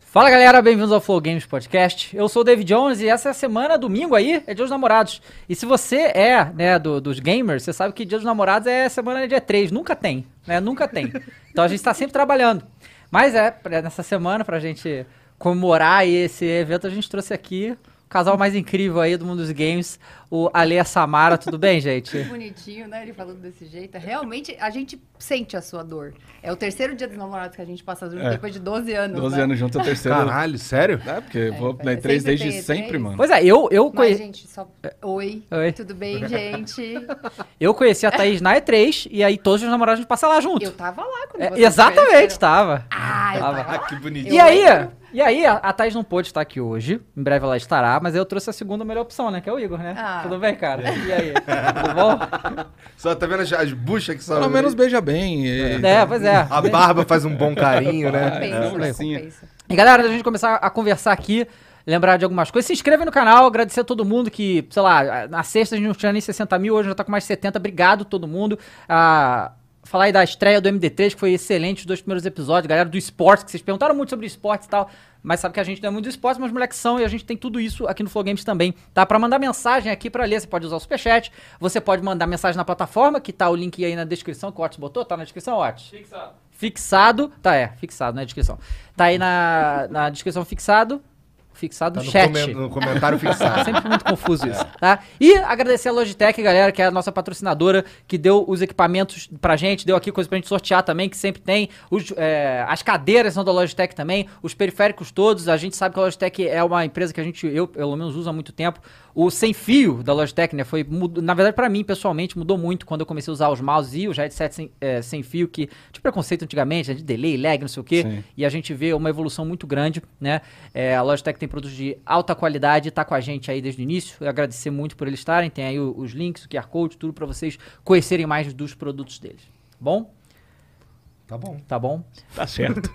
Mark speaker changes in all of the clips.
Speaker 1: Fala galera, bem-vindos ao Flow Games Podcast. Eu sou o David Jones e essa é semana, domingo aí, é Dia dos Namorados. E se você é, né, do- dos gamers, você sabe que Dia dos Namorados é semana de dia 3, nunca tem, né? Nunca tem. Então a gente tá sempre trabalhando. Mas é, pra- nessa semana, pra gente comemorar aí esse evento, a gente trouxe aqui o casal mais incrível aí do mundo dos games, o Ale e a Samara. Tudo bem, gente?
Speaker 2: Bonitinho, né? Ele falando desse jeito. Realmente, a gente sente a sua dor. É o terceiro dia dos namorados que a gente passa junto,
Speaker 3: É.
Speaker 2: depois de 12 anos.
Speaker 3: 12
Speaker 2: né?
Speaker 3: anos junto é o terceiro.
Speaker 4: Caralho, sério?
Speaker 3: É, porque eu vou
Speaker 2: vai
Speaker 3: Play 3
Speaker 2: sempre
Speaker 3: desde
Speaker 2: ter
Speaker 3: sempre,
Speaker 2: três.
Speaker 3: mano.
Speaker 1: Pois é, eu, eu,
Speaker 2: Mas,
Speaker 1: conhe-
Speaker 2: gente, só. Oi,
Speaker 1: Oi.
Speaker 2: tudo bem, gente?
Speaker 1: eu conheci a Thaís na E3 e aí todos os namorados a gente passa lá junto.
Speaker 2: Eu tava lá quando
Speaker 1: É,
Speaker 2: vocês
Speaker 1: exatamente,
Speaker 2: conheceram.
Speaker 1: tava.
Speaker 2: Ah, eu
Speaker 4: é.
Speaker 2: tava lá.
Speaker 3: que bonitinho.
Speaker 1: E
Speaker 2: Eu
Speaker 1: aí,
Speaker 2: lembro.
Speaker 1: e aí, a, a Thaís não pôde estar aqui hoje. Em breve ela estará, mas eu trouxe a segunda melhor opção, né? Que é o Igor, né?
Speaker 2: Ah.
Speaker 1: Tudo bem, cara? E aí? Tudo bom?
Speaker 4: Só tá vendo as, as buchas que só.
Speaker 3: Pelo menos beija bem. E...
Speaker 1: É, pois é.
Speaker 4: A barba faz um bom carinho, né?
Speaker 2: Compensa,
Speaker 3: É,
Speaker 2: né?
Speaker 3: assim,
Speaker 2: Compensa.
Speaker 1: E galera, antes da gente começar a conversar aqui, lembrar de algumas coisas, se inscreve no canal, agradecer a todo mundo que, sei lá, na sexta a gente não tinha nem 60 mil, hoje já tá com mais 70, obrigado todo mundo. Ah, falar aí da estreia do MD3, que foi excelente, os dois primeiros episódios, galera do esporte, que vocês perguntaram muito sobre esporte e tal, mas sabe que a gente não é muito do esporte, mas moleques são, e a gente tem tudo isso aqui no Flow Games também, tá? Pra mandar mensagem aqui pra ler, você pode usar o Superchat, você pode mandar mensagem na plataforma, que tá o link aí na descrição, que o Otis botou, tá na descrição, Otis? Fixado. Tá, é, fixado na descrição. Tá aí na, na descrição fixado. Fixado
Speaker 4: Tá
Speaker 1: no
Speaker 4: no,
Speaker 1: chat.
Speaker 4: comen- no comentário
Speaker 1: Tá
Speaker 4: fixado.
Speaker 1: sempre muito confuso isso, tá? E agradecer a Logitech, galera, que é a nossa patrocinadora, que deu os equipamentos pra gente, deu aqui coisa pra gente sortear também, que sempre tem. Os, é, as cadeiras são da Logitech também, os periféricos todos. A gente sabe que a Logitech é uma empresa que a gente, eu pelo menos, uso há muito tempo. O sem fio da Logitech, né? Foi, mud- na verdade, pra mim, pessoalmente, mudou muito quando eu comecei a usar os mouse e os headsets sem, é, sem fio, que tinha preconceito antigamente, né, de delay, lag, não sei o quê
Speaker 3: Sim.
Speaker 1: e a gente vê uma evolução muito grande, né? É, a Logitech tem produtos de alta qualidade, tá com a gente aí desde o início. Eu agradecer muito por eles estarem, tem aí o- os links, o QR Code, tudo pra vocês conhecerem mais dos produtos deles. Bom?
Speaker 4: Tá bom.
Speaker 1: Tá bom?
Speaker 3: Tá certo.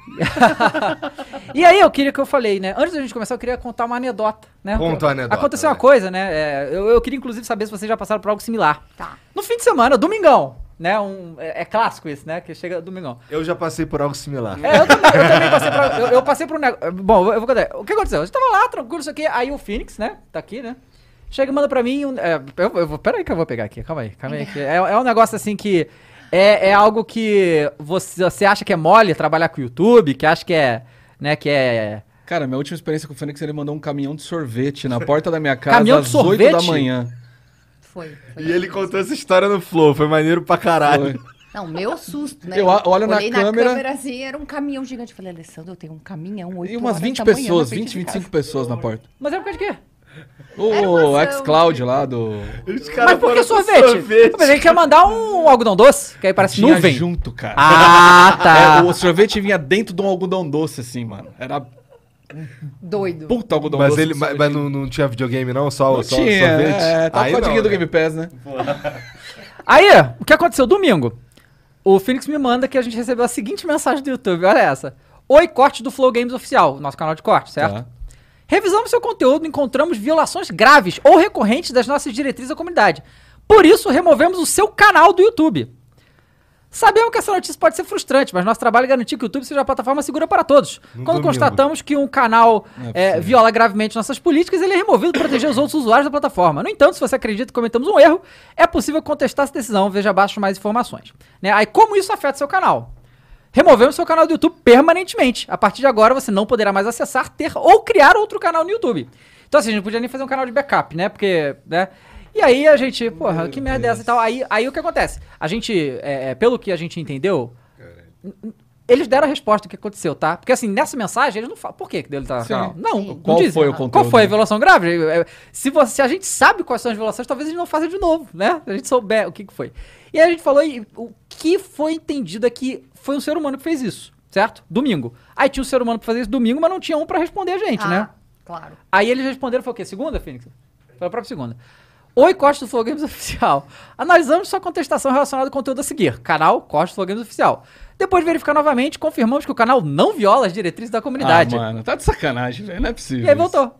Speaker 1: E aí, eu queria que eu falei, né? Antes da gente começar, eu queria contar uma anedota, né?
Speaker 4: Conta a anedota,
Speaker 1: Aconteceu uma
Speaker 4: vai.
Speaker 1: coisa, né? É, eu, eu queria, inclusive, saber se vocês já passaram por algo similar.
Speaker 2: Tá.
Speaker 1: No fim de semana, domingão, né? Um, é, é clássico isso, né? Que chega domingão.
Speaker 4: Eu já passei por algo similar.
Speaker 1: É, eu também, eu também passei pra, eu, eu passei por um negócio. Bom, eu vou contar. O que aconteceu? A gente tava lá, tranquilo, isso aqui. Aí o Phoenix, né? Tá aqui, né? Chega e manda pra mim. Um, é, eu, eu, vou- peraí que eu vou pegar aqui. Calma aí, calma aí. que É, é um negócio assim que. É, é algo que você, você acha que é mole trabalhar com o YouTube, que acha que é. Né, que é.
Speaker 3: Cara, minha última experiência com o Fênix, ele mandou um caminhão de sorvete na porta da minha casa
Speaker 1: Caminhão de
Speaker 3: às 8
Speaker 1: sorvete?
Speaker 3: da manhã.
Speaker 2: Foi. foi.
Speaker 4: E ele contou essa história no Flow, foi maneiro pra caralho.
Speaker 3: Foi.
Speaker 2: Não, meu susto, né?
Speaker 3: Eu a- olho na
Speaker 2: Olhei
Speaker 3: câmera-
Speaker 2: assim, era um caminhão gigante. Eu falei, Alessandro, eu tenho um caminhão, oito
Speaker 3: E umas
Speaker 2: horas
Speaker 3: 20
Speaker 2: da manhã na
Speaker 1: né?
Speaker 3: pessoas,
Speaker 2: frente
Speaker 3: 20,
Speaker 2: de
Speaker 3: 25 pessoas na porta.
Speaker 1: Mas é por causa de quê?
Speaker 3: O
Speaker 2: uma ação.
Speaker 3: xCloud lá do...
Speaker 4: Os caras
Speaker 1: Mas por que
Speaker 4: foram pro
Speaker 1: sorvete? Mas ele quer mandar um algodão doce, que aí parece
Speaker 3: Tinha
Speaker 1: nuvem.
Speaker 3: junto, cara.
Speaker 1: Ah, tá.
Speaker 3: É, o sorvete vinha dentro de um algodão doce, assim, mano. Era
Speaker 2: casa. Doido.
Speaker 3: puta algodão
Speaker 4: Mas,
Speaker 3: um doce.
Speaker 4: ele,
Speaker 3: de
Speaker 4: mas,
Speaker 3: sorvete.
Speaker 4: mas não, não tinha videogame, não? Só,
Speaker 3: Não
Speaker 4: só
Speaker 3: tinha,
Speaker 4: sorvete?
Speaker 3: é,
Speaker 1: tá
Speaker 3: tava
Speaker 4: Aí
Speaker 3: com a
Speaker 4: não,
Speaker 3: diguinha do
Speaker 4: né?
Speaker 3: Game Pass, né?
Speaker 1: Aí, o que aconteceu domingo? O Phoenix me manda que a gente recebeu a seguinte mensagem do YouTube, olha essa. Oi, corte do Flow Games Oficial, nosso canal de corte, certo?
Speaker 3: Tá.
Speaker 1: Revisamos seu conteúdo e encontramos violações graves ou recorrentes das nossas diretrizes da comunidade. Por isso, removemos o seu canal do YouTube. Sabemos que essa notícia pode ser frustrante, mas nosso trabalho é garantir que o YouTube seja a plataforma segura para todos.
Speaker 4: No
Speaker 1: Quando
Speaker 4: domingo.
Speaker 1: constatamos que um canal
Speaker 3: Não é
Speaker 1: eh,
Speaker 3: possível.
Speaker 1: viola gravemente nossas políticas, ele é removido para proteger os outros usuários da plataforma. No entanto, se você acredita que cometemos um erro, é possível contestar essa decisão. Veja abaixo mais informações. Né? Aí, como isso afeta seu canal? Removemos seu canal do YouTube permanentemente. A partir de agora, você não poderá mais acessar, ter ou criar outro canal no YouTube. Então, assim, a gente não podia nem fazer um canal de backup, né? Porque, né? E aí a gente, porra, que merda é essa e tal. Aí, aí o que acontece? A gente, é, é, pelo que a gente entendeu, n- n- eles deram a resposta do que aconteceu, tá? Porque, assim, nessa mensagem, eles não falam. Por que que dele tá no
Speaker 3: Sim.
Speaker 1: canal? Não,
Speaker 2: Sim.
Speaker 1: não
Speaker 3: Qual
Speaker 1: dizem.
Speaker 3: foi o
Speaker 1: Qual
Speaker 3: conteúdo?
Speaker 1: foi a violação grave? É, é, Se, você, se a gente sabe quais são as violações, talvez a gente não faça de novo, né? Se a gente souber o que, que foi. E aí a gente falou, e o que foi entendido é que foi um ser humano que fez isso, certo? Domingo. Aí tinha um ser humano pra fazer isso domingo, mas não tinha um pra responder a gente,
Speaker 2: Ah,
Speaker 1: né?
Speaker 2: Claro.
Speaker 1: Aí eles responderam, foi o quê? Segunda, Fênix? Foi a própria segunda. Oi, Costa do Flow Games Oficial. Analisamos sua contestação relacionada ao conteúdo a seguir. Canal Costa do Flow Games Oficial. Depois de verificar novamente, confirmamos que o canal não viola as diretrizes da comunidade.
Speaker 3: Ah, mano, tá de sacanagem, velho. Não é possível.
Speaker 1: e aí
Speaker 3: isso.
Speaker 1: voltou.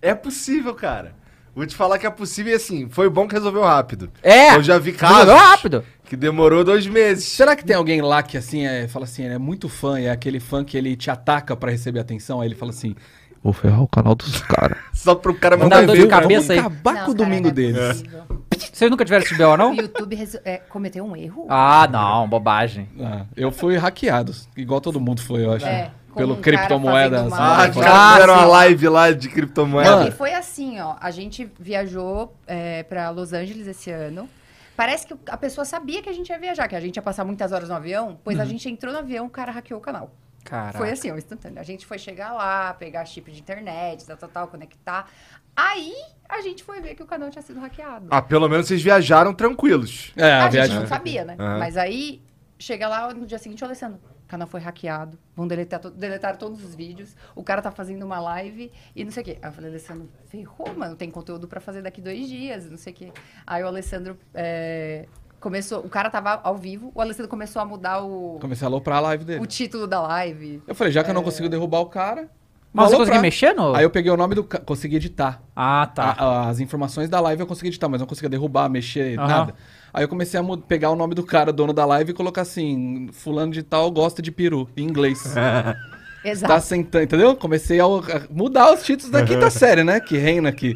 Speaker 4: É possível, cara. Vou te falar que é possível e assim, foi bom que resolveu rápido.
Speaker 1: É!
Speaker 4: Eu já vi
Speaker 1: Resolveu
Speaker 4: casos
Speaker 1: rápido.
Speaker 4: Que demorou dois meses.
Speaker 3: Será que tem alguém lá que assim é, fala assim, é muito fã, e é aquele fã que ele te ataca pra receber atenção, aí ele fala assim: "Vou ferrar o canal dos caras".
Speaker 4: Só pro cara
Speaker 1: Vamos
Speaker 4: mandar
Speaker 1: dar dor
Speaker 4: e-mail.
Speaker 1: de cabeça. aí.
Speaker 3: acabar
Speaker 2: Não,
Speaker 3: com o
Speaker 2: cara,
Speaker 3: domingo
Speaker 2: não é
Speaker 3: deles. Então?
Speaker 2: possível.
Speaker 1: Vocês nunca tiveram esse BO,
Speaker 2: O
Speaker 1: não?
Speaker 2: YouTube reso- é, cometeu um erro?
Speaker 1: Ah, não, bobagem.
Speaker 3: Ah, eu fui hackeado, igual todo mundo foi, eu acho.
Speaker 2: É, com
Speaker 3: pelo
Speaker 2: um cara
Speaker 3: criptomoedas.
Speaker 2: fazendo uma
Speaker 4: Ah,
Speaker 2: live.
Speaker 4: os
Speaker 1: Ah,
Speaker 4: caras fizeram uma
Speaker 1: sim.
Speaker 4: live lá de
Speaker 2: Não,
Speaker 4: criptomoeda.
Speaker 2: e foi assim, ó. A gente viajou é, para Los Angeles esse ano. Parece que a pessoa sabia que a gente ia viajar, que a gente ia passar muitas horas no avião, pois a gente entrou no avião, o cara hackeou o canal.
Speaker 1: Caraca.
Speaker 2: Foi assim, ó, instantâneo. A gente foi chegar lá, pegar chip de internet, tal, tal, tal, conectar. Aí a gente foi ver que o canal tinha sido hackeado.
Speaker 4: Ah, pelo menos vocês viajaram tranquilos.
Speaker 3: É, a,
Speaker 2: a Ah, gente
Speaker 3: viagem.
Speaker 2: não sabia, né?
Speaker 4: Aham.
Speaker 2: Mas aí chega lá no dia seguinte, "Ô, Alessandro, o canal foi hackeado, vão deletar to- deletaram todos os vídeos, o cara tá fazendo uma live e não sei o quê. Aí eu falei, Alessandro, ferrou, mano, tem conteúdo pra fazer daqui dois dias, não sei o quê. Aí o Alessandro é, começou, o cara tava ao vivo, o Alessandro começou a mudar o,
Speaker 3: Comecei a aloprar a live dele.
Speaker 2: o título da live.
Speaker 3: Eu falei, já que
Speaker 2: É.
Speaker 3: eu não consigo derrubar o cara.
Speaker 1: Mas você
Speaker 3: vou
Speaker 1: conseguiu
Speaker 3: aloprar.
Speaker 1: mexer no?
Speaker 3: Aí eu peguei o nome do. ca- Consegui editar.
Speaker 1: Ah, tá.
Speaker 3: A- as informações da live eu consegui editar, mas não conseguia derrubar, mexer,
Speaker 1: Aham.
Speaker 3: nada. Aí eu comecei a mu- pegar o nome do cara, dono da live, e colocar assim: Fulano de tal gosta de peru, em inglês.
Speaker 2: É. Exato.
Speaker 3: tá sentando, entendeu? Comecei a, a mudar os títulos da quinta série, né? Que reina aqui.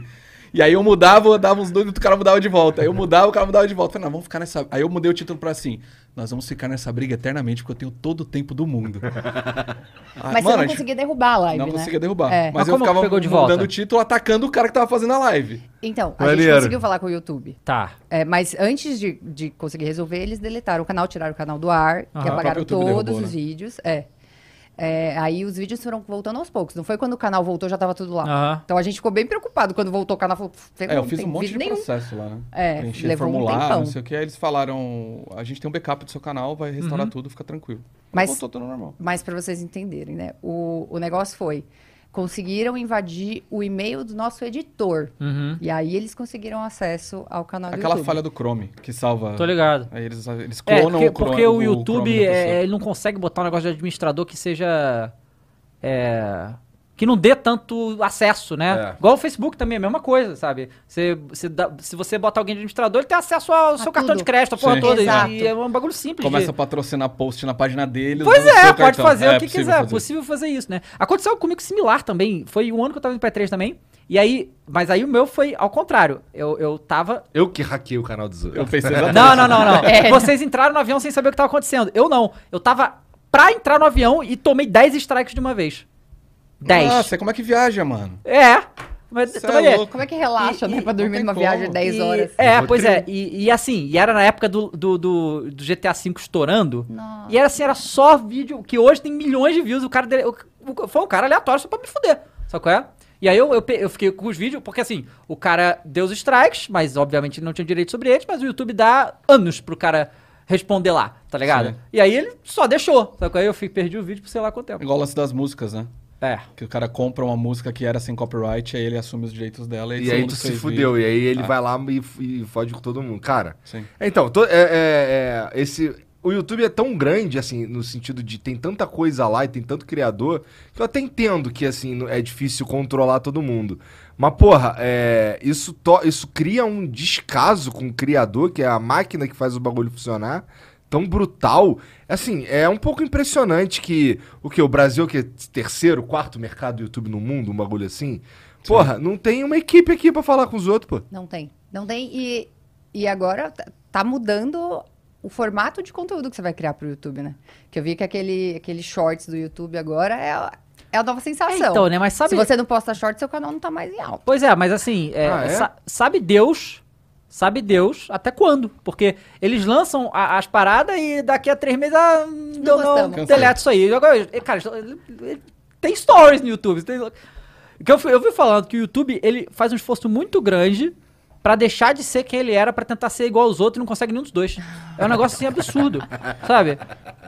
Speaker 3: E aí eu mudava, eu dava uns dois, o cara mudava de volta. Aí eu mudava, o cara mudava de volta. Falei, não, vamos ficar nessa. Aí eu mudei o título pra assim: Nós vamos ficar nessa briga eternamente, porque eu tenho todo o tempo do mundo. Ah,
Speaker 2: Mas
Speaker 3: mano,
Speaker 2: você
Speaker 3: a
Speaker 2: não
Speaker 3: gente-
Speaker 2: conseguia derrubar a live,
Speaker 3: não
Speaker 2: né?
Speaker 3: conseguia derrubar.
Speaker 2: É.
Speaker 3: Mas,
Speaker 1: Mas
Speaker 3: eu
Speaker 1: como que
Speaker 3: ficava
Speaker 1: pegou de
Speaker 3: mudando
Speaker 1: volta?
Speaker 3: o título, atacando o cara que tava fazendo a live.
Speaker 2: Então, a gente
Speaker 4: Maneiro.
Speaker 2: conseguiu falar com o YouTube.
Speaker 1: Tá.
Speaker 2: É, mas antes de, de conseguir resolver, eles deletaram o canal, tiraram o canal do ar, que
Speaker 1: Aham.
Speaker 2: apagaram
Speaker 3: O próprio
Speaker 2: todos
Speaker 3: YouTube derrubou,
Speaker 2: os
Speaker 3: né?
Speaker 2: vídeos. É. É, aí os vídeos foram voltando aos poucos. Não foi quando o canal voltou, já tava tudo lá.
Speaker 1: Aham.
Speaker 2: Então a gente ficou bem preocupado quando voltou o canal. Falou, "Pff,
Speaker 3: Ah. É, eu
Speaker 2: não
Speaker 3: fiz
Speaker 2: tem
Speaker 3: um monte de
Speaker 2: vídeo nenhum.
Speaker 3: processo lá, né?
Speaker 2: É,
Speaker 3: Preenchi
Speaker 2: levou um
Speaker 3: formulário,
Speaker 2: tempão.
Speaker 3: não sei o que. Aí eles falaram, a gente tem um backup do seu canal, vai restaurar
Speaker 1: Uhum.
Speaker 3: tudo, fica tranquilo.
Speaker 2: Mas-
Speaker 3: Voltou tudo normal.
Speaker 2: Mas pra vocês entenderem, né? O, o negócio foi: conseguiram invadir o e-mail do nosso editor.
Speaker 1: Uhum.
Speaker 2: E aí eles conseguiram acesso ao canal Ah, do
Speaker 3: Aquela
Speaker 2: YouTube.
Speaker 3: falha do Chrome, que salva...
Speaker 1: Tô ligado.
Speaker 3: Aí eles, eles
Speaker 1: É,
Speaker 3: clonam
Speaker 1: porque,
Speaker 3: o Chrome.
Speaker 1: porque o
Speaker 3: Chrome
Speaker 1: YouTube
Speaker 3: da pessoa.
Speaker 1: é, ele não consegue botar um negócio de administrador que seja. É, que não dê tanto acesso, né?
Speaker 4: É.
Speaker 1: Igual o Facebook também, é a mesma coisa, sabe? Você, você dá- se você botar alguém de administrador, ele tem acesso ao seu cartão
Speaker 2: tudo.
Speaker 1: de crédito, a porra
Speaker 3: Sim.
Speaker 1: toda. e-
Speaker 2: Exato.
Speaker 1: E é um bagulho simples. de-
Speaker 3: Começa a patrocinar post na página dele.
Speaker 1: Pois
Speaker 3: usando o
Speaker 1: é,
Speaker 3: seu
Speaker 1: pode
Speaker 3: cartão.
Speaker 1: fazer
Speaker 3: É,
Speaker 1: o que
Speaker 3: possível
Speaker 1: quiser.
Speaker 3: fazer.
Speaker 1: Possível fazer isso, né? Aconteceu algo comigo similar também. Foi um ano que eu tava indo pra 3 também. E aí, mas aí o meu foi ao contrário. Eu, eu tava.
Speaker 4: Eu que hackeei o canal dos
Speaker 3: Eu
Speaker 4: outros.
Speaker 3: pensei exatamente.
Speaker 1: Não, não, não, não. Vocês entraram no avião sem saber o que tava acontecendo. Eu não. Eu tava pra entrar no avião e tomei 10 strikes de uma vez. 10.
Speaker 3: Nossa, como é que viaja, mano?
Speaker 1: É. Mas
Speaker 3: Cê é
Speaker 1: também
Speaker 3: louco.
Speaker 2: Como é que relaxa,
Speaker 1: E-
Speaker 2: né?
Speaker 1: e-
Speaker 2: Pra
Speaker 3: não
Speaker 2: dormir
Speaker 3: tem
Speaker 2: numa
Speaker 3: como.
Speaker 2: viagem de 10
Speaker 1: E-
Speaker 2: horas.
Speaker 1: É,
Speaker 4: Roteiro.
Speaker 1: pois é. E, e assim, e era na época do, do, do, do GTA V estourando.
Speaker 2: Nossa.
Speaker 1: E era assim, era só vídeo, que hoje tem milhões de views. O cara dele- o- o- foi um cara aleatório só pra me fuder. Sabe qual é? E aí eu, eu, pe- eu fiquei com os vídeos, porque assim, o cara deu os strikes, mas obviamente ele não tinha direito sobre eles, mas o YouTube dá anos pro cara responder lá, tá ligado?
Speaker 3: Sim.
Speaker 1: E aí ele só deixou. Sabe qual é? Eu fi- perdi o vídeo por sei lá quanto tempo.
Speaker 3: Igual o lance das músicas, né?
Speaker 1: É.
Speaker 3: Que o cara compra uma música que era sem copyright, aí ele assume os direitos dela.
Speaker 4: E
Speaker 3: todo
Speaker 4: aí
Speaker 3: mundo
Speaker 4: tu se
Speaker 3: fez
Speaker 4: fudeu,
Speaker 3: vídeo.
Speaker 4: e aí ele
Speaker 3: Ah.
Speaker 4: vai lá e, f- e fode com todo mundo. Cara,
Speaker 3: Sim.
Speaker 4: então, to- é- é- é, esse, o YouTube é tão grande, assim, no sentido de tem tanta coisa lá e tem tanto criador, que eu até entendo que, assim, não- é difícil controlar todo mundo. Mas, porra, é, isso, to- isso cria um descaso com o criador, que é a máquina que faz o bagulho funcionar, tão brutal. Assim, é um pouco impressionante que o que o Brasil que é terceiro, quarto mercado do YouTube no mundo, um bagulho assim. Porra, não tem uma equipe aqui pra falar com os outros, pô.
Speaker 2: Não tem. Não tem. E, e agora tá- tá mudando o formato de conteúdo que você vai criar pro YouTube, né? Que eu vi que aquele, aquele shorts do YouTube agora é, a- é a nova sensação.
Speaker 1: Então, né? Mas sabe.
Speaker 2: Se você não posta shorts, seu canal não tá mais em alta.
Speaker 1: Pois é, mas assim, é,
Speaker 4: Ah, é?
Speaker 1: sa- sabe Deus, sabe Deus até quando? Porque eles lançam a- as paradas e daqui a três meses, ah, não, não,
Speaker 2: gostamos.
Speaker 1: deleta isso aí. Agora, eh, cara, ele- ele- tem stories no YouTube. Tem... O Que eu, fui- eu vi falando que o YouTube ele faz um esforço muito grande pra deixar de ser quem ele era pra tentar ser igual aos outros e não consegue nenhum dos dois. É um negócio assim absurdo, sabe?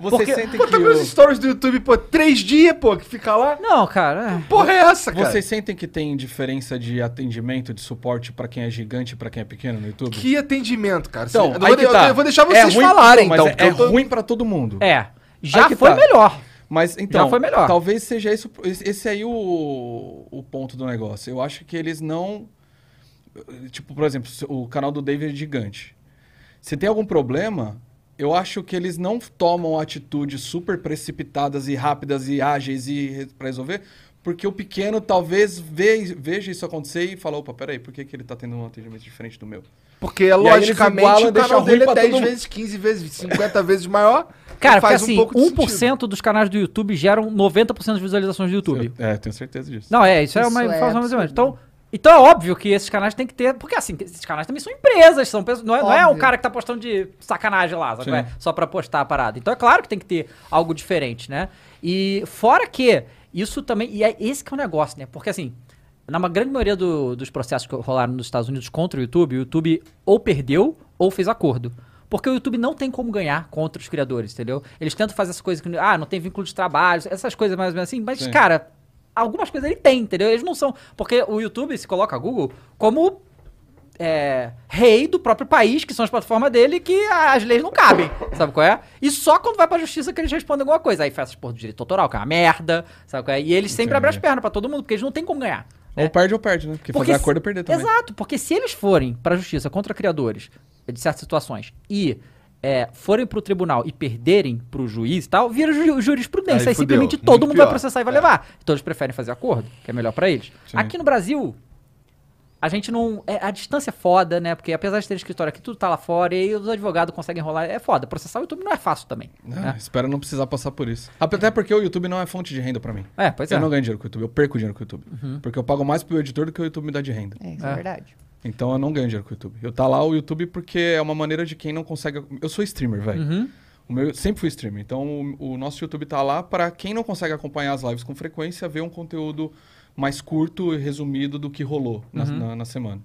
Speaker 3: Você
Speaker 1: Porque-
Speaker 3: sente
Speaker 4: Pô,
Speaker 3: que
Speaker 4: tá vendo os
Speaker 3: o...
Speaker 4: stories do YouTube, pô, três dias, pô, que fica lá.
Speaker 1: Não, cara. é.
Speaker 4: Porra é essa, cara?
Speaker 3: Vocês sentem que tem diferença de atendimento, de suporte pra quem é gigante e pra quem é pequeno no YouTube?
Speaker 4: Que atendimento, cara.
Speaker 3: Então,
Speaker 4: Você- eu,
Speaker 3: aí
Speaker 4: vou,
Speaker 3: que
Speaker 4: eu-
Speaker 3: tá.
Speaker 4: eu vou deixar
Speaker 3: É
Speaker 4: vocês
Speaker 3: ruim-
Speaker 4: falarem,
Speaker 3: mas
Speaker 4: então.
Speaker 3: é-
Speaker 4: porque
Speaker 3: É,
Speaker 4: eu tô-
Speaker 3: ruim pra todo mundo.
Speaker 1: É. Já
Speaker 3: que
Speaker 1: foi
Speaker 3: tá.
Speaker 1: melhor.
Speaker 3: Mas então,
Speaker 1: foi melhor.
Speaker 3: talvez seja isso, esse esse aí o, o ponto do negócio. Eu acho que eles não. Tipo, por exemplo, o canal do David é gigante. Se tem algum problema, Eu acho que eles não tomam atitudes super precipitadas e rápidas e ágeis e re- pra resolver, porque o pequeno talvez ve- veja isso acontecer e fala, opa, peraí, por que, que ele tá tendo um atendimento diferente do meu?
Speaker 4: Porque, é
Speaker 3: aí eles
Speaker 4: logicamente,
Speaker 3: igualam,
Speaker 4: o
Speaker 3: deixam
Speaker 4: canal
Speaker 3: ruim
Speaker 4: dele é
Speaker 3: pra
Speaker 4: 10
Speaker 3: todo mundo.
Speaker 4: vezes, 15 vezes, 50 vezes maior.
Speaker 1: Cara, porque
Speaker 4: Então faz um
Speaker 1: assim,
Speaker 4: pouco de
Speaker 1: 1%
Speaker 4: sentido.
Speaker 1: dos canais do YouTube geram 90% das visualizações do YouTube.
Speaker 3: É, tenho certeza disso.
Speaker 1: Não, é, isso é
Speaker 2: Isso
Speaker 1: uma
Speaker 2: é
Speaker 1: informação mais ou menos.
Speaker 2: absurdo.
Speaker 1: Então, então é óbvio que esses canais têm que ter. Porque assim, esses canais também são empresas, são pessoas. Não é, não é um
Speaker 2: Óbvio.
Speaker 1: cara que tá postando de sacanagem lá, sabe?
Speaker 3: Sim.
Speaker 1: É, só pra postar a parada. Então é claro que tem que ter algo diferente, né? E fora que isso também. E é esse que é o negócio, né? Porque assim. Na ma- grande maioria do- dos processos que rolaram nos Estados Unidos contra o YouTube, o YouTube ou perdeu ou fez acordo. Porque o YouTube não tem como ganhar contra os criadores, entendeu? Eles tentam fazer essas coisas que. Ah, não tem vínculo de trabalho, essas coisas mais ou menos assim. Mas,
Speaker 3: Sim.
Speaker 1: cara, algumas coisas ele tem, entendeu? Eles não são. Porque o YouTube se coloca a Google como é, rei do próprio país, que são as plataformas dele, que as leis não cabem, sabe qual é? E só quando vai pra justiça que eles respondem alguma coisa. Aí faz essas porra do direito autoral, que é uma merda, sabe qual é? E eles sempre
Speaker 3: Entendi.
Speaker 1: abrem as pernas pra todo mundo, porque eles não têm como ganhar. né?
Speaker 3: Ou perde ou perde, né? Porque,
Speaker 1: Porque
Speaker 3: fazer
Speaker 1: se-
Speaker 3: acordo é perder também.
Speaker 1: Exato, porque se eles forem pra justiça contra criadores de certas situações e é, forem pro tribunal e perderem pro juiz e tal, vira ju- jurisprudência. Aí,
Speaker 4: Aí fudeu,
Speaker 1: simplesmente todo
Speaker 4: muito
Speaker 1: mundo vai
Speaker 4: pior.
Speaker 1: processar e vai levar. Então eles preferem fazer acordo, que é melhor pra eles.
Speaker 3: É. Sim.
Speaker 1: Aqui no Brasil, a gente não. é- a distância é foda, né? Porque apesar de ter escritório aqui, tudo tá lá fora e aí os advogados conseguem rolar. É foda. Processar o YouTube não é fácil também.
Speaker 3: Ah,
Speaker 1: né?
Speaker 3: Espero não precisar passar por isso. Até porque o YouTube não é fonte de renda pra mim.
Speaker 1: É, pois é. Uhum.
Speaker 3: Eu não ganho dinheiro com o YouTube, eu perco dinheiro com o YouTube. Porque eu pago mais pro editor do que o YouTube me dá de renda.
Speaker 2: É, isso
Speaker 1: É.
Speaker 2: é verdade.
Speaker 3: Então eu não ganho dinheiro com o YouTube. Eu tá lá o YouTube porque é uma maneira de quem não consegue. Eu sou streamer, velho.
Speaker 1: Uhum.
Speaker 3: O meu eu sempre fui streamer. Então o, o nosso YouTube tá lá pra quem não consegue acompanhar as lives com frequência, ver um conteúdo mais curto e resumido do que rolou na,
Speaker 1: Uhum.
Speaker 3: na- na semana.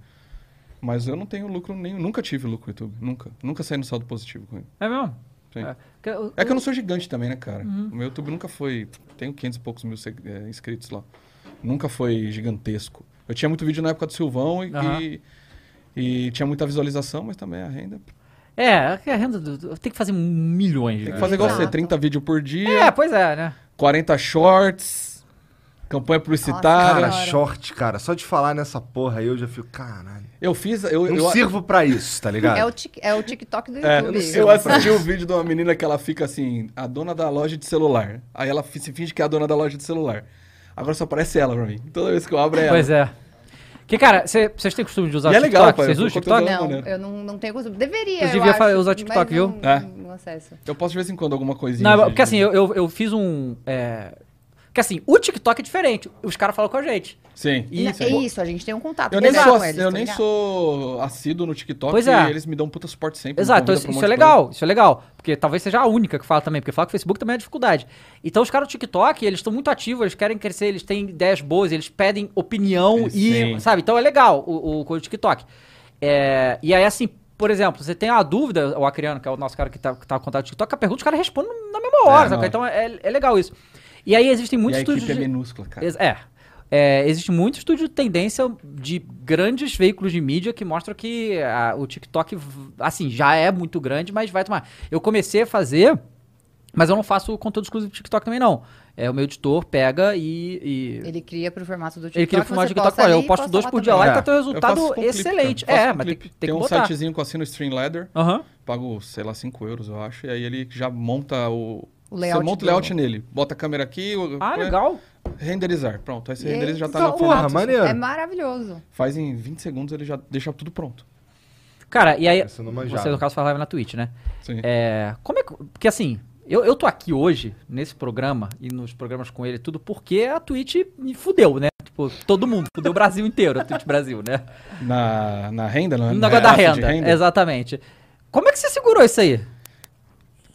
Speaker 3: Mas eu não tenho lucro nenhum. Nunca tive lucro com o YouTube. Nunca. Nunca saí no saldo positivo com ele.
Speaker 1: É mesmo?
Speaker 3: Sim.
Speaker 1: É. Que- o-
Speaker 3: É que eu não sou gigante também, né, cara?
Speaker 1: Hum.
Speaker 3: O meu YouTube nunca foi. Tenho 500 e poucos mil seg- eh, inscritos lá. Nunca foi gigantesco. Eu tinha muito vídeo na época do Silvão e,
Speaker 1: Aham.
Speaker 3: e, e tinha muita visualização, mas também a renda.
Speaker 1: É, a renda do- do- tem que fazer milhões de
Speaker 3: Tem que
Speaker 1: vezes.
Speaker 3: fazer igual você:
Speaker 2: Exato.
Speaker 3: 30 vídeos por dia,
Speaker 1: É, pois é, né?
Speaker 3: 40 shorts, campanha publicitária.
Speaker 4: Cara,
Speaker 2: Cara.
Speaker 4: short, cara. Só de falar nessa porra aí eu já fico, caralho.
Speaker 3: eu fiz. Eu,
Speaker 4: Eu
Speaker 3: eu,
Speaker 4: não sirvo pra isso, tá ligado?
Speaker 2: É o, tic- é o TikTok do
Speaker 3: é,
Speaker 2: YouTube.
Speaker 3: eu assisti um vídeo de uma menina que ela fica assim, a dona da loja de celular. Aí ela fi- se finge que é a dona da loja de celular. Agora só aparece ela pra mim. Toda vez que eu abro é ela.
Speaker 1: Pois é. Que, cara, cê- vocês têm costume de usar
Speaker 3: E
Speaker 1: o
Speaker 3: é
Speaker 1: TikTok?
Speaker 3: legal, pai,
Speaker 1: vocês
Speaker 3: eu
Speaker 1: usam o
Speaker 3: tô contando-
Speaker 1: TikTok?
Speaker 2: Não,
Speaker 3: né?
Speaker 2: eu não, não tenho costume. Deveria,
Speaker 1: Eu
Speaker 2: eu
Speaker 1: devia fa-
Speaker 2: acho,
Speaker 1: usar o TikTok,
Speaker 2: mas
Speaker 1: viu?
Speaker 2: Não,
Speaker 3: É.
Speaker 2: não acesso.
Speaker 3: Eu posso de vez em quando alguma coisinha.
Speaker 1: Não,
Speaker 3: de-
Speaker 1: porque assim,
Speaker 3: de-
Speaker 1: eu, eu, eu fiz um. É... Porque assim, o TikTok é diferente. Os caras falam com a gente.
Speaker 3: Sim.
Speaker 1: E-
Speaker 2: Isso, é isso, a gente tem um contato.
Speaker 3: Eu nem,
Speaker 2: legal
Speaker 3: sou,
Speaker 2: com eles,
Speaker 3: eu
Speaker 2: tá
Speaker 3: nem
Speaker 2: ligado?
Speaker 3: sou assíduo no TikTok
Speaker 1: Pois é.
Speaker 3: e eles me dão um puta suporte sempre. me
Speaker 1: Exato, então
Speaker 3: convidam
Speaker 1: isso,
Speaker 3: pra um
Speaker 1: isso é
Speaker 3: monte de
Speaker 1: legal, isso é legal. Porque talvez seja a única que fala também, porque falar com o Facebook também é dificuldade. Então os caras do TikTok, eles estão muito ativos, eles querem crescer, eles têm ideias boas, eles pedem opinião
Speaker 3: Eles
Speaker 1: e.
Speaker 3: têm.
Speaker 1: Sabe? Então é legal o, o, coisa do TikTok. É, e aí, assim, por exemplo, você tem uma dúvida, o Acriano, que é o nosso cara que tá, que tá com contato do TikTok, a pergunta os caras respondem na mesma hora,
Speaker 3: É,
Speaker 1: sabe?
Speaker 3: na
Speaker 1: Então é, é legal isso. E aí existem
Speaker 3: coisa.
Speaker 1: muitos
Speaker 3: E a
Speaker 1: estúdios.
Speaker 3: equipe é
Speaker 1: de-
Speaker 3: minúscula, cara.
Speaker 1: Ex- É. É, existe muito estúdio de tendência de grandes veículos de mídia que mostram que ah, o TikTok, v- assim, já é muito grande, mas vai tomar. Eu comecei a fazer, mas eu não faço conteúdo exclusivo do TikTok também, não. É, o meu editor pega e. e-
Speaker 2: Ele cria pro formato do TikTok.
Speaker 1: Ele cria o formato de
Speaker 2: você
Speaker 1: TikTok,
Speaker 2: posta
Speaker 1: olha, eu
Speaker 2: ali e
Speaker 1: posto
Speaker 2: posta
Speaker 1: dois
Speaker 2: lá
Speaker 1: por dia lá
Speaker 2: também.
Speaker 1: e
Speaker 4: É.
Speaker 1: tá tendo um
Speaker 3: Eu faço
Speaker 1: resultado
Speaker 3: com clipe,
Speaker 1: excelente.
Speaker 3: cara. Eu faço
Speaker 1: É,
Speaker 3: com
Speaker 1: mas tem,
Speaker 3: clipe.
Speaker 1: tem que
Speaker 3: um
Speaker 1: botar.
Speaker 3: sitezinho que eu assino o Streamladder,
Speaker 1: Aham.
Speaker 3: pago, sei lá, 5 euros, eu acho, e aí ele já monta o.
Speaker 2: O layout
Speaker 3: você monta o
Speaker 2: do-
Speaker 3: layout nele, bota a câmera aqui, o-
Speaker 1: Ah,
Speaker 3: põe-
Speaker 1: legal.
Speaker 3: renderizar. Pronto, aí você
Speaker 2: E aí,
Speaker 3: renderiza já tá
Speaker 4: Essa
Speaker 3: no
Speaker 4: porra,
Speaker 3: formato.
Speaker 4: maneiro.
Speaker 2: É maravilhoso.
Speaker 3: Faz em 20 segundos ele já deixa tudo pronto.
Speaker 1: Cara, e aí.
Speaker 4: Essa eu não
Speaker 1: Você,
Speaker 4: manjava.
Speaker 1: no caso, faz live na Twitch, né?
Speaker 3: Sim.
Speaker 1: É, como é que. Porque assim, eu, eu tô aqui hoje, nesse programa e nos programas com ele e tudo, porque a Twitch me fudeu, né? Tipo, todo mundo, fudeu o Brasil inteiro, a Twitch Brasil, né?
Speaker 3: Na, na renda, não é?
Speaker 1: No negócio da
Speaker 3: gasto de
Speaker 1: renda, exatamente. Como é que você segurou isso aí?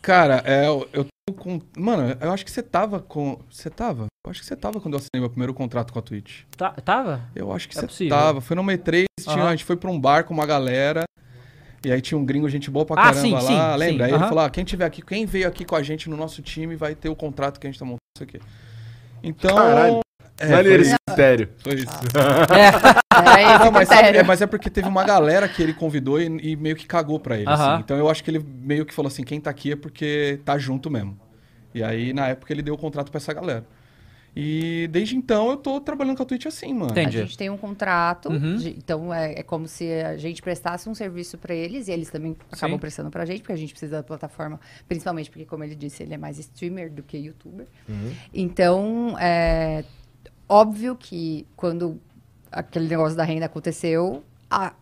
Speaker 3: Cara, é, eu, eu tô com. Mano, eu acho que você tava com. Você tava? Eu acho que você tava quando eu assinei meu primeiro contrato com a Twitch.
Speaker 2: Tá,
Speaker 1: Ta- tava?
Speaker 3: Eu acho que
Speaker 1: É
Speaker 3: você
Speaker 1: possível.
Speaker 3: tava. Foi numa E3, tinha-
Speaker 1: Aham.
Speaker 3: a gente foi pra um bar com uma galera. E aí tinha um gringo, gente boa pra
Speaker 1: Ah,
Speaker 3: caramba
Speaker 1: sim,
Speaker 3: lá.
Speaker 1: sim, sim,
Speaker 3: Lembra? aí
Speaker 1: aham.
Speaker 3: ele falou: ah, quem tiver aqui, quem veio aqui com a gente no nosso time vai ter o contrato que a gente tá montando isso aqui. Então.
Speaker 4: Caralho.
Speaker 3: É,
Speaker 4: Maneiro
Speaker 3: foi
Speaker 4: esse
Speaker 3: isso.
Speaker 4: critério.
Speaker 3: Foi isso.
Speaker 2: É,
Speaker 3: Não, mas, sabe-
Speaker 2: sério.
Speaker 3: é, mas é porque teve uma galera que ele convidou e, e meio que cagou pra ele.
Speaker 1: Aham.
Speaker 3: assim. Então eu acho que ele meio que falou assim: quem tá aqui é porque tá junto mesmo. E aí, na época, ele deu o contrato pra essa galera. E desde então eu tô trabalhando com a Twitch assim, mano.
Speaker 1: Entendi.
Speaker 2: A gente tem um contrato,
Speaker 1: Uhum.
Speaker 2: de- então é, é como se a gente prestasse um serviço pra eles e eles também acabam
Speaker 1: Sim.
Speaker 2: prestando pra gente, porque a gente precisa da plataforma, principalmente porque, como ele disse, ele é mais streamer do que youtuber.
Speaker 3: Uhum.
Speaker 2: Então, é óbvio que quando aquele negócio da renda aconteceu, a-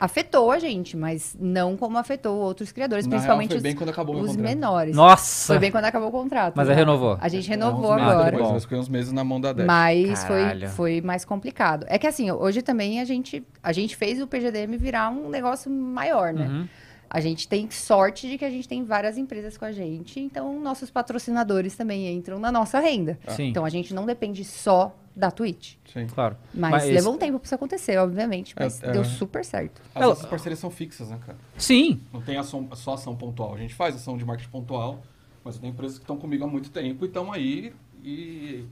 Speaker 2: afetou a gente, mas não como afetou outros criadores,
Speaker 3: Na
Speaker 2: principalmente
Speaker 3: real, foi bem
Speaker 2: os,
Speaker 3: quando acabou meu
Speaker 2: os
Speaker 3: contrato.
Speaker 2: menores.
Speaker 1: Nossa!
Speaker 2: Foi bem quando acabou o contrato. né?
Speaker 1: Mas aí renovou.
Speaker 2: A gente renovou
Speaker 3: É, uns meses
Speaker 2: agora.
Speaker 3: Depois, mas fiquei uns meses na mão da Def.
Speaker 2: Mas
Speaker 1: Caralho.
Speaker 2: foi, foi mais complicado. É que assim, hoje também a gente, a gente fez o PGDM virar um negócio maior, né?
Speaker 1: Uhum.
Speaker 2: A gente tem sorte de que a gente tem várias empresas com a gente, então nossos patrocinadores também entram na nossa renda.
Speaker 1: Sim.
Speaker 2: Então a gente não depende só da Twitch.
Speaker 3: Sim.
Speaker 1: Claro.
Speaker 2: Mas,
Speaker 1: Mas-
Speaker 2: levou um tempo pra isso acontecer, obviamente,
Speaker 3: É,
Speaker 2: mas
Speaker 3: é.
Speaker 2: deu super certo.
Speaker 3: As
Speaker 1: Ela-
Speaker 3: nossas parcerias são fixas, né, cara?
Speaker 1: Sim.
Speaker 3: Não tem ação, só ação pontual. A gente faz ação de marketing pontual, mas eu tenho empresas que estão comigo há muito tempo e estão aí e...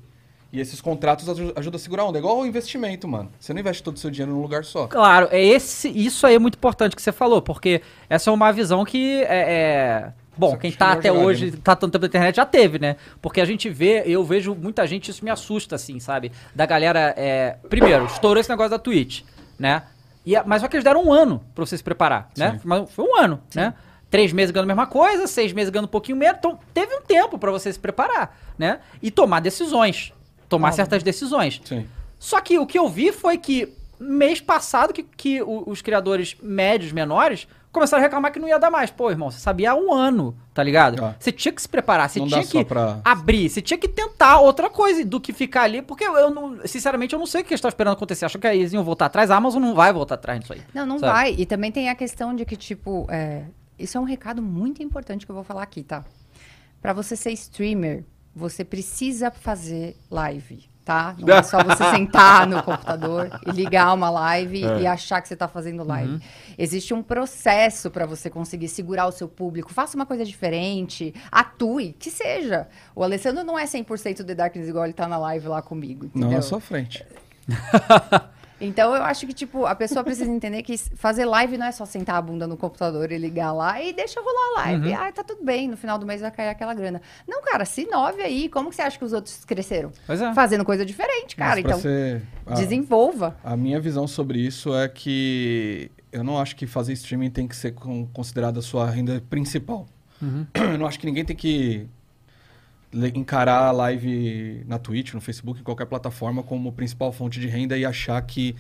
Speaker 3: E esses contratos aju- ajudam a segurar onda. É igual o investimento, mano. Você não investe todo o seu dinheiro num lugar só.
Speaker 1: Claro, é esse, isso aí é muito importante que você falou, porque essa é uma visão que é. é- Bom,
Speaker 3: Só que
Speaker 1: quem
Speaker 3: acho
Speaker 1: tá
Speaker 3: melhor
Speaker 1: até
Speaker 3: jogar,
Speaker 1: hoje,
Speaker 3: né?
Speaker 1: tá tanto tempo na internet, já teve, né? Porque a gente vê, eu vejo muita gente, isso me assusta, assim, sabe? Da galera, é... Primeiro, estourou esse negócio da Twitch, né? E a- Mas só que eles deram um ano pra você se preparar, né?
Speaker 3: Sim.
Speaker 1: Mas foi um ano, né? Três meses ganhando a mesma coisa, seis meses ganhando um pouquinho menos. Então, teve um tempo pra você se preparar, né? E tomar decisões. Tomar
Speaker 2: Óbvio.
Speaker 1: certas decisões.
Speaker 3: Sim.
Speaker 1: Só que o que eu vi foi que mês passado que, que o- os criadores médios, menores, começaram a reclamar que não ia dar mais. Pô, irmão, você sabia há um ano, tá ligado?
Speaker 3: Ah.
Speaker 1: Você tinha que se preparar, você
Speaker 3: Não dá
Speaker 1: tinha
Speaker 3: só
Speaker 1: que
Speaker 3: pra-
Speaker 2: Ah,
Speaker 1: abrir, você tinha que tentar outra coisa do que ficar ali, porque eu, eu não, sinceramente, eu não sei o que eles estão esperando acontecer. Acham que eles iam voltar atrás, a Amazon não vai voltar atrás nisso aí.
Speaker 2: Não, não
Speaker 1: Sabe?
Speaker 2: vai. E também tem a questão de que, tipo, é, isso é um recado muito importante que eu vou falar aqui, tá? Pra você ser streamer, você precisa fazer live, tá? Não é só você sentar no computador e ligar uma live e achar que você tá fazendo live. Existe um processo pra você conseguir segurar o seu público. Faça uma coisa diferente, atue, que seja. O Alessandro não é 100% The Darkness igual ele tá na live lá comigo, entendeu?
Speaker 3: Não é sua frente.
Speaker 2: Então eu acho que, tipo, a pessoa precisa entender que s- fazer live não é só sentar a bunda no computador e ligar lá e deixa rolar a
Speaker 3: Uhum.
Speaker 2: live. Ah, tá tudo bem, no final do mês vai cair aquela grana. Não, cara, se nove aí, como que você acha que os outros cresceram?
Speaker 1: Pois é.
Speaker 2: Fazendo coisa diferente, cara.
Speaker 3: Mas Tá. pra
Speaker 2: Então,
Speaker 3: ser- ah,
Speaker 2: desenvolva.
Speaker 3: A minha visão sobre isso é que eu não acho que fazer streaming tem que ser con- considerado a sua renda principal. Eu não acho que ninguém tem que le- encarar a live na Twitch, no Facebook, em qualquer plataforma como principal fonte de renda e achar que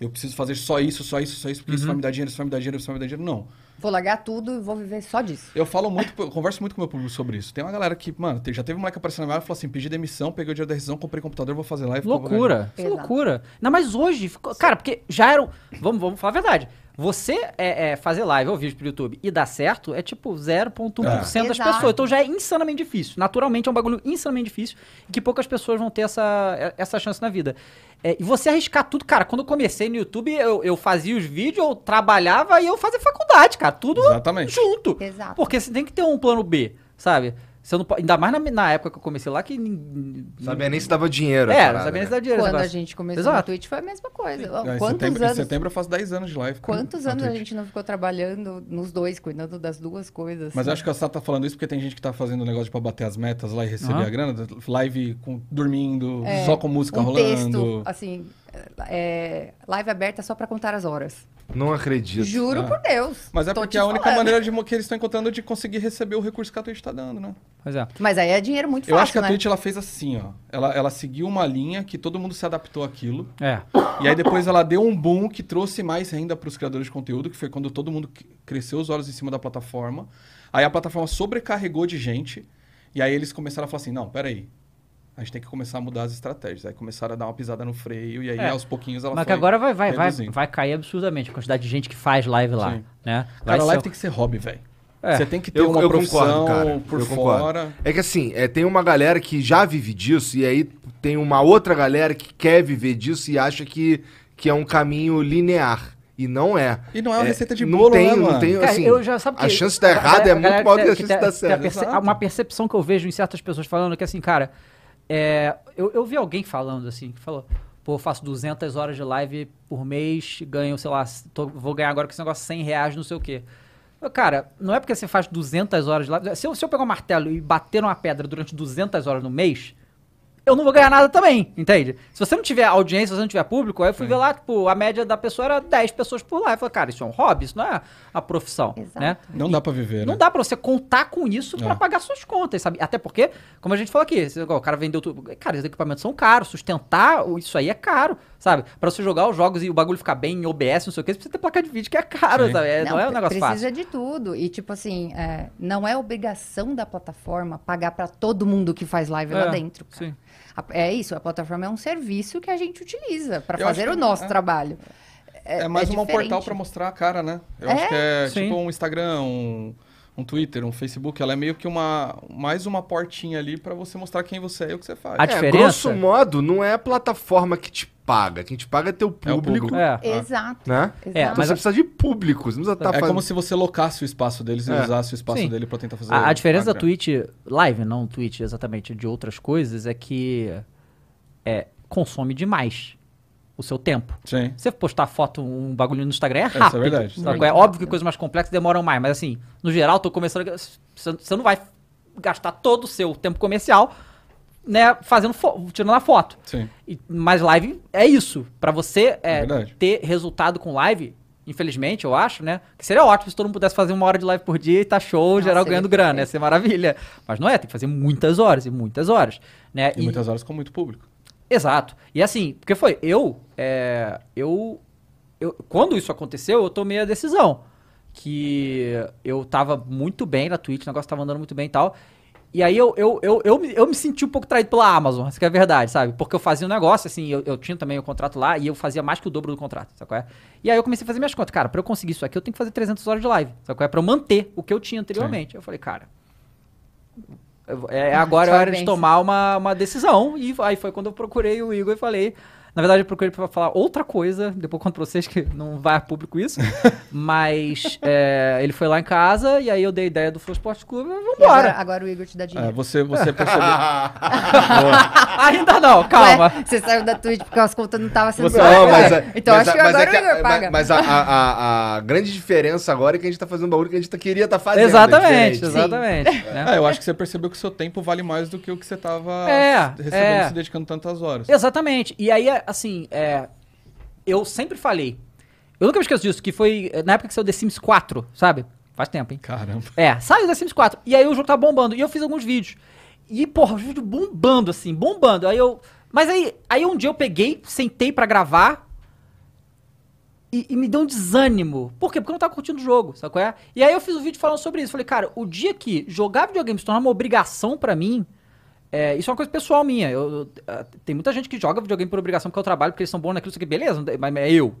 Speaker 3: eu preciso fazer só isso, só isso, só isso, porque isso vai me dar dinheiro, isso vai me dar dinheiro, isso vai me dar dinheiro. Não.
Speaker 2: Vou largar tudo e vou viver só disso.
Speaker 3: Eu falo muito, eu converso muito com o meu público sobre isso. Tem uma galera que, mano, te- já teve um moleque aparecendo na minha área e falou assim: pedi demissão, peguei o dinheiro da rescisão, comprei computador, vou fazer live. porque eu vou ganhar
Speaker 1: Loucura, isso é
Speaker 2: Exato.
Speaker 1: loucura. Não, mas hoje, ficou- cara, porque já eram. Vamos, vamos falar a verdade. Você é, é, fazer live ou vídeo pro YouTube e dar certo é tipo 0,1%
Speaker 2: É.
Speaker 1: das
Speaker 2: Exato.
Speaker 1: pessoas. Então já é insanamente difícil. Naturalmente é um bagulho insanamente difícil e que poucas pessoas vão ter essa, é- essa chance na vida. É, e você arriscar tudo, cara, quando eu comecei no YouTube, eu, eu fazia os vídeos, eu trabalhava e eu fazia faculdade, cara. Tudo
Speaker 3: Exatamente.
Speaker 1: junto.
Speaker 2: Exato.
Speaker 1: Porque você tem que ter um plano B, sabe? Você não pode, ainda mais na, na época que eu comecei lá, que. nin-
Speaker 4: Sabia nem se dava dinheiro. a
Speaker 1: É,
Speaker 4: parada,
Speaker 1: não sabia nem se
Speaker 4: né?
Speaker 1: dá dinheiro. esse
Speaker 2: Quando a
Speaker 1: negócio.
Speaker 2: gente começou no
Speaker 1: Exato.
Speaker 2: Twitch foi a mesma coisa.
Speaker 3: Ah, em
Speaker 2: Quantos
Speaker 3: setembro, Em
Speaker 2: anos?
Speaker 3: setembro eu faço 10 anos de live. cara,
Speaker 2: Quantos
Speaker 3: na
Speaker 2: anos a
Speaker 3: Twitch.
Speaker 2: gente não ficou trabalhando nos dois, cuidando das duas coisas?
Speaker 3: Mas eu acho que a Sá tá falando isso porque tem gente que tá fazendo um negócio de pra bater as metas lá e receber
Speaker 1: Aham.
Speaker 3: a grana. Live com, dormindo, só com música
Speaker 2: um texto,
Speaker 3: rolando.
Speaker 2: assim, é, live aberta só pra contar as horas.
Speaker 4: Não acredito.
Speaker 2: Juro
Speaker 3: Ah.
Speaker 2: por Deus.
Speaker 3: Mas é
Speaker 2: Tô
Speaker 3: porque
Speaker 2: te
Speaker 3: é a única
Speaker 2: falando.
Speaker 3: maneira de, mo- que eles estão encontrando de conseguir receber o recurso que a Twitch tá dando, né?
Speaker 1: Pois é.
Speaker 2: Mas aí é dinheiro muito
Speaker 3: Eu
Speaker 2: fácil,
Speaker 3: acho que a
Speaker 2: né?
Speaker 3: Twitch ela fez assim, ó. Ela, ela seguiu uma linha que todo mundo se adaptou àquilo.
Speaker 1: É.
Speaker 3: E aí depois ela deu um boom que trouxe mais renda para os criadores de conteúdo, que foi quando todo mundo c- cresceu os olhos em cima da plataforma. Aí a plataforma sobrecarregou de gente. E aí eles começaram a falar assim: não, peraí. A gente tem que começar a mudar as estratégias. Aí começaram a dar uma pisada no freio e aí
Speaker 1: É.
Speaker 3: aos pouquinhos ela
Speaker 1: Mas que
Speaker 3: foi
Speaker 1: agora vai, vai, vai,
Speaker 3: reduzindo.
Speaker 1: vai cair absurdamente a quantidade de gente que faz live lá,
Speaker 3: Sim.
Speaker 1: né? Vai
Speaker 3: Cara, a
Speaker 1: ser-
Speaker 3: live tem que ser hobby, velho.
Speaker 1: É.
Speaker 3: Você tem que ter
Speaker 4: Eu,
Speaker 3: uma
Speaker 4: eu
Speaker 3: profissão
Speaker 4: concordo, cara.
Speaker 3: por
Speaker 4: eu concordo.
Speaker 3: fora.
Speaker 4: É que assim, é, tem uma galera que já vive disso, e aí tem uma outra galera que quer viver disso e acha que, que é um caminho linear. E não é.
Speaker 3: E não é uma receita de
Speaker 4: não
Speaker 3: bolo,
Speaker 4: tem,
Speaker 3: né,
Speaker 4: Não
Speaker 3: mano?
Speaker 4: tem,
Speaker 1: um Cara,
Speaker 4: assim,
Speaker 1: eu já sabe que
Speaker 4: a chance de dar errado
Speaker 1: galera-
Speaker 4: é
Speaker 1: tá
Speaker 4: muito
Speaker 1: galera
Speaker 4: maior do que
Speaker 1: tem-
Speaker 4: a
Speaker 1: tem-
Speaker 4: chance de dar
Speaker 1: tem a
Speaker 4: certo.
Speaker 1: perce-
Speaker 3: exato.
Speaker 1: Uma percepção que eu vejo em certas pessoas falando que assim, cara, é, eu, eu vi alguém falando assim, que falou, pô, eu faço 200 horas de live por mês, ganho, sei lá, tô- vou ganhar agora com esse negócio 100 reais, não sei o quê. Eu, Cara, não é porque você faz 200 horas de live. Se eu, se eu pegar um martelo e bater numa pedra durante 200 horas no mês, eu não vou ganhar nada também, entende? Se você não tiver audiência, se você não tiver público, aí eu fui ver lá, tipo, a média da pessoa era 10 pessoas por lá. Eu falei, cara, isso é um hobby, isso não é a profissão,
Speaker 2: Exato.
Speaker 1: né?
Speaker 3: Não dá pra viver,
Speaker 1: Não
Speaker 3: né?
Speaker 1: dá pra você contar com isso pra
Speaker 3: É.
Speaker 1: pagar suas contas, sabe? Até porque, como a gente falou aqui, você- igual, o cara vendeu tudo. Cara, os equipamentos são caros, sustentar o- isso aí é caro, sabe? Pra você jogar os jogos e o bagulho ficar bem em OBS, não sei o que, você precisa ter placa de vídeo que é caro,
Speaker 3: Sim.
Speaker 1: sabe? É- não, é um
Speaker 2: pre-
Speaker 1: negócio fácil.
Speaker 2: Precisa de tudo. E, tipo assim, é, não é obrigação da plataforma pagar pra todo mundo que faz live
Speaker 1: É,
Speaker 2: lá dentro. cara.
Speaker 1: sim.
Speaker 2: A- é isso, a plataforma é um serviço que a gente utiliza pra
Speaker 3: Eu
Speaker 2: fazer
Speaker 3: acho
Speaker 2: o
Speaker 3: que-
Speaker 2: nosso
Speaker 3: é.
Speaker 2: trabalho.
Speaker 3: É mais um
Speaker 2: diferente.
Speaker 3: portal pra mostrar a cara, né? Eu
Speaker 2: É?
Speaker 3: acho que é
Speaker 1: Sim.
Speaker 3: tipo um Instagram, um, um Twitter, um Facebook. Ela é meio que uma mais uma portinha ali pra você mostrar quem você é e o que você faz.
Speaker 1: A
Speaker 4: É,
Speaker 1: diferença-
Speaker 4: grosso modo, não é a plataforma que te paga. Quem te paga é teu
Speaker 3: É o
Speaker 4: público,
Speaker 3: público.
Speaker 1: É.
Speaker 2: Exato.
Speaker 4: né?
Speaker 2: exato.
Speaker 1: É,
Speaker 4: Então
Speaker 1: mas
Speaker 4: você
Speaker 1: a-
Speaker 4: precisa de público, você não precisa estar
Speaker 3: é
Speaker 4: fazendo...
Speaker 3: como se você locasse o espaço deles e
Speaker 4: É.
Speaker 3: usasse o espaço
Speaker 1: tá Sim.
Speaker 3: dele pra tentar fazer.
Speaker 1: A, a diferença da
Speaker 3: grana.
Speaker 1: Twitch live, não Twitch exatamente, de outras coisas, é que é, consome demais o seu tempo.
Speaker 3: Sim.
Speaker 1: Você postar foto, um bagulho no Instagram é
Speaker 3: é
Speaker 1: rápido.
Speaker 3: verdade, isso é
Speaker 1: sabe qual é? Óbvio que coisas mais complexas demoram mais, mas assim, no geral, tô começando. a- Você você não vai gastar todo o seu tempo comercial, né, fazendo fo- tirando a foto.
Speaker 3: Sim.
Speaker 1: E- mas live é isso. Pra você é,
Speaker 3: verdade.
Speaker 1: ter resultado com live, infelizmente, eu acho, né? Que seria ótimo se todo mundo pudesse fazer uma hora de live por dia e tá show,
Speaker 2: Nossa,
Speaker 1: geral
Speaker 2: seria
Speaker 1: ganhando grana, ia
Speaker 2: perfeito.
Speaker 1: ser maravilha. Mas não é, tem que fazer muitas horas e muitas horas, né?
Speaker 3: E, muitas horas com muito público.
Speaker 1: Exato. E assim, porque foi, eu, é, eu, eu- quando isso aconteceu, eu tomei a decisão que eu tava muito bem na Twitch, o negócio tava andando muito bem e tal. E aí eu, eu, eu, eu, me- eu me senti um pouco traído pela Amazon, isso que é a verdade, sabe? Porque eu fazia um negócio, assim, eu, eu tinha também o contrato lá e eu fazia mais que o dobro do contrato, sabe qual é? E aí eu comecei a fazer minhas contas. Cara, pra eu conseguir isso aqui, eu tenho que fazer 300 horas de live, sabe qual é? Pra eu manter o que eu tinha anteriormente. Eu falei, cara, eu vou- É, é agora é
Speaker 2: Só
Speaker 1: hora de
Speaker 2: bênção.
Speaker 1: tomar uma, uma decisão. E aí foi quando eu procurei o Igor e falei. Na verdade, eu procurei pra falar outra coisa. Depois eu conto pra vocês que não vai a público isso. mas é, ele foi lá em casa e aí eu dei a ideia do Flow Sports Clube. e
Speaker 2: E agora,
Speaker 1: Vambora!
Speaker 2: agora o Igor te dá dinheiro.
Speaker 3: É, você você percebeu.
Speaker 1: Ainda não, calma.
Speaker 2: Ué, você saiu da Twitch porque as contas não estavam sendo
Speaker 3: Você-
Speaker 2: pagas.
Speaker 4: Não, mas
Speaker 1: é.
Speaker 4: a-
Speaker 2: Então
Speaker 4: mas
Speaker 2: acho
Speaker 4: a-
Speaker 2: que
Speaker 4: mas
Speaker 2: agora
Speaker 4: é
Speaker 2: o Igor paga.
Speaker 4: Mas a, a- a- a grande diferença agora é que a gente tá fazendo um bagulho que a gente tá- queria estar fazendo. é
Speaker 1: exatamente,
Speaker 4: diferente.
Speaker 1: exatamente. né?
Speaker 3: É, eu acho que você percebeu que o seu tempo vale mais do que o que você tava
Speaker 1: É,
Speaker 3: recebendo,
Speaker 1: é.
Speaker 3: se dedicando tantas horas.
Speaker 1: Exatamente. E aí, assim, é, eu sempre falei. Eu nunca me esqueço disso, que foi é, na época que saiu The Sims 4, sabe? Faz tempo, hein?
Speaker 3: Caramba.
Speaker 1: É, saiu da Sims 4. E aí o jogo tá bombando. E eu fiz alguns vídeos. E, porra, os vídeos bombando, assim, bombando. Aí eu. Mas aí, aí um dia eu peguei, sentei pra gravar. E, e me deu um desânimo. Por quê? Porque eu não tava curtindo o jogo, sabe qual é? E aí eu fiz um vídeo falando sobre isso. Falei, cara, o dia que jogar videogame se tornar uma obrigação pra mim. é, isso é uma coisa pessoal minha. Eu, eu- ah, tem muita gente que joga videogame por obrigação porque é o trabalho, porque eles são bons naquilo, isso aqui, beleza, não tem- mas é eu.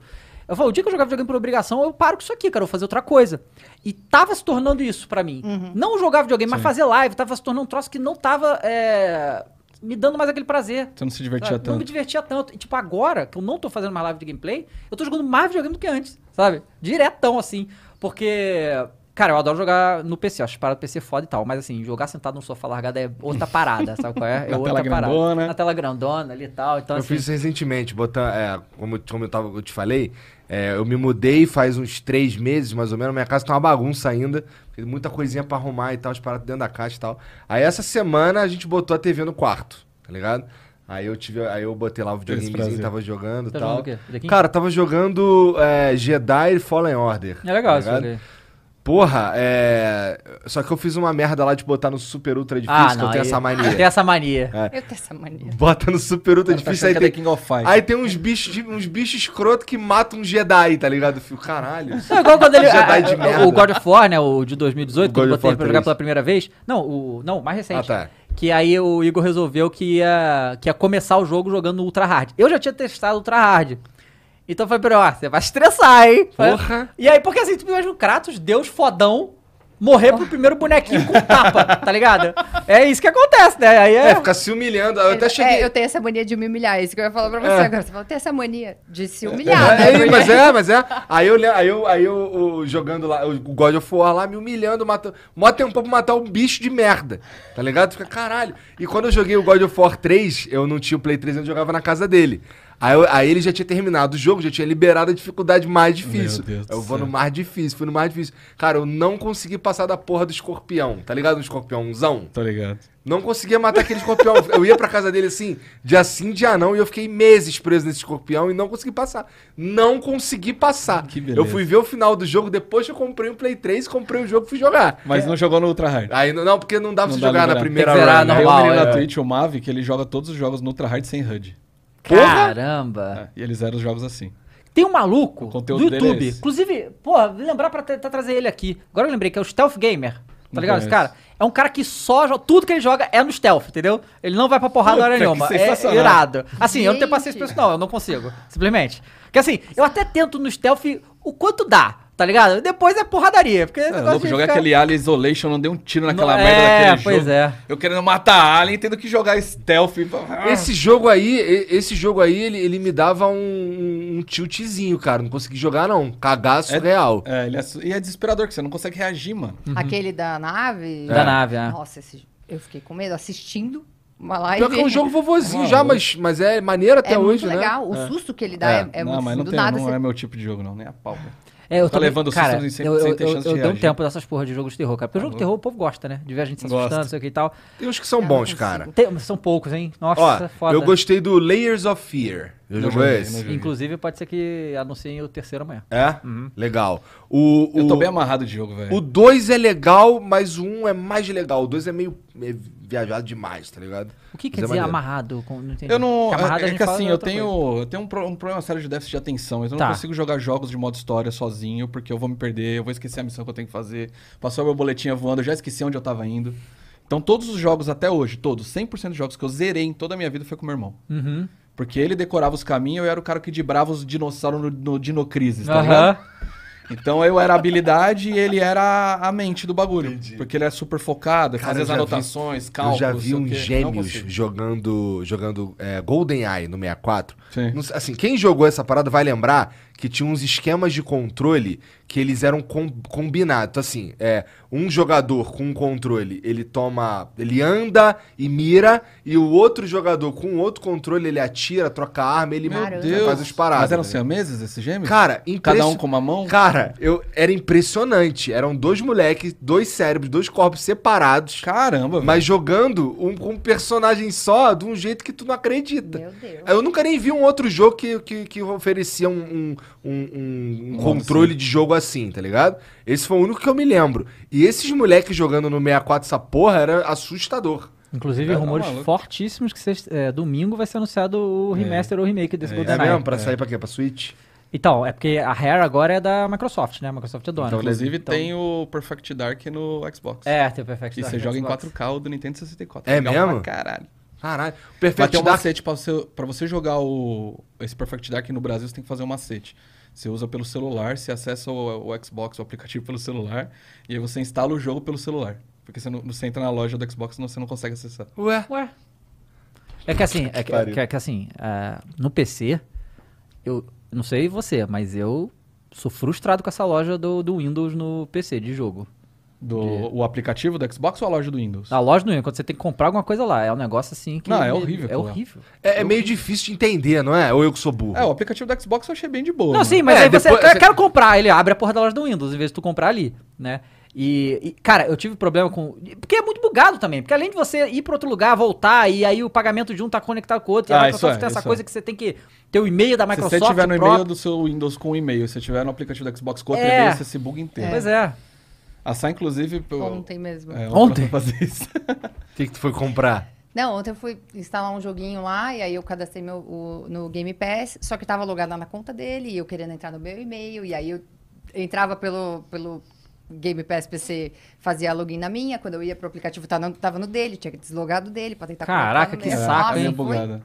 Speaker 1: Eu falo, o dia que eu jogar videogame por obrigação, eu paro com isso aqui, cara, eu vou fazer outra coisa. E tava se tornando isso pra mim. Não jogar videogame, mas fazer live, tava se tornando um troço que não tava é, me dando mais aquele prazer.
Speaker 3: Você não se divertia
Speaker 1: Sabe? Não me
Speaker 3: tanto.
Speaker 1: divertia tanto. E, tipo, agora que eu não tô fazendo mais live de gameplay, eu tô jogando mais videogame do que antes, sabe? Diretão, assim. Porque, cara, eu adoro jogar no PC. Acho parada do PC foda e tal. Mas, assim, jogar sentado no sofá largada é outra parada, sabe qual é? É
Speaker 3: Na
Speaker 1: outra
Speaker 3: tela grandona.
Speaker 1: Na tela grandona ali e tal. Então,
Speaker 4: Eu
Speaker 1: assim,
Speaker 4: fiz isso recentemente, botar, é, como, eu- como eu, tava, eu te falei, é, eu me mudei faz uns três meses, mais ou menos, minha casa tá uma bagunça ainda, tem muita coisinha pra arrumar e tal, os parados dentro da caixa e tal. Aí essa semana a gente botou a TV no quarto, tá ligado? Aí eu tive, aí eu botei lá o videogamezinho,
Speaker 3: prazer.
Speaker 4: tava jogando e
Speaker 1: Tá
Speaker 4: tal.
Speaker 1: jogando o quê? Tekken?
Speaker 4: Cara, eu tava jogando é, Jedi Fallen Order.
Speaker 1: é legal
Speaker 4: tá
Speaker 1: esse
Speaker 4: ligado?
Speaker 1: jogo aí.
Speaker 4: Porra, é. Só que eu fiz uma merda lá de botar no super ultra difícil,
Speaker 1: Ah,
Speaker 4: que
Speaker 1: não,
Speaker 4: eu tenho
Speaker 1: aí-
Speaker 4: essa mania.
Speaker 1: Tem essa mania.
Speaker 2: Eu tenho essa mania.
Speaker 4: Bota no super ultra
Speaker 3: Cara, tá
Speaker 4: difícil,
Speaker 3: achando
Speaker 4: aí
Speaker 3: que é
Speaker 4: tem,
Speaker 3: The King of Fight.
Speaker 4: aí tem uns bichos de- uns bichos escroto que matam um Jedi, tá ligado? Eu Fico, caralho.
Speaker 1: Não, igual quando ele.
Speaker 4: Jedi
Speaker 1: a-
Speaker 4: de
Speaker 1: a-
Speaker 4: merda.
Speaker 1: o God of War, né? O de 2018,
Speaker 4: O
Speaker 1: quando eu
Speaker 4: God of
Speaker 1: botei
Speaker 4: War
Speaker 1: pra jogar
Speaker 4: 3.
Speaker 1: pela primeira vez. Não, o. Não, o mais recente.
Speaker 4: Ah, tá.
Speaker 1: Que aí o Igor resolveu que ia, que ia começar o jogo jogando no Ultra Hard. Eu já tinha testado o Ultra Hard. Então eu falei pra ele, ó, você vai estressar, hein?
Speaker 4: Porra.
Speaker 1: E aí, porque assim, tu imagina o Kratos, Deus fodão, morrer pro primeiro bonequinho com tapa, tá ligado? É isso que acontece, né? Aí é...
Speaker 4: É, ficar se humilhando. Eu até cheguei.
Speaker 2: É, eu tenho essa mania de me humilhar, é isso que eu ia falar pra você agora. Você falou, eu tenho essa mania de se humilhar. né?
Speaker 4: É,
Speaker 2: Porque-
Speaker 4: mas é, mas é. Aí eu, le- aí eu, aí eu, o- jogando lá, o God of War lá, me humilhando, matando. Mó tempo pra matar um bicho de merda. Tá ligado? Fica caralho. E quando eu joguei o God of War 3, eu não tinha o Play 3, eu jogava na casa dele. Aí, eu- aí ele já tinha terminado o jogo, já tinha liberado a dificuldade mais difícil.
Speaker 3: Meu Deus do
Speaker 4: eu vou
Speaker 3: céu.
Speaker 4: no mais difícil, fui no mais difícil. Cara, eu não consegui passar da porra do escorpião, tá ligado? Um escorpiãozão.
Speaker 3: Tô tá ligado.
Speaker 4: Não conseguia matar aquele escorpião. Eu ia pra casa dele assim, dia sim, dia não, e eu fiquei meses preso nesse escorpião e não consegui passar. Não consegui passar.
Speaker 3: Que beleza.
Speaker 4: eu fui ver o final do jogo, depois que eu comprei um Play 3, comprei o jogo e fui jogar.
Speaker 1: É.
Speaker 3: Mas não jogou no Ultra Hard.
Speaker 4: Aí não, não, porque não dava
Speaker 3: Não
Speaker 4: pra você
Speaker 3: dá
Speaker 4: jogar na
Speaker 3: liberado.
Speaker 4: primeira
Speaker 1: Tem que zerar
Speaker 4: né?
Speaker 3: Tem um
Speaker 1: Ah, normal,
Speaker 3: menino na
Speaker 4: é.
Speaker 3: Twitch, o Mavi, que ele joga todos os jogos no Ultra Hard sem HUD.
Speaker 4: É.
Speaker 1: Caramba!
Speaker 3: É, E eles eram os jogos assim.
Speaker 1: Tem um maluco do
Speaker 3: conteúdo dele é
Speaker 1: YouTube.
Speaker 3: esse.
Speaker 1: inclusive, porra, vou lembrar pra tentar trazer ele aqui. Agora eu lembrei que é o Stealth Gamer. Tá
Speaker 3: Não
Speaker 1: ligado? Esse
Speaker 3: conheço.
Speaker 1: cara é um cara que só joga. Tudo que ele joga é no stealth, entendeu? Ele não vai pra porrada
Speaker 3: Puta,
Speaker 1: hora
Speaker 3: que
Speaker 1: nenhuma. É
Speaker 3: sensacional.
Speaker 1: irado. Assim, eu não tenho paciência pra
Speaker 2: Gente.
Speaker 1: isso, não. Eu não consigo. Simplesmente. Porque assim, eu até tento no stealth o quanto dá, tá ligado? Depois é porradaria. Porque esse
Speaker 3: É,
Speaker 1: negócio
Speaker 3: louco,
Speaker 1: de
Speaker 3: jogar
Speaker 1: ficar-
Speaker 3: aquele Alien Isolation, não deu um tiro naquela
Speaker 1: Não-
Speaker 3: merda
Speaker 1: é,
Speaker 3: daquele
Speaker 1: pois
Speaker 3: jogo.
Speaker 1: é.
Speaker 3: Eu querendo matar Alien, tendo que jogar stealth. ah.
Speaker 4: Esse jogo aí, e- esse jogo aí, ele, ele me dava um, um tiltzinho, cara. Não consegui jogar, não. Cagaço
Speaker 3: É-
Speaker 4: real.
Speaker 3: É, ele é su- e é desesperador, que você não consegue reagir, mano.
Speaker 2: Aquele da nave.
Speaker 1: Da nave, é.
Speaker 2: Nossa, esse- eu fiquei com medo assistindo uma live.
Speaker 4: Pior que é um jogo vovozinho
Speaker 3: Tá
Speaker 4: já,
Speaker 3: maluco.
Speaker 4: mas, mas é maneiro até
Speaker 2: é
Speaker 4: hoje,
Speaker 2: muito
Speaker 4: né?
Speaker 2: legal. O susto que ele dá é, é
Speaker 3: não,
Speaker 2: muito
Speaker 3: mas
Speaker 2: assim,
Speaker 3: não,
Speaker 2: do
Speaker 3: tem,
Speaker 2: nada.
Speaker 3: não
Speaker 2: você-
Speaker 3: é meu tipo de jogo, não. Nem a pau, velho.
Speaker 1: É, eu
Speaker 3: Tá
Speaker 1: também-
Speaker 3: levando
Speaker 1: cara,
Speaker 3: sustos sem-
Speaker 1: eu,
Speaker 3: sem
Speaker 1: eu,
Speaker 3: ter
Speaker 1: eu,
Speaker 3: chance
Speaker 1: eu dei
Speaker 3: de
Speaker 1: um
Speaker 3: reagir. Tá
Speaker 1: tempo dessas porras de jogos de terror, cara. Porque o jogo de terror o povo gosta, né? De ver a gente se
Speaker 3: Gosta.
Speaker 1: assustando, não sei o que e tal.
Speaker 4: Tem uns que são
Speaker 2: Ah,
Speaker 4: bons,
Speaker 2: consigo.
Speaker 4: cara.
Speaker 1: Tem- são poucos, hein? Nossa,
Speaker 4: Ó,
Speaker 1: foda.
Speaker 4: eu gostei do Layers of Fear. Eu
Speaker 3: Não
Speaker 4: jogo
Speaker 3: joguei, não
Speaker 4: esse?
Speaker 3: joguei.
Speaker 1: Inclusive, pode ser que anunciem o terceiro amanhã.
Speaker 4: É? Legal. O, o,
Speaker 3: Uhum. Eu tô bem amarrado de jogo, velho.
Speaker 4: O 2 é legal, mas o 1 um é mais legal. O 2 é meio é viajado demais, tá ligado?
Speaker 1: O que
Speaker 4: Mas
Speaker 1: quer
Speaker 4: é
Speaker 1: dizer
Speaker 4: maneiro.
Speaker 1: amarrado? Com- Não entendi.
Speaker 3: Eu não.
Speaker 1: Porque amarrado
Speaker 3: é
Speaker 1: a
Speaker 3: é
Speaker 1: gente
Speaker 3: que
Speaker 1: fala
Speaker 3: assim, eu
Speaker 1: outra coisa.
Speaker 3: tenho, eu tenho um, pro- um problema sério de déficit de atenção. Então eu
Speaker 1: Tá.
Speaker 3: não consigo jogar jogos de modo história sozinho, porque eu vou me perder, eu vou esquecer a missão que eu tenho que fazer. Passou a borboletinha voando, eu já esqueci onde eu tava indo. Então todos os jogos até hoje, todos, 100% dos jogos que eu zerei em toda a minha vida foi com meu irmão.
Speaker 1: Uhum.
Speaker 3: Porque ele decorava os caminhos, eu era o cara que dibrava os dinossauros no, no Dinocrisis, tá ligado?
Speaker 1: Aham.
Speaker 3: Então eu era a habilidade e ele era a- a mente do bagulho. Porque ele é super focado,
Speaker 4: Cara,
Speaker 3: fazia
Speaker 4: eu
Speaker 3: as
Speaker 4: já vi-
Speaker 3: anotações, cálculos.
Speaker 4: eu já vi
Speaker 3: sei o
Speaker 4: uns
Speaker 3: quê. Não
Speaker 4: gêmeos
Speaker 3: consigo.
Speaker 4: jogando, jogando é, GoldenEye no 64.
Speaker 3: Sim.
Speaker 4: Não sei- assim, quem jogou essa parada vai lembrar que tinha uns esquemas de controle que eles eram com, combinados. Então, Assim, é, um jogador com um controle, ele toma. Ele anda e mira, e o outro jogador com outro controle, ele atira, troca arma, ele
Speaker 2: Meu
Speaker 4: faz os paradas.
Speaker 3: Mas eram
Speaker 4: né?
Speaker 3: siameses esses gêmeos?
Speaker 4: Cara,
Speaker 3: Cada
Speaker 4: impressionante.
Speaker 3: um com uma mão?
Speaker 4: Cara, eu era impressionante. Eram dois moleques, dois cérebros, dois corpos separados,
Speaker 3: Caramba, velho.
Speaker 4: mas jogando um, com um personagem só de um jeito que tu não acredita.
Speaker 2: Meu Deus.
Speaker 4: Eu nunca nem vi um outro jogo que, que, que oferecia um, um, um- um
Speaker 3: Um
Speaker 4: controle de jogo assim, tá ligado? Esse foi o único que eu me lembro. E esses moleques jogando no 64 essa porra era assustador.
Speaker 1: Inclusive,
Speaker 3: Cara, tá
Speaker 1: rumores
Speaker 3: maluco. É.
Speaker 1: fortíssimos que sexta- é, domingo vai ser anunciado o remaster ou remake desse
Speaker 4: É
Speaker 1: GoldenEye.
Speaker 4: mesmo? Pra sair pra quê? Pra Switch?
Speaker 1: Então, é porque a Rare agora é da Microsoft, né? A Microsoft é dona.
Speaker 4: Então,
Speaker 3: Inclusive
Speaker 1: Então-
Speaker 3: tem o Perfect Dark no Xbox.
Speaker 1: É, tem o Perfect
Speaker 3: Que
Speaker 1: Dark
Speaker 3: você joga em
Speaker 1: Xbox.
Speaker 3: 4K o do Nintendo 64.
Speaker 4: É
Speaker 3: Legal
Speaker 4: mesmo?
Speaker 3: Pra caralho. Vai
Speaker 4: Caralho.
Speaker 3: ter
Speaker 4: Perfect
Speaker 3: um
Speaker 4: Dark
Speaker 3: macete pra você, pra você jogar o, esse Perfect Dark no Brasil, você tem que fazer um macete. Você usa pelo celular, você acessa o, o Xbox, o aplicativo pelo celular, e aí você instala o jogo pelo celular. Porque você, não, você entra na loja do Xbox e você não consegue acessar.
Speaker 4: Ué?
Speaker 1: Ué. É que assim, é que, é
Speaker 4: pariu.
Speaker 1: que, é que assim, ah, no PC, eu não sei você, mas eu sou frustrado com essa loja do, do Windows no PC de jogo.
Speaker 3: Do, O aplicativo do Xbox ou a loja do Windows?
Speaker 1: A loja do Windows, quando você tem que comprar alguma coisa lá, é um negócio assim que.
Speaker 3: Não, é horrível
Speaker 1: É
Speaker 3: aquilo lá.
Speaker 1: horrível.
Speaker 4: É, é meio difícil de entender, não é? Ou eu que sou burro.
Speaker 3: É, o aplicativo do Xbox eu achei bem de boa.
Speaker 1: Não,
Speaker 3: mano.
Speaker 1: sim, mas
Speaker 4: É,
Speaker 1: aí você.
Speaker 4: depois-
Speaker 1: eu
Speaker 4: você-
Speaker 1: Quero comprar, ele abre a porra da loja do Windows, em vez de tu comprar ali, né? E, e, cara, eu tive problema com. Porque é muito bugado também. Porque além de você ir pra outro lugar, voltar, e aí o pagamento de um tá conectado com o outro, e a
Speaker 3: Ah, isso
Speaker 1: Microsoft
Speaker 3: é,
Speaker 1: tem essa
Speaker 3: isso
Speaker 1: coisa que você tem que ter o e-mail da
Speaker 3: Se
Speaker 1: Microsoft.
Speaker 3: você tiver no
Speaker 1: próprio.
Speaker 3: e-mail do seu Windows com um e-mail, se você tiver no aplicativo do Xbox com outro
Speaker 1: É.
Speaker 3: e-mail, você se buga inteiro.
Speaker 1: Pois é.
Speaker 3: A Sá, inclusive... pô-
Speaker 2: Ontem mesmo.
Speaker 3: É,
Speaker 1: Ontem?
Speaker 3: pra fazer isso.
Speaker 4: O que, que tu foi comprar?
Speaker 2: Não, ontem eu fui instalar um joguinho lá, e aí eu cadastrei meu, o- no Game Pass, só que tava logada na conta dele, e eu querendo entrar no meu e-mail, e aí eu entrava pelo, pelo Game Pass PC, fazia login na minha, quando eu ia pro aplicativo tá no- tava no dele, tinha que deslogar do dele pra tentar conectar
Speaker 1: Caraca,
Speaker 2: no
Speaker 1: que
Speaker 2: meu.
Speaker 1: saco,
Speaker 2: Nossa,
Speaker 1: hein?
Speaker 2: foi-
Speaker 3: bugada.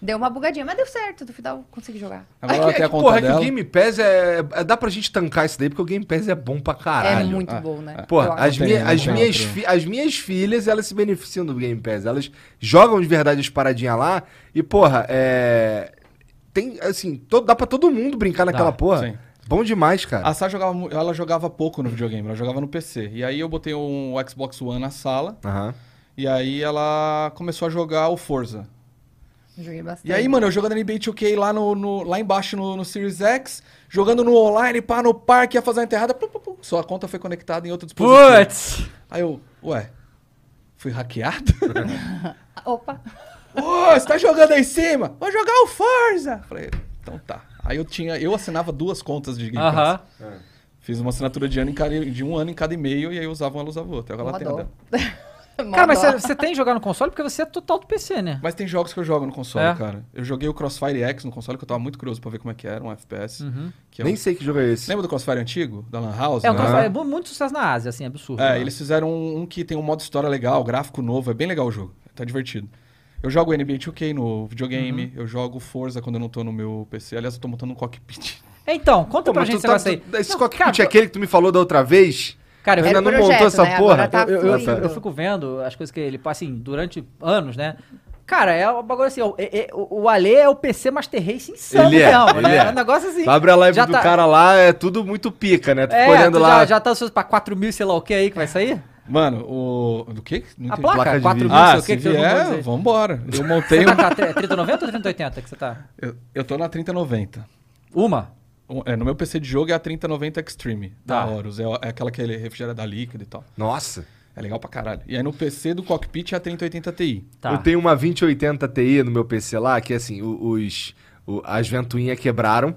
Speaker 2: Deu uma bugadinha, mas deu certo, no final eu consegui jogar.
Speaker 3: Agora
Speaker 4: É
Speaker 3: ela
Speaker 4: que-
Speaker 3: tem
Speaker 4: é
Speaker 3: a
Speaker 4: que,
Speaker 3: conta
Speaker 4: porra, é que
Speaker 3: dela.
Speaker 4: o Game Pass é, é- Dá pra gente tancar isso daí, porque o Game Pass é bom pra caralho.
Speaker 2: É muito
Speaker 3: Ah,
Speaker 2: bom, né?
Speaker 4: Porra,
Speaker 2: Eu
Speaker 4: as,
Speaker 2: acho.
Speaker 3: tem,
Speaker 4: minha-
Speaker 3: não
Speaker 4: as
Speaker 3: tem
Speaker 4: minhas
Speaker 3: outro.
Speaker 4: fi- as minhas filhas, elas se beneficiam do Game Pass. Elas jogam de verdade as paradinhas lá e, porra, é... Tem, assim, to- dá pra todo mundo brincar naquela porra.
Speaker 3: sim.
Speaker 4: Bom demais, cara.
Speaker 3: A Sá jogava, mu- ela jogava pouco no videogame, ela jogava no PC. E aí eu botei um Xbox One na sala,
Speaker 4: Aham.
Speaker 3: e aí ela começou a jogar o Forza.
Speaker 2: Joguei bastante.
Speaker 3: E aí, mano, eu jogando NBA 2K lá, no, no- lá embaixo no, no Series X, jogando no online, pá, no parque, ia fazer uma enterrada, pum, pum, pum, sua conta foi conectada em outro dispositivo.
Speaker 1: Putz!
Speaker 3: Aí eu, ué, fui hackeado?
Speaker 2: Ah, Opa!
Speaker 3: Ô, você tá jogando aí em cima? Vou jogar o Forza! Falei, então tá. Aí eu tinha, eu assinava duas contas de Game Pass.
Speaker 1: Aham.
Speaker 3: Fiz uma assinatura de, ano em cada- de um ano em cada e-mail e aí eu usava uma, ela usava outra. Agora
Speaker 2: Mó
Speaker 3: ela tem
Speaker 2: dó.
Speaker 3: a dela.
Speaker 2: Mó
Speaker 1: Cara, mas
Speaker 2: dó.
Speaker 1: você- você tem que jogar no console porque você é total do PC, né?
Speaker 3: Mas tem jogos que eu jogo no console,
Speaker 1: É?
Speaker 3: cara. Eu joguei o Crossfire X no console, que eu tava muito curioso pra ver como é que era, um FPS.
Speaker 1: Hum.
Speaker 3: que é
Speaker 4: Nem
Speaker 3: um-
Speaker 4: sei que jogo é esse.
Speaker 3: Lembra do Crossfire antigo? Da Lan House?
Speaker 1: É um
Speaker 3: né?
Speaker 1: console, é mu- muito sucesso na Ásia, assim, absurdo.
Speaker 3: É,
Speaker 1: né?
Speaker 3: eles fizeram um, um que tem um modo história legal, gráfico novo, é bem legal o jogo. Tá divertido. Eu jogo NBA 2K no videogame,
Speaker 1: Uhum.
Speaker 3: eu jogo Forza quando eu não tô no meu PC. Aliás, eu tô montando um cockpit.
Speaker 1: Então, conta
Speaker 4: Pô,
Speaker 1: pra
Speaker 4: mas
Speaker 1: gente
Speaker 4: tu
Speaker 1: esse
Speaker 4: tá-
Speaker 1: negócio aí.
Speaker 4: tu- Esse
Speaker 1: Não,
Speaker 4: cockpit
Speaker 1: cara,
Speaker 4: é aquele que tu me falou da outra vez?
Speaker 1: Cara, eu,
Speaker 4: ainda
Speaker 2: Era
Speaker 4: não
Speaker 2: projeto,
Speaker 4: montou essa
Speaker 2: né?
Speaker 4: porra?
Speaker 2: Agora tá
Speaker 1: eu- eu- eu fico-
Speaker 2: fluindo.
Speaker 1: eu fico vendo as coisas que ele passa, assim, durante anos, né? Cara, é um bagulho assim, o, é- é- o o Ale é o PC Master Race insano
Speaker 4: Ele é,
Speaker 1: mesmo,
Speaker 4: ele
Speaker 1: né?
Speaker 4: é.
Speaker 1: um negócio assim.
Speaker 4: Tu abre a live
Speaker 1: já
Speaker 4: do
Speaker 1: tá-
Speaker 4: cara lá, é tudo muito pica, né? Tu
Speaker 1: É,
Speaker 4: ficou olhando
Speaker 1: tu
Speaker 4: lá.
Speaker 1: já, já tá ansioso pra 4 mil, sei lá o que aí que vai sair?
Speaker 3: Mano, o. Do quê? Não
Speaker 1: A
Speaker 3: entendi.
Speaker 1: placa,
Speaker 4: Placa de
Speaker 1: 4 mil,
Speaker 4: vídeo.
Speaker 1: sei
Speaker 3: Ah,
Speaker 1: o que
Speaker 3: se
Speaker 1: que todo mundo
Speaker 3: vier,
Speaker 1: diz.
Speaker 3: vambora. Eu montei
Speaker 1: Você tá
Speaker 3: um...
Speaker 1: com a tre- 3090 ou 3080 que você tá?
Speaker 3: eu, eu tô na 3090.
Speaker 1: Uma?
Speaker 3: Um- É, no meu PC de jogo é a 3090 Extreme,
Speaker 1: Tá.
Speaker 3: da Horus. É, é aquela que ele refrigera da líquido e tal.
Speaker 4: Nossa,
Speaker 3: É legal pra caralho. E aí no PC do cockpit é a 3080 Ti.
Speaker 1: Tá.
Speaker 4: eu tenho uma 2080 Ti no meu PC lá, que assim, o- os, o- as ventoinhas quebraram.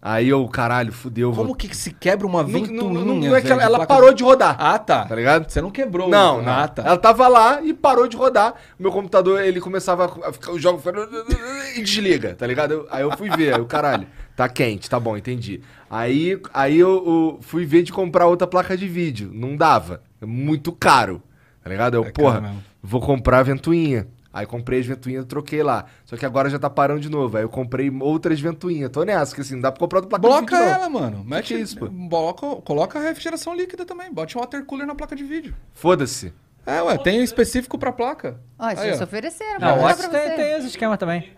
Speaker 4: Aí eu, caralho, fudeu.
Speaker 3: Como
Speaker 4: vou...
Speaker 3: que se quebra uma
Speaker 4: Não,
Speaker 3: ventoinha?
Speaker 4: não, não, não, não é que ela,
Speaker 3: velho,
Speaker 4: ela
Speaker 3: placa
Speaker 4: parou de rodar.
Speaker 3: Ah, tá.
Speaker 4: Tá ligado?
Speaker 3: Você não quebrou.
Speaker 4: Não,
Speaker 3: o-
Speaker 4: não.
Speaker 3: Ah, tá.
Speaker 4: Ela tava lá e parou de rodar. O meu computador, ele começava a ficar. O jogo ficava- e desliga, tá ligado? Eu- aí eu fui ver, aí o caralho, tá quente, tá bom, entendi. Aí, aí eu, eu fui ver de comprar outra placa de vídeo. Não dava. É muito caro. Tá ligado? Eu,
Speaker 3: É caro
Speaker 4: porra,
Speaker 3: mesmo.
Speaker 4: vou comprar a ventoinha. Aí comprei as ventoinhas, troquei lá. Só que agora já tá parando de novo. Aí eu comprei outras ventoinhas. Tô nessa, porque assim, não dá pra comprar outra placa de
Speaker 3: Bloca
Speaker 4: vídeo, não.
Speaker 3: ela, mano. Mete
Speaker 4: que é isso, pô?
Speaker 3: Coloca, coloca a refrigeração líquida também. Bote um water cooler na placa de vídeo.
Speaker 4: Foda-se.
Speaker 3: É, ué, tem
Speaker 4: um
Speaker 3: específico pra placa.
Speaker 2: Ó, isso
Speaker 3: aí,
Speaker 2: eles
Speaker 3: ó.
Speaker 2: ofereceram.
Speaker 1: Não,
Speaker 2: vou
Speaker 1: o
Speaker 2: mandar
Speaker 1: Otis
Speaker 2: pra
Speaker 1: tem,
Speaker 2: você.
Speaker 1: tem esse esquema também.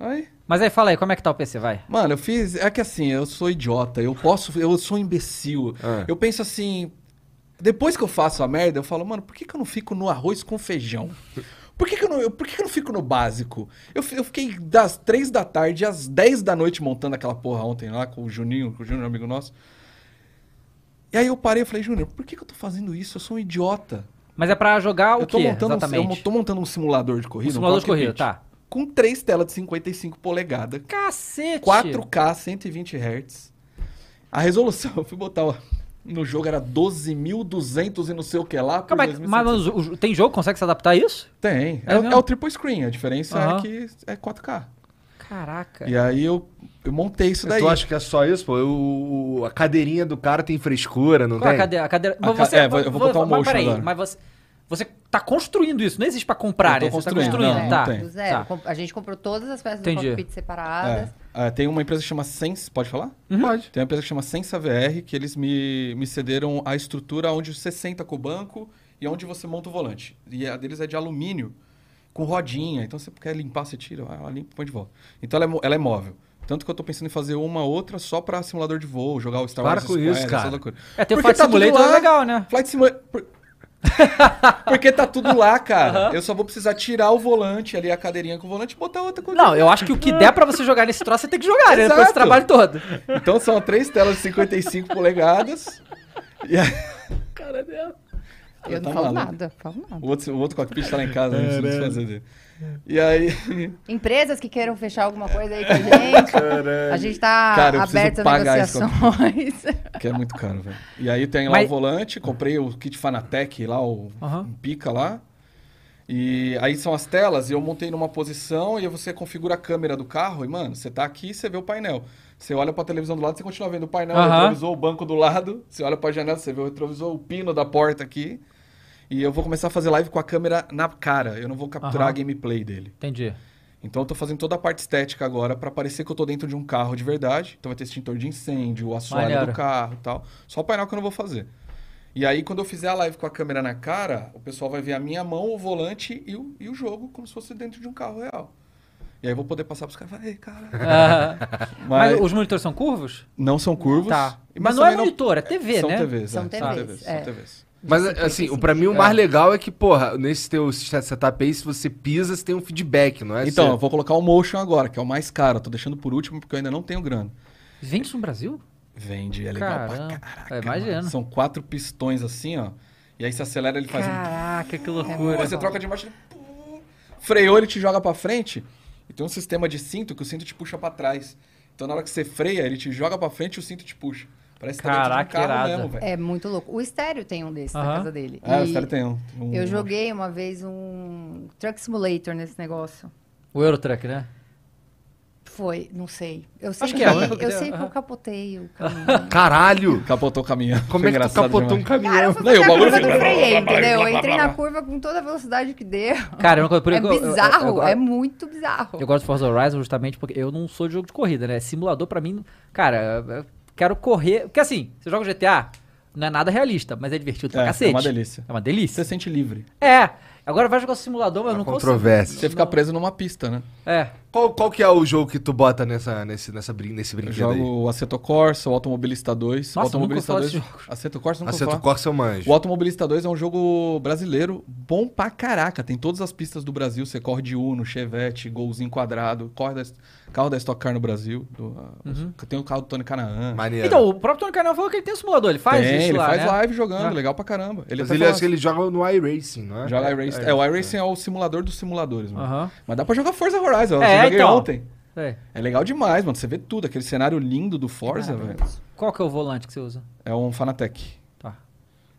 Speaker 3: Aí.
Speaker 1: Mas aí, fala aí, como é que tá o PC, vai?
Speaker 3: Mano, eu fiz. É que assim, eu sou idiota. Eu posso. Eu sou um imbecil.
Speaker 4: Ah.
Speaker 3: Eu penso assim. Depois que eu faço a merda, eu falo, mano, por que, que eu não fico no arroz com feijão? Por que, que, eu, não, eu- por que, que eu não fico no básico? Eu, fi- eu fiquei das três da tarde às 10 da noite montando aquela porra ontem lá com o Juninho, com o Júnior, amigo nosso. E aí eu parei e falei, Júnior, por que, que eu tô fazendo isso? Eu sou um idiota.
Speaker 1: Mas é pra jogar o
Speaker 3: eu tô,
Speaker 1: quê,
Speaker 3: montando um, eu
Speaker 1: exatamente?
Speaker 3: mo- tô montando um simulador de corrida.
Speaker 1: Um simulador de corrida,
Speaker 3: cockpit,
Speaker 1: tá.
Speaker 3: Com três telas de 55 polegadas.
Speaker 1: Cacete!
Speaker 3: 4K, 120 Hz. A resolução, eu fui botar ó, no jogo, era 12.200 e não sei o que lá. por
Speaker 1: Calma, mas,
Speaker 3: 2.700.
Speaker 1: mas o- o- tem jogo que consegue se adaptar a isso?
Speaker 3: Tem. É,
Speaker 1: É
Speaker 3: o-
Speaker 1: mesmo?
Speaker 3: é o triple screen, a diferença
Speaker 1: Aham. É.
Speaker 3: é que é 4K.
Speaker 1: Caraca.
Speaker 3: E aí eu, eu montei isso daí.
Speaker 4: Tu acha que é só isso, pô? Eu- a cadeirinha do cara tem frescura, não
Speaker 1: Qual é a
Speaker 4: tem?
Speaker 1: cadeira? A cadeira...
Speaker 3: A ca- é, vou- eu vou botar um
Speaker 1: mas
Speaker 3: motion
Speaker 1: peraí,
Speaker 3: agora.
Speaker 1: mas você... Você tá construindo isso, não existe pra comprar,
Speaker 3: Eu tô
Speaker 1: né? Você tá
Speaker 3: construindo,
Speaker 1: construindo,
Speaker 3: não,
Speaker 1: tá.
Speaker 3: não tem.
Speaker 2: Do zero.
Speaker 1: Tá.
Speaker 2: Com- A gente comprou todas as peças
Speaker 1: Entendi.
Speaker 2: do cockpit separadas.
Speaker 3: É. Ah, tem uma empresa que chama Sense, pode falar?
Speaker 1: Uhum.
Speaker 4: Pode.
Speaker 3: Tem uma empresa que chama Sensa VR, que eles me, me cederam a estrutura onde você senta com o banco e onde você monta o volante. E a deles é de alumínio, com rodinha. Então, você quer limpar, você tira, ah, ela limpa e põe de volta. Então, ela é, mo- ela é móvel. Tanto que eu tô pensando em fazer uma outra só pra simulador de voo, jogar o Star
Speaker 4: Para
Speaker 3: Wars
Speaker 4: com isso,
Speaker 3: essa
Speaker 4: cara.
Speaker 3: loucura.
Speaker 1: É, tem o
Speaker 3: Porque
Speaker 1: Flight
Speaker 3: tá tudo
Speaker 1: Simulator,
Speaker 3: lá.
Speaker 1: é legal, né?
Speaker 3: Flight Simulator... por- Porque tá tudo lá, cara. Eu só vou precisar tirar o volante ali, a cadeirinha com o volante e botar outra coisa.
Speaker 1: Não, eu acho que o que der pra você jogar nesse troço, você tem que jogar, né? Depois desse
Speaker 3: Exato.
Speaker 1: trabalho todo.
Speaker 3: Então são três telas de 55 polegadas. E aí...
Speaker 2: Eu não
Speaker 3: tá
Speaker 2: falo
Speaker 3: maluco.
Speaker 2: nada, falo nada.
Speaker 3: O outro, o outro cockpit tá lá em casa, a gente não desfazer dele. E aí.
Speaker 2: Empresas que queiram fechar alguma coisa aí com a gente. A gente tá
Speaker 3: Cara, eu
Speaker 2: aberto
Speaker 3: preciso
Speaker 2: a
Speaker 3: pagar isso
Speaker 2: negociações.
Speaker 3: que é muito caro, velho. E aí tem lá
Speaker 1: Mas-
Speaker 3: o volante, comprei o kit Fanatec lá, o
Speaker 1: Aham.
Speaker 3: um pica lá. E aí são as telas, e eu montei numa posição, e aí você configura a câmera do carro, e mano, você tá aqui você vê o painel. Você olha pra televisão do lado, você continua vendo o painel,
Speaker 1: Aham.
Speaker 3: o retrovisor, o banco do lado. Você olha pra janela, você vê o retrovisor, o pino da porta aqui. E eu vou começar a fazer live com a câmera na cara. Eu não vou
Speaker 1: Aham.
Speaker 3: capturar a gameplay dele.
Speaker 1: Entendi.
Speaker 3: Então eu tô fazendo toda a parte estética agora pra parecer que eu tô dentro de um carro de verdade. Então vai ter extintor de incêndio, o assoalho
Speaker 1: Maneiro.
Speaker 3: do carro e tal. Só o painel que eu não vou fazer. E aí, quando eu fizer a live com a câmera na cara, o pessoal vai ver a minha mão, o volante e o, e o jogo como se fosse dentro de um carro real. E aí eu vou poder passar pros caras e falar, ei, cara.
Speaker 1: Ah, mas...
Speaker 3: Mas
Speaker 1: os monitores são curvos?
Speaker 3: não são curvos.
Speaker 1: Tá.
Speaker 3: e-
Speaker 1: Mas, não é
Speaker 3: também
Speaker 1: monitor, é TV,
Speaker 3: são
Speaker 1: né?
Speaker 3: TVs,
Speaker 2: São
Speaker 3: é,
Speaker 2: TVs,
Speaker 3: São TVs, são
Speaker 2: é.
Speaker 3: TVs.
Speaker 4: Mas, assim, o- pra mim o mais legal é que, porra, nesse teu setup aí, se você pisa, você tem um feedback, não é?
Speaker 3: Então, eu
Speaker 4: Você-
Speaker 3: vou colocar o Motion agora, que é o mais caro. Eu Tô deixando por último porque eu ainda não tenho grana.
Speaker 1: Vende no Brasil?
Speaker 3: Vende, é legal pra
Speaker 1: Caramba.
Speaker 3: caraca.
Speaker 4: Tá,
Speaker 1: É, imagina.
Speaker 3: mano. São quatro pistões assim, ó. E aí você acelera, ele faz um...
Speaker 1: Caraca, Ah, que
Speaker 2: É
Speaker 3: Pô,
Speaker 1: loucura.
Speaker 3: Aí você troca de marcha, ele... pum, freou, ele te joga pra frente. E tem um sistema de cinto que o cinto te puxa pra trás. Então na hora que você freia, ele te joga pra frente e o cinto te puxa. Parece que tá dentro de um
Speaker 1: Caraca,
Speaker 3: carro
Speaker 1: irado.
Speaker 3: mesmo, velho.
Speaker 2: É muito louco. O estéreo tem um desse na
Speaker 1: Aham.
Speaker 2: casa dele.
Speaker 3: Ah,
Speaker 2: E
Speaker 3: o Stalin tem um. um-
Speaker 2: Eu joguei uma vez um Truck Simulator nesse negócio.
Speaker 1: O Eurotruck, né?
Speaker 2: Foi, não sei. Eu sei
Speaker 1: Acho
Speaker 2: que,
Speaker 1: que é, né?
Speaker 2: eu sei que eu capotei o caminhão.
Speaker 4: Caralho!
Speaker 3: Capotou o caminhão. Foi
Speaker 4: Como é que tu
Speaker 3: engraçado
Speaker 4: capotou um
Speaker 3: demais.
Speaker 4: caminhão?
Speaker 2: Cara, eu fui
Speaker 3: Não, e
Speaker 2: fazer
Speaker 3: o
Speaker 2: a
Speaker 3: bagulho
Speaker 2: curva que eu
Speaker 3: fica-
Speaker 2: freiei, entendeu? Eu entrei na curva com toda a velocidade que deu.
Speaker 1: Cara, eu não por
Speaker 2: É
Speaker 1: eu- eu- eu- eu-
Speaker 2: bizarro,
Speaker 1: eu-
Speaker 2: é muito bizarro.
Speaker 1: Eu gosto do Forza Horizon justamente porque eu não sou de jogo de corrida, né? Simulador pra mim, cara, eu quero correr. Porque assim, você joga GTA, não é nada realista, mas é divertido
Speaker 4: um
Speaker 1: pra
Speaker 3: É,
Speaker 1: cacete.
Speaker 3: é uma delícia.
Speaker 1: É uma delícia.
Speaker 3: Você se sente livre.
Speaker 1: É, agora vai jogar o simulador, mas eu
Speaker 4: Uma
Speaker 1: não
Speaker 4: controvérsia.
Speaker 3: Você fica preso numa pista, né?
Speaker 1: consigo. É.
Speaker 4: Qual, qual que é o jogo que tu bota nessa, nesse, nessa brin nesse
Speaker 3: Eu
Speaker 4: brinquedo
Speaker 3: jogo
Speaker 4: aí?
Speaker 3: o Aceto Corsa, o Automobilista 2. o
Speaker 1: Nossa,
Speaker 3: Automobilista
Speaker 1: nunca ouvi falar
Speaker 3: 2. Aceto Corsa não
Speaker 4: Acerto Corsa eu
Speaker 3: O
Speaker 4: é manjo.
Speaker 3: Automobilista 2 é um jogo brasileiro bom pra caraca. Tem todas as pistas do Brasil. Você corre de Uno, Chevette, Golzinho quadrado. Corre da, carro da Stock Car no Brasil. do-
Speaker 1: Uhum.
Speaker 3: Tem o carro do Tony Canaan.
Speaker 4: Maneiro.
Speaker 1: Então, o próprio Tony Canal falou que ele tem um simulador, ele faz
Speaker 3: é. tem,
Speaker 1: isso
Speaker 3: ele
Speaker 1: lá,
Speaker 3: faz
Speaker 1: né?
Speaker 3: live jogando.
Speaker 1: Ah.
Speaker 3: Legal pra caramba. Ele
Speaker 4: Mas
Speaker 3: até
Speaker 4: ele,
Speaker 3: fala
Speaker 4: acho que ele joga no iRacing, não é?
Speaker 3: Joga iRacing. É, o iRacing é o simulador dos simuladores, mano.
Speaker 1: Aham.
Speaker 3: Mas dá pra jogar Forza Horizon.
Speaker 1: É,
Speaker 3: eu joguei
Speaker 1: então.
Speaker 3: ontem.
Speaker 1: É.
Speaker 3: É legal demais, mano. Você vê tudo. Aquele cenário lindo do Forza, velho.
Speaker 1: Qual que é o volante que você usa?
Speaker 3: É um Fanatec.
Speaker 1: Tá.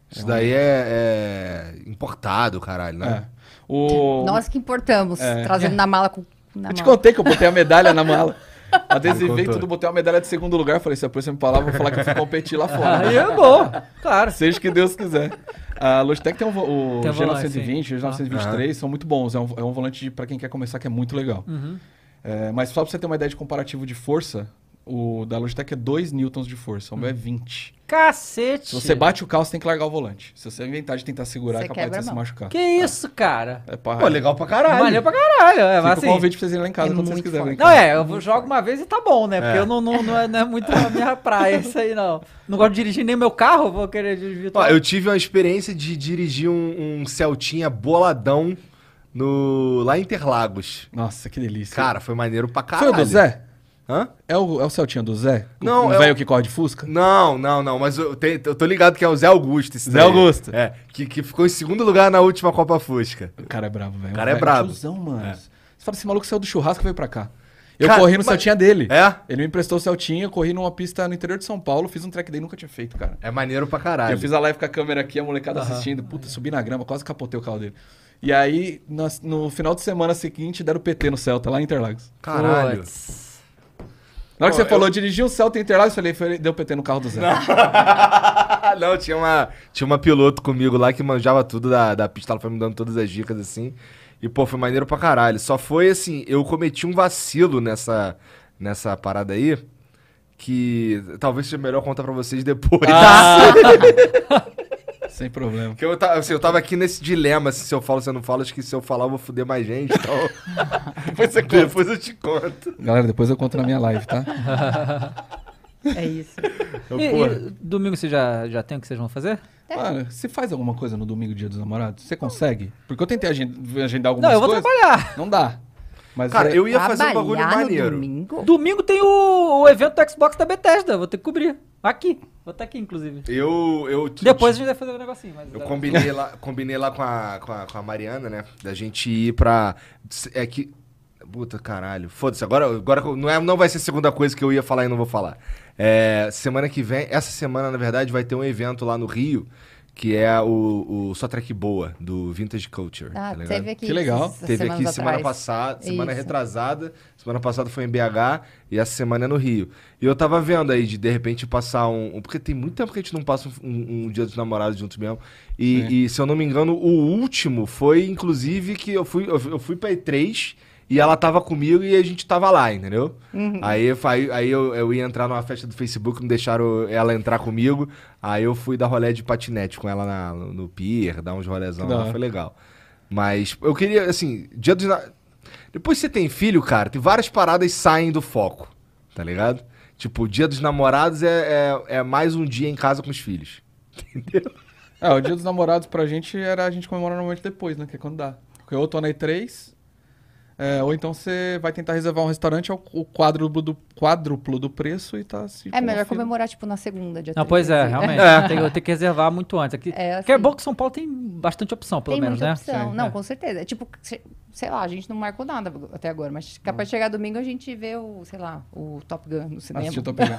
Speaker 4: Isso daí é, é importado, caralho,
Speaker 3: É.
Speaker 4: né?
Speaker 3: O...
Speaker 2: Nós que importamos,
Speaker 1: É.
Speaker 2: trazendo na mala com. Na
Speaker 3: Eu te
Speaker 2: mala.
Speaker 3: contei que eu botei a medalha na mala.
Speaker 4: Me
Speaker 3: Adesivei
Speaker 4: contou.
Speaker 3: tudo, botei uma medalha de segundo lugar. Falei, se a próxima me falar, eu vou falar que eu fui competir lá fora. né?
Speaker 1: Aí é bom, claro.
Speaker 3: Seja o que Deus quiser. A Logitech tem um, vo- o
Speaker 1: Tem um volante,
Speaker 3: G920, o G923, são muito bons. É um, é um volante de- pra quem quer começar que é muito legal.
Speaker 1: Uhum.
Speaker 3: É, mas só pra você ter uma ideia de comparativo de força, o da Logitech é 2 newtons de força, o meu é 20.
Speaker 1: Cacete.
Speaker 3: Se você bate o carro, você tem que largar o volante. Se você inventar de tentar segurar,
Speaker 2: Você
Speaker 3: é capaz de
Speaker 2: quebra
Speaker 3: você
Speaker 2: a
Speaker 3: se
Speaker 2: mão.
Speaker 3: machucar.
Speaker 1: Que isso, cara?
Speaker 3: É pra...
Speaker 4: Pô, legal pra caralho.
Speaker 1: Valeu pra caralho. É, mas
Speaker 3: Fica com o
Speaker 1: assim,
Speaker 3: convite pra vocês irem lá em casa
Speaker 2: é
Speaker 3: quando vocês
Speaker 2: muito
Speaker 3: quiserem.
Speaker 2: forte.
Speaker 3: lá em
Speaker 1: Não,
Speaker 3: casa.
Speaker 1: é, eu vou- jogo uma vez e tá bom, né? Porque
Speaker 4: É.
Speaker 1: eu não, não, não, é, não é muito a minha praia isso aí, não. Não gosto de dirigir nem o meu carro, vou querer dirigir
Speaker 4: Ó,
Speaker 1: todo.
Speaker 4: eu tive uma experiência de dirigir um, um Celtinha boladão no, lá em Interlagos.
Speaker 3: Nossa, que delícia.
Speaker 4: Cara, foi maneiro pra caralho.
Speaker 3: Foi o do Zé?
Speaker 4: Hã?
Speaker 3: É o, é o Celtinha do Zé?
Speaker 4: Não,
Speaker 3: o
Speaker 4: é o-
Speaker 3: velho que corre de Fusca?
Speaker 4: Não, não, não, mas eu, te- eu tô ligado que é o Zé Augusto. Esse
Speaker 3: Zé
Speaker 4: daí.
Speaker 3: Augusto.
Speaker 4: É, que, que ficou em segundo lugar na última Copa Fusca.
Speaker 3: O cara é brabo, velho.
Speaker 4: O cara é
Speaker 3: Velho,
Speaker 4: brabo.
Speaker 3: tiozão, mano.
Speaker 4: É.
Speaker 3: Você fala, esse maluco saiu do churrasco e veio pra cá. Eu
Speaker 4: Cara,
Speaker 3: corri no
Speaker 4: mas-
Speaker 3: Celtinha dele.
Speaker 4: É?
Speaker 3: Ele me emprestou o Celtinha, eu corri numa pista no interior de São Paulo, fiz um track day, nunca tinha feito, cara.
Speaker 4: É maneiro pra
Speaker 3: E
Speaker 4: caralho.
Speaker 3: Eu fiz a live com a câmera aqui, a molecada assistindo. Puta, subi na grama, quase capotei o carro dele. E aí, nas- no final de semana seguinte, deram PT no Celta, lá em Interlagos.
Speaker 4: Caralho.
Speaker 1: Puts.
Speaker 3: Na hora que
Speaker 4: Pô,
Speaker 3: você falou, dirigi o Celta em Interlagos, eu falei, foi- deu PT no carro do Zé.
Speaker 4: Ah, não, tinha uma, tinha uma piloto comigo lá que manjava tudo da, da pista, ela foi me dando todas as dicas assim. E, pô, foi maneiro pra caralho. Só foi assim, eu cometi um vacilo nessa, nessa parada aí. Que talvez seja melhor contar pra vocês depois.
Speaker 3: Sem problema.
Speaker 4: Porque eu, ta- assim, eu tava aqui nesse dilema, assim, se eu falo, se eu não falo, acho que se eu falar eu vou foder mais gente, então... depois, eu, depois eu te conto.
Speaker 3: Galera, depois eu conto na minha live, tá?
Speaker 2: É isso.
Speaker 4: Eu,
Speaker 1: E, e
Speaker 4: Então, porra,
Speaker 1: domingo você já, já tem o que vocês vão fazer?
Speaker 3: Mano, você faz alguma coisa no domingo, dia dos namorados? Você consegue? Porque eu tentei agen- agendar algumas
Speaker 1: não, eu vou
Speaker 3: coisas.
Speaker 1: trabalhar.
Speaker 3: Não dá. Mas
Speaker 4: Cara,
Speaker 3: é-
Speaker 4: eu ia fazer um bagulho
Speaker 2: Trabalhar no
Speaker 4: maneiro.
Speaker 2: domingo?
Speaker 1: Domingo tem o, o evento do Xbox da Bethesda, vou ter que cobrir. Aqui, vou estar aqui, inclusive.
Speaker 4: Eu, eu...
Speaker 1: Depois a gente vai fazer um negocinho, mas...
Speaker 4: Eu combinei lá, combinei lá com, a, com, a, com a Mariana, né? Da gente ir pra. É que. Puta caralho. Foda-se, agora, agora não, é, não vai ser a segunda coisa que eu ia falar e não vou falar. É, semana que vem, essa semana, na verdade, vai ter um evento lá no Rio, que é o, o Só Track Boa, do Vintage Culture.
Speaker 2: Ah,
Speaker 4: tá ligado?
Speaker 2: teve aqui.
Speaker 3: Que legal.
Speaker 2: essas
Speaker 4: Teve
Speaker 2: semanas
Speaker 4: aqui semana
Speaker 2: atrás.
Speaker 4: passada, semana
Speaker 2: Isso.
Speaker 4: retrasada. Semana passada foi em BH e essa semana é no Rio. E eu tava vendo aí de de repente passar um. um- Porque tem muito tempo que a gente não passa um, um- um dia dos namorados juntos mesmo. E, e, se eu não me engano, o último foi, inclusive, que eu fui, eu, fui- eu fui pra E3 e ela tava comigo e a gente tava lá, entendeu?
Speaker 3: Uhum.
Speaker 4: Aí, eu fa- aí, aí eu, eu ia entrar numa festa do Facebook, não deixaram ela entrar comigo. Aí eu fui dar rolé de patinete com ela na- no pier, dar uns rolézão
Speaker 3: Que da
Speaker 4: lá,
Speaker 3: hora.
Speaker 4: foi legal. Mas eu queria, assim, dia dos. na- Depois que você tem filho, cara, tem várias paradas que saem do foco, tá ligado? Tipo, o dia dos namorados é, é, é mais um dia em casa com os filhos.
Speaker 3: É, o dia dos namorados pra gente era a gente comemorar normalmente depois, né? Que é quando dá. Porque ou eu tô na E3, é, ou então você vai tentar reservar um restaurante ao o quádruplo do, quádruplo do preço e tá se.
Speaker 2: É melhor
Speaker 3: comovido.
Speaker 2: comemorar, tipo, na segunda, dia
Speaker 1: Não,
Speaker 2: 13,
Speaker 1: pois é,
Speaker 2: assim.
Speaker 1: realmente. Tem, que- tem que reservar muito antes. Aqui,
Speaker 2: É, assim.
Speaker 1: que é bom que São Paulo tem bastante opção, pelo
Speaker 2: Tem
Speaker 1: menos,
Speaker 2: muita
Speaker 1: né?
Speaker 2: opção.
Speaker 1: Sim,
Speaker 2: não,
Speaker 1: é.
Speaker 2: com certeza. É tipo, se- sei lá, a gente não marcou nada até agora, mas capaz de chegar domingo a gente vê o, sei lá, o Top Gun no cinema.
Speaker 3: Assistir o Top Gun.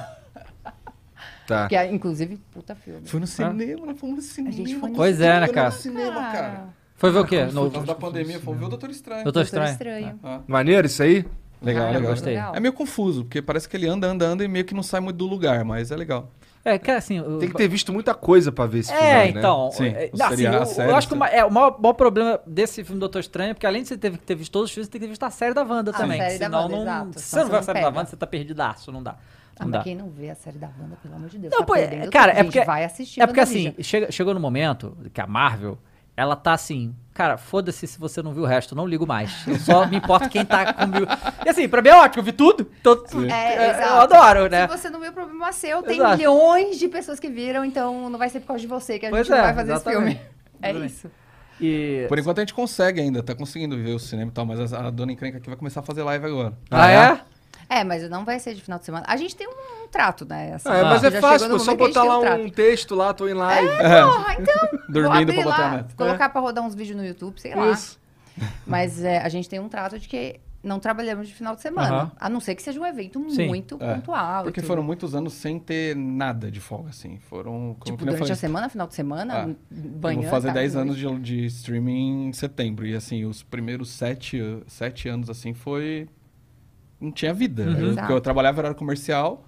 Speaker 4: Tá.
Speaker 2: Que é, inclusive, puta filme.
Speaker 3: Foi no cinema, nós fomos no cinema.
Speaker 2: Ah. gente foi no
Speaker 3: nós
Speaker 1: Pois é, né,
Speaker 3: fomos
Speaker 1: cara?
Speaker 3: No
Speaker 2: Ah,
Speaker 3: cinema, cara.
Speaker 1: Foi ver o quê?
Speaker 3: Por causa
Speaker 1: No...
Speaker 3: da pandemia, fomos ver o Doutor Estranho. Ah.
Speaker 1: Doutor
Speaker 2: Doutor
Speaker 1: Estranho.
Speaker 2: Estranho.
Speaker 4: Maneiro isso aí?
Speaker 3: Legal,
Speaker 2: Ah,
Speaker 3: legal.
Speaker 1: gostei.
Speaker 3: É meio confuso, porque parece que ele anda, anda, anda e meio que não sai muito do lugar, mas é legal.
Speaker 1: É, que assim... o-
Speaker 4: Tem que ter visto muita coisa pra ver esse filme,
Speaker 1: É,
Speaker 4: aí, né?
Speaker 1: então.
Speaker 3: Sim,
Speaker 1: é,
Speaker 3: o
Speaker 1: não, assim,
Speaker 3: seriado,
Speaker 1: eu-
Speaker 3: a
Speaker 1: eu,
Speaker 3: série,
Speaker 1: acho que o
Speaker 3: sim.
Speaker 1: ma- é, o maior, maior problema desse filme Doutor Estranho é porque além de você ter, ter visto todos os filmes, você tem que ter visto a série da Wanda
Speaker 2: A
Speaker 1: também.
Speaker 2: série da
Speaker 1: senão
Speaker 2: Wanda,
Speaker 1: não, Se
Speaker 2: exato,
Speaker 1: você
Speaker 2: senão
Speaker 1: não
Speaker 2: você
Speaker 1: vê a
Speaker 2: não
Speaker 1: série da
Speaker 2: pega.
Speaker 1: Wanda, você tá perdidaço, não dá.
Speaker 2: Ah,
Speaker 1: não dá. É
Speaker 2: mas quem não vê a série da Wanda, pelo amor de Deus,
Speaker 1: Não,
Speaker 2: tá
Speaker 1: pô, é-
Speaker 2: perdendo
Speaker 1: cara,
Speaker 2: tudo.
Speaker 1: é
Speaker 2: Gente,
Speaker 1: porque-
Speaker 2: vai assistir
Speaker 1: É porque assim,
Speaker 2: WandaVision.
Speaker 1: chega- chegou no momento que a Marvel, ela tá assim, cara, foda-se se você não viu o resto, não ligo mais. Eu só me importo quem tá comigo. E assim, pra mim é ótimo, eu vi tudo. Tô,
Speaker 2: É,
Speaker 1: eu- eu
Speaker 2: exato.
Speaker 1: adoro, né?
Speaker 2: Se você não viu, o problema é seu. Tem
Speaker 1: Exato.
Speaker 2: milhões de pessoas que viram, então não vai ser por causa de você que a
Speaker 1: Pois
Speaker 2: gente
Speaker 1: é,
Speaker 2: não vai fazer
Speaker 1: exatamente.
Speaker 2: esse filme. É
Speaker 1: Exatamente.
Speaker 2: isso.
Speaker 1: E...
Speaker 3: Por enquanto a gente consegue ainda, tá conseguindo ver o cinema e tal, mas a, a dona encrenca aqui vai começar a fazer live agora.
Speaker 1: Ah,
Speaker 4: Ah,
Speaker 3: né?
Speaker 1: é?
Speaker 2: É, mas não vai ser de final de semana. A gente tem um, um trato, né? assim,
Speaker 4: Ah, é, mas
Speaker 2: já
Speaker 4: é
Speaker 2: chegou
Speaker 4: fácil,
Speaker 2: no
Speaker 4: pô, só
Speaker 2: momento que a gente
Speaker 4: botar
Speaker 2: tem
Speaker 4: lá
Speaker 2: trato. É,
Speaker 4: um texto lá, tô em live.
Speaker 2: Porra, então.
Speaker 3: É. Dormindo
Speaker 2: vou abrir
Speaker 3: pra botar
Speaker 2: lá,
Speaker 3: a meta.
Speaker 2: Colocar pra rodar uns vídeos no YouTube, sei lá.
Speaker 4: Isso.
Speaker 2: Mas é, a gente tem um trato de que não trabalhamos de final de semana.
Speaker 1: Aham.
Speaker 2: A não ser que seja um evento
Speaker 1: Sim,
Speaker 2: muito
Speaker 3: é.
Speaker 2: pontual. e
Speaker 3: Porque
Speaker 2: tudo.
Speaker 3: foram muitos anos sem ter nada de folga, assim. Foram. Como
Speaker 2: Tipo,
Speaker 3: que eu
Speaker 2: durante
Speaker 3: falei,
Speaker 2: a semana, final de semana,
Speaker 3: Ah,
Speaker 2: n-
Speaker 3: eu
Speaker 1: é
Speaker 2: banhando.
Speaker 3: Vou fazer
Speaker 2: tá,
Speaker 3: 10
Speaker 1: né?
Speaker 2: noite.
Speaker 3: anos de, de streaming em setembro. E assim, os primeiros 7, sete anos, assim, foi. Não tinha vida.
Speaker 1: Uhum.
Speaker 3: Eu- porque eu
Speaker 2: Exato.
Speaker 3: trabalhava em horário comercial.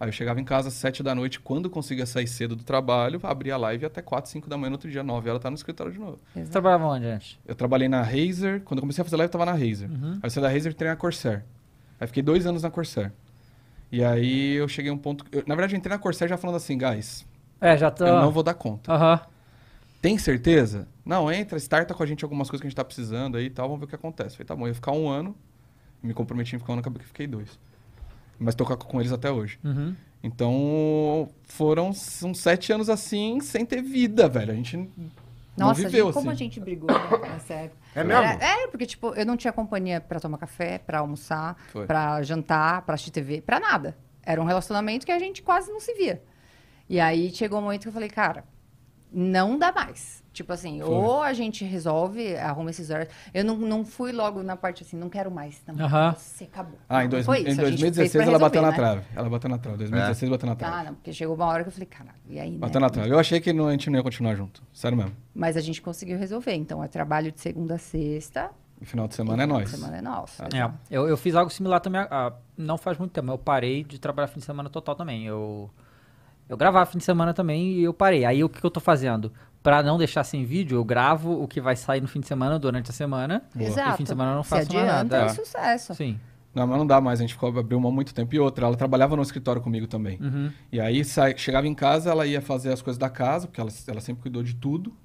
Speaker 3: Aí eu chegava em casa às 7 da noite, quando conseguia sair cedo do trabalho, abria a live até 4, 5 da manhã no outro dia, 9 horas, tá no escritório de novo.
Speaker 1: Você
Speaker 2: Exato.
Speaker 1: trabalhava onde antes?
Speaker 3: Eu trabalhei na Razer, quando eu comecei a fazer live, eu tava na Razer.
Speaker 1: Uhum.
Speaker 3: Aí eu saí da Razer e entrei na Corsair. Aí fiquei dois anos na Corsair. E aí eu cheguei a um ponto. eu- na verdade, eu entrei na Corsair já falando assim, guys,
Speaker 1: É, já tô...
Speaker 3: eu não vou dar conta.
Speaker 1: Aham.
Speaker 3: Tem certeza? Não, entra, starta com a gente algumas coisas que a gente tá precisando aí e tal, vamos ver o que acontece. Falei, tá bom, eu ia ficar um ano, me comprometi em ficar um ano, acabei que fiquei dois. Mas tô com- com eles até hoje.
Speaker 1: Uhum.
Speaker 3: Então, foram s- uns sete anos assim, sem ter vida, velho. A gente n- não
Speaker 2: Nossa,
Speaker 3: viveu
Speaker 2: gente, como a
Speaker 3: assim.
Speaker 2: gente brigou né, nessa época.
Speaker 4: É mesmo?
Speaker 2: Era- É, porque, tipo, eu não tinha companhia pra tomar café, pra almoçar,
Speaker 3: Foi.
Speaker 2: pra jantar, pra assistir TV, pra nada. Era um relacionamento que a gente quase não se via. E aí chegou um momento que eu falei, cara, não dá mais. Tipo assim, ou a gente resolve, arruma esses horários. Eu não, não fui logo na parte assim, não quero mais. Não,
Speaker 1: Aham.
Speaker 2: Você acabou.
Speaker 3: Ah, em,
Speaker 2: Não
Speaker 3: dois-
Speaker 2: foi
Speaker 3: em
Speaker 2: isso, a gente fez
Speaker 3: 2016
Speaker 2: pra
Speaker 3: ela bateu na
Speaker 2: resolver, né?
Speaker 3: trave. Ela bateu na trave. 2016 bateu na trave.
Speaker 2: Ah, não, porque chegou uma hora que eu falei, cara, e aí? né?
Speaker 3: bateu na trave. Eu achei que não- a gente não ia continuar junto. Sério mesmo.
Speaker 2: Mas a gente conseguiu resolver. Então, é trabalho de segunda a sexta.
Speaker 3: E final de semana é
Speaker 2: Final de
Speaker 3: nós.
Speaker 2: Semana é nossa.
Speaker 1: É, eu, eu fiz algo similar também, ah, não faz muito tempo, eu parei de trabalhar fim de semana total também, eu, eu gravava fim de semana também e eu parei, aí o que, que eu tô fazendo? Pra não deixar sem vídeo, eu gravo o que vai sair no fim de semana, durante a semana,
Speaker 3: Boa.
Speaker 2: Exato.
Speaker 1: E fim de semana eu não
Speaker 2: Se
Speaker 1: faço mais
Speaker 2: adianta,
Speaker 1: nada.
Speaker 3: Tá.
Speaker 2: é um sucesso.
Speaker 1: sim,
Speaker 3: Não, mas não dá mais, a gente ficou, abriu mão muito tempo. E outra, ela trabalhava no escritório comigo também.
Speaker 1: Uhum.
Speaker 3: E aí sai- chegava em casa, ela ia fazer as coisas da casa, porque ela, ela sempre cuidou de tudo,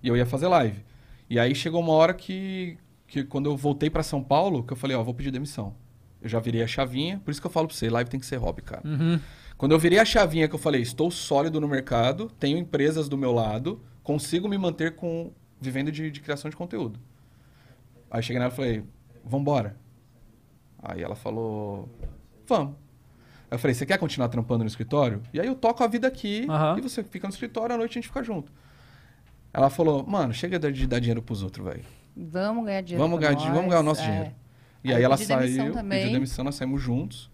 Speaker 3: e eu ia fazer live. E aí chegou uma hora que, que quando eu voltei pra São Paulo, que eu falei, ó, vou pedir demissão. Eu já virei a chavinha, por isso que eu falo pra você, live tem que ser hobby, cara.
Speaker 1: Uhum.
Speaker 3: Quando eu virei a chavinha que eu falei, estou sólido no mercado, tenho empresas do meu lado, consigo me manter com vivendo de, de criação de conteúdo. Aí cheguei nela e falei, vambora. Aí ela falou, vamos. Aí eu falei, você quer continuar trampando no escritório? E aí eu toco a vida aqui
Speaker 1: Aham.
Speaker 3: e você fica no escritório, à noite a gente fica junto. Ela falou, mano, chega de dar dinheiro pros outros, velho.
Speaker 2: Vamos ganhar dinheiro.
Speaker 3: Vamos
Speaker 2: pra
Speaker 3: ganhar, di- vamos ganhar o nosso
Speaker 2: é.
Speaker 3: dinheiro. E
Speaker 2: Aí
Speaker 3: aí,
Speaker 2: eu
Speaker 3: ela
Speaker 2: pedi
Speaker 3: saiu,
Speaker 2: demissão
Speaker 3: pediu
Speaker 2: também.
Speaker 3: demissão, nós saímos juntos.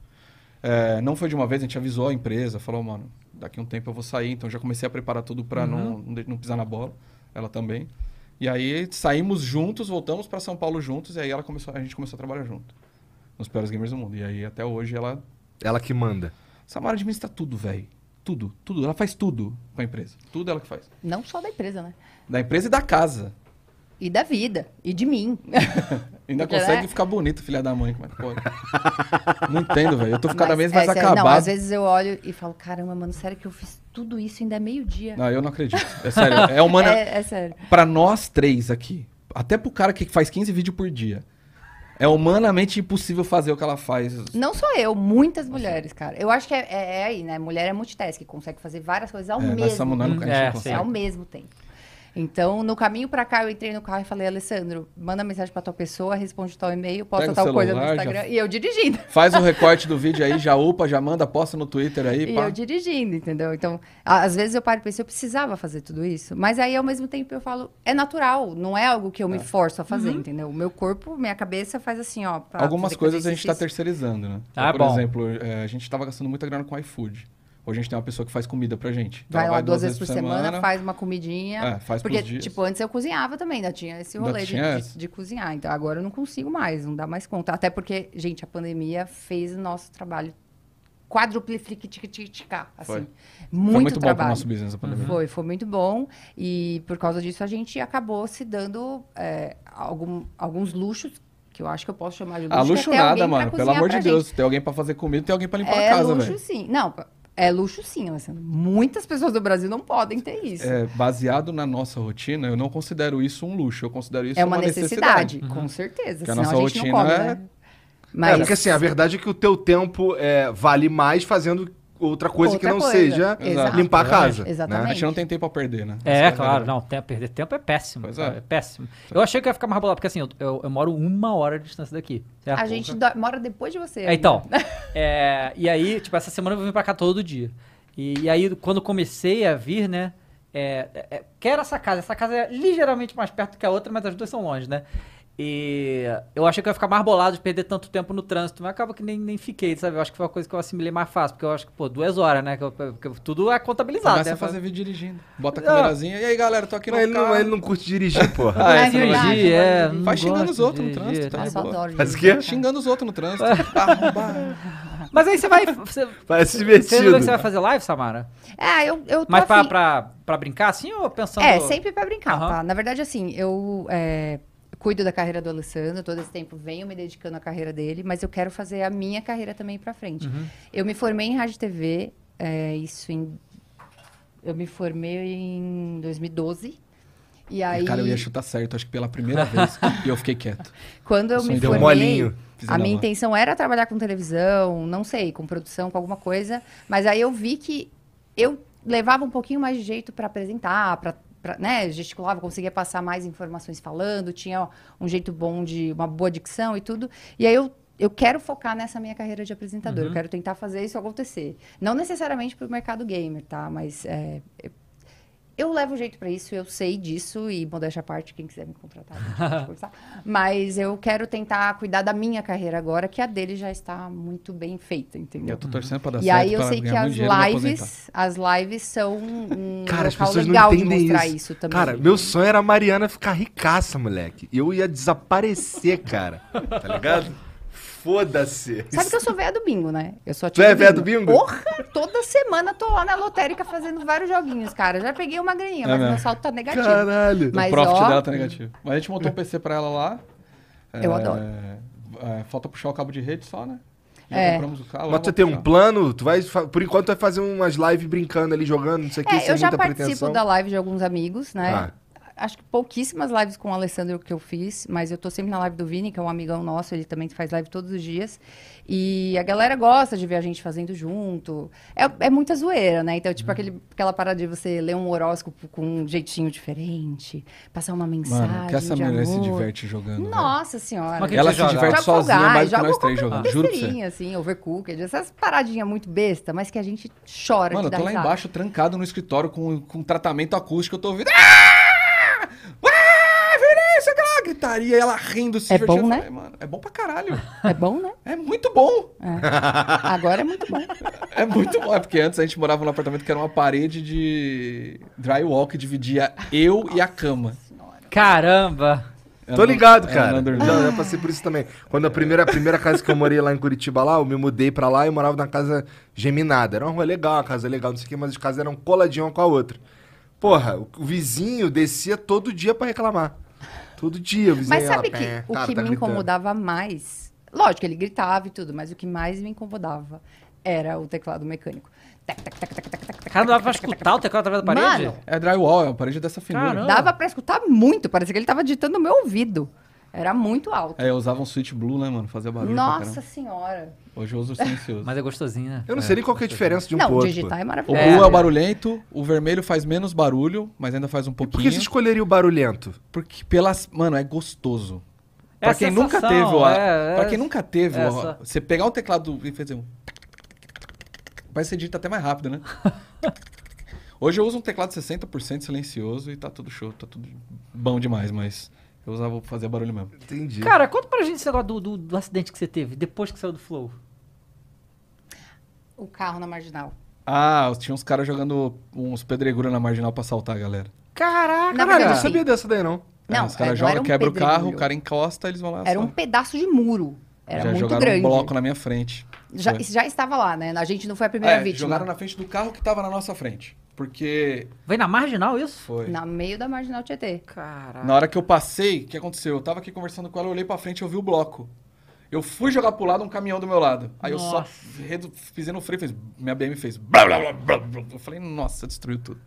Speaker 3: É, não foi de uma vez, a gente avisou a empresa, falou, mano, daqui um tempo eu vou sair, então já comecei a preparar tudo pra não,
Speaker 2: Uhum.
Speaker 3: não, de- não pisar na bola, ela também. E aí saímos juntos, voltamos pra São Paulo juntos, e aí ela começou, a gente começou a trabalhar junto. Nos piores gamers do mundo. E aí até hoje ela.
Speaker 4: Ela que manda. É,
Speaker 3: Samara administra tudo, velho. Tudo, tudo. Ela faz tudo com a empresa. Tudo ela que faz.
Speaker 2: Não só da empresa, né?
Speaker 3: Da empresa e da casa.
Speaker 2: E da vida. E de mim.
Speaker 3: Ainda
Speaker 2: Porque,
Speaker 3: consegue
Speaker 2: né?
Speaker 3: ficar bonito, filha da mãe. Como é que pode? não entendo, velho. Eu tô ficando cada
Speaker 2: Mas,
Speaker 3: vez mais
Speaker 2: é, sério,
Speaker 3: acabado.
Speaker 2: Não, às vezes eu olho e falo, caramba, mano, sério que eu fiz tudo isso ainda é meio-dia.
Speaker 3: Não, eu não acredito. É sério. É humana.
Speaker 2: É, é sério.
Speaker 3: Pra nós três aqui, até pro cara que faz 15 vídeos por dia, É humanamente impossível fazer o que ela faz.
Speaker 2: Não só eu, muitas mulheres, cara. Eu acho que é, é- é aí, né? Mulher é multitask, consegue fazer várias coisas ao
Speaker 3: É, nós
Speaker 2: mesmo
Speaker 3: estamos
Speaker 2: tempo.
Speaker 3: lá no
Speaker 1: Hum,
Speaker 3: cantinho,
Speaker 1: é,
Speaker 3: consegue.
Speaker 1: sim.
Speaker 2: ao mesmo tempo. Então, no caminho pra cá, eu entrei no carro e falei, Alessandro, manda mensagem pra tua pessoa, responde tal e-mail, posta
Speaker 3: Pega o
Speaker 2: tal coisa no
Speaker 3: celular, já-
Speaker 2: Instagram. E eu dirigindo.
Speaker 3: Faz o recorte do vídeo aí, já upa, já manda, posta no Twitter aí,
Speaker 2: E
Speaker 3: pá.
Speaker 2: eu dirigindo, entendeu? Então, a- às vezes eu paro e penso, eu precisava fazer tudo isso. Mas aí, ao mesmo tempo, eu falo, é natural, não é algo que eu me forço a fazer, entendeu? O meu corpo, minha cabeça faz assim, ó. pra
Speaker 3: Algumas
Speaker 2: fazer
Speaker 3: coisas a gente
Speaker 2: exercício,
Speaker 3: está terceirizando, né?
Speaker 1: Ah,
Speaker 3: por
Speaker 1: bom.
Speaker 3: exemplo, é, a gente estava gastando muita grana com iFood. Hoje a gente tem uma pessoa que faz comida pra gente. Então
Speaker 2: Vai
Speaker 3: ela
Speaker 2: lá duas vezes por semana, faz uma comidinha.
Speaker 3: É, faz
Speaker 2: porque,
Speaker 3: pros dias.
Speaker 2: tipo, antes eu cozinhava também, ainda tinha esse
Speaker 3: Ainda
Speaker 2: rolê de,
Speaker 3: tinha
Speaker 2: de-
Speaker 3: essa.
Speaker 2: de cozinhar. Então agora eu não consigo mais, não dá mais conta. Até porque, gente, a pandemia fez o nosso trabalho quadruplificar, assim.
Speaker 3: Foi.
Speaker 2: Muito,
Speaker 3: Foi muito bom pro
Speaker 2: trabalho.
Speaker 3: nosso né? business a pandemia.
Speaker 2: Foi, foi muito bom. E por causa disso a gente acabou se dando é, algum- alguns luxos, que eu acho que eu posso chamar de luxo.
Speaker 3: Ah,
Speaker 2: que
Speaker 3: luxo
Speaker 2: é ter alguém
Speaker 3: nada,
Speaker 2: pra
Speaker 3: mano. Pelo
Speaker 2: cozinhar
Speaker 3: amor de
Speaker 2: pra
Speaker 3: Deus. Tem alguém pra fazer comida, tem alguém pra limpar
Speaker 2: é
Speaker 3: a casa,
Speaker 2: luxo,
Speaker 3: velho.
Speaker 2: sim. Não, é luxo sim, Alessandro. Muitas pessoas do Brasil não podem ter isso. É,
Speaker 3: É, baseado na nossa rotina, eu não considero isso um luxo. Eu considero isso
Speaker 2: É uma, necessidade, com certeza.
Speaker 3: Porque uhum. a
Speaker 2: senão a,
Speaker 3: nossa
Speaker 2: gente não come,
Speaker 3: rotina é-
Speaker 2: né? Mas
Speaker 4: É, porque assim, a verdade é que o teu tempo é, vale mais fazendo outra coisa
Speaker 2: Outra
Speaker 4: que não
Speaker 2: coisa.
Speaker 4: seja
Speaker 2: Exato.
Speaker 4: limpar a casa. né?
Speaker 2: Exatamente.
Speaker 3: A gente não tem tempo a perder, né?
Speaker 1: É,
Speaker 3: Essa a
Speaker 1: claro,
Speaker 3: verdade.
Speaker 1: não, tem- perder tempo é péssimo.
Speaker 3: Pois
Speaker 1: cara,
Speaker 3: é.
Speaker 1: é péssimo. Eu achei que ia ficar mais bolado, porque assim, eu, eu- eu moro uma hora de distância daqui.
Speaker 3: é
Speaker 1: certo?
Speaker 2: A
Speaker 3: né?
Speaker 2: gente dó- mora depois de você.
Speaker 1: É,
Speaker 2: ainda.
Speaker 1: então. é, e aí, tipo, essa semana eu vim pra cá todo dia. E, e aí, quando comecei a vir, né? É, é, é, quero essa casa. Essa casa é ligeiramente mais perto que a outra, mas as duas são longe, né? E eu achei que eu ia ficar mais bolado de perder tanto tempo no trânsito, mas acaba que nem, nem fiquei, sabe? Eu acho que foi uma coisa que eu assimilei mais fácil, porque eu acho que, pô, duas horas, né? Que eu- que eu- tudo é contabilizado.
Speaker 3: Começa
Speaker 1: né?
Speaker 3: a fazer vídeo dirigindo. Bota a
Speaker 1: Não.
Speaker 3: câmerazinha. E aí, galera, tô aqui no
Speaker 4: Mas ele, não,
Speaker 3: carro.
Speaker 4: ele não curte dirigir, porra.
Speaker 3: Ah,
Speaker 2: é
Speaker 3: esse
Speaker 2: verdade, eu
Speaker 3: negócio.
Speaker 2: gosto
Speaker 1: é,
Speaker 2: de
Speaker 1: não
Speaker 3: Vai xingando
Speaker 1: gosto
Speaker 3: os outros no
Speaker 1: de
Speaker 3: trânsito, tá de
Speaker 2: Nossa, eu
Speaker 3: boa.
Speaker 2: adoro.
Speaker 4: Faz o
Speaker 2: gente,
Speaker 4: quê?
Speaker 2: cara.
Speaker 3: Xingando os outros no trânsito. Arrombado.
Speaker 1: Mas aí você vai. Você,
Speaker 4: Parece
Speaker 1: você não
Speaker 4: divertido.
Speaker 1: vê que você vai fazer live, Samara?
Speaker 2: É, eu, eu tô
Speaker 1: Mas pra,
Speaker 2: afim.
Speaker 1: pra, pra brincar assim ou pensando.
Speaker 2: É, sempre pra brincar,
Speaker 1: Aham.
Speaker 2: tá? Na verdade, assim, eu é, cuido da carreira do Alessandro, todo esse tempo venho me dedicando à carreira dele, mas eu quero fazer a minha carreira também pra frente.
Speaker 1: Uhum.
Speaker 2: Eu me formei em rádio e TV, é, isso em... Eu me formei em 2012, e aí,
Speaker 3: Cara, eu ia chutar certo, acho que pela primeira vez. e eu fiquei quieto.
Speaker 2: quando eu
Speaker 3: Só
Speaker 2: me
Speaker 3: deu um
Speaker 2: formei...
Speaker 4: molinho.
Speaker 3: Pisei
Speaker 2: A
Speaker 3: na
Speaker 2: minha
Speaker 3: bola.
Speaker 2: intenção era trabalhar com televisão, não sei, com produção, com alguma coisa. Mas aí eu vi que eu levava um pouquinho mais de jeito para apresentar, para né, gesticulava, conseguia passar mais informações falando, tinha um jeito bom de uma boa dicção e tudo. E aí eu eu quero focar nessa minha carreira de apresentador.
Speaker 3: Uhum.
Speaker 2: Eu quero tentar fazer isso acontecer. Não necessariamente para o mercado gamer, tá? Mas é, eu- eu levo jeito pra isso, eu sei disso e modéstia à parte, quem quiser me contratar, a gente pode conversar. Mas eu quero tentar cuidar da minha carreira agora, que a dele já está muito bem feita,
Speaker 3: Eu
Speaker 2: entendeu?
Speaker 3: tô torcendo pra dar
Speaker 2: E
Speaker 3: certo.
Speaker 2: aí eu
Speaker 3: pra
Speaker 2: sei que
Speaker 3: ganhar muito
Speaker 2: as
Speaker 3: dinheiro e me aposentar.
Speaker 2: lives, as lives são um
Speaker 4: Cara, as
Speaker 2: local
Speaker 4: pessoas
Speaker 2: legal
Speaker 4: não
Speaker 2: de
Speaker 4: entendem
Speaker 2: mostrar
Speaker 4: isso.
Speaker 2: isso, também.
Speaker 4: Cara, meu sonho era a Mariana ficar ricaça, moleque. Eu ia desaparecer, cara. Tá ligado? Foda-se.
Speaker 2: Sabe que eu sou véia do bingo, né? Eu sou
Speaker 4: Tu é véia do bingo?
Speaker 2: Porra, toda semana tô lá na lotérica fazendo vários joguinhos, cara. Já peguei uma graninha,
Speaker 3: É
Speaker 2: mas meu
Speaker 3: mesmo.
Speaker 2: saldo tá negativo.
Speaker 4: Caralho.
Speaker 3: O
Speaker 2: Mas,
Speaker 3: profit
Speaker 2: ó,
Speaker 3: dela tá negativo. Mas a gente montou um PC pra ela lá.
Speaker 2: Eu adoro.
Speaker 3: é, falta puxar o cabo de rede só, né? Já
Speaker 2: É.
Speaker 3: compramos o cabo.
Speaker 4: Mas
Speaker 3: vamos
Speaker 4: tu tem um
Speaker 3: puxar.
Speaker 4: plano, tu vai, fa- por enquanto tu vai fazer umas lives brincando ali, jogando, não sei o que,
Speaker 2: É,
Speaker 4: sem
Speaker 2: eu já
Speaker 4: muita
Speaker 2: participo
Speaker 4: pretensão.
Speaker 2: da live de alguns amigos, né? Acho que pouquíssimas lives com o Alessandro que eu fiz, mas eu tô sempre na live do Vini, que é um amigão nosso, ele também faz live todos os dias. E a galera gosta de ver a gente fazendo junto. É, é muita zoeira, né? Então, tipo, aquele, aquela parada de você ler um horóscopo com um jeitinho diferente, passar uma mensagem.
Speaker 3: Mano, que essa
Speaker 2: de
Speaker 3: mulher se
Speaker 2: amor.
Speaker 3: diverte jogando. velho.
Speaker 2: Nossa senhora.
Speaker 1: Mas que
Speaker 3: né? Ela
Speaker 1: Você
Speaker 3: se
Speaker 1: joga? Joga
Speaker 3: diverte sozinha
Speaker 2: Gás,
Speaker 3: mais do que
Speaker 2: joga um
Speaker 3: nós
Speaker 2: qualquer
Speaker 3: três jogando. Juro pra você.
Speaker 2: besteirinha, assim, overcooked, essas paradinhas muito besta, mas que a gente chora
Speaker 3: Mano,
Speaker 2: de
Speaker 3: eu
Speaker 2: dar
Speaker 3: tô lá
Speaker 2: risada.
Speaker 3: embaixo, trancado no escritório com, com tratamento acústico, eu tô ouvindo. "Ah! Ah, Vinícius, aquela gritaria, ela rindo, se
Speaker 2: É
Speaker 3: divertindo.
Speaker 2: bom,
Speaker 3: Eu
Speaker 2: né?
Speaker 3: falei, Mano, é bom pra caralho.
Speaker 2: É bom, né?
Speaker 3: É muito bom.
Speaker 2: Agora é muito bom.
Speaker 3: É muito bom. É porque antes a gente morava num apartamento que era uma parede de drywall que dividia eu e a cama. um-
Speaker 1: Caramba!
Speaker 3: Eu
Speaker 4: Tô
Speaker 3: não-
Speaker 4: ligado,
Speaker 3: eu
Speaker 4: cara.
Speaker 3: não
Speaker 4: Não,
Speaker 3: dormia.
Speaker 4: eu já passei por isso também. Quando a primeira, a primeira casa que eu morei lá em Curitiba, lá, eu me mudei pra lá e eu morava na casa geminada. Era uma rua legal, uma casa legal, não sei o que, mas as casas eram coladinhas uma com a outra. Porra, o, o vizinho descia todo dia pra reclamar. Todo dia o vizinho
Speaker 2: Mas
Speaker 4: ia
Speaker 2: sabe
Speaker 4: lá,
Speaker 2: que
Speaker 4: "Pé,
Speaker 2: o
Speaker 4: cara,
Speaker 2: que
Speaker 4: tá
Speaker 2: me
Speaker 4: gritando."
Speaker 2: incomodava mais? Lógico, ele gritava e tudo, mas o que mais me incomodava era o teclado mecânico. Tac, tac, tac, tac, tac, tac, tac,
Speaker 1: Cara, não dava pra
Speaker 2: tac, tac,
Speaker 1: escutar o teclado através da
Speaker 4: Ah.
Speaker 1: parede?
Speaker 2: Mano.
Speaker 3: É drywall, é uma parede dessa finura.
Speaker 1: Caramba.
Speaker 2: Dava pra escutar muito, parecia que ele tava ditando no meu ouvido. Era muito alto.
Speaker 3: É, eu usava um switch blue, né, mano? Fazia barulho. pra
Speaker 2: Nossa
Speaker 3: caramba.
Speaker 2: senhora.
Speaker 3: Hoje eu uso o silencioso.
Speaker 1: Mas é gostosinho, né?
Speaker 4: Eu não sei nem qual que é a diferença de um
Speaker 2: não,
Speaker 4: pro outro.
Speaker 2: digitar é
Speaker 3: O blue
Speaker 2: maravilhoso.
Speaker 1: É.
Speaker 3: é, o barulhento, o vermelho faz menos barulho, mas ainda faz um
Speaker 4: Por
Speaker 3: pouquinho.
Speaker 4: que você escolheria o barulhento?
Speaker 3: Porque pelas. Mano, é gostoso.
Speaker 1: É
Speaker 3: pra
Speaker 1: a
Speaker 3: quem nunca
Speaker 1: sensação,
Speaker 3: teve o.
Speaker 1: é, é.
Speaker 3: pra quem nunca teve o-
Speaker 1: Essa.
Speaker 3: Você pegar o teclado e fazer um. Parece que você digita até mais rápido, né? Hoje eu uso um teclado 60% silencioso e tá tudo show, tá tudo bom demais, mas eu usava pra fazer barulho mesmo.
Speaker 4: Entendi.
Speaker 1: Cara, conta pra gente esse negócio do, do, do acidente que você teve, depois que saiu do Flow.
Speaker 2: O carro na marginal.
Speaker 3: Ah, tinha uns caras jogando uns pedregulhos na marginal pra assaltar a galera.
Speaker 1: Caraca,
Speaker 2: Na
Speaker 4: eu
Speaker 2: verdade,
Speaker 4: não
Speaker 1: cara.
Speaker 2: assim,
Speaker 4: sabia dessa daí, não.
Speaker 3: Aí
Speaker 2: Não,
Speaker 3: É, os caras
Speaker 2: não era
Speaker 3: jogam,
Speaker 2: um
Speaker 3: quebra o carro, o
Speaker 2: pedregulho.
Speaker 3: cara encosta, eles vão lá. e
Speaker 2: Era um
Speaker 3: assaltam.
Speaker 2: pedaço de muro. Era
Speaker 3: Já
Speaker 2: muito
Speaker 3: jogaram
Speaker 2: grande.
Speaker 3: um bloco na minha frente.
Speaker 2: já,
Speaker 3: Foi.
Speaker 2: isso já estava lá, né? A gente não foi a primeira
Speaker 3: É,
Speaker 2: vítima.
Speaker 3: jogaram na frente do carro que tava na nossa frente. Porque.
Speaker 2: assim,
Speaker 1: Vem na marginal isso?
Speaker 3: Foi.
Speaker 2: Na meio da marginal Tietê.
Speaker 1: Caraca.
Speaker 3: Na hora que eu passei, o que aconteceu? Eu tava aqui conversando com ela, eu olhei pra frente e eu vi o bloco. Eu fui jogar pro lado um caminhão do meu lado. Aí eu só redu- pisei no freio e fez. Minha BM fez. blá, blá, blá, blá, blá. Eu falei, nossa, destruiu tudo.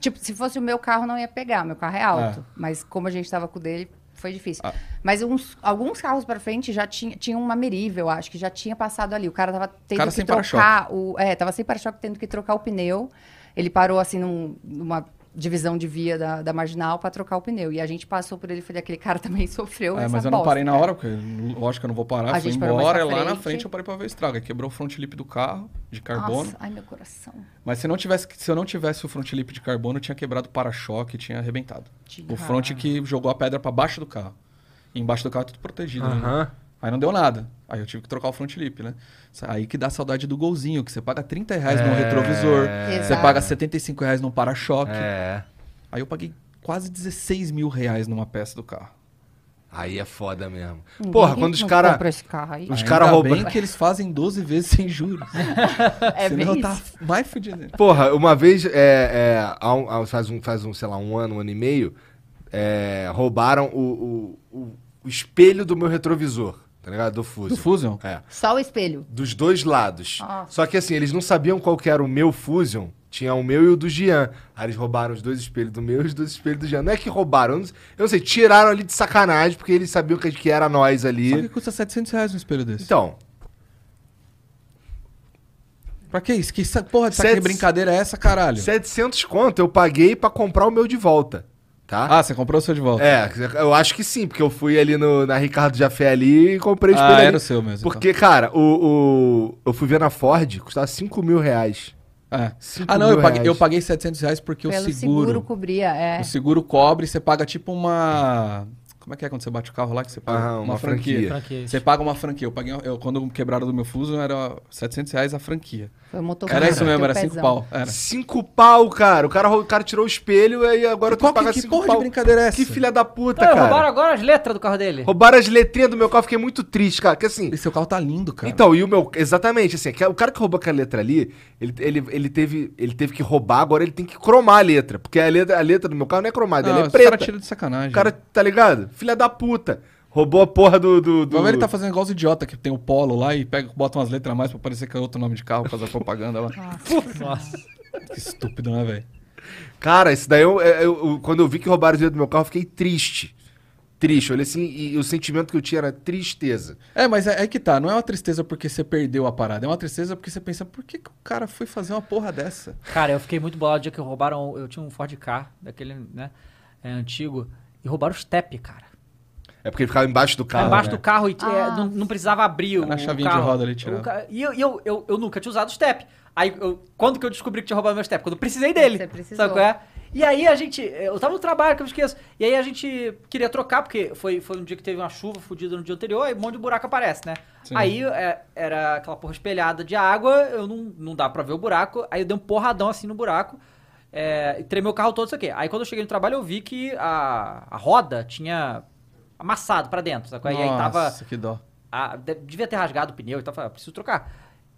Speaker 2: Tipo, se fosse o meu carro, não ia pegar. Meu carro é alto.
Speaker 3: É.
Speaker 2: Mas como a gente estava com o dele, foi difícil.
Speaker 3: Ah.
Speaker 2: Mas uns- alguns carros para frente já tinha, tinha uma Merível, acho que já tinha passado ali. O cara tava tendo
Speaker 3: Cara
Speaker 2: que
Speaker 3: sem
Speaker 2: trocar o. É, tava sem para-choque, tendo que trocar o pneu. Ele parou assim num- numa divisão de via da, da marginal para trocar o pneu. E a gente passou por ele e falei, aquele cara também sofreu.
Speaker 3: É,
Speaker 2: essa
Speaker 3: mas eu não
Speaker 2: bosta.
Speaker 3: parei na hora, porque lógico que eu não vou parar.
Speaker 2: A
Speaker 3: fui
Speaker 2: gente parou mais pra
Speaker 3: embora, é lá na
Speaker 2: frente.
Speaker 3: frente eu parei pra ver o estrago. Aí Quebrou o front lip do carro, de carbono.
Speaker 2: Nossa, ai meu coração.
Speaker 3: Mas se, não tivesse, se eu não tivesse o front lip de carbono, eu tinha quebrado o para-choque, tinha arrebentado.
Speaker 2: Tinha.
Speaker 3: O front que jogou a pedra pra baixo do carro. E embaixo do carro é tudo protegido, né?
Speaker 4: Aham.
Speaker 3: Aí não deu nada. Aí eu tive que trocar o front lip, né? Aí que dá saudade do golzinho, que você paga 30 reais
Speaker 4: É.
Speaker 3: no retrovisor, você
Speaker 2: Exato.
Speaker 3: paga 75 reais num para-choque.
Speaker 4: É.
Speaker 3: Aí eu paguei quase 16 mil reais numa peça do carro.
Speaker 4: Aí é foda mesmo.
Speaker 2: Ninguém
Speaker 4: Porra, quando os
Speaker 2: não
Speaker 4: caras.
Speaker 2: compra esse carro aí.
Speaker 4: Os caras
Speaker 3: Ainda
Speaker 4: roubam.
Speaker 3: bem que eles fazem 12 vezes sem juros.
Speaker 2: É
Speaker 3: Senão tá
Speaker 2: bem
Speaker 3: eu tava
Speaker 2: isso.
Speaker 3: mais fudido. ainda.
Speaker 4: Porra, uma vez, é, é, há um- há- faz, um, faz um, sei lá, um ano, um ano e meio, é, roubaram o, o- o- o espelho do meu retrovisor, tá ligado? Do Fusion.
Speaker 3: Do Fusion?
Speaker 4: É.
Speaker 2: Só o espelho.
Speaker 4: Dos dois lados.
Speaker 2: Nossa.
Speaker 4: Só que assim, eles não sabiam qual que era o meu Fusion. Tinha o meu e o do Jean. Aí eles roubaram os dois espelhos do meu e os dois espelhos do Jean. Não é que roubaram, eu não, sei- eu não sei, tiraram ali de sacanagem, porque eles sabiam que, que era nós ali.
Speaker 3: Só que custa 700 reais um espelho desse.
Speaker 4: Então,
Speaker 3: pra que isso? Que sa- porra de
Speaker 4: Sete-
Speaker 3: saque brincadeira é essa, caralho?
Speaker 4: 700 conto eu paguei pra comprar o meu de volta, tá?
Speaker 3: Ah, você comprou o seu de volta.
Speaker 4: É, eu acho que sim, porque eu fui ali no, na Ricardo Jafé ali e comprei
Speaker 3: Ah,
Speaker 4: espelho ali.
Speaker 3: era o seu mesmo,
Speaker 4: Porque, cara, o, o- eu fui ver na Ford, custava 5 mil reais.
Speaker 3: É.
Speaker 4: Cinco
Speaker 3: Ah, não,
Speaker 4: mil
Speaker 3: eu paguei,
Speaker 4: reais.
Speaker 3: eu paguei 700 reais porque o
Speaker 2: Pelo
Speaker 3: seguro.
Speaker 2: cobria, é.
Speaker 3: O seguro cobre, você paga tipo uma. Como é que é quando você bate o carro lá que você paga?
Speaker 4: Ah, uma franquia.
Speaker 1: Franquia, isso.
Speaker 3: Você é paga uma franquia. Eu paguei, eu, quando quebraram do meu fuso, era 700 reais a franquia.
Speaker 2: Foi o motor
Speaker 3: Era isso mesmo,
Speaker 2: teu
Speaker 3: era 5
Speaker 2: pezão.
Speaker 3: pau. Era.
Speaker 4: 5 pau, cara. O cara, rou- o cara tirou o espelho e
Speaker 3: E
Speaker 4: agora eu
Speaker 3: qual que-
Speaker 4: tenho que pagar
Speaker 3: que
Speaker 4: 5
Speaker 3: porra de
Speaker 4: pau.
Speaker 3: brincadeira é essa?
Speaker 4: Que filha da puta,
Speaker 1: Ah,
Speaker 4: cara.
Speaker 1: roubaram
Speaker 4: Roubaram...
Speaker 1: agora as letras do carro dele.
Speaker 4: as letrinhas do meu carro, fiquei muito triste, cara. Que assim,
Speaker 3: E seu carro tá lindo, cara.
Speaker 4: Então, e o meu. Exatamente, assim, aquela- o cara que roubou aquela letra ali, ele, ele, ele, teve, ele teve que roubar, agora ele tem que cromar a letra. Porque a letra, a letra do meu carro não é cromada,
Speaker 3: Não,
Speaker 4: ela é
Speaker 3: esse
Speaker 4: preta.
Speaker 3: cara tira de sacanagem.
Speaker 4: O cara, tá ligado? Filha da puta. Roubou a porra do. do, do...
Speaker 3: Mas ele tá fazendo igual os idiota que tem o polo lá e pega, bota umas letras a mais pra parecer que é outro nome de carro, fazer propaganda lá.
Speaker 2: Ah.
Speaker 1: Nossa.
Speaker 3: Que estúpido, né, velho?
Speaker 4: Cara, isso daí eu, é, eu- eu- Quando eu vi que roubaram o dinheiro do meu carro, eu fiquei triste. Triste. Eu olhei assim, e, e o sentimento que eu tinha era tristeza.
Speaker 3: É, mas é, é que tá. Não é uma tristeza porque você perdeu a parada. É uma tristeza porque você pensa, por que, que o cara foi fazer uma porra dessa?
Speaker 1: Cara, eu fiquei muito bolado o dia que roubaram. Eu tinha um Ford Car, daquele, né? é, antigo. E roubaram o step, cara.
Speaker 4: É porque ele ficava embaixo do carro.
Speaker 1: Tá embaixo
Speaker 4: né?
Speaker 1: do carro e é,
Speaker 2: Ah,
Speaker 1: não, não precisava abrir o
Speaker 3: Na chavinha
Speaker 1: o carro.
Speaker 3: de roda ali, tirava.
Speaker 1: O ca- E eu, e eu, eu, eu nunca tinha usado o step. Aí, eu- quando que eu descobri que tinha roubado meu step? Quando eu precisei dele.
Speaker 2: Você precisou.
Speaker 1: Sabe qual é? E aí a gente... Eu tava no trabalho, que eu esqueço. E aí a gente queria trocar, porque foi, foi um dia que teve uma chuva fodida no dia anterior, aí um monte de buraco aparece, né?
Speaker 3: Sim.
Speaker 1: Aí é, era aquela porra espelhada de água, eu não, não dá pra ver o buraco. Aí eu dei um porradão assim no buraco. É, e tremeu o carro todo, isso aqui. Aí quando eu cheguei no trabalho, eu vi que a, a roda tinha amassado pra dentro, sabe? qual é? E aí tava...
Speaker 3: Nossa, que dó.
Speaker 1: Ah, de- devia ter rasgado o pneu e tal. Falei, ah, preciso trocar.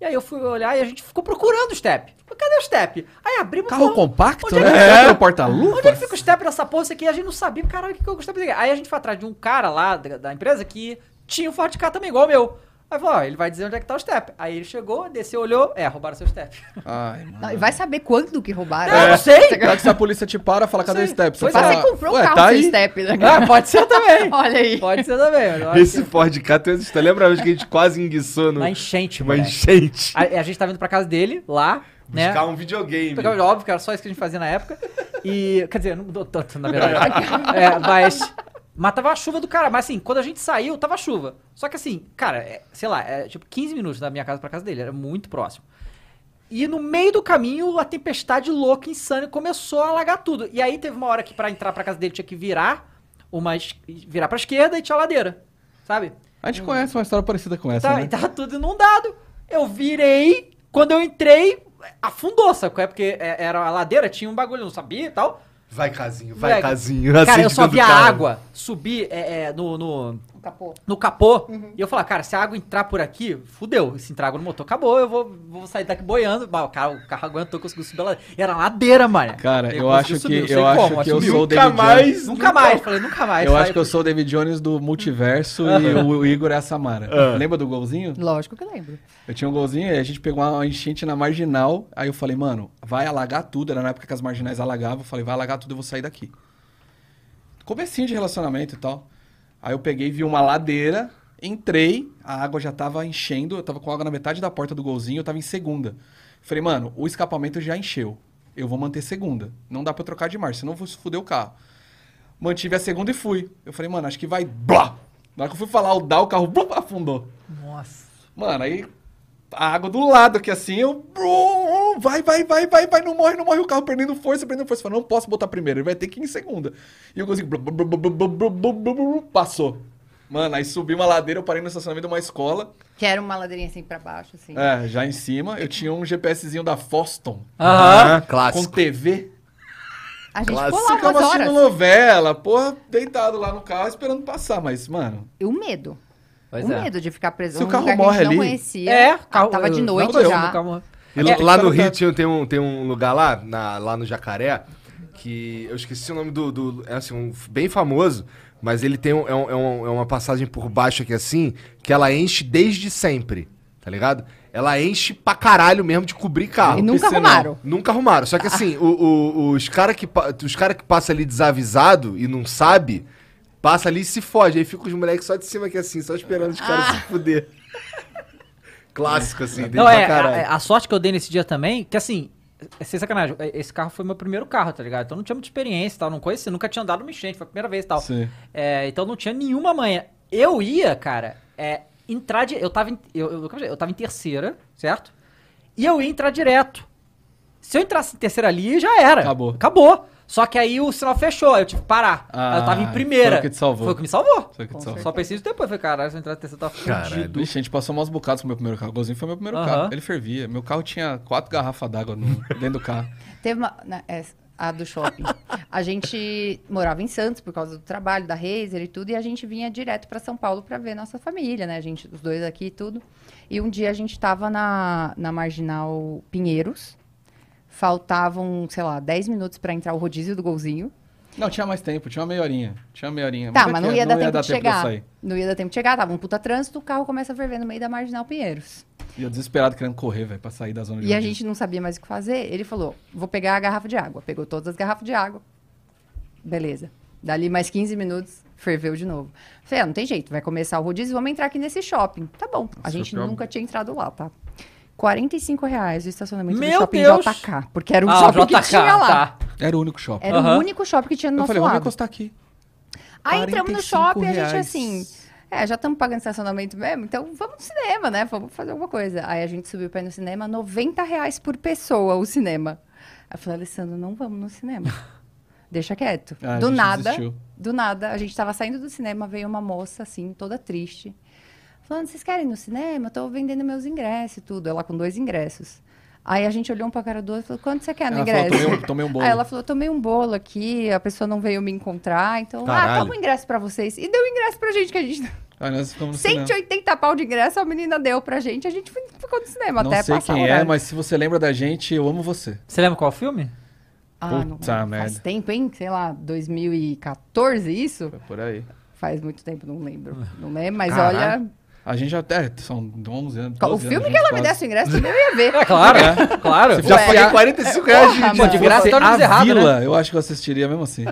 Speaker 1: E aí eu fui olhar e a gente ficou procurando o step. Falei, Cadê o step? Aí abrimos
Speaker 3: Carro
Speaker 1: porra,
Speaker 3: compacto,
Speaker 1: onde é
Speaker 3: né?
Speaker 1: que-
Speaker 3: É, o porta-luva.
Speaker 1: Onde é que fica o step dessa porra? Isso aqui a gente não sabia, caralho, o que, que é o step. Aí a gente foi atrás de um cara lá da, da empresa que tinha um Ford K também, igual o meu. Aí falou, ó, ele vai dizer onde é que tá o step. Aí ele chegou, desceu, olhou, é, roubaram seu step.
Speaker 3: Ai, mano.
Speaker 2: Não, e vai saber quando que roubaram.
Speaker 1: Não, não sei.
Speaker 3: Pior que se a polícia te para, fala, cadê o
Speaker 1: Sim.
Speaker 3: step? Você
Speaker 1: Pois é.
Speaker 2: Mas
Speaker 3: fala,
Speaker 1: Ah,
Speaker 2: você comprou
Speaker 3: É. "Ué,
Speaker 2: um carro
Speaker 3: tá aí?"
Speaker 2: sem step, né? cara?
Speaker 1: Ah, pode ser também.
Speaker 2: Olha aí.
Speaker 1: Pode ser também. eu acho
Speaker 4: Esse
Speaker 1: que-
Speaker 4: podcast tem essa história. Lembra a vez que a gente quase enguiçou no,
Speaker 1: Na enchente,
Speaker 4: uma
Speaker 1: mano.
Speaker 4: enchente?
Speaker 1: A, a gente tá vindo pra casa dele, lá, né?
Speaker 4: Buscar um videogame.
Speaker 1: Pegava, óbvio que era só isso que a gente fazia na época. E. Quer dizer, não mudou tanto, na verdade. É, mas. Mas tava a chuva do cara. Mas assim, quando a gente saiu, tava chuva. Só que assim, cara, é, sei lá, é tipo 15 minutos da minha casa pra casa dele, era muito próximo. E no meio do caminho, a tempestade louca, insana, começou a alagar tudo. E aí teve uma hora que pra entrar pra casa dele tinha que virar, uma, es- virar pra esquerda e tinha a ladeira, sabe?
Speaker 3: A gente conhece uma história parecida com essa,
Speaker 1: Tá,
Speaker 3: né?
Speaker 1: e tava tudo inundado. Eu virei, quando eu entrei, afundou, sabe? qual é? Porque é, era a ladeira, tinha um bagulho, eu não sabia e tal.
Speaker 4: Vai, casinho, vai,
Speaker 1: Moleque,
Speaker 3: É
Speaker 4: casinho.
Speaker 3: assim
Speaker 1: cara, eu
Speaker 4: acende
Speaker 1: só
Speaker 4: dentro
Speaker 1: vi a
Speaker 4: do
Speaker 3: né?
Speaker 4: carro.
Speaker 1: água subir é, é, no, no,
Speaker 2: O capô.
Speaker 1: no capô.
Speaker 2: Uhum.
Speaker 1: E eu falava, cara, se a água entrar por aqui, fudeu. Se entrar água no motor, acabou, eu vou, vou sair daqui boiando. Mas o carro, o carro aguentou, conseguiu subir a ladeira. E era ladeira, mano.
Speaker 3: Cara, eu,
Speaker 1: consegui
Speaker 3: acho
Speaker 1: subir, não
Speaker 3: que,
Speaker 1: sei
Speaker 3: eu
Speaker 1: como,
Speaker 3: acho que eu
Speaker 1: assumiu.
Speaker 3: sou o
Speaker 4: Nunca
Speaker 3: David Jones.
Speaker 4: mais.
Speaker 1: Nunca mais, falei, nunca mais.
Speaker 3: Eu
Speaker 1: Falei,
Speaker 3: acho que eu sou o David Jones do multiverso e o o Igor é a Samara. Lembra do golzinho?
Speaker 2: Lógico que lembro.
Speaker 3: Eu tinha um golzinho e a gente pegou uma enchente na marginal. Aí eu falei, mano, vai alagar tudo. Era na época que as marginais alagavam. Eu falei, vai alagar tudo, eu vou sair daqui. Comecinho de relacionamento e tal. Aí eu peguei, vi uma ladeira, entrei, a água já tava enchendo. Eu tava com água na metade da porta do golzinho, eu tava em segunda. Falei, mano, o escapamento já encheu. Eu vou manter segunda. Não dá pra eu trocar de marcha, senão eu vou fuder o carro. Mantive a segunda e fui. Eu falei, mano, acho que vai. Blá! Na hora que eu fui falar o dá, o carro blá, afundou.
Speaker 1: Nossa.
Speaker 3: Mano, aí a água do lado aqui assim, eu. brum, Vai, vai, vai, vai, vai, não morre, não morre o carro, perdendo força, perdendo força. Eu Falei, não posso botar primeiro, ele vai ter que ir em segunda. E eu consigo. brum, brum, brum, brum, brum, brum, brum, brum, Passou. Mano, aí subi uma ladeira, eu parei no estacionamento de uma escola,
Speaker 2: Que era uma ladeirinha assim pra baixo, assim.
Speaker 3: é, já em cima. Eu tinha um GPSzinho da Foston,
Speaker 1: Aham.
Speaker 3: com
Speaker 4: clássico.
Speaker 3: TV.
Speaker 2: A gente
Speaker 4: Clássico.
Speaker 2: ficou lá
Speaker 3: Ficava
Speaker 2: umas
Speaker 3: assistindo
Speaker 2: horas.
Speaker 3: novela, é porra, deitado lá no carro esperando passar, mas, mano.
Speaker 2: E o medo.
Speaker 1: Pois
Speaker 2: o
Speaker 1: é.
Speaker 2: medo de ficar preso
Speaker 3: Se o
Speaker 2: num
Speaker 3: carro
Speaker 2: lugar que
Speaker 3: morre
Speaker 2: a gente
Speaker 3: ali-
Speaker 2: não conhecia.
Speaker 1: É,
Speaker 2: Ah, Tava de
Speaker 1: eu-
Speaker 2: noite
Speaker 1: não, eu-
Speaker 2: já.
Speaker 1: calma.
Speaker 4: E lá-
Speaker 3: que
Speaker 1: então,
Speaker 4: lá
Speaker 3: ficar
Speaker 4: no
Speaker 3: tá no
Speaker 4: Rio
Speaker 1: tá.
Speaker 3: teto.
Speaker 4: tinha, tem, um, tem um lugar lá, na- lá no Jacaré, que eu esqueci o nome do... do- é assim, um f- bem famoso, mas ele tem um, é, um- é um- é uma passagem por baixo aqui assim, que ela enche desde sempre, tá ligado? Ela enche pra caralho mesmo de cobrir carro.
Speaker 2: E nunca
Speaker 3: Piscinão.
Speaker 2: arrumaram.
Speaker 4: Nunca arrumaram. Só que
Speaker 1: Ah.
Speaker 4: assim, o- o- os caras que, pa- os cara que passa ali desavisado e não sabe, passa ali e se foge. Aí fica os moleques só de cima aqui assim, só esperando os caras se fuder. Clássico, assim, tem
Speaker 1: Ah. Não,
Speaker 4: pra
Speaker 1: é,
Speaker 4: caralho.
Speaker 1: a, a sorte que eu dei nesse dia também, que assim, é- sem sacanagem, é- esse carro foi meu primeiro carro, tá ligado? Então não tinha muita experiência e tal, não conhecia, nunca tinha andado numa enchente, foi a primeira vez e tal.
Speaker 3: Sim.
Speaker 1: É, então não tinha nenhuma manha. Eu ia, cara, é, entrar de. Eu tava, em, eu, eu, eu tava em terceira, certo? E eu ia entrar direto. Se eu entrasse em terceira ali, já era.
Speaker 3: Acabou.
Speaker 1: Acabou. Só que aí o sinal fechou, aí eu tive que parar. Aí eu tava
Speaker 3: Ah,
Speaker 1: em primeira.
Speaker 3: foi o que te salvou.
Speaker 1: Foi o que me salvou.
Speaker 3: Só que
Speaker 2: Com
Speaker 3: só-
Speaker 2: certeza.
Speaker 1: Só pensei isso depois. Falei, caralho, se eu entrar em terceira, eu tava fudido.
Speaker 4: Caralho.
Speaker 3: Vixe, a gente passou maus bocados com o meu primeiro carro. O Golzinho foi meu primeiro
Speaker 1: Aham.
Speaker 3: carro. Ele fervia. Meu carro tinha quatro garrafas d'água no- dentro do carro.
Speaker 2: Teve uma. na- é, a do shopping. A gente morava em Santos por causa do trabalho, da Razer e tudo, e a gente vinha direto pra São Paulo pra ver nossa família, né? A gente, os dois aqui e tudo. E um dia a gente tava na, na marginal Pinheiros. Faltavam, sei lá, 10 minutos pra entrar o rodízio do golzinho.
Speaker 3: Não, tinha mais tempo, tinha uma meia horinha. Tinha uma meia horinha.
Speaker 2: Tá,
Speaker 3: é
Speaker 2: mas
Speaker 3: que
Speaker 2: não ia dar tempo de
Speaker 3: eu
Speaker 2: chegar.
Speaker 3: sair.
Speaker 2: Não ia dar tempo de chegar, tava um puta trânsito, o carro começa a ferver no meio da marginal Pinheiros.
Speaker 3: E eu desesperado querendo correr, velho, pra sair da zona de
Speaker 2: E a
Speaker 3: rodízio.
Speaker 2: gente não sabia mais o que fazer. Ele falou: vou pegar a garrafa de água. Pegou todas as garrafas de água. Beleza. Dali mais 15 minutos, ferveu de novo. Falei, ah, não tem jeito, vai começar o rodízio, vamos entrar aqui nesse shopping. Tá bom. a gente
Speaker 3: shopping é um-
Speaker 2: nunca tinha entrado lá, tá? R$ 45 reais o estacionamento
Speaker 1: Meu
Speaker 2: do shopping
Speaker 1: Deus!
Speaker 2: JK. Porque era o
Speaker 1: Ah,
Speaker 2: shopping que tinha lá.
Speaker 1: tá.
Speaker 3: Era o único shopping.
Speaker 2: Era
Speaker 1: Aham.
Speaker 2: o único shopping que tinha no é
Speaker 3: eu
Speaker 2: nosso
Speaker 3: falei, vamos
Speaker 2: lado.
Speaker 3: encostar aqui.
Speaker 2: Aí entramos no
Speaker 3: 45
Speaker 2: shopping e a gente
Speaker 3: reais.
Speaker 2: assim. É, já estamos pagando estacionamento mesmo, então vamos no cinema, né? Vamos fazer alguma coisa. Aí a gente subiu pra ir no cinema, 90 reais por pessoa o cinema. Aí eu falei, Alessandro, não vamos no cinema. Deixa quieto.
Speaker 3: Ah, a
Speaker 2: do
Speaker 3: gente
Speaker 2: nada,
Speaker 3: desistiu.
Speaker 2: do nada, a gente tava saindo do cinema, veio uma moça assim, toda triste. Falando, vocês querem ir no cinema? Eu tô vendendo meus ingressos e tudo. Ela com dois ingressos. Aí a gente olhou um pra cara do outro e falou, quanto você quer no
Speaker 3: Ela falou,
Speaker 2: ingresso?
Speaker 3: "Tomei um- tomei um bolo."
Speaker 2: Ah, Aí ela falou, tomei um bolo aqui, a pessoa não veio me encontrar, então, ah,
Speaker 4: Caralho.
Speaker 2: toma um ingresso pra vocês. E deu ingresso pra gente, que a gente...
Speaker 3: Aí nós ficamos no cinema.
Speaker 2: 180 pau de ingresso, a menina deu pra gente, a gente foi- ficou no cinema
Speaker 3: Não
Speaker 2: até
Speaker 3: sei
Speaker 2: passar o
Speaker 3: quem é,
Speaker 2: horário.
Speaker 3: mas se você lembra da gente, eu amo você.
Speaker 1: Você lembra qual filme?
Speaker 2: Ah, não,
Speaker 3: Puta
Speaker 2: faz
Speaker 3: merda.
Speaker 2: tempo, hein? Sei lá, 2014 isso?
Speaker 3: Foi por aí.
Speaker 2: Faz muito tempo, não lembro. Não lembro, mas
Speaker 4: Caralho.
Speaker 2: olha...
Speaker 3: A gente até. São 11 anos.
Speaker 2: O
Speaker 3: 12
Speaker 2: filme
Speaker 3: anos
Speaker 2: que ela me
Speaker 3: juntos,
Speaker 2: desse o ingresso também eu ia ver.
Speaker 1: É claro, claro.
Speaker 3: Você já
Speaker 2: Ué,
Speaker 3: foi a-
Speaker 4: 45 reais de,
Speaker 2: porra,
Speaker 4: de
Speaker 1: mano. de graça tá no
Speaker 3: a
Speaker 1: Zerrado, né?
Speaker 3: Vila, eu acho que eu assistiria mesmo assim.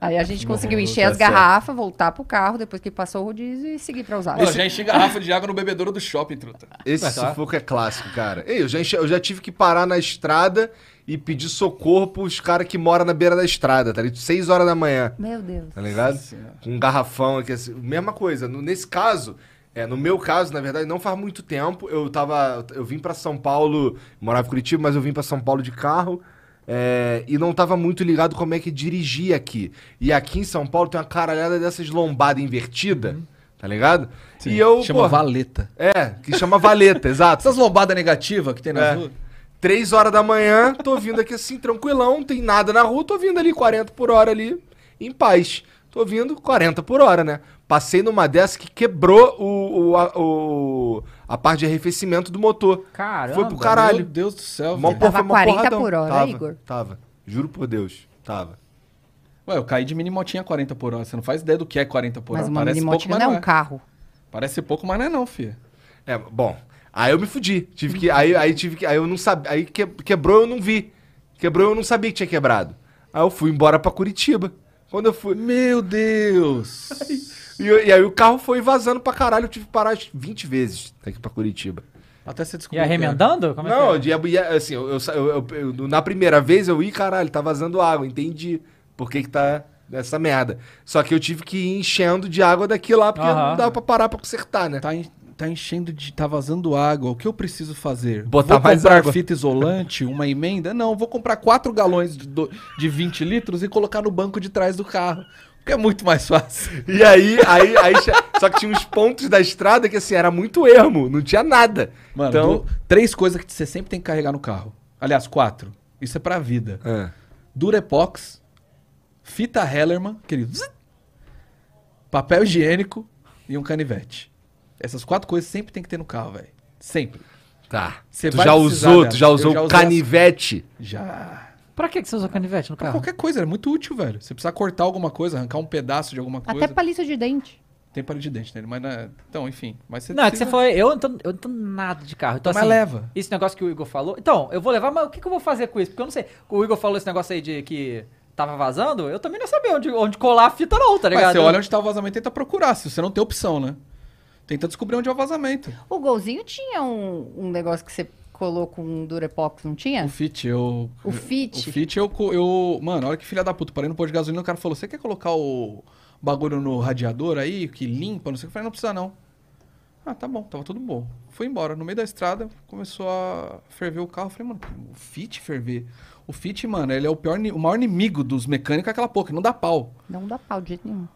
Speaker 2: Aí a gente
Speaker 4: Não,
Speaker 2: conseguiu
Speaker 4: não
Speaker 2: encher
Speaker 4: tá
Speaker 2: as
Speaker 4: certo.
Speaker 2: garrafas, voltar pro carro depois que passou o rodízio e seguir pra usar.
Speaker 3: Pô, Ah, já enchi garrafa de água no bebedouro do shopping, truta.
Speaker 4: Esse
Speaker 1: Vai, claro.
Speaker 4: sufoco é clássico, cara. Ei, eu já, enche- eu já tive que parar na estrada e pedir socorro pros caras que moram na beira da estrada, tá ligado? 6 horas da manhã,
Speaker 2: Meu Deus.
Speaker 4: tá ligado?
Speaker 3: Assim, né?
Speaker 4: Com um garrafão aqui, assim. Mesma coisa. No- nesse caso, é, no meu caso, na verdade, não faz muito tempo. Eu tava. Eu vim pra São Paulo, morava em Curitiba, mas eu vim pra São Paulo de carro. é, e não tava muito ligado como é que dirigir aqui. E aqui em São Paulo tem uma caralhada dessas lombadas invertida, tá ligado? E eu.
Speaker 3: Chama
Speaker 4: pô,
Speaker 3: Valeta.
Speaker 4: É, que chama valeta, exato.
Speaker 3: Essas né? lombadas negativas que tem na
Speaker 4: É.
Speaker 3: rua.
Speaker 4: Três horas da manhã, tô vindo aqui assim, tranquilão, não tem nada na rua, tô vindo ali 40 por hora ali, em paz. Tô vindo 40 por hora, né? Passei numa dessa que quebrou o, o- a, o- a parte de arrefecimento do motor.
Speaker 1: Caramba.
Speaker 4: Foi pro caralho.
Speaker 3: Meu Deus do céu,
Speaker 4: Mó
Speaker 3: velho.
Speaker 4: porra,
Speaker 2: Tava
Speaker 4: mó
Speaker 2: 40
Speaker 4: porradão.
Speaker 2: por hora, né,
Speaker 4: tava,
Speaker 2: Igor?
Speaker 4: Tava, juro por Deus, tava.
Speaker 3: Ué, eu caí de minimotinha 40 por hora. Você não faz ideia do que é 40 por
Speaker 2: Mas
Speaker 3: hora.
Speaker 2: uma
Speaker 3: Parece pouco,
Speaker 2: minimotinha
Speaker 3: mas
Speaker 2: não
Speaker 3: não,
Speaker 2: é um
Speaker 3: é.
Speaker 2: carro.
Speaker 3: Parece pouco, mas não é não, filho.
Speaker 4: É, bom, aí eu me fudi, tive que, aí, aí tive que, aí eu não sabia, aí que- quebrou eu não vi, quebrou eu não sabia que tinha quebrado. Aí eu fui embora pra Curitiba, quando eu fui...
Speaker 3: Meu Deus.
Speaker 4: E, eu- e aí o carro foi vazando pra caralho, eu tive que parar acho, 20 vezes daqui pra Curitiba.
Speaker 3: Até você descobriu.
Speaker 1: Ia
Speaker 3: que era.
Speaker 1: remendando? Como é que
Speaker 4: não,
Speaker 1: é?
Speaker 4: eu ia- ia- assim, eu, eu sa- eu- eu- eu- na primeira vez eu, ih, caralho, tá vazando água, entendi por que que tá essa merda. Só que eu tive que ir enchendo de água daqui lá, porque
Speaker 1: Aham.
Speaker 4: não dava pra parar pra consertar, né?
Speaker 3: Tá, en- tá enchendo de. tá vazando água. O que eu preciso fazer?
Speaker 4: Botar
Speaker 3: vou
Speaker 4: mais
Speaker 3: comprar
Speaker 4: água.
Speaker 3: fita isolante, uma emenda? Não, vou comprar quatro galões de, do- de 20 litros e colocar no banco de trás do carro. Porque é muito mais fácil.
Speaker 4: E aí, aí, aí, che- só que tinha uns pontos da estrada que, assim, era muito ermo, não tinha nada.
Speaker 3: Mano,
Speaker 4: então...
Speaker 3: du- três coisas que você sempre tem que carregar no carro. Aliás, quatro. Isso é pra vida.
Speaker 4: É.
Speaker 3: Durepox, fita Hellerman, aquele zzz, papel higiênico e um canivete. Essas quatro coisas sempre tem que ter no carro, velho. Sempre.
Speaker 4: Tá.
Speaker 3: Você
Speaker 4: tu
Speaker 3: vai
Speaker 4: já
Speaker 3: precisar
Speaker 4: usou,
Speaker 3: dela.
Speaker 4: tu já
Speaker 3: Eu
Speaker 4: usou
Speaker 3: já
Speaker 4: o
Speaker 3: usei as-
Speaker 4: canivete.
Speaker 3: Já.
Speaker 1: Pra que que você usa canivete no
Speaker 3: Pra
Speaker 1: carro?
Speaker 3: qualquer coisa, é muito útil, velho. Você precisa cortar alguma coisa, arrancar um pedaço de alguma coisa.
Speaker 2: Até palito de dente.
Speaker 3: Tem palito de dente nele, mas não é... Então, enfim. Mas você
Speaker 1: Não, é que você
Speaker 3: precisa-
Speaker 1: falou, eu não tô, eu não tô nada de carro. Então,
Speaker 3: Mas
Speaker 1: assim,
Speaker 3: leva.
Speaker 1: Esse negócio que o Igor falou. Então, eu vou levar, mas o que, que eu vou fazer com isso? Porque eu não sei. O Igor falou esse negócio aí de que tava vazando, eu também não sabia onde, onde colar a fita, não, tá
Speaker 3: Mas
Speaker 1: ligado?
Speaker 3: você olha onde tá o vazamento e tenta procurar, se você não tem opção, né? Tenta descobrir onde é o vazamento.
Speaker 2: O golzinho tinha um, um negócio que você colou com um Durepox, não tinha?
Speaker 3: O fit, eu.
Speaker 2: O fit?
Speaker 3: O fit, eu, co- eu. Mano, na hora que filha da puta, parei no posto de gasolina, o cara falou: Você quer colocar o bagulho no radiador aí, que limpa, não sei o que? Eu falei: Não precisa não. Ah, tá bom, tava tudo bom. Fui embora. No meio da estrada, começou a ferver o carro. Eu Falei, mano, o fit ferver. O fit, mano, ele é o, pior, ni- o maior inimigo dos mecânicos, é aquela porra, que não dá pau.
Speaker 2: Não dá pau de jeito nenhum.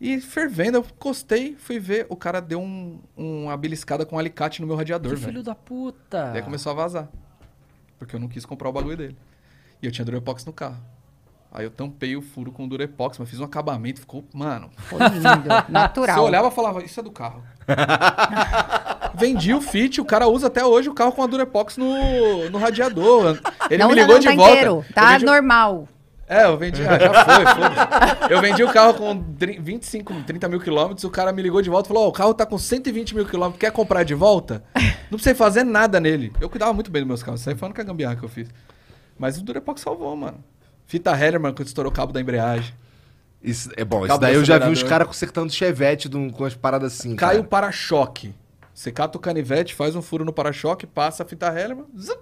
Speaker 3: E fervendo, eu encostei, fui ver, o cara deu um, uma beliscada com um alicate no meu radiador,
Speaker 1: Que
Speaker 3: velho.
Speaker 1: filho da puta.
Speaker 2: Ah.
Speaker 3: E aí começou a vazar. Porque eu não quis comprar o bagulho dele. E eu tinha Durepox no carro. Aí eu tampei o furo com o Durepox, mas fiz um acabamento, ficou. Mano.
Speaker 2: Foi lindo, natural.
Speaker 3: Você olhava e falava, isso é do carro. Vendi o fit, o cara usa até hoje o carro com a Durepox no, no radiador. Ele
Speaker 2: não,
Speaker 3: me
Speaker 2: não,
Speaker 3: ligou
Speaker 2: não,
Speaker 3: de
Speaker 2: tá
Speaker 3: volta.
Speaker 2: inteiro.
Speaker 3: eu
Speaker 2: Tá
Speaker 3: vendi, o-
Speaker 2: normal.
Speaker 3: É, eu vendi. Ah, já foi, foda-se. Eu vendi o carro com 30 25, 30 mil quilômetros, o cara me ligou de volta e falou: Ó, o carro tá com 120 mil quilômetros, quer comprar de volta? Não precisei fazer nada nele. Eu cuidava muito bem dos meus carros, isso aí foi a única gambiarra que eu fiz. Mas o Durepox salvou, mano. Fita Hellerman, quando estourou o cabo da embreagem.
Speaker 4: Isso, é bom, isso
Speaker 3: Cabo
Speaker 4: daí
Speaker 3: do
Speaker 4: eu já vi uns
Speaker 3: acelerador.
Speaker 4: caras consertando chevette de um- com as paradas assim.
Speaker 3: Cai o
Speaker 4: cara.
Speaker 3: para-choque. Você cata o canivete, faz um furo no para-choque, passa a fita Hellerman zup,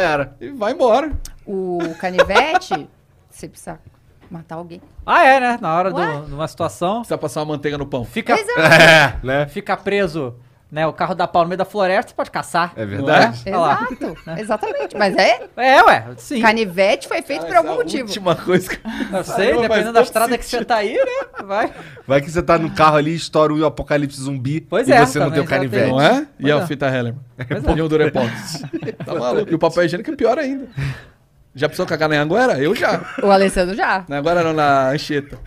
Speaker 4: era.
Speaker 3: e vai embora.
Speaker 2: O canivete, você precisa matar alguém.
Speaker 1: Ah, é, né? Na hora
Speaker 2: Ué?
Speaker 1: de uma situação,
Speaker 3: Precisa passar uma manteiga no pão.
Speaker 1: fica,
Speaker 4: É, né?
Speaker 1: fica preso, né? O carro da pau no meio da floresta, você pode caçar.
Speaker 4: É
Speaker 1: não
Speaker 4: verdade.
Speaker 1: Olha lá.
Speaker 2: Exato, exatamente. Mas é,
Speaker 1: É, ué, sim.
Speaker 2: canivete foi feito por
Speaker 3: Ah, Essa é
Speaker 2: algum motivo.
Speaker 3: Última coisa que...
Speaker 1: Eu sei,
Speaker 3: Saiu, mas
Speaker 1: dependendo da
Speaker 3: todo
Speaker 1: estrada que você tá aí, né? Vai.
Speaker 3: é?
Speaker 4: Vai que você tá no carro ali e estoura o apocalipse zumbi
Speaker 1: Pois
Speaker 4: e
Speaker 1: é,
Speaker 4: você não tem o
Speaker 1: também já tem.
Speaker 4: canivete.
Speaker 3: Não é?
Speaker 1: Pois
Speaker 3: E a
Speaker 1: é.
Speaker 3: fita Hellerman.
Speaker 1: Pois é.
Speaker 3: E o Durepox. tá maluco. E o papel higiênico é pior ainda. Já precisou cagar na Anguera? Eu já.
Speaker 2: O Alessandro já.
Speaker 3: Na Anguera não, na Anchieta.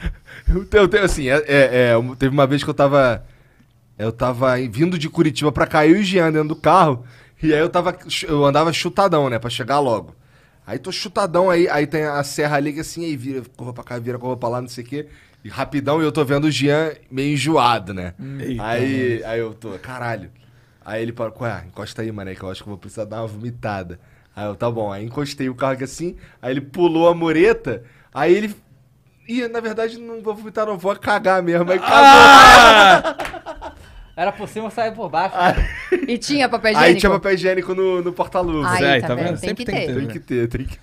Speaker 4: Eu tenho, eu tenho, assim, é- é- é, um- teve uma vez que eu tava. Eu tava em- vindo de Curitiba pra cá, eu e o Jean dentro do carro. E aí eu tava. Eu andava chutadão, né? Pra chegar logo. Aí tô chutadão aí, aí tem a serra ali que assim, aí vira, curva pra cá, vira, curva pra lá, não sei o quê. E rapidão, e eu tô vendo o Jean meio enjoado, né?
Speaker 3: Eita,
Speaker 4: aí, aí eu tô, caralho. Aí ele parou, ué, encosta aí, mané, que eu acho que eu vou precisar dar uma vomitada. Aí eu, tá bom. Aí encostei o carro aqui assim, aí ele pulou a mureta, aí ele... Ih, na verdade, não vou vomitar, não, vou cagar mesmo.
Speaker 3: Ah,
Speaker 4: Aí cagou.
Speaker 1: Era por cima, saia por baixo.
Speaker 3: Ah,
Speaker 2: E tinha papel higiênico.
Speaker 4: aí tinha papel higiênico no, no porta-luva.
Speaker 2: Aí,
Speaker 3: Zé,
Speaker 2: tá,
Speaker 3: tá
Speaker 2: vendo?
Speaker 3: vendo?
Speaker 2: Tem
Speaker 3: Sempre
Speaker 2: que
Speaker 3: tem
Speaker 2: ter.
Speaker 3: que ter.
Speaker 4: Tem que ter, tem que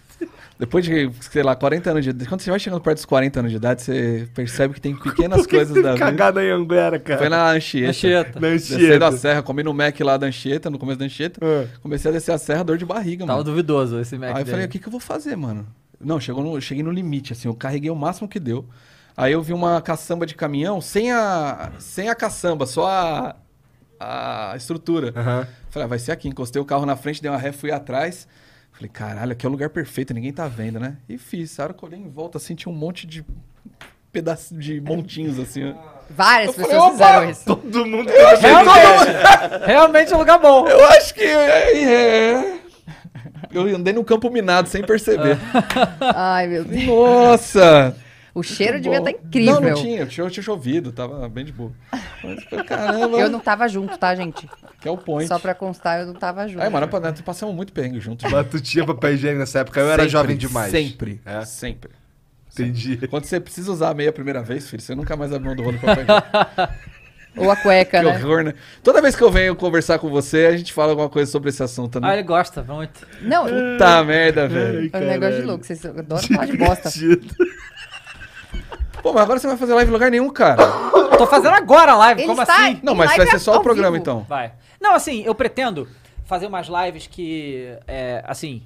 Speaker 3: Depois de, sei lá, 40 anos de idade. Quando você vai chegando perto dos 40 anos de idade, você percebe que tem pequenas coisas da vida.
Speaker 4: cagada em Anguera, cara. é
Speaker 3: Foi na Anchieta.
Speaker 1: Anchieta.
Speaker 4: Na
Speaker 3: Descer da
Speaker 4: Anchieta.
Speaker 3: serra, comi no Mac lá da Anchieta, no começo da Anchieta.
Speaker 4: Ah.
Speaker 3: Comecei a descer a serra, dor de barriga,
Speaker 1: Tava
Speaker 3: mano.
Speaker 1: duvidoso esse Mac.
Speaker 3: Aí eu falei, o
Speaker 1: dele.
Speaker 3: que, que eu vou fazer, mano? Não, chegou no, cheguei no limite, assim, eu carreguei o máximo que deu. Aí eu vi uma caçamba de caminhão sem a, sem a caçamba, só a, a estrutura.
Speaker 4: Aham.
Speaker 3: Falei, ah, vai ser aqui. Encostei o carro na frente, dei uma ré, fui atrás. Falei, caralho, aqui é o lugar perfeito, ninguém tá vendo, né? E fiz. A hora que eu olhei em volta, assim, tinha um monte de pedaços de montinhos, assim. ó.
Speaker 2: Várias
Speaker 3: Eu
Speaker 2: pessoas
Speaker 3: falei, opa!
Speaker 2: fizeram isso.
Speaker 4: Todo mundo tava
Speaker 1: Realmente, realmente é um lugar bom.
Speaker 3: Eu acho que. é- é. Eu andei no campo minado sem perceber.
Speaker 2: Ai, meu Deus.
Speaker 3: Nossa!
Speaker 2: O cheiro
Speaker 3: Tá Bom.
Speaker 2: devia estar incrível.
Speaker 3: Não, não tinha, tinha, tinha chovido, tava bem de boa. Mas, pô, caramba,
Speaker 2: Eu não tava junto, tá, gente?
Speaker 3: que é o point. É,
Speaker 2: Só pra constar, eu não tava junto.
Speaker 3: Aí, mano, nós passamos muito perrengue juntos.
Speaker 4: Mas tu tinha papel higiênico nessa época, eu era
Speaker 3: Sempre,
Speaker 4: jovem demais.
Speaker 3: Sempre,
Speaker 4: É?
Speaker 3: sempre.
Speaker 4: Entendi.
Speaker 3: Quando você precisa usar a meia a primeira vez, filho, você nunca mais abre mão do rolo pra pegar.
Speaker 2: Ou a cueca,
Speaker 3: Que
Speaker 2: né?
Speaker 3: horror, né? Toda vez que eu venho conversar com você, a gente fala alguma coisa sobre esse assunto,
Speaker 1: Ah,
Speaker 3: né?
Speaker 1: ele gosta muito.
Speaker 2: Não,
Speaker 3: Puta merda, velho.
Speaker 2: é um negócio de louco. Vocês adoram falar de bosta.
Speaker 3: Pô, mas agora você não vai fazer live em lugar nenhum, cara.
Speaker 1: Tô fazendo agora a live,
Speaker 2: Ele
Speaker 1: como
Speaker 2: está-
Speaker 1: assim?
Speaker 3: Não, mas
Speaker 2: Live
Speaker 3: vai ser
Speaker 2: é
Speaker 3: só o
Speaker 2: ao
Speaker 3: programa,
Speaker 2: vivo.
Speaker 3: então.
Speaker 1: Vai. Não, assim, eu pretendo fazer umas lives que. é, assim,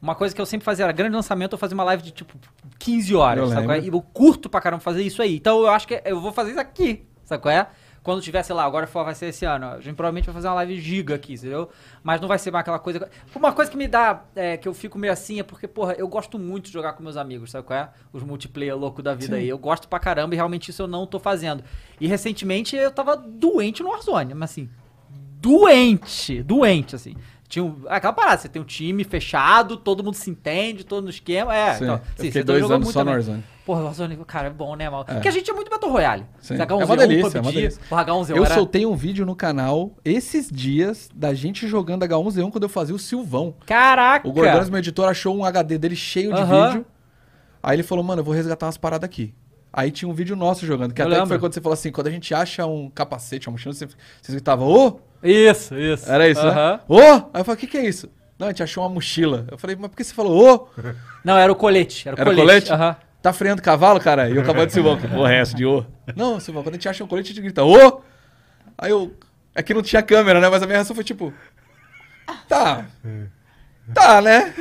Speaker 1: uma coisa que eu sempre fazia era grande lançamento, eu fazia uma live de tipo 15
Speaker 3: Eu
Speaker 1: horas, sabe? Qual é? E
Speaker 3: lembro.
Speaker 1: eu curto pra caramba fazer isso aí. Então eu acho que eu vou fazer isso aqui, sabe qual é? Quando tiver, sei lá, agora for- vai ser esse ano. A gente provavelmente vai fazer uma live giga aqui, entendeu? Mas não vai ser mais aquela coisa. Uma coisa que me dá, é, que eu fico meio assim, é porque, porra, eu gosto muito de jogar com meus amigos, sabe qual é? Os multiplayer louco da vida aí. Eu gosto pra caramba e realmente isso eu não tô fazendo. E recentemente eu tava doente no Warzone, mas assim, doente, doente, assim. Tinha um, aquela parada, você tem um time fechado, todo mundo se entende, todo no esquema. É,
Speaker 3: Sim.
Speaker 1: então,
Speaker 3: Eu
Speaker 1: sim,
Speaker 3: fiquei
Speaker 1: você
Speaker 3: dois
Speaker 1: jogou
Speaker 3: anos
Speaker 1: muito né?
Speaker 3: só no
Speaker 1: também.
Speaker 3: Warzone.
Speaker 1: Porra, o Warzone, cara, é bom, né, mal? Porque a gente é muito Battle Royale.
Speaker 3: Sim.
Speaker 1: Você
Speaker 3: É uma
Speaker 1: H1Z1,
Speaker 3: delícia, é uma delícia.
Speaker 1: Porra, H1Z1
Speaker 3: Eu
Speaker 1: era...
Speaker 3: soltei um vídeo no canal esses dias da gente jogando H1Z1 quando eu fazia o Silvão.
Speaker 1: Caraca!
Speaker 3: O Gordones, meu editor, achou um HD dele cheio de
Speaker 1: Aham.
Speaker 3: vídeo. Aí ele falou, mano, eu vou resgatar umas paradas aqui. Aí tinha um vídeo nosso jogando, que
Speaker 1: Eu
Speaker 3: até que
Speaker 1: lembro.
Speaker 3: foi quando você falou assim, quando a gente acha um capacete, uma mochila, você, você gritava, ô!
Speaker 1: Isso, isso.
Speaker 3: Era isso,
Speaker 1: Aham.
Speaker 3: né? Ô! Aí eu falei, o que, que é isso? Não, a gente achou uma mochila. Eu falei, mas por que você falou, ô?
Speaker 1: Não, era o colete. Era o
Speaker 3: Era o
Speaker 1: colete?
Speaker 3: colete?
Speaker 1: Aham.
Speaker 3: Tá freando cavalo, cara? E o cavalo de Silvão, que porra é essa de ô? Não, Silvão, quando a gente acha um colete, a gente grita, ô! Aí eu. É que não tinha câmera, né? Mas a minha reação foi tipo. Tá. Tá, né?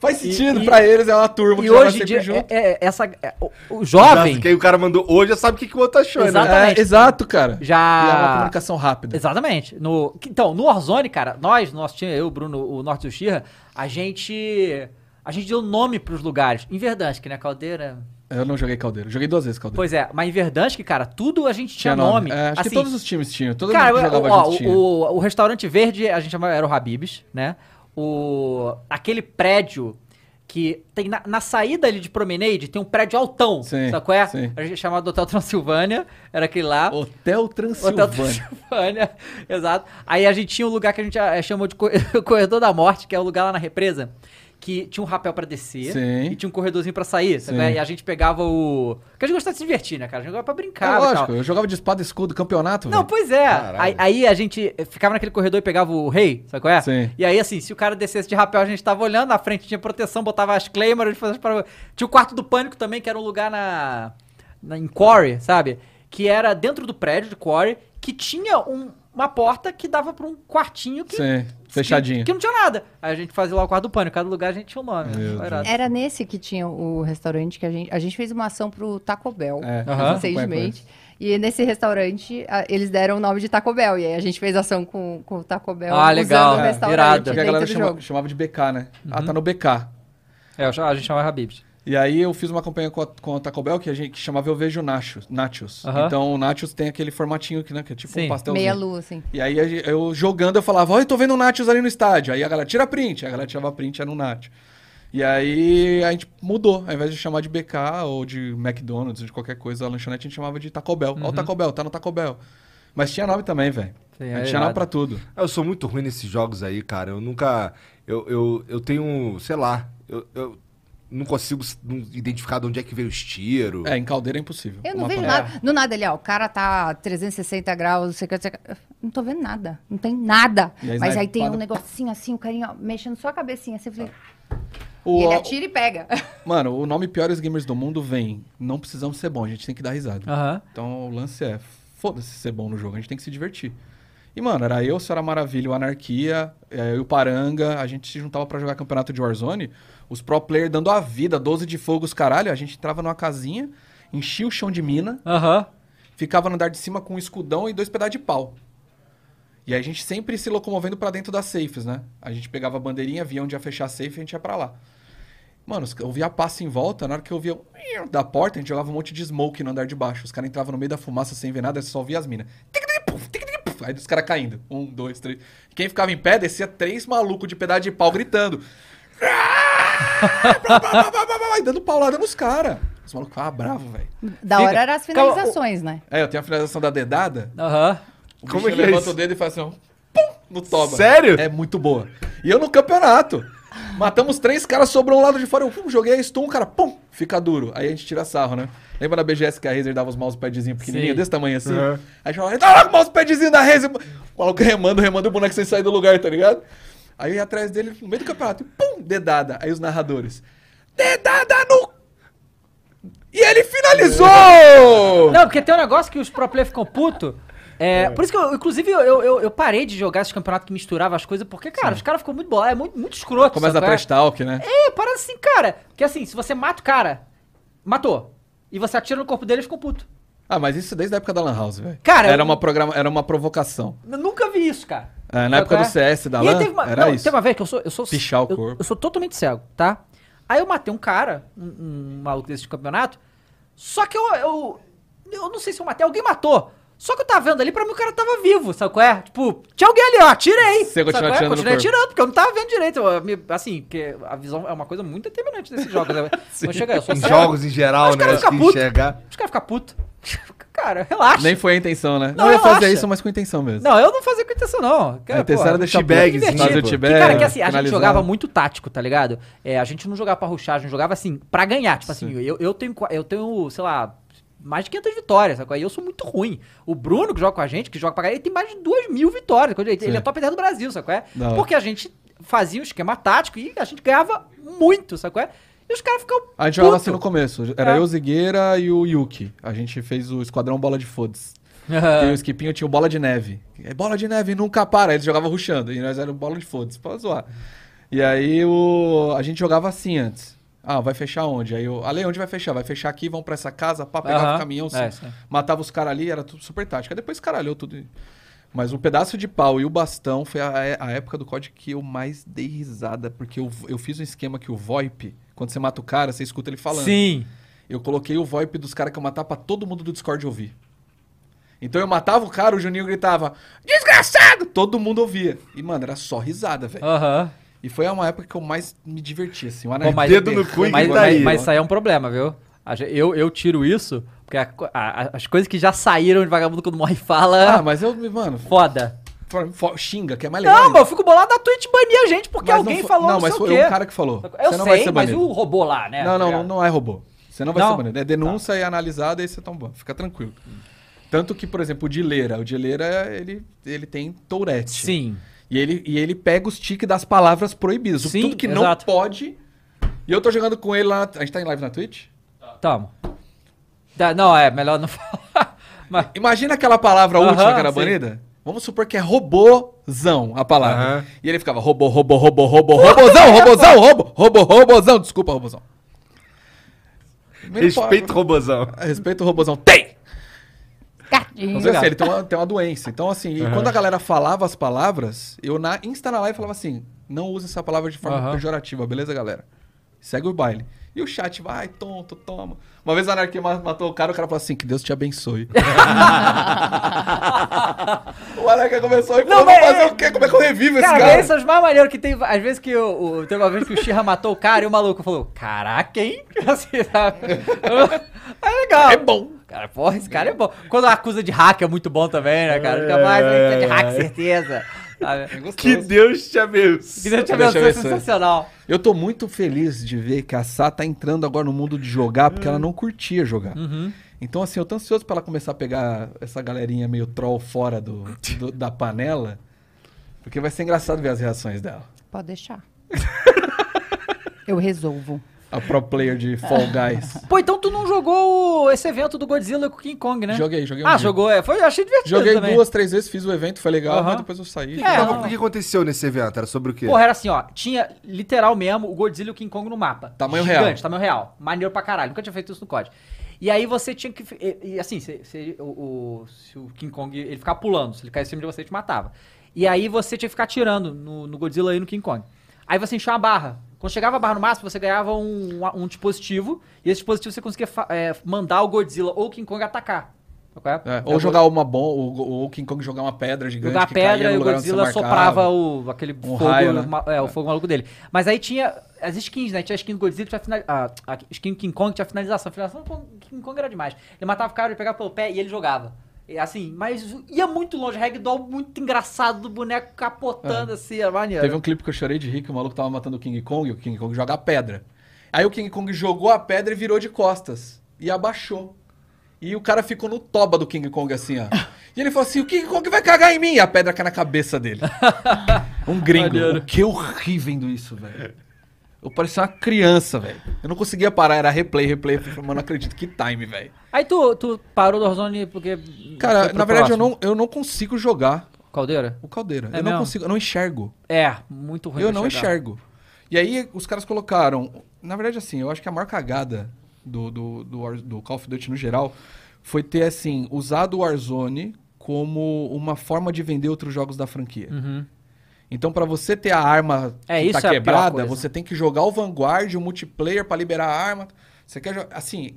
Speaker 3: Faz sentido,
Speaker 1: e-
Speaker 3: pra eles é uma turma
Speaker 1: E
Speaker 3: joga
Speaker 1: hoje em
Speaker 3: sempre
Speaker 1: dia, é- é- essa, é, o, o jovem...
Speaker 4: Já- que aí o cara mandou hoje, já sabe o que, que o outro achou,
Speaker 1: Exato.
Speaker 4: né?
Speaker 1: exatamente.
Speaker 3: É, exato, cara.
Speaker 1: Já-
Speaker 3: E é uma comunicação rápida.
Speaker 1: Exatamente. No, que- então, no Warzone, cara, nós, nosso time, eu, Bruno, o Norte do Xirra, a gente... A gente deu nome pros lugares. Em Verdansk, né? Caldeira...
Speaker 3: Eu não joguei caldeiro. Joguei duas vezes caldeiro.
Speaker 1: Pois é, mas em Verdansk, cara, tudo a gente tinha, nome.
Speaker 3: É, acho
Speaker 1: Assim,
Speaker 3: que todos os times tinham. Todo
Speaker 1: Cara,
Speaker 3: mundo que jogava
Speaker 1: ó,
Speaker 3: junto tinha.
Speaker 1: o, o, o restaurante verde, a gente chamava, era o Habibs, né? O, aquele prédio que tem na, na saída ali de Promenade, tem um prédio altão,
Speaker 3: Sim,
Speaker 1: sabe qual é?
Speaker 3: sim.
Speaker 1: A gente chamava do Hotel Transilvânia, era aquele lá.
Speaker 3: Hotel Transilvânia.
Speaker 1: Hotel Transilvânia, exato. Aí a gente tinha um lugar que a gente eh, chamou de co- Corredor da Morte, que é o lugar lá na represa, que tinha um rapel pra descer
Speaker 3: Sim.
Speaker 1: e tinha um corredorzinho pra sair, sabe?
Speaker 3: Sim.
Speaker 1: qual é? E a gente pegava o... Porque a gente gostava de se divertir, né, cara? A gente jogava pra brincar
Speaker 3: É
Speaker 1: e tal.
Speaker 3: lógico, eu jogava de espada e escudo, campeonato.
Speaker 1: Não,
Speaker 3: velho.
Speaker 1: pois é.
Speaker 4: Caralho.
Speaker 1: Aí, aí a gente ficava naquele corredor e pegava o rei, sabe qual é?
Speaker 3: Sim.
Speaker 1: E aí, assim, se o cara descesse de rapel, a gente tava olhando, na frente tinha proteção, botava as claimers, fazia as paradas. Tinha o quarto do pânico também, que era um lugar na, na- em Quarry, sabe? Que era dentro do prédio de Quarry, que tinha um- uma porta que dava pra um quartinho que...
Speaker 3: Sim, fechadinho.
Speaker 1: Que, que não tinha nada. Aí a gente fazia lá o quarto do pânico, cada lugar a gente tinha um nome.
Speaker 3: Meu Deus.
Speaker 1: Era-
Speaker 2: Era nesse que tinha o restaurante que a gente... A gente fez uma ação pro Taco Bell, né,
Speaker 3: É,
Speaker 1: aham,
Speaker 2: recentemente. E nesse restaurante, a- eles deram o nome de Taco Bell. E aí a gente fez ação com, com o Taco Bell.
Speaker 1: Ah, legal,
Speaker 2: Usando
Speaker 1: é,
Speaker 2: o restaurante
Speaker 1: irado.
Speaker 3: Porque a galera
Speaker 2: dentro do
Speaker 3: chama-
Speaker 2: jogo.
Speaker 3: chamava de BK, né? Ah,
Speaker 1: Uhum.
Speaker 3: tá no BK.
Speaker 1: É, eu chamava- a gente chamava Habibs.
Speaker 3: E aí eu fiz uma campanha com a, com a Taco Bell que a gente que chamava Eu Vejo Nachos. Nachos.
Speaker 1: Aham.
Speaker 3: Então o Nachos tem aquele formatinho que, né, que é tipo
Speaker 1: Sim.
Speaker 3: um pastelzinho.
Speaker 2: Meia lua, assim.
Speaker 3: E aí a gen- eu jogando, eu falava, olha, tô vendo o Nachos ali no estádio. Aí a galera tira print, aí a galera tirava print, era um Nacho. E aí a gente mudou. Ao invés de chamar de BK ou de McDonald's, de qualquer coisa, a lanchonete a gente chamava de Taco Bell. Ó o Taco Bell, tá no Taco Bell. Mas tinha nome também, velho. A
Speaker 1: Uhum. Sim,
Speaker 3: gente
Speaker 1: é
Speaker 3: tinha nome
Speaker 1: irado.
Speaker 3: pra tudo.
Speaker 4: Ah, Eu sou muito ruim nesses jogos aí, cara. Eu nunca. Eu, eu, eu tenho, sei lá, eu, eu não consigo s- não identificar de onde é que veio os tiros.
Speaker 3: É, em caldeira é impossível.
Speaker 2: Eu não
Speaker 3: Uma
Speaker 2: vejo
Speaker 3: panela.
Speaker 2: nada. No nada ali, ó. O cara tá 360 graus, 50, não tô vendo nada. Não tem nada.
Speaker 3: E aí,
Speaker 2: Mas aí
Speaker 3: snipada-
Speaker 2: tem um negocinho assim, o carinha ó, mexendo só a cabecinha. Assim, eu falei,
Speaker 3: O-
Speaker 2: e ele atira e pega.
Speaker 3: Mano, o nome Piores Gamers do Mundo vem. Não precisamos ser bom, a gente tem que dar risada.
Speaker 1: Aham.
Speaker 3: Então o lance é, foda-se ser bom no jogo, a gente tem que se divertir. E, mano, era eu, Senhora Maravilha, o Anarquia, eh, eu e o Paranga, a gente se juntava pra jogar campeonato de Warzone, os pro player dando a vida, 12 de fogo, os caralho, a gente entrava numa casinha, enchia o chão de mina,
Speaker 1: Aham.
Speaker 3: ficava no andar de cima com um escudão e dois pedaços de pau. E a gente sempre se locomovendo pra dentro das safes, né? A gente pegava a bandeirinha, via onde ia fechar a safe e a gente ia pra lá. Mano, os- eu via passo em volta, na hora que eu via o da porta, a gente jogava um monte de smoke no andar de baixo. Os caras entravam no meio da fumaça sem ver nada, é só via as minas. Tic-tic-puf, tic-tic-puf. Aí os caras caindo. Um, dois, três. Quem ficava em pé, descia três malucos de pedaço de pau gritando. E dando paulada nos caras. Os malucos ficavam bravos, velho.
Speaker 2: Da
Speaker 1: Fica.
Speaker 2: hora eram as
Speaker 1: Calma, o-
Speaker 2: finalizações, né?
Speaker 3: É, eu tenho a finalização da dedada.
Speaker 1: Aham.
Speaker 3: O
Speaker 4: Como
Speaker 3: bicho
Speaker 4: é que é
Speaker 3: levanta
Speaker 4: isso?
Speaker 3: o dedo e faz assim, ó, pum, no toba.
Speaker 4: Sério?
Speaker 3: É muito boa. E eu no campeonato. Matamos três caras, sobrou um lado de fora. Eu pum, joguei a stun, o cara, pum, fica duro. Aí a gente tira sarro, né? Lembra da BGS que a Razer dava os mousepadzinhos pequenininhos,
Speaker 1: Sim.
Speaker 3: desse tamanho assim?
Speaker 4: Uhum.
Speaker 3: Aí a gente falava, tá lá com o mousepadzinho da Razer. O maluco remando, remando o boneco sem sair do lugar, tá ligado? Aí eu ia atrás dele, no meio do campeonato, e pum, dedada. Aí os narradores, dedada no... E ele finalizou!
Speaker 1: Não, porque tem um negócio que os pro player ficam puto. É, Por isso que eu, inclusive, eu, eu, eu- eu parei de jogar esses campeonatos que misturavam as coisas, porque, cara, os caras ficam muito bolados, é muito, muito escroto.
Speaker 3: Começa a
Speaker 1: sabe qual é?
Speaker 3: pré-stalk, né?
Speaker 1: É, para assim, cara. Porque assim, se você mata o cara, matou. E você atira no corpo dele, eles ficam puto.
Speaker 3: Ah, mas isso desde a época da Lan House, velho.
Speaker 1: Cara,
Speaker 3: era
Speaker 1: eu-
Speaker 3: uma programa, era uma provocação.
Speaker 1: Eu nunca vi isso, cara.
Speaker 3: É, na
Speaker 1: Sabe
Speaker 3: época
Speaker 1: qual
Speaker 3: do CS da
Speaker 1: E aí
Speaker 3: LAN,
Speaker 1: teve uma,
Speaker 3: era
Speaker 1: não,
Speaker 3: isso.
Speaker 1: Teve uma vez que eu sou. Eu sou
Speaker 3: Pichar o
Speaker 1: eu-
Speaker 3: corpo.
Speaker 1: Eu sou totalmente cego, tá? Aí eu matei um cara, um, um maluco desse de campeonato. Só que eu, eu. Eu não sei se eu matei, alguém matou. Só que eu tava vendo ali, pra mim o cara tava vivo, sabe qual é? Tipo, tinha alguém ali, ó, atirei.
Speaker 3: Você
Speaker 1: sabe
Speaker 3: continua
Speaker 1: qual é?
Speaker 3: atirando no
Speaker 1: Continuei
Speaker 3: corpo.
Speaker 1: atirando, porque eu não tava vendo direito. Eu me- assim, porque a visão é uma coisa muito determinante desses jogos. né? Mas chega aí, eu sou
Speaker 4: Em
Speaker 1: cego.
Speaker 4: jogos em geral,
Speaker 1: Os
Speaker 4: né?
Speaker 1: caras
Speaker 4: Acho que
Speaker 1: ficam putos.
Speaker 4: enxergar.
Speaker 1: Os caras ficam putos. cara, relaxa.
Speaker 3: Nem foi a intenção, né?
Speaker 1: Não,
Speaker 3: eu ia fazer
Speaker 1: relaxa.
Speaker 3: isso, mas com intenção mesmo.
Speaker 1: Não, eu não fazia com intenção, não.
Speaker 3: a intenção
Speaker 1: pô,
Speaker 3: era deixar
Speaker 4: teabag,
Speaker 3: puto,
Speaker 4: sim,
Speaker 3: fazer o
Speaker 4: pô.
Speaker 1: Que, cara, que
Speaker 3: Tibete,
Speaker 1: assim, a gente jogava muito tático, tá ligado? É, a gente não jogava pra ruxar, a gente jogava assim, pra ganhar. Tipo assim, eu, eu, tenho, qua- eu tenho, sei lá, mais de 500 vitórias, sabe? qual é? E eu sou muito ruim. O Bruno, que joga com a gente, que joga pra ganhar, ele tem mais de 2 mil vitórias. sabe qual é? Ele é top 10 do Brasil, sabe? qual é?
Speaker 3: Da hora.
Speaker 1: Porque a gente fazia um esquema tático e a gente ganhava muito, sabe? qual é? E os caras ficavam.
Speaker 3: A gente jogava assim no
Speaker 1: puto.
Speaker 3: começo. Era
Speaker 1: É.
Speaker 3: eu, Zigueira e o Yuki. A gente fez o Esquadrão Bola de Fodes.
Speaker 1: Ah.
Speaker 3: E o Esquipinho tinha o Bola de Neve. É Bola de Neve, nunca para. Eles jogavam ruxando. E nós era o Bola de Fodes, pra zoar. E aí o... a gente jogava assim antes. Ah, vai fechar onde? Aí eu... Ale, onde vai fechar? Vai fechar aqui, vão pra essa casa, pá, pegava o
Speaker 1: Aham.
Speaker 3: caminhão,
Speaker 1: É,
Speaker 3: sim.
Speaker 1: sim.
Speaker 3: matava os caras ali, era tudo super tática. Depois caralhou tudo. Mas o pedaço de pau e o bastão foi a, é, a época do COD que eu mais dei risada, porque eu, eu fiz um esquema que o VoIP, quando você mata o cara, você escuta ele falando.
Speaker 1: Sim.
Speaker 3: Eu coloquei o VoIP dos caras que eu matava pra todo mundo do Discord ouvir. Então eu matava o cara, o Juninho gritava, desgraçado! Todo mundo ouvia. E, mano, era só risada, velho.
Speaker 1: Aham.
Speaker 3: E foi uma época que eu mais me diverti, assim. O
Speaker 1: Ah. Pô, mas-
Speaker 4: Dedo no cu e
Speaker 1: mas,
Speaker 4: grita
Speaker 1: mas-
Speaker 4: aí.
Speaker 1: mas isso aí é um problema, viu? A ge- Eu, eu tiro isso, porque a co- a- a- as coisas que já saíram de vagabundo quando morre
Speaker 3: Ah,
Speaker 1: fala. "Ah,
Speaker 3: mas eu, mano,
Speaker 1: foda.
Speaker 3: for- for- xinga, que é mais legal.
Speaker 1: Não, mas eu fico bolado da Twitch banir a gente, porque
Speaker 3: Mas não
Speaker 1: alguém
Speaker 3: foi-
Speaker 1: falou
Speaker 3: Não,
Speaker 1: não,
Speaker 3: mas
Speaker 1: sei
Speaker 3: foi
Speaker 1: o quê.
Speaker 3: o cara que falou.
Speaker 1: Eu
Speaker 3: Você não vai
Speaker 1: sei,
Speaker 3: ser
Speaker 1: mas
Speaker 3: banido.
Speaker 1: o robô lá, né?
Speaker 3: Não,
Speaker 1: Tá
Speaker 3: não, não,
Speaker 1: ligado?
Speaker 3: não é robô. Você não vai
Speaker 1: Não?
Speaker 3: ser banido. É denúncia e analisada e você tá um bom. Fica tranquilo. Tanto que, por exemplo, o Dileira. O Dileira, ele, ele tem tourette.
Speaker 1: Sim.
Speaker 3: E ele, e ele pega os tiques das palavras proibidas.
Speaker 1: Sim,
Speaker 3: tudo que
Speaker 1: exato.
Speaker 3: não pode. E eu tô jogando com ele lá. A gente tá em live na Twitch?
Speaker 1: Tamo. Tá, não, é melhor não falar. Mas,
Speaker 3: Imagina aquela palavra
Speaker 1: Aham,
Speaker 3: última que era
Speaker 1: sim.
Speaker 3: banida. Vamos supor que é robôzão a palavra.
Speaker 4: Aham.
Speaker 3: E ele ficava robô, robô, robô, robô, robôzão, robôzão, robô, robô, robôzão. Desculpa, robôzão.
Speaker 4: Respeito, robozão.
Speaker 3: Respeito o robôzão. Tem!
Speaker 2: Gatinho.
Speaker 3: Então, assim, ele tem uma, tem uma doença. Então, assim, e quando a galera falava as palavras, eu na Insta na live falava assim: não usa essa palavra de forma
Speaker 1: Aham.
Speaker 3: pejorativa, beleza, galera? Segue o baile. E o chat vai, tonto, toma. Uma vez a anarquia ma- matou o cara, o cara falou assim: que Deus te abençoe. o anarquia começou e falou:
Speaker 1: Não,
Speaker 3: vou
Speaker 1: mas-
Speaker 3: fazer o quê? Como é que eu revivo esse
Speaker 1: Cara,
Speaker 3: cara?
Speaker 1: esses são os mais maneiros que tem. Às vezes que o, o- teve uma vez que o Xirra matou o cara e o maluco falou: Caraca, hein? Assim, sabe? É legal.
Speaker 3: É bom.
Speaker 1: Cara, porra, esse cara é bom. Quando acusa de hack é muito bom também, né, cara? Fica mais
Speaker 4: É,
Speaker 1: é, de hack,
Speaker 4: é.
Speaker 1: certeza. Sabe?
Speaker 3: Gostoso.
Speaker 4: Que Deus te abençoe.
Speaker 1: Que Deus te
Speaker 3: Deixa eu ver
Speaker 1: abençoe,
Speaker 3: isso aí.
Speaker 1: sensacional.
Speaker 3: Eu tô muito feliz de ver que a Sá tá entrando agora no mundo de jogar, porque
Speaker 1: Hum.
Speaker 3: ela não curtia jogar.
Speaker 1: Uhum.
Speaker 3: Então, assim, eu tô ansioso pra ela começar a pegar essa galerinha meio troll fora do, do- da panela, porque vai ser engraçado ver as reações dela.
Speaker 2: Pode deixar. Eu resolvo.
Speaker 3: A pro player de Fall Guys.
Speaker 1: Pô, então tu não jogou o- esse evento do Godzilla com o King Kong, né?
Speaker 3: Joguei, joguei um
Speaker 1: Ah,
Speaker 3: dia.
Speaker 1: jogou? É, foi, eu achei divertido
Speaker 3: Joguei
Speaker 1: também.
Speaker 3: duas, três vezes, fiz o evento, foi legal,
Speaker 1: Aham.
Speaker 3: mas depois eu saí.
Speaker 1: É,
Speaker 4: Tava-
Speaker 1: não.
Speaker 4: O que aconteceu nesse evento? Era sobre o quê?
Speaker 1: Porra, era assim, ó. Tinha literal mesmo o Godzilla e o King Kong no mapa.
Speaker 3: Tamanho real.
Speaker 1: tamanho real. Maneiro pra caralho. Nunca tinha feito isso no COD. E aí você tinha que. E, e assim, se, se o, o- se o King Kong ele ficava pulando, se ele caísse em cima de você, ele te matava. E aí você tinha que ficar atirando no, no Godzilla e no King Kong. Aí você encheu a barra. Quando chegava a barra no máximo, você ganhava um, um dispositivo. E esse dispositivo você conseguia fa- é, mandar o Godzilla ou o King Kong atacar. Tá Sacou?
Speaker 3: É, ou jogar uma bomba, ou o King Kong jogar uma pedra gigante.
Speaker 1: jogar a
Speaker 3: que caía
Speaker 1: pedra
Speaker 3: no
Speaker 1: e o
Speaker 3: lugar onde você
Speaker 1: Godzilla
Speaker 3: marcava.
Speaker 1: soprava o, aquele
Speaker 3: Um
Speaker 1: fogo,
Speaker 3: raio, né?
Speaker 1: ma- é, o fogo maluco dele. Mas aí tinha as skins, né? Tinha a skin do Godzilla, tinha a, final, a, a skin do King Kong, tinha a finalização. A finalização do Kong- King Kong era demais. Ele matava o cara, ele pegava pelo pé e ele jogava. E assim, mas ia muito longe. Ragdoll muito engraçado do boneco capotando assim, é maneiro.
Speaker 3: Teve um clipe que eu chorei de rir, que o maluco tava matando o King Kong, e o King Kong joga a pedra. Aí o King Kong jogou a pedra e virou de costas. E abaixou. E o cara ficou no toba do King Kong, assim, ó. E ele falou assim, o King Kong vai cagar em mim! E a pedra cai na cabeça dele. Um gringo.
Speaker 1: Maneiro.
Speaker 3: O que eu ri vendo isso, velho. Eu parecia uma criança, velho. Eu não conseguia parar, era replay, replay. Eu falei, mano, não acredito, que time, velho.
Speaker 1: Aí tu, tu parou do Warzone porque... foi
Speaker 3: Cara,
Speaker 1: pro
Speaker 3: na verdade, eu
Speaker 1: próximo.
Speaker 3: não, eu não consigo jogar
Speaker 1: Caldeira?
Speaker 3: o Caldeira.
Speaker 1: É
Speaker 3: eu não
Speaker 1: mesmo?
Speaker 3: consigo, eu não enxergo.
Speaker 1: É, muito ruim
Speaker 3: Eu
Speaker 1: pra
Speaker 3: não
Speaker 1: chegar.
Speaker 3: enxergo. E aí os caras colocaram. Na verdade, assim, eu acho que a maior cagada do, do, do, War- do Call of Duty no geral foi ter, assim, usado o Warzone como uma forma de vender outros jogos da franquia.
Speaker 1: Uhum.
Speaker 3: Então, pra você ter a arma
Speaker 1: É,
Speaker 3: que
Speaker 1: isso é
Speaker 3: tá
Speaker 1: a pior
Speaker 3: quebrada,
Speaker 1: coisa.
Speaker 3: você tem que jogar o Vanguard, o multiplayer pra liberar a arma. Você quer jogar. Assim,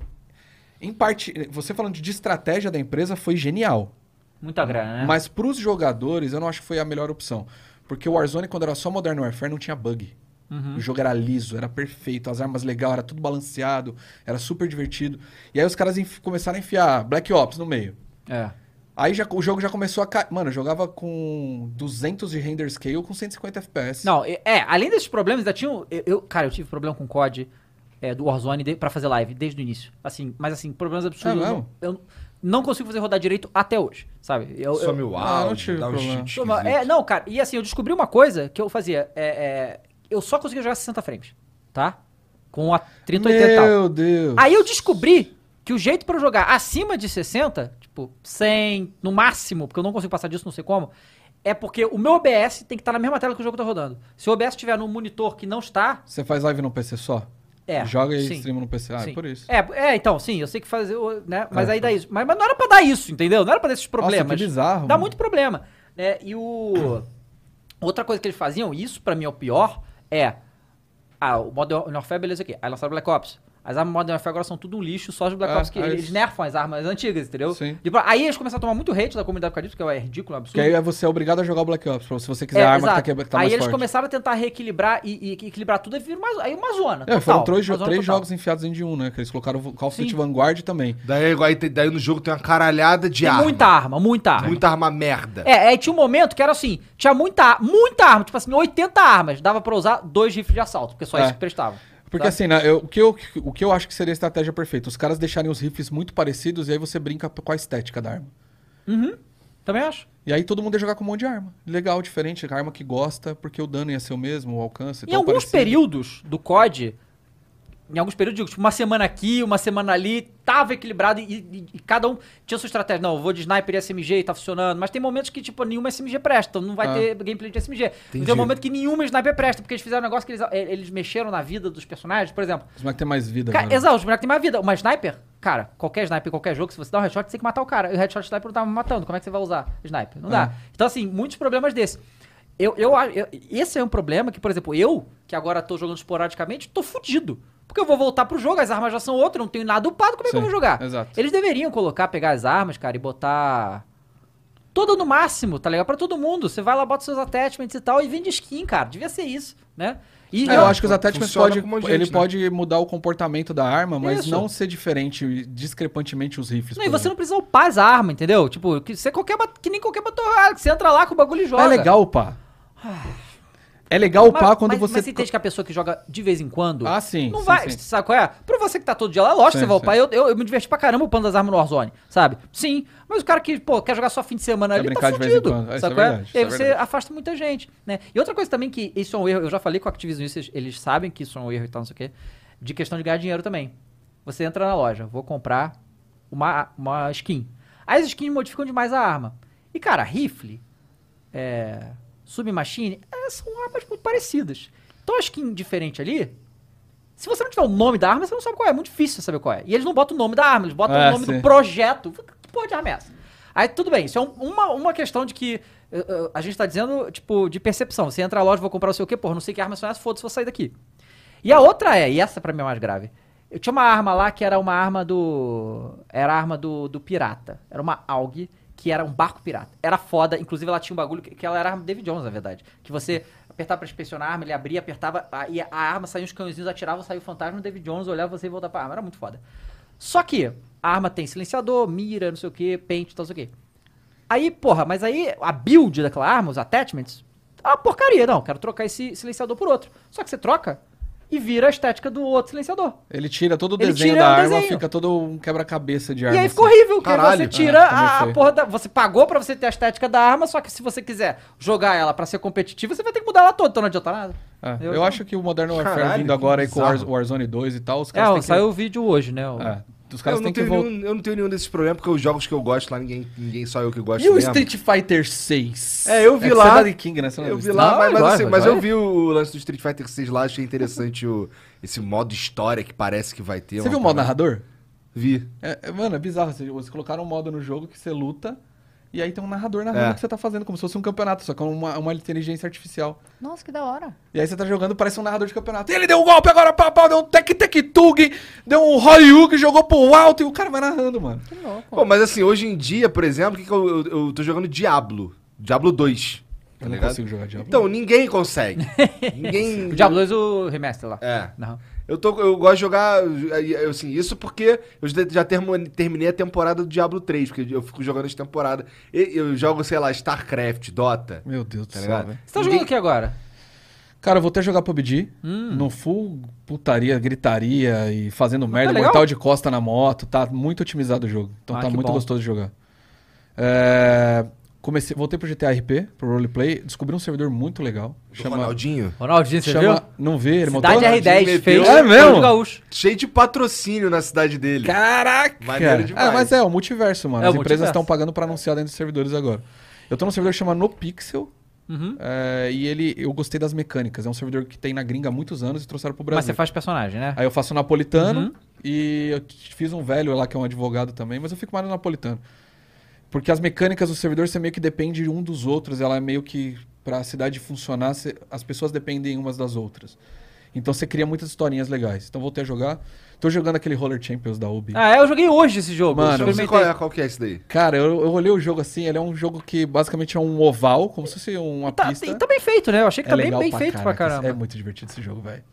Speaker 3: em parte. Você falando de estratégia da empresa foi genial.
Speaker 1: Muita grana, né?
Speaker 3: Mas pros jogadores, eu não acho que foi a melhor opção. Porque o Warzone, quando era só Modern Warfare, não tinha bug.
Speaker 1: Uhum.
Speaker 3: O jogo era liso, era perfeito, as armas legais, era tudo balanceado, era super divertido. E aí os caras enf- começaram a enfiar Black Ops no meio.
Speaker 1: É.
Speaker 3: Aí já- o jogo já começou a cair. Mano, eu jogava com 200 de render scale com 150 FPS.
Speaker 1: Não, é, é, além desses problemas, ainda tinha. um- Eu, eu- cara, eu tive problema com o COD é, do Warzone de, pra fazer live desde o início. Assim, mas assim, problemas absurdos.
Speaker 3: É
Speaker 1: eu
Speaker 3: mesmo?
Speaker 1: não- eu não consigo fazer rodar direito até hoje, sabe? Eu, eu-
Speaker 4: Some o
Speaker 3: Ah, não
Speaker 4: áudio,
Speaker 3: tive
Speaker 4: dá um
Speaker 3: problema.
Speaker 4: cheat
Speaker 1: Toma-
Speaker 4: esquisito.
Speaker 1: é, não, cara, e assim, eu descobri uma coisa que eu fazia. é, é, eu só conseguia jogar 60 frames, tá? Com a 3080 e tal.
Speaker 3: Meu Deus.
Speaker 1: Aí eu descobri que o jeito pra eu jogar acima de 60, tipo 100 no máximo, porque eu não consigo passar disso, não sei como, é porque o meu OBS tem que estar na mesma tela que o jogo tá rodando. Se o OBS estiver num monitor que não está,
Speaker 3: Você faz live no PC só?
Speaker 1: é.
Speaker 3: Joga e
Speaker 1: sim,
Speaker 3: streama no PC. Ah,
Speaker 1: sim.
Speaker 3: é por isso.
Speaker 1: É, é, então, sim, eu sei que fazer, o- né? Mas
Speaker 3: É.
Speaker 1: aí dá isso. Mas, mas não era pra dar isso, entendeu? Não era pra dar esses problemas.
Speaker 3: Nossa, que bizarro.
Speaker 1: Dá
Speaker 3: mano.
Speaker 1: muito problema. né? E o. Outra coisa que eles faziam, e isso pra mim é o pior, é. Ah, o Modern Warfare, beleza aqui. Aí lançaram Black Ops. As armas Modern Warfare agora são tudo um lixo, só as Black
Speaker 3: É,
Speaker 1: Ops que
Speaker 3: é
Speaker 1: eles
Speaker 3: isso.
Speaker 1: nerfam as armas antigas, entendeu?
Speaker 3: Sim.
Speaker 1: Tipo, aí eles começaram a tomar muito hate da comunidade por causa disso, que é ridículo, é um absurdo.
Speaker 3: Porque aí você é obrigado a jogar o Black Ops, pra- se você quiser
Speaker 1: É,
Speaker 3: a arma que tá,
Speaker 1: exato.
Speaker 3: quebra- que tá
Speaker 1: Aí
Speaker 3: mais
Speaker 1: eles
Speaker 3: forte.
Speaker 1: começaram a tentar reequilibrar e, e equilibrar tudo e vira uma, aí uma zona.
Speaker 3: É,
Speaker 1: total,
Speaker 3: foram três, jo-
Speaker 1: uma zona
Speaker 3: três
Speaker 1: total.
Speaker 3: jogos enfiados dentro de um, né? Que eles colocaram o Call of Duty
Speaker 1: Sim.
Speaker 3: Vanguard também.
Speaker 4: Daí, aí tem- daí no jogo tem uma caralhada de
Speaker 1: Tem
Speaker 4: arma.
Speaker 1: muita arma, muita arma.
Speaker 4: Muita arma merda.
Speaker 1: É, aí tinha um momento que era assim, tinha muita, ar- muita arma, tipo assim, 80 armas, dava pra usar dois rifles de assalto, porque só
Speaker 3: É.
Speaker 1: isso que prestava.
Speaker 3: Porque
Speaker 1: Tá.
Speaker 3: assim, né, eu- o, que eu, o que eu acho que seria a estratégia perfeita? Os caras deixarem os rifles muito parecidos e aí você brinca p- com a estética da arma.
Speaker 1: Também acho.
Speaker 3: E aí todo mundo ia jogar com um monte de arma. Legal, diferente, a arma que gosta, porque o dano ia ser o mesmo, o alcance.
Speaker 1: em
Speaker 3: tudo
Speaker 1: alguns
Speaker 3: parecido.
Speaker 1: períodos do COD, em alguns períodos, digo, tipo, uma semana aqui, uma semana ali, tava equilibrado e, e- e cada um tinha sua estratégia. Não, eu vou de sniper e SMG e tá funcionando, mas tem momentos que, tipo, nenhuma SMG presta, então não vai
Speaker 3: Ah.
Speaker 1: ter gameplay de SMG. Mas
Speaker 4: Entendi.
Speaker 1: Tem um momento que nenhuma sniper presta, porque eles fizeram um negócio que eles, eh, eles mexeram na vida dos personagens, por exemplo.
Speaker 3: Os moleques têm mais vida
Speaker 1: Cara,
Speaker 3: agora.
Speaker 1: exato, os moleques têm mais vida. Uma sniper, cara, qualquer sniper, qualquer jogo, se você dá um headshot, você tem que matar o cara. E o headshot sniper não tá matando. Como é que você vai usar sniper? Não
Speaker 3: É.
Speaker 1: dá. Então, assim, muitos problemas desses. Eu, eu, a- eu- esse é um problema que, por exemplo, eu, que agora tô jogando esporadicamente, tô fudido. Porque eu vou voltar pro jogo, as armas já são outras, não tenho nada upado, como é que
Speaker 3: Sim,
Speaker 1: eu vou jogar?
Speaker 3: exato.
Speaker 1: Eles deveriam colocar, pegar as armas, cara, e botar. Toda no máximo, tá ligado? Pra todo mundo. Você vai lá, bota seus attachments e tal e vende skin, cara. Devia ser isso, né? E
Speaker 3: É, eu acho que os attachments
Speaker 4: Funciona
Speaker 3: pode,
Speaker 4: como gente,
Speaker 3: ele
Speaker 4: né?
Speaker 3: pode mudar o comportamento da arma, mas
Speaker 1: Isso.
Speaker 3: não ser diferente discrepantemente os rifles.
Speaker 1: Não, e
Speaker 3: por
Speaker 1: você não precisa upar as armas, entendeu? Tipo, que, você qualquer, bat- que nem qualquer Battle Royale, que você entra lá com o bagulho e joga. Ah.
Speaker 3: É legal upar. É legal upar
Speaker 1: Mas-
Speaker 3: quando
Speaker 1: mas,
Speaker 3: você.
Speaker 1: Mas você entende que a pessoa que joga de vez em quando...
Speaker 3: Ah, sim.
Speaker 1: Não
Speaker 3: sim,
Speaker 1: vai,
Speaker 3: sim.
Speaker 1: sabe qual é? Pra você que tá todo dia lá, lógico que
Speaker 3: Sim,
Speaker 1: você vai
Speaker 3: sim.
Speaker 1: upar. Eu, eu, eu me diverti pra caramba upando as armas no Warzone, sabe? Sim, mas o cara que, pô, quer jogar só fim de semana
Speaker 3: Quer
Speaker 1: ali, tá
Speaker 3: brincar de vez em
Speaker 1: fudido,
Speaker 3: quando. Ah, isso
Speaker 1: sabe
Speaker 3: é
Speaker 1: qual é?
Speaker 3: verdade,
Speaker 1: E aí
Speaker 3: isso é
Speaker 1: você
Speaker 3: verdade.
Speaker 1: afasta muita gente, né? E outra coisa também que isso é um erro, eu já falei com a Activision, isso, eles sabem que isso é um erro e tal, não sei o quê, de questão de ganhar dinheiro também. Você entra na loja, vou comprar uma, uma skin. As skins modificam demais a arma. E, cara, rifle, é, submachine, é, são armas muito parecidas. Então a skin diferente ali, se você não tiver o nome da arma, você não sabe qual é. É muito difícil você saber qual é. E eles não botam o nome da arma, eles botam
Speaker 3: Ah,
Speaker 1: o nome
Speaker 3: sim.
Speaker 1: do projeto. Que porra de arma é essa? Aí tudo bem, isso é um- uma, uma questão de que eh, eh, a gente tá dizendo, tipo, de percepção. Você entra na loja, vou comprar não sei o quê, porra, não sei que arma são essas, foda-se, vou sair daqui. E a outra é, e essa pra mim é mais grave. Eu tinha uma arma lá que era uma arma do. Era a arma do, do pirata. Era uma AUG que era um barco pirata. Era foda, inclusive ela tinha um bagulho que, que ela era a arma do David Jones, na verdade. Que você apertava pra inspecionar a arma, ele abria, apertava, a- e a arma saía uns canhõezinhos, atirava, saía o fantasma, o David Jones olhava você e voltava pra arma. Era muito foda. Só que a arma tem silenciador, mira, não sei o que, pente, tal, não sei o que. Aí, porra, mas aí a build daquela arma, os attachments, é uma porcaria. Não, quero trocar esse silenciador por outro. Só que você troca e vira a estética do outro silenciador.
Speaker 3: Ele tira todo o
Speaker 1: Ele
Speaker 3: desenho
Speaker 1: tira
Speaker 3: da
Speaker 1: o
Speaker 3: arma,
Speaker 1: desenho.
Speaker 3: fica todo um quebra-cabeça de
Speaker 1: E
Speaker 3: arma.
Speaker 1: aí ficou
Speaker 3: assim.
Speaker 1: horrível, porque aí você
Speaker 4: Caralho.
Speaker 1: tira
Speaker 3: É, também
Speaker 1: a, a
Speaker 3: foi.
Speaker 1: porra da. Você pagou pra você ter a estética da arma, só que se você quiser jogar ela pra ser competitiva, você vai ter que mudar ela toda, então não adianta nada.
Speaker 3: É,
Speaker 1: Eu
Speaker 3: Eu,
Speaker 1: não-
Speaker 3: acho que o Modern Warfare
Speaker 4: Caralho,
Speaker 3: vindo agora
Speaker 4: que
Speaker 3: aí com o
Speaker 4: bizarro.
Speaker 3: Warz- Warzone 2 e tal, os
Speaker 1: É,
Speaker 3: caras
Speaker 1: ó,
Speaker 3: têm que...
Speaker 1: saiu o vídeo hoje, né? o-
Speaker 3: É, os
Speaker 4: Eu
Speaker 3: caras
Speaker 4: não,
Speaker 3: têm que
Speaker 4: tenho
Speaker 3: voltar.
Speaker 4: nenhum, eu não tenho nenhum desses problemas, porque os jogos que eu gosto lá, ninguém, ninguém só eu que gosto
Speaker 3: E o
Speaker 4: mesmo.
Speaker 3: Street Fighter 6?
Speaker 4: É, eu vi
Speaker 3: que
Speaker 4: lá.
Speaker 3: Você é da King, né? Você não é
Speaker 4: Eu
Speaker 3: do
Speaker 4: vi
Speaker 3: Street-
Speaker 4: lá,
Speaker 1: Não,
Speaker 4: mas, mas,
Speaker 1: vai,
Speaker 4: assim,
Speaker 1: vai,
Speaker 4: mas
Speaker 1: vai.
Speaker 4: eu vi o lance do Street Fighter 6 lá, achei interessante o, esse modo história que parece que vai ter.
Speaker 3: Você
Speaker 4: uma
Speaker 3: viu o modo
Speaker 4: parada.
Speaker 3: narrador?
Speaker 4: Vi.
Speaker 3: É, é, mano, é bizarro. Vocês, vocês colocaram um modo no jogo que você luta e aí tem um narrador narrando
Speaker 4: É.
Speaker 3: o que você tá fazendo, como se fosse um campeonato, só que é uma, uma inteligência artificial.
Speaker 2: Nossa, que da hora.
Speaker 3: E aí você tá jogando, parece um narrador de campeonato. Ele deu um golpe agora, pau, pau, deu um tec-tec-tug, deu um Hollywood, jogou pro alto e o cara vai narrando, mano.
Speaker 2: Que louco.
Speaker 4: Pô, mas assim, hoje em dia, por exemplo, que que eu, eu, eu tô jogando Diablo. Diablo 2. Tá
Speaker 3: Eu não
Speaker 4: ligado?
Speaker 3: consigo jogar Diablo.
Speaker 4: Então, ninguém consegue. ninguém.
Speaker 1: O Diablo 2 o remaster lá.
Speaker 4: É.
Speaker 1: Não.
Speaker 4: Eu, tô, eu gosto de jogar, aí, eu, assim, isso porque eu já- já termo- terminei a temporada do Diablo 3, porque eu fico jogando as temporadas. E- Eu jogo, sei lá, StarCraft, Dota,
Speaker 3: Meu Deus do
Speaker 4: tá
Speaker 3: céu,
Speaker 4: ligado?
Speaker 3: velho.
Speaker 1: Você tá jogando o que agora?
Speaker 3: Cara, eu vou até jogar PUBG,
Speaker 1: Hum.
Speaker 3: no full putaria, gritaria e fazendo
Speaker 1: tá
Speaker 3: merda,
Speaker 1: legal?
Speaker 3: mortal de costa na moto, tá muito otimizado o jogo. Então
Speaker 1: Ah,
Speaker 3: tá
Speaker 1: que
Speaker 3: muito
Speaker 1: bom.
Speaker 3: gostoso de jogar. É, Comecei, voltei pro GTA RP, pro roleplay, descobri um servidor muito legal.
Speaker 4: Do
Speaker 3: Chama,
Speaker 4: Ronaldinho.
Speaker 1: Ronaldinho, você
Speaker 3: chama-
Speaker 1: viu?
Speaker 3: Não vê, ele montou.
Speaker 1: Cidade R10
Speaker 4: Ronaldinho
Speaker 1: fez.
Speaker 4: meteu-
Speaker 3: É mesmo?
Speaker 1: Ronaldo Gaúcho.
Speaker 4: Cheio de patrocínio na cidade dele.
Speaker 3: Caraca!
Speaker 4: Maneiro demais.
Speaker 3: É, mas é, o multiverso, mano.
Speaker 1: É, o
Speaker 3: As empresas
Speaker 1: multiverso.
Speaker 3: estão pagando pra anunciar dentro dos servidores agora. Eu tô num servidor que chama No Pixel.
Speaker 1: Uhum.
Speaker 3: é, e ele, eu gostei das mecânicas. É um servidor que tem na gringa há muitos anos e trouxeram pro Brasil.
Speaker 1: Mas você faz personagem, né?
Speaker 3: Aí eu faço napolitano
Speaker 1: Uhum.
Speaker 3: e eu fiz um velho lá que é um advogado também, mas eu fico mais no napolitano. Porque as mecânicas do servidor você meio que depende um dos outros, ela é meio que pra a cidade funcionar, você- as pessoas dependem umas das outras. Então você cria muitas historinhas legais. Então voltei a jogar. Tô jogando aquele Roller Champions da Ubi.
Speaker 1: Ah, é, eu joguei hoje esse jogo.
Speaker 3: Mano,
Speaker 1: eu
Speaker 4: Não sei
Speaker 1: experimentei.
Speaker 4: qual é, qual que é esse daí.
Speaker 3: Cara, eu, eu olhei o jogo assim, ele é um jogo que basicamente é um oval, como se fosse um uma
Speaker 1: Tá,
Speaker 3: pista.
Speaker 1: e tá bem feito, né? Eu achei que tá bem, bem feito pra caramba.
Speaker 3: É muito divertido esse jogo, velho.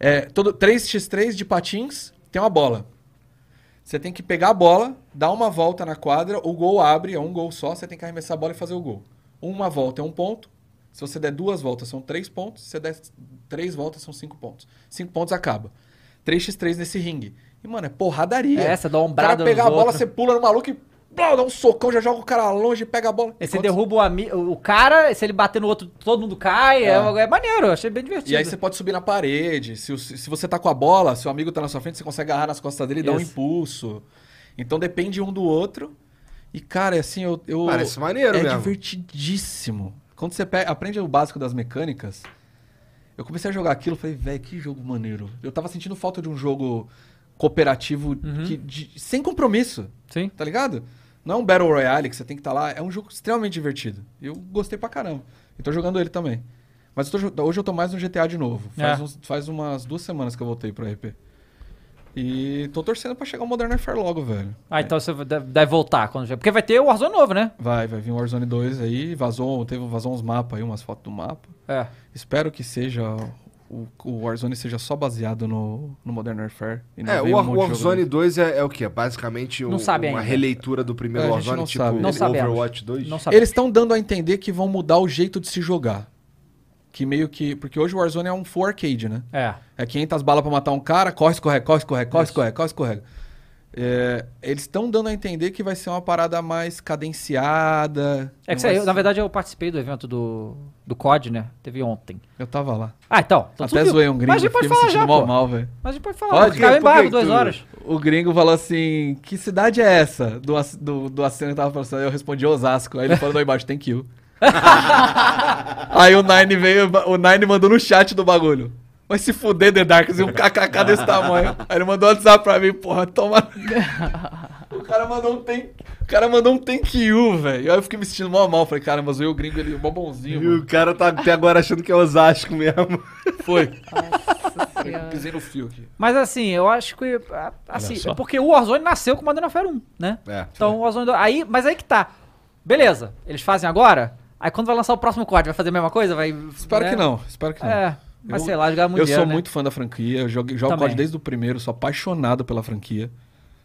Speaker 3: É, todo 3x3 de patins, tem uma bola. Você tem que pegar a bola, dar uma volta na quadra, o gol abre, é um gol só, você tem que arremessar a bola e fazer o gol. Uma volta é um ponto. Se você der duas voltas, são três pontos. Se você der três voltas, são cinco pontos. Cinco pontos acaba. 3x3 nesse ringue. E, mano, é porradaria.
Speaker 1: É, você dá uma
Speaker 3: O cara
Speaker 1: ombrada
Speaker 3: pegar a
Speaker 1: nos
Speaker 3: bola,
Speaker 1: outros.
Speaker 3: você pula no maluco e blá, dá um socão, já joga o cara longe, pega a bola.
Speaker 1: Aí você
Speaker 3: Enquanto-
Speaker 1: derruba o, ami- o cara, se ele bater no outro, todo mundo cai. É,
Speaker 3: É.
Speaker 1: uma- é maneiro, eu achei bem divertido.
Speaker 3: E aí você pode subir na parede. Se, o- se você tá com a bola, seu amigo tá na sua frente, você consegue agarrar nas costas dele e dar um
Speaker 1: Isso.
Speaker 3: impulso. Então depende um do outro. E, cara, é assim, eu. eu
Speaker 4: Parece maneiro
Speaker 3: é
Speaker 4: mesmo.
Speaker 3: divertidíssimo. Quando você pe- aprende o básico das mecânicas, eu comecei a jogar aquilo falei, velho, que jogo maneiro. Eu tava sentindo falta de um jogo cooperativo
Speaker 1: Uhum.
Speaker 3: que- de- sem compromisso,
Speaker 1: Sim.
Speaker 3: tá ligado? Não é um Battle Royale que você tem que estar lá. É um jogo extremamente divertido. Eu gostei pra caramba. E tô jogando ele também. Mas eu tô jo- hoje eu tô mais no GTA de novo. Faz,
Speaker 1: É.
Speaker 3: uns- faz umas duas semanas que eu voltei pro RP. E tô torcendo pra chegar o Modern Warfare logo, velho.
Speaker 1: Ah, então você deve deve voltar quando já. Porque vai ter o Warzone novo, né?
Speaker 3: Vai, vai vir o Warzone 2 aí, vazou, teve, vazou uns mapas aí, umas fotos do mapa.
Speaker 1: É.
Speaker 3: Espero que seja. O, o Warzone seja só baseado no, no Modern Warfare. e não
Speaker 4: É,
Speaker 3: venha
Speaker 4: o
Speaker 3: um
Speaker 4: War-
Speaker 3: monte de jogo
Speaker 4: Warzone
Speaker 3: novo.
Speaker 4: dois é, é o quê? Basicamente um-
Speaker 1: Não sabe
Speaker 4: uma
Speaker 1: ainda.
Speaker 4: releitura do primeiro
Speaker 3: É, a gente
Speaker 4: Warzone,
Speaker 3: não
Speaker 4: tipo
Speaker 3: sabe.
Speaker 1: Não sabemos.
Speaker 4: Overwatch 2?
Speaker 1: Não sabe.
Speaker 3: Eles estão dando a entender que vão mudar o jeito de se jogar. Que meio que. Porque hoje o Warzone é um full arcade, né?
Speaker 1: É.
Speaker 3: É 500 balas pra matar um cara, corre, escorrega, corre, escorrega, corre, escorrega, corre, escorrega. É, eles estão dando a entender que vai ser uma parada mais cadenciada.
Speaker 1: É que
Speaker 3: Não vai
Speaker 1: você,
Speaker 3: ser-
Speaker 1: na verdade eu participei do evento do, do COD, né? Teve ontem.
Speaker 3: Eu tava lá.
Speaker 1: Ah, então. então tu
Speaker 3: Até
Speaker 1: viu.
Speaker 3: zoei um gringo,
Speaker 1: Mas a gente pode
Speaker 3: fiquei me
Speaker 1: falar
Speaker 3: sentindo
Speaker 1: já,
Speaker 3: mal,
Speaker 1: pô.
Speaker 3: mal, velho.
Speaker 1: Mas a gente pode
Speaker 4: Pode,
Speaker 1: falar. Ficava
Speaker 4: por
Speaker 1: em barco
Speaker 4: que
Speaker 1: duas
Speaker 4: tu-
Speaker 1: horas.
Speaker 3: O gringo falou assim: que cidade é essa? Do, ac- do, do aceno que tava falando assim, eu respondi Osasco. Aí ele falou lá embaixo, tem you. Aí o Nine veio, o Nine mandou no chat do bagulho. Vai se fuder, The Darkness, e um kkk desse tamanho. Aí ele mandou um WhatsApp pra mim, porra, toma. O cara mandou um thank, o cara mandou um thank you, velho. Aí eu fiquei me sentindo mó mal. Falei, cara, mas eu e o gringo, ele mó bonzinho.
Speaker 4: E o
Speaker 3: mano.
Speaker 4: cara tá até agora achando que é Osasco mesmo.
Speaker 3: Foi.
Speaker 2: Nossa senhora.
Speaker 3: Pisei no fio aqui.
Speaker 1: Mas assim, eu acho que. a- Assim,
Speaker 4: só.
Speaker 1: é porque o Warzone nasceu com o Modern Warfare 1, né?
Speaker 4: É.
Speaker 1: Então o Warzone. do- Aí, mas aí que tá. Beleza, eles fazem agora. Aí quando vai lançar o próximo COD, vai fazer a mesma coisa? Vai,
Speaker 3: Espero
Speaker 1: né?
Speaker 3: que não, espero que não.
Speaker 1: É, mas
Speaker 3: Eu-
Speaker 1: sei lá, jogar muito
Speaker 3: eu sou
Speaker 1: né?
Speaker 3: muito fã da franquia, eu jogo, jogo
Speaker 1: Também.
Speaker 3: COD desde o primeiro, sou apaixonado pela franquia.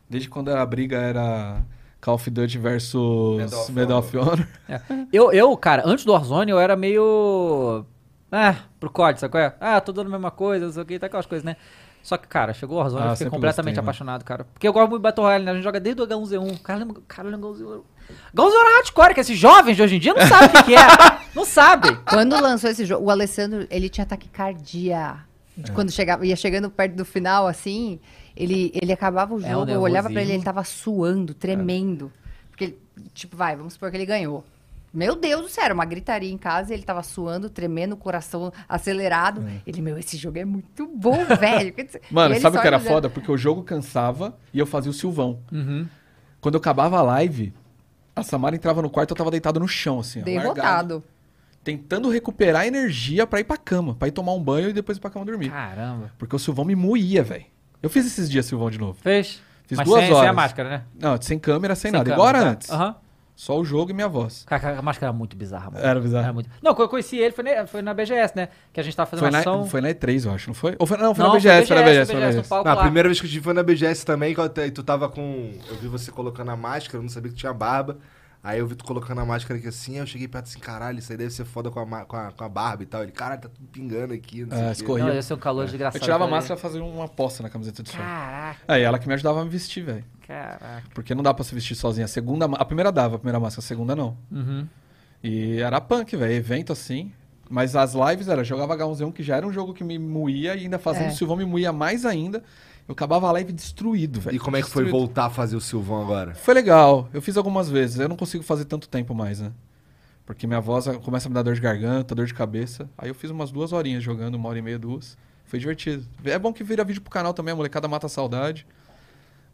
Speaker 3: Desde quando era a briga era Call of Duty
Speaker 4: Medal
Speaker 3: versus
Speaker 4: of
Speaker 3: Medal of Honor.
Speaker 1: É. Eu, eu, cara, antes do Warzone eu era meio. Ah, pro COD, sabe qual é? Ah, tô dando a mesma coisa, não sei o que, tá aquelas coisas, né? Só que, cara, chegou o Warzone
Speaker 3: Ah,
Speaker 1: eu fiquei
Speaker 3: sempre
Speaker 1: completamente
Speaker 3: gostei, mano.
Speaker 1: apaixonado, cara. Porque eu gosto muito de Battle Royale, né? A gente joga desde o H1Z1. Cara, lembra, cara, lembra um é o H1Z1. H1Z1 era hardcore, que esses jovens de hoje em dia não sabem o que, que é. Não sabem.
Speaker 2: Quando lançou esse jogo, o Alessandro, ele tinha taquicardia.
Speaker 3: É.
Speaker 2: Quando chegava, ia chegando perto do final, assim, ele, ele acabava o
Speaker 1: É, um
Speaker 2: jogo, eu olhava pra ele,
Speaker 1: nervosismo.
Speaker 2: ele tava suando, tremendo.
Speaker 3: É.
Speaker 2: Porque, ele, tipo, vai, vamos supor que ele ganhou. Meu Deus do céu, era uma gritaria em casa, ele tava suando, tremendo, coração acelerado. Ele, meu, esse jogo é muito bom, velho.
Speaker 3: Mano,
Speaker 2: E ele
Speaker 3: sabe o
Speaker 2: só
Speaker 3: que era
Speaker 2: jogando.
Speaker 3: foda? Porque o jogo cansava e eu fazia o Silvão.
Speaker 1: Uhum.
Speaker 3: Quando eu acabava a live, a Samara entrava no quarto, eu tava deitado no chão, assim. ó, largado,
Speaker 2: Derrotado.
Speaker 3: tentando recuperar energia pra ir pra cama, pra ir tomar um banho e depois ir pra cama dormir.
Speaker 1: Caramba.
Speaker 3: Porque o Silvão me moía, velho. Eu fiz esses dias Silvão de novo.
Speaker 1: Fez?
Speaker 3: Fiz
Speaker 1: Mas
Speaker 3: duas
Speaker 1: sem, sem a
Speaker 3: horas.
Speaker 1: máscara, né?
Speaker 3: Não, sem câmera, sem, nada.
Speaker 1: câmera,
Speaker 3: Igual era
Speaker 1: tá?
Speaker 3: antes.
Speaker 1: Aham.
Speaker 3: Só o jogo e minha voz.
Speaker 1: Cara, cara, a máscara era muito bizarra, mano.
Speaker 3: Era bizarro.
Speaker 1: Era muito... Não, quando eu conheci ele foi na, foi na BGS, né? Que a gente tava fazendo
Speaker 3: Foi
Speaker 1: uma
Speaker 3: na,
Speaker 1: ação.
Speaker 3: foi na E3, eu acho, não foi? Ou foi, não, foi
Speaker 1: Não,
Speaker 3: na BGS, foi na BGS, foi na
Speaker 1: no
Speaker 3: BGS.
Speaker 1: palco
Speaker 4: Não, a
Speaker 1: lá.
Speaker 4: primeira vez que eu te vi foi na BGS também, que eu até- tu tava com. Eu vi você colocando a máscara, eu não sabia que tinha barba. Aí eu vi tu colocando a máscara aqui assim, aí eu cheguei perto assim, caralho, isso aí deve ser foda com a, ma- com a, com a barba e tal. Ele, caralho, tá tudo pingando aqui, não
Speaker 3: Ah,
Speaker 4: sei o quê.
Speaker 3: escorreu.
Speaker 1: Não, ia ser um calor desgraçado.
Speaker 3: Eu tirava a
Speaker 1: aquilo ali.
Speaker 3: máscara e fazia uma aposta na camiseta de sonho.
Speaker 1: Caraca,
Speaker 3: Aí ela que me ajudava a me vestir, velho.
Speaker 1: caraca.
Speaker 3: Porque não dá pra se vestir sozinha. A segunda, ma- a primeira dava, a primeira máscara, a segunda não.
Speaker 1: Uhum.
Speaker 3: E era punk, velho, evento assim. Mas as lives era, eu jogava H1Z1, que já era um jogo que me moía, e ainda fazendo
Speaker 2: É.
Speaker 3: o Silvão me moía mais ainda. Eu acabava a live destruído, velho.
Speaker 4: E como é que foi
Speaker 3: Destruído.
Speaker 4: voltar a fazer o Silvão agora?
Speaker 3: Foi legal. Eu fiz algumas vezes. Eu não consigo fazer tanto tempo mais, né? Porque minha voz ah, começa a me dar dor de garganta, dor de cabeça. Aí eu fiz umas duas horinhas jogando, uma hora e meia, duas. Foi divertido. É bom que vira vídeo pro canal também, a molecada mata a saudade.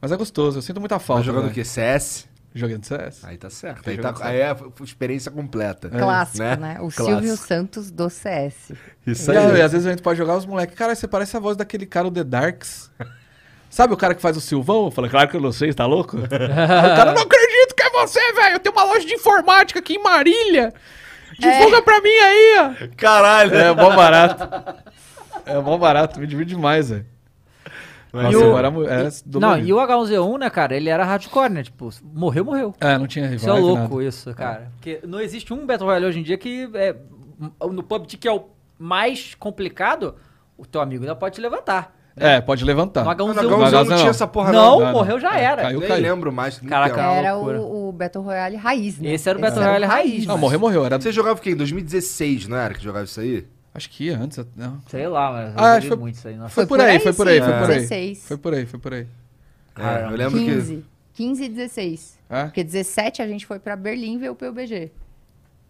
Speaker 3: Mas é gostoso, eu sinto muita falta. né?
Speaker 4: tá jogando
Speaker 3: velho.
Speaker 4: o quê? CS?
Speaker 3: Jogando CS.
Speaker 4: Aí tá certo.
Speaker 3: Tá
Speaker 4: Aí, tá,
Speaker 3: jogando
Speaker 4: aí é a f- experiência completa.
Speaker 3: É,
Speaker 2: Clássico, né? O Silvio
Speaker 4: Clássico.
Speaker 2: Santos do CS.
Speaker 4: Isso
Speaker 3: E aí,
Speaker 4: aí.
Speaker 3: às vezes a gente pode jogar os moleques. Cara, você parece a voz daquele cara, o The Darks. Sabe o cara que faz o Silvão? Eu falei, claro que eu não sei, tá louco? Aí o cara, não acredito que é você, velho. Eu tenho uma loja de informática aqui em Marília. Divulga pra mim aí, ó.
Speaker 4: Caralho!
Speaker 3: É mó barato. É mó barato, me divide demais, velho. Nossa,
Speaker 1: E o-
Speaker 3: agora mu- é
Speaker 1: Não,
Speaker 3: dolorido.
Speaker 1: e o H1Z1, né, cara, ele era hardcore, né? Tipo, morreu, morreu.
Speaker 3: É, não tinha
Speaker 1: Isso é
Speaker 3: rival.
Speaker 1: louco, isso, cara. Porque não existe um Battle Royale hoje em dia que é. No PUBG que é o mais complicado, o teu amigo ainda pode te levantar.
Speaker 3: É, pode levantar.
Speaker 1: No
Speaker 4: Não,
Speaker 1: H1Z1.
Speaker 4: não,
Speaker 1: Não,
Speaker 4: Gonzo,
Speaker 3: Não,
Speaker 4: não,
Speaker 3: não.
Speaker 4: tinha essa porra
Speaker 1: Não,
Speaker 4: não.
Speaker 3: não,
Speaker 1: morreu, já
Speaker 3: é,
Speaker 1: era.
Speaker 3: caiu,
Speaker 4: Nem
Speaker 3: caiu.
Speaker 4: lembro mais. é não
Speaker 3: É
Speaker 1: Caraca,
Speaker 4: tem.
Speaker 1: uma
Speaker 2: Era
Speaker 1: loucura.
Speaker 2: o, o Battle Royale raiz, né?
Speaker 1: Esse era o Battle Royale raiz, né?
Speaker 3: Não,
Speaker 1: mas-
Speaker 3: morreu, morreu. Era...
Speaker 4: um. Você jogava o quê? Em 2016, não era que jogava isso aí?
Speaker 3: Acho que ia antes. Não.
Speaker 1: Sei lá, mas eu
Speaker 3: Ah,
Speaker 1: joguei
Speaker 3: foi-
Speaker 1: muito isso aí. Nossa.
Speaker 3: Foi, por aí, foi por aí,
Speaker 2: sim,
Speaker 3: foi por aí.
Speaker 2: 16.
Speaker 3: Foi por aí, foi por aí.
Speaker 4: É, eu lembro que.
Speaker 2: 15. 15 e 16.
Speaker 3: É?
Speaker 2: Porque 17 a gente foi pra Berlim ver o PUBG.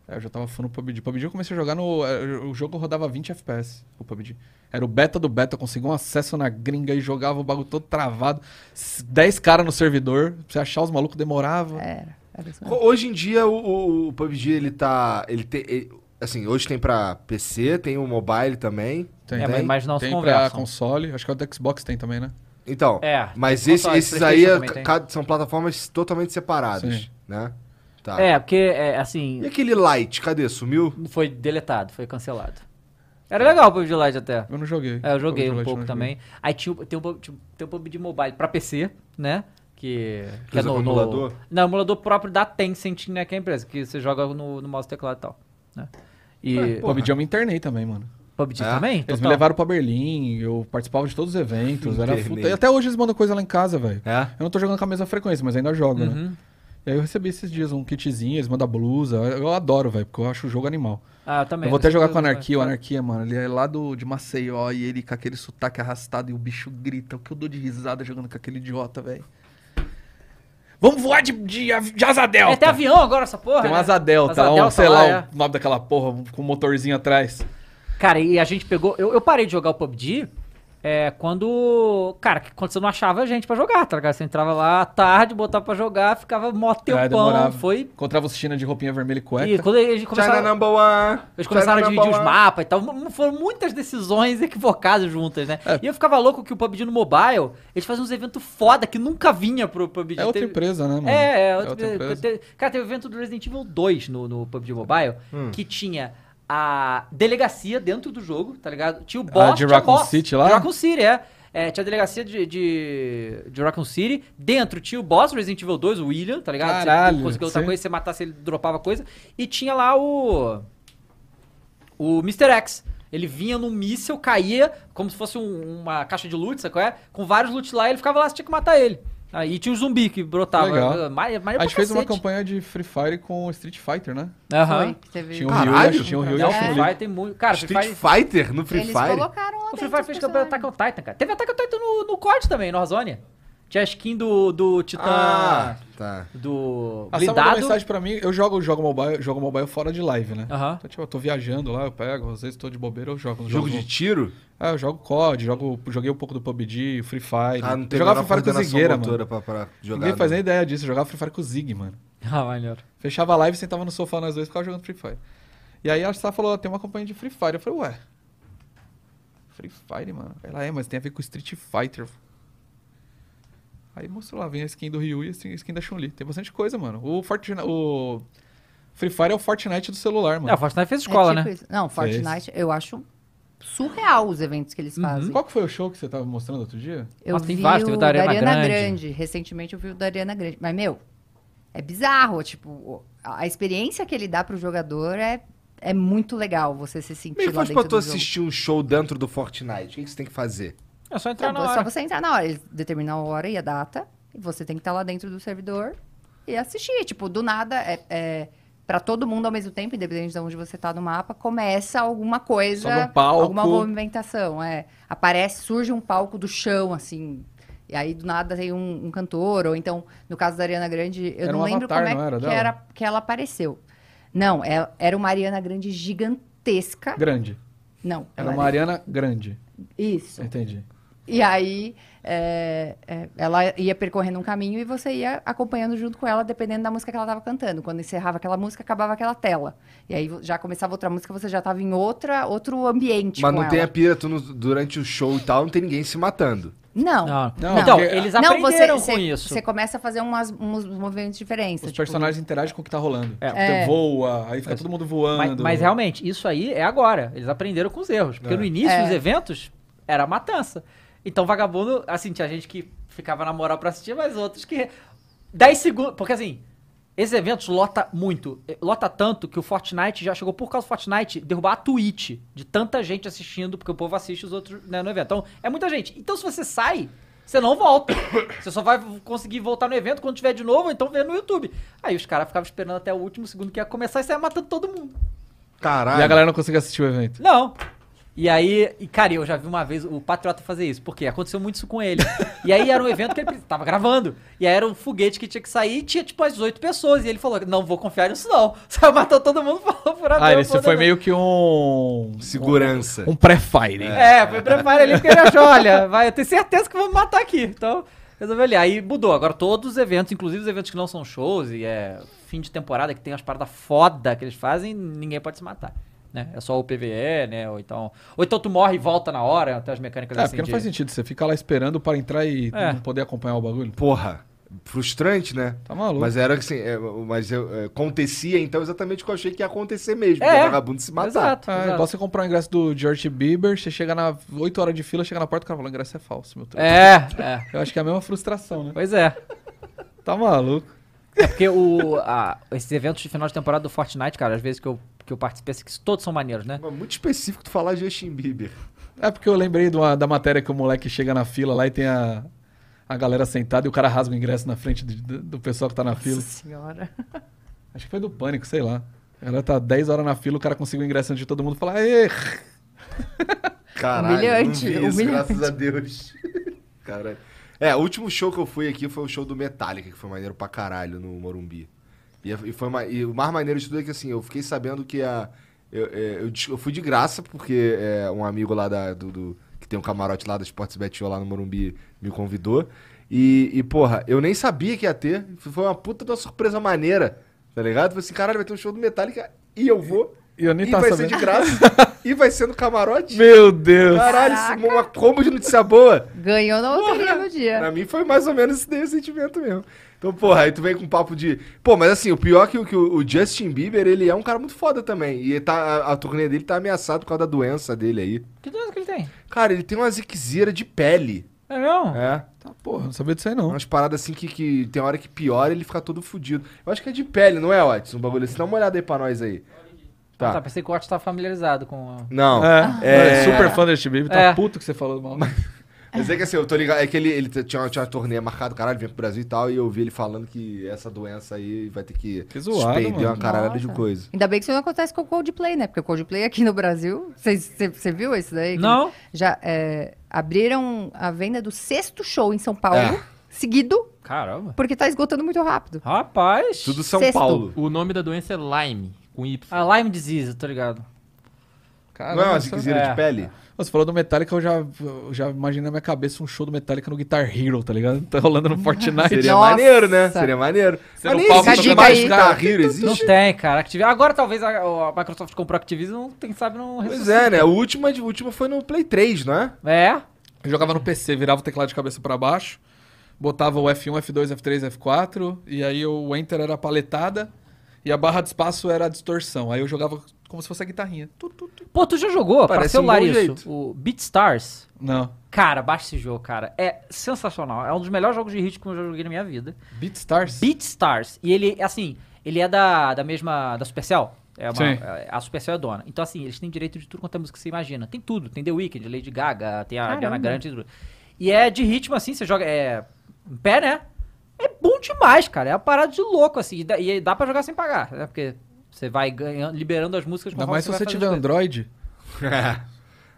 Speaker 3: É, eu já tava fã no PUBG. PUBG eu comecei a jogar no. eh, O jogo rodava 20 FPS, o PUBG. Era o beta do beta, eu consegui um acesso na gringa e jogava o bagulho todo travado. S- 10 caras no servidor, pra você achar os malucos
Speaker 1: É,
Speaker 3: demorava.
Speaker 2: Era. Era isso mesmo.
Speaker 4: Hoje em dia o, o- o PUBG ele tá. Ele tem. ele- assim, hoje tem pra PC, tem o mobile também.
Speaker 3: Tem,
Speaker 1: É, mas- mas não se
Speaker 3: tem pra
Speaker 1: conversam.
Speaker 3: console, acho que é o do Xbox tem também, né?
Speaker 4: Então,
Speaker 1: É,
Speaker 4: mas
Speaker 1: tem
Speaker 4: esse-
Speaker 1: console,
Speaker 4: esses aí
Speaker 1: PlayStation
Speaker 4: é
Speaker 1: também tem.
Speaker 4: ca- são plataformas totalmente separadas,
Speaker 3: Sim.
Speaker 4: né? Tá.
Speaker 1: É, porque, é,
Speaker 4: E
Speaker 1: assim,
Speaker 4: aquele Light, cadê? Sumiu?
Speaker 1: foi deletado, foi cancelado. Era legal o PUBG Lite até.
Speaker 3: Eu não joguei.
Speaker 1: É, eu joguei
Speaker 3: Pô,
Speaker 1: um
Speaker 3: Lite,
Speaker 1: pouco
Speaker 3: não
Speaker 1: também. Aí tinha, o- tem, um, pub- tinha- tem um PUBG Mobile pra PC, né? Que, que é
Speaker 4: Usa o emulador?
Speaker 1: Não, emulador próprio da Tencent, né? Que é a empresa, que você joga no, no mouse teclado e tal. Né? E
Speaker 3: joguei. Pô, PUBG eu me internei também, mano.
Speaker 1: PUBG
Speaker 4: É?
Speaker 1: também?
Speaker 3: Ah, Eles
Speaker 1: Total.
Speaker 3: me levaram pra Berlim, eu participava de todos os eventos. Era
Speaker 4: Internei.
Speaker 3: puta- e até hoje eles mandam coisa lá em casa, velho.
Speaker 4: É?
Speaker 3: Eu não tô jogando com a mesma frequência, mas ainda jogo, né?
Speaker 1: Uhum.
Speaker 3: E aí eu recebi esses dias um kitzinho, eles mandam blusa. Eu eu adoro, velho, porque eu acho o jogo animal.
Speaker 1: Ah, eu também.
Speaker 3: eu vou até
Speaker 1: Essa
Speaker 3: jogar com
Speaker 1: coisa
Speaker 3: a
Speaker 1: do-
Speaker 3: Anarquia. O Anarquia, mano, ele é lá do, de Maceió e ele com aquele sotaque arrastado e o bicho grita. O que eu dou de risada jogando com aquele idiota, velho. Vamos voar de, de, av- de asa delta.
Speaker 1: É até avião agora, essa porra.
Speaker 3: Tem um
Speaker 1: né?
Speaker 3: asa delta,
Speaker 1: Asa
Speaker 3: lá, um-
Speaker 1: delta
Speaker 3: sei lá,
Speaker 1: é.
Speaker 3: o nome daquela porra, com um motorzinho atrás.
Speaker 1: Cara, e a gente pegou. Eu, eu parei de jogar o PUBG é, quando. Cara, que- quando você não achava gente pra jogar, tá ligado? Você entrava lá à tarde, botava pra jogar, ficava mó
Speaker 3: Ah,
Speaker 1: tempão.
Speaker 3: demorava. tá.
Speaker 1: foi.
Speaker 3: Encontrava os China de roupinha vermelha e cueca.
Speaker 1: E quando eles
Speaker 4: China
Speaker 1: começaram,
Speaker 4: number one.
Speaker 1: eles começaram a
Speaker 4: China
Speaker 1: dividir
Speaker 4: number
Speaker 1: os
Speaker 4: one.
Speaker 1: mapas e tal, m- foram muitas decisões equivocadas juntas, né?
Speaker 3: É.
Speaker 1: E eu ficava louco que o PUBG no mobile, eles faziam uns eventos foda que nunca vinha pro PUBG.
Speaker 3: É outra
Speaker 1: Teve-
Speaker 3: empresa, né, mano?
Speaker 1: É, é, outra empresa. Te- Cara, teve o evento do Resident Evil 2 no, no PUBG Mobile,
Speaker 3: Hum.
Speaker 1: que tinha a delegacia dentro do jogo, tá ligado? Tinha o boss,
Speaker 3: Ah, de
Speaker 1: tinha
Speaker 3: Raccoon
Speaker 1: boss.
Speaker 3: City lá?
Speaker 1: De Raccoon City, é. É, tinha a delegacia de, de, de Raccoon City, dentro tinha o boss do Resident Evil 2, o William, tá ligado?
Speaker 3: Caralho,
Speaker 1: você conseguia outra
Speaker 3: sim.
Speaker 1: coisa, você matasse ele, dropava coisa, e tinha lá o o Mr. X. Ele vinha num míssil, caía, como se fosse um- uma caixa de loot, sabe qual é? Com vários loot lá, ele ficava lá, você tinha que matar ele. Aí tinha o zumbi que brotava.
Speaker 3: Legal.
Speaker 1: Eh, ma- maneiro
Speaker 3: A
Speaker 1: pra
Speaker 3: gente fez uma
Speaker 1: cacete.
Speaker 3: campanha de Free Fire com Street Fighter, né?
Speaker 1: Aham.
Speaker 2: Foi, que teve-
Speaker 3: Tinha o
Speaker 4: Caralho!
Speaker 3: Ryu, acho que tinha o Ryu e o
Speaker 1: Não,
Speaker 2: É.
Speaker 1: Free
Speaker 3: Chun-Li.
Speaker 1: Fire tem muito. Cara, Free
Speaker 4: Street
Speaker 1: Fire.
Speaker 4: Fighter no Free
Speaker 2: Eles
Speaker 4: Fire?
Speaker 2: colocaram lá
Speaker 1: O Free
Speaker 2: dentro
Speaker 1: Fire
Speaker 2: os
Speaker 1: fez campanha do Attack on Titan, cara. Teve Attack on Titan no, no COD também, no Warzone. Tinha a skin do, do Titã.
Speaker 4: Ah, tá.
Speaker 1: Do.
Speaker 3: A Saba mandou
Speaker 1: Blindado.
Speaker 3: Ah,
Speaker 1: Ah.
Speaker 3: mensagem pra mim, eu jogo, jogo mobile, jogo mobile fora de live, né?
Speaker 1: Aham.
Speaker 3: Então, tipo, eu tô viajando lá, eu pego, às vezes tô de bobeira, eu jogo.
Speaker 4: Jogo de tiro?
Speaker 3: Ah, eu jogo COD, jogo, joguei um pouco do PUBG, Free Fire.
Speaker 4: Ah, não tem
Speaker 3: Eu
Speaker 4: nada
Speaker 3: jogava Free Fire com o Zigueira, mano.
Speaker 4: pra, pra jogar.
Speaker 3: Ninguém faz
Speaker 4: né?
Speaker 3: nem ideia disso, eu jogava Free Fire com o Zig, mano.
Speaker 1: Ah, maneiro.
Speaker 3: Fechava a live, sentava no sofá nós dois e ficava jogando Free Fire. E aí a Sá falou, ó, tem uma campanha de Free Fire. Eu falei, ué. Free Fire, mano. Ela é, mas tem a ver com Street Fighter. Aí mostrou lá, vem a skin do Ryu e a skin- a skin da Chun-Li. Tem bastante coisa, mano. O Fortnite. O Free Fire é o Fortnite do celular,
Speaker 1: É, o
Speaker 3: mano.
Speaker 1: Fortnite fez
Speaker 2: É
Speaker 1: escola,
Speaker 2: tipo
Speaker 1: né?
Speaker 2: isso. Não, Fortnite, eu acho surreal os eventos que eles
Speaker 1: Uhum.
Speaker 2: fazem.
Speaker 3: Qual que foi o show que você tava mostrando outro dia?
Speaker 2: Eu
Speaker 1: Nossa, tem
Speaker 2: vi
Speaker 1: vários, teve
Speaker 2: o da Ariana, Grande. Recentemente eu vi o da Ariana Grande. Mas, meu, é bizarro. Tipo, o- a a experiência que ele dá pro jogador é, é muito legal você se sentir
Speaker 4: Como é que
Speaker 2: lá
Speaker 4: faz
Speaker 2: dentro
Speaker 4: pra tu
Speaker 2: do jogo.
Speaker 4: assistir um show dentro do Fortnite? O que, que você tem que fazer?
Speaker 1: É só entrar
Speaker 2: Então,
Speaker 1: na
Speaker 2: é só
Speaker 1: hora.
Speaker 2: você entrar na hora. Eles determinam a hora e a data. E você tem que estar lá dentro do servidor e assistir. Tipo, do nada, é, é, pra todo mundo ao mesmo tempo, independente de onde você tá no mapa, começa alguma coisa.
Speaker 3: Sobe um palco.
Speaker 2: Alguma movimentação. É. Aparece, surge um palco do chão, assim. E aí, do nada, tem um, um cantor. Ou então, no caso da Ariana Grande, eu
Speaker 3: Era
Speaker 2: não
Speaker 3: um
Speaker 2: lembro
Speaker 3: avatar,
Speaker 2: como é
Speaker 3: não era
Speaker 2: que,
Speaker 3: dela?
Speaker 2: era que ela apareceu. Não, ela- era uma Ariana Grande gigantesca.
Speaker 3: Grande.
Speaker 2: Não,
Speaker 3: Era
Speaker 2: ela-
Speaker 3: uma Ariana Grande.
Speaker 2: é Isso. é
Speaker 3: Entendi.
Speaker 2: E aí, é, é, ela ia percorrendo um caminho e você ia acompanhando junto com ela, dependendo da música que ela estava cantando. Quando encerrava aquela música, acabava aquela tela. E aí vo- já começava outra música, você já estava em outra, outro ambiente
Speaker 4: Mas
Speaker 2: com
Speaker 4: não tem a
Speaker 2: Tipo ela.
Speaker 4: pira, tu não- durante o show e tal, não tem ninguém se matando.
Speaker 2: Não.
Speaker 1: Não,
Speaker 3: Não,
Speaker 1: Então,
Speaker 3: porque-
Speaker 1: eles
Speaker 2: Não, você,
Speaker 1: aprenderam
Speaker 2: você-
Speaker 1: com isso.
Speaker 2: você começa a fazer umas, uns movimentos diferentes.
Speaker 3: Os
Speaker 2: tipo,
Speaker 3: personagens interagem com o que tá rolando.
Speaker 1: É.
Speaker 3: Então, Voa, aí fica todo mundo
Speaker 1: Mas,
Speaker 3: voando.
Speaker 1: mas realmente, isso aí é agora. Eles aprenderam com os erros. Porque
Speaker 4: É.
Speaker 1: no início
Speaker 2: É.
Speaker 1: dos eventos, era matança. Então, vagabundo, assim, tinha gente que ficava na moral pra assistir, mas outros que. 10 segundos. Porque assim, esses eventos lota muito. Eh, Lota tanto que o Fortnite já chegou, por causa do Fortnite, derrubar a Twitch de tanta gente assistindo, porque o povo assiste os outros né, no evento. Então, é muita gente. Então, se você sai. Você não volta. Você só vai conseguir voltar no evento quando tiver de novo, ou então vê no YouTube. Aí os caras ficavam esperando até o último segundo que ia começar e saia matando todo mundo.
Speaker 4: Caralho.
Speaker 3: E a galera não consegue assistir o evento.
Speaker 1: Não. E aí, e cara, eu já vi uma vez o Patriota fazer isso, porque aconteceu muito isso com ele. E aí era um evento que ele pre- tava gravando. E aí era um foguete que tinha que sair e tinha tipo as 18 pessoas. E ele falou: Não vou confiar nisso, não. Só matou todo mundo, falou furador.
Speaker 3: Ah, esse
Speaker 1: foda-se.
Speaker 3: foi meio que um.
Speaker 4: Segurança.
Speaker 3: Um pré-fire.
Speaker 1: É, foi prepara ele, porque ele achou: Olha, vai, eu tenho certeza que vão me matar aqui. Então, resolveu ali. Aí mudou. Agora todos os eventos, inclusive os eventos que não são shows e é fim de temporada, que tem umas paradas foda que eles fazem, ninguém pode se matar. né? É só o PVE, né? Ou então, ou então tu morre e volta na hora, até as mecânicas
Speaker 3: É,
Speaker 1: assim.
Speaker 3: porque não
Speaker 1: de-
Speaker 3: faz sentido você ficar lá esperando para entrar e
Speaker 1: É.
Speaker 3: não poder acompanhar o bagulho.
Speaker 4: Porra, frustrante, né?
Speaker 3: Tá maluco.
Speaker 4: Mas era assim, é, mas eu, é, acontecia então exatamente o que eu achei que ia acontecer mesmo.
Speaker 1: É.
Speaker 4: que o vagabundo se matar.
Speaker 1: Exato,
Speaker 3: É,
Speaker 1: exato.
Speaker 3: igual você comprar o ingresso do George Bieber, você chega na 8 horas de fila, chega na porta e o cara fala, o ingresso é falso, meu truque.
Speaker 1: É, é.
Speaker 3: Eu acho que é a mesma frustração, né?
Speaker 1: Pois é.
Speaker 3: Tá maluco.
Speaker 1: É porque o, a- esses eventos de final de temporada do Fortnite, cara, às vezes que eu, que eu participei, assim, que todos são maneiros, né?
Speaker 4: Mas Muito específico tu falar de Justin Bieber.
Speaker 3: É porque eu lembrei de uma- da matéria que o moleque chega na fila lá e tem a, a galera sentada e o cara rasga o ingresso na frente de- do, do pessoal que tá na fila.
Speaker 2: Nossa senhora.
Speaker 3: Acho que foi do pânico, sei lá. A galera tá 10 horas na fila, o cara conseguiu o ingresso antes de todo mundo e fala, "Aê!"
Speaker 4: Caralho,
Speaker 2: Humilhante,
Speaker 4: não vi isso,
Speaker 2: humilhante.
Speaker 4: graças a Deus. Caralho. É, o último show que eu fui aqui foi o show do Metallica, que foi maneiro pra caralho no Morumbi. E, é- e foi ma- e o mais maneiro de tudo é que assim, eu fiquei sabendo que a. Eu, é, eu des- eu fui de graça, porque é, um amigo lá da, do, do- que tem um camarote lá da Sports Bet Show lá no Morumbi me convidou. E, e, porra, eu nem sabia que ia ter. Foi uma puta de uma surpresa maneira, tá ligado? Falei assim, caralho, vai ter um show do Metallica e eu vou.
Speaker 3: E eu nem
Speaker 4: E
Speaker 3: tava
Speaker 4: vai
Speaker 3: sabendo.
Speaker 4: ser de graça. e vai ser no camarote.
Speaker 3: Meu Deus!
Speaker 4: Caralho, isso, é uma combo de notícia boa.
Speaker 2: Ganhou na loteria no dia.
Speaker 4: Pra mim foi mais ou menos esse daí o sentimento mesmo. Então, porra, aí tu vem com papo de. Pô, mas assim, o pior é que, o- que o o Justin Bieber, ele é um cara muito foda também. E ele tá, a, a turnê dele tá ameaçada por causa da doença dele aí.
Speaker 1: Que doença que ele tem?
Speaker 4: Cara, ele tem uma ziquezeira de pele.
Speaker 1: É mesmo?
Speaker 4: É.
Speaker 3: Tá, porra, não sabia disso aí não.
Speaker 4: Umas paradas assim que, que tem hora que piora e ele fica todo fudido. Eu acho que é de pele, não é, Watson? Um bagulho assim. Dá uma olhada aí pra nós aí.
Speaker 1: Tá.
Speaker 4: Tá.
Speaker 1: pensei que o Watch tava familiarizado com... a-
Speaker 4: Não.
Speaker 3: É, super fã deste Bieber, tá
Speaker 1: É.
Speaker 3: puto que você falou mal.
Speaker 4: Mas é que assim, eu tô ligado. É que ele, ele tinha, uma- tinha uma turnê marcada, caralho, vem pro Brasil e tal. E eu vi ele falando que essa doença aí vai ter que
Speaker 3: Que zoado,
Speaker 4: suspender
Speaker 3: mano.
Speaker 4: uma caralhada de
Speaker 2: Nossa.
Speaker 4: coisa.
Speaker 2: Ainda bem que isso não acontece com o Coldplay, né? Porque o Coldplay aqui no Brasil, você viu isso daí? Que
Speaker 1: Não.
Speaker 2: Já é, abriram a venda do sexto show em São Paulo,
Speaker 4: É.
Speaker 2: seguido,
Speaker 1: Caramba.
Speaker 2: porque tá esgotando muito rápido.
Speaker 1: Rapaz.
Speaker 4: Tudo São
Speaker 2: Sexto.
Speaker 4: Paulo.
Speaker 5: O nome da doença é Lyme, com Y.
Speaker 1: A Ah, Lyme Disease, tô ligado.
Speaker 4: não é
Speaker 3: Caramba,
Speaker 4: uma
Speaker 3: essa-
Speaker 4: ziquezira
Speaker 1: é.
Speaker 4: de pele?
Speaker 3: assim Você falou do Metallica, eu já, eu já imaginei na minha cabeça um show do Metallica no Guitar Hero, tá ligado? Tá rolando no Fortnite.
Speaker 4: Seria
Speaker 2: Nossa.
Speaker 4: maneiro, né? Seria maneiro.
Speaker 3: Você não
Speaker 4: nem
Speaker 3: palpa
Speaker 4: existe
Speaker 2: tocando
Speaker 4: mais
Speaker 2: aí.
Speaker 4: Guitar Hero,
Speaker 1: Não
Speaker 4: existe?
Speaker 1: tem, cara. Activ... Agora talvez a, a Microsoft comprou a Activision, quem sabe não
Speaker 4: Pois
Speaker 1: ressuscita.
Speaker 4: é, né? O último, o último foi no Play 3, não é?
Speaker 1: É?
Speaker 3: Eu jogava no PC, virava o teclado de cabeça pra baixo, botava o F1, F2, F3, F4, e aí o Enter era a paletada e a barra de espaço era a distorção. Aí eu jogava como se fosse a guitarrinha. Tu, tu, tu.
Speaker 1: Pô, tu já jogou para
Speaker 4: Parece um
Speaker 1: celular
Speaker 4: bom
Speaker 1: isso?
Speaker 4: jeito.
Speaker 1: O BeatStars.
Speaker 3: Não.
Speaker 1: Cara, baixa esse jogo, cara. É sensacional. É um dos melhores jogos de ritmo que eu já joguei na minha vida.
Speaker 3: BeatStars?
Speaker 1: BeatStars. E ele, assim, ele é da, da mesma. da Supercell. É uma-
Speaker 3: Sim.
Speaker 1: é- a Supercell é dona. Então, assim, eles têm direito de tudo quanto é música que você imagina. Tem tudo. Tem The Weeknd, Lady Gaga, tem a
Speaker 2: Caramba.
Speaker 1: Ariana Grande. tudo. E é de ritmo, assim, você joga. É. em pé, né? É bom demais, cara. É uma parada de louco, assim. E dá, e dá pra jogar sem pagar, né? Porque você vai ganhando, liberando as músicas
Speaker 3: Ainda
Speaker 1: conforme
Speaker 3: mais se você
Speaker 1: vai
Speaker 3: tiver
Speaker 1: fazendo as coisas.
Speaker 3: Android,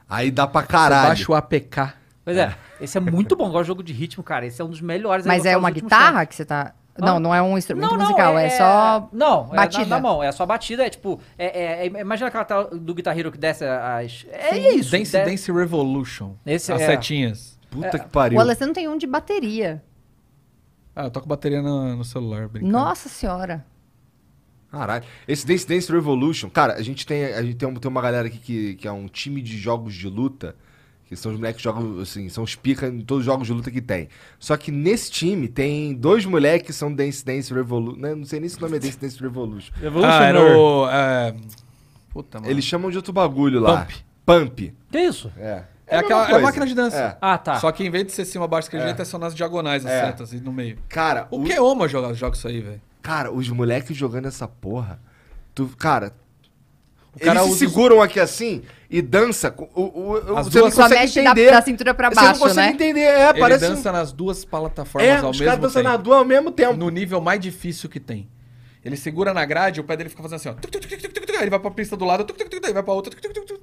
Speaker 4: Aí dá pra
Speaker 3: você
Speaker 4: caralho.
Speaker 3: baixa o APK.
Speaker 1: Pois é. Esse é muito bom. Eu Gosto de jogo de ritmo, cara. Esse é um dos melhores.
Speaker 2: Mas
Speaker 1: Eu
Speaker 2: é
Speaker 1: gostava
Speaker 2: uma
Speaker 1: dos últimos
Speaker 2: guitarra que você tá. Não, não é um instrumento musical, é, só.
Speaker 1: Não, batida.
Speaker 2: batida.
Speaker 1: É na, na mão, é só batida, é tipo. É, é- é- imagina aquela tal do Guitar Hero que desce as. É isso.
Speaker 3: Dance
Speaker 1: de-
Speaker 3: Dance Revolution.
Speaker 1: Esse
Speaker 3: as
Speaker 1: é.
Speaker 3: setinhas.
Speaker 4: Puta que
Speaker 2: O
Speaker 4: pariu.
Speaker 2: Alessandro tem um de bateria.
Speaker 3: Ah, eu toco bateria no, no celular, brincando.
Speaker 2: Nossa senhora.
Speaker 4: Caralho. Esse Dance Dance Revolution, cara, a gente tem, a gente tem, um- tem uma galera aqui que, que é um time de jogos de luta. Que são os moleques que jogam, assim, são os pica em todos os jogos de luta que tem. Só que nesse time tem dois moleques que são Dance Dance Revolution. Né? Não sei nem se o nome é Dance Dance Revolution.
Speaker 3: Ah, era o... é, Puta, mano.
Speaker 4: Eles chamam de outro bagulho lá.
Speaker 3: Pump.
Speaker 4: Pump.
Speaker 1: Que isso?
Speaker 4: É.
Speaker 3: É,
Speaker 4: a mesma
Speaker 3: aquela é a
Speaker 4: coisa.
Speaker 3: máquina de dança.
Speaker 4: É.
Speaker 1: Ah, tá.
Speaker 3: Só que em vez de ser cima, baixo, esquerda, direita, é só nas diagonais, as
Speaker 4: É.
Speaker 3: setas, e no meio.
Speaker 4: Cara,
Speaker 3: O que é Oma joga, joga isso aí, velho?
Speaker 4: Cara, os moleques jogando essa porra. Tu, cara.
Speaker 3: cara
Speaker 4: eles
Speaker 3: usa
Speaker 4: se
Speaker 3: os-
Speaker 4: seguram aqui assim e dança. com- O, o, o,
Speaker 3: As
Speaker 4: você não
Speaker 3: duas-
Speaker 2: Só
Speaker 4: consegue
Speaker 2: mexe da,
Speaker 4: entender.
Speaker 2: da cintura pra
Speaker 4: você não
Speaker 2: baixo,
Speaker 4: consegue
Speaker 2: né?
Speaker 4: entender. É,
Speaker 3: Ele
Speaker 4: parece.
Speaker 3: dança nas duas plataformas
Speaker 4: é,
Speaker 3: ao
Speaker 4: os caras
Speaker 3: mesmo
Speaker 4: dançam
Speaker 3: tempo.
Speaker 4: na duas ao mesmo tempo.
Speaker 3: No nível mais difícil que tem. Ele segura na grade, o pé dele fica fazendo assim, ó. Tuc, tuc, tuc, tuc, tuc, tuc, aí ele vai pra pista do lado, tuc, tuc, tuc, tuc, aí vai pra outra. tuc, tuc, tuc, tuc.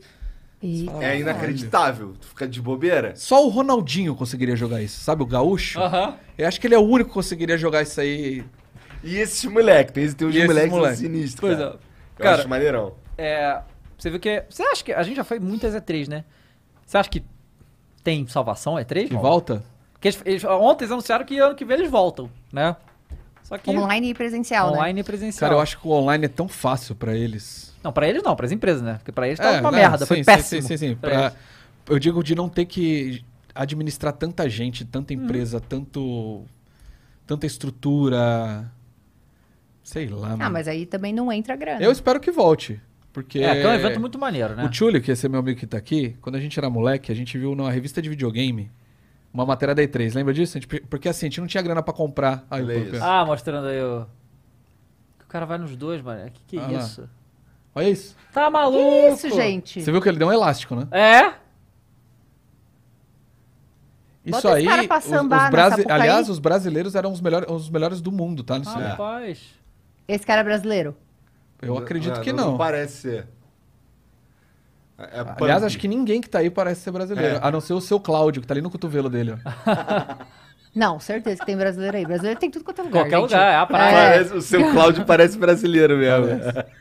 Speaker 2: Eita.
Speaker 4: É inacreditável. Tu fica de bobeira.
Speaker 3: Só o Ronaldinho conseguiria jogar isso, sabe? O gaúcho.
Speaker 1: Aham.
Speaker 3: Eu acho que ele é o único que conseguiria jogar isso aí.
Speaker 4: E esses moleques, tem, tem uns
Speaker 3: E esses
Speaker 4: moleques
Speaker 3: moleque?
Speaker 4: sinistros.
Speaker 1: Pois
Speaker 4: cara.
Speaker 1: é.
Speaker 4: Eu
Speaker 1: Cara-
Speaker 4: acho maneirão.
Speaker 1: É, você viu que. Você acha que. A gente já foi muitas E3, né? Você acha que tem salvação E3?
Speaker 3: Que volta?
Speaker 1: Porque eles- eles- ontem eles anunciaram que ano que vem eles voltam, né? Só que
Speaker 2: Online e presencial, né?
Speaker 1: online e presencial.
Speaker 3: Cara, eu acho que o online é tão fácil pra eles.
Speaker 1: Não, pra eles não, pras empresas, né? Porque pra eles tá
Speaker 3: É,
Speaker 1: uma
Speaker 3: né?
Speaker 1: merda, foi
Speaker 3: Sim,
Speaker 1: péssimo. É
Speaker 3: Sim, sim, sim.
Speaker 1: pra
Speaker 3: Pra-
Speaker 1: eles.
Speaker 3: eu digo de não ter que administrar tanta gente, tanta
Speaker 1: Hum.
Speaker 3: empresa, tanto tanta estrutura. Sei lá, mano.
Speaker 2: Ah, mas é, né? aí também não entra grana.
Speaker 3: Eu espero que volte. Porque
Speaker 1: É, que é um evento muito maneiro, né?
Speaker 3: O Tchulio, que esse é meu amigo que tá aqui, quando a gente era moleque, a gente viu numa revista de videogame uma matéria da E3. Lembra disso? A gente- porque assim, a gente não tinha grana pra comprar. Aí,
Speaker 4: Olha
Speaker 3: pô,
Speaker 4: isso.
Speaker 3: pera.
Speaker 1: Ah, mostrando aí o... O cara vai nos dois, mano. Que que é
Speaker 3: Ah lá.
Speaker 1: isso?
Speaker 3: Olha isso.
Speaker 1: Tá maluco?
Speaker 2: Que isso, gente?
Speaker 3: Você viu que ele deu um elástico, né?
Speaker 1: É?
Speaker 2: Bota
Speaker 3: Isso
Speaker 2: esse
Speaker 3: aí,
Speaker 2: cara pra
Speaker 3: os- os
Speaker 2: sambar na
Speaker 3: brasi-
Speaker 2: Sapucaí.
Speaker 3: aliás, os brasileiros eram os melhores, os melhores do mundo, tá? Nisso aí.
Speaker 1: Ah, Rapaz.
Speaker 2: Esse cara é brasileiro?
Speaker 3: Eu acredito que
Speaker 4: é. Ah, Não
Speaker 3: não.
Speaker 4: parece ser. É- é
Speaker 3: Aliás,
Speaker 4: punk.
Speaker 3: acho que ninguém que tá aí parece ser brasileiro.
Speaker 4: É.
Speaker 3: A não ser o seu Cláudio, que tá ali no cotovelo dele. ó.
Speaker 2: Não, certeza que tem brasileiro aí. Brasileiro tem tudo quanto é lugar.
Speaker 1: Qualquer
Speaker 2: gente.
Speaker 1: lugar, é a praia.
Speaker 4: Parece- o seu Cláudio parece brasileiro mesmo.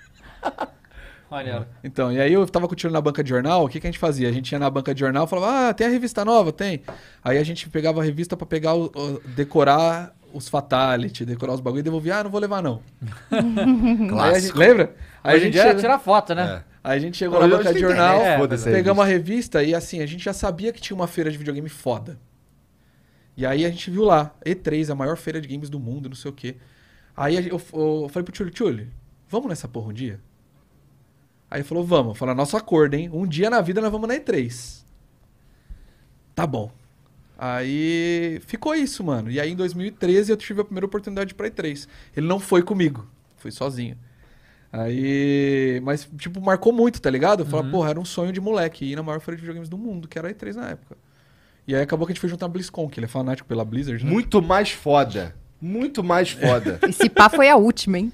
Speaker 1: Maneiro.
Speaker 3: Então, e aí eu tava com o tiro na banca de jornal, o que, que a gente fazia? A gente ia na banca de jornal e falava, ah, tem a revista nova? Tem. Aí a gente pegava a revista pra pegar, o- o- decorar os fatality, decorar os bagulho e devolvia, ah, não vou levar não. Aí a gente- lembra? Aí a
Speaker 1: Hoje em
Speaker 3: gente,
Speaker 1: dia
Speaker 3: chegou-
Speaker 1: tirar foto,
Speaker 4: É.
Speaker 1: né?
Speaker 3: aí a gente chegou
Speaker 4: Hoje-
Speaker 3: na
Speaker 4: hoje
Speaker 3: banca de
Speaker 4: tem
Speaker 3: jornal,
Speaker 4: internet, foda-se a
Speaker 3: pegamos a revista e assim, a gente já sabia que tinha uma feira de videogame foda. E aí a gente viu lá, E3, a maior feira de games do mundo, não sei o quê. Aí a gente- eu, eu falei pro Tchuli, Tchuli, vamos nessa porra um dia? Aí ele falou, vamos. Eu falei, nosso acordo, hein? Um dia na vida nós vamos na E3. Tá bom. Aí ficou isso, mano. E aí em 2013 eu tive a primeira oportunidade pra E3. Ele não foi comigo, foi sozinho. Aí. Mas, tipo, marcou muito, tá ligado? Eu
Speaker 1: Uhum.
Speaker 3: falei, porra, era um sonho de moleque ir na maior feira de videogames do mundo, que era a E3 na época. E aí acabou que a gente foi juntar a BlizzCon, que ele é fanático pela Blizzard, né?
Speaker 4: Muito mais foda. Muito mais foda.
Speaker 2: E se pá foi a última, hein?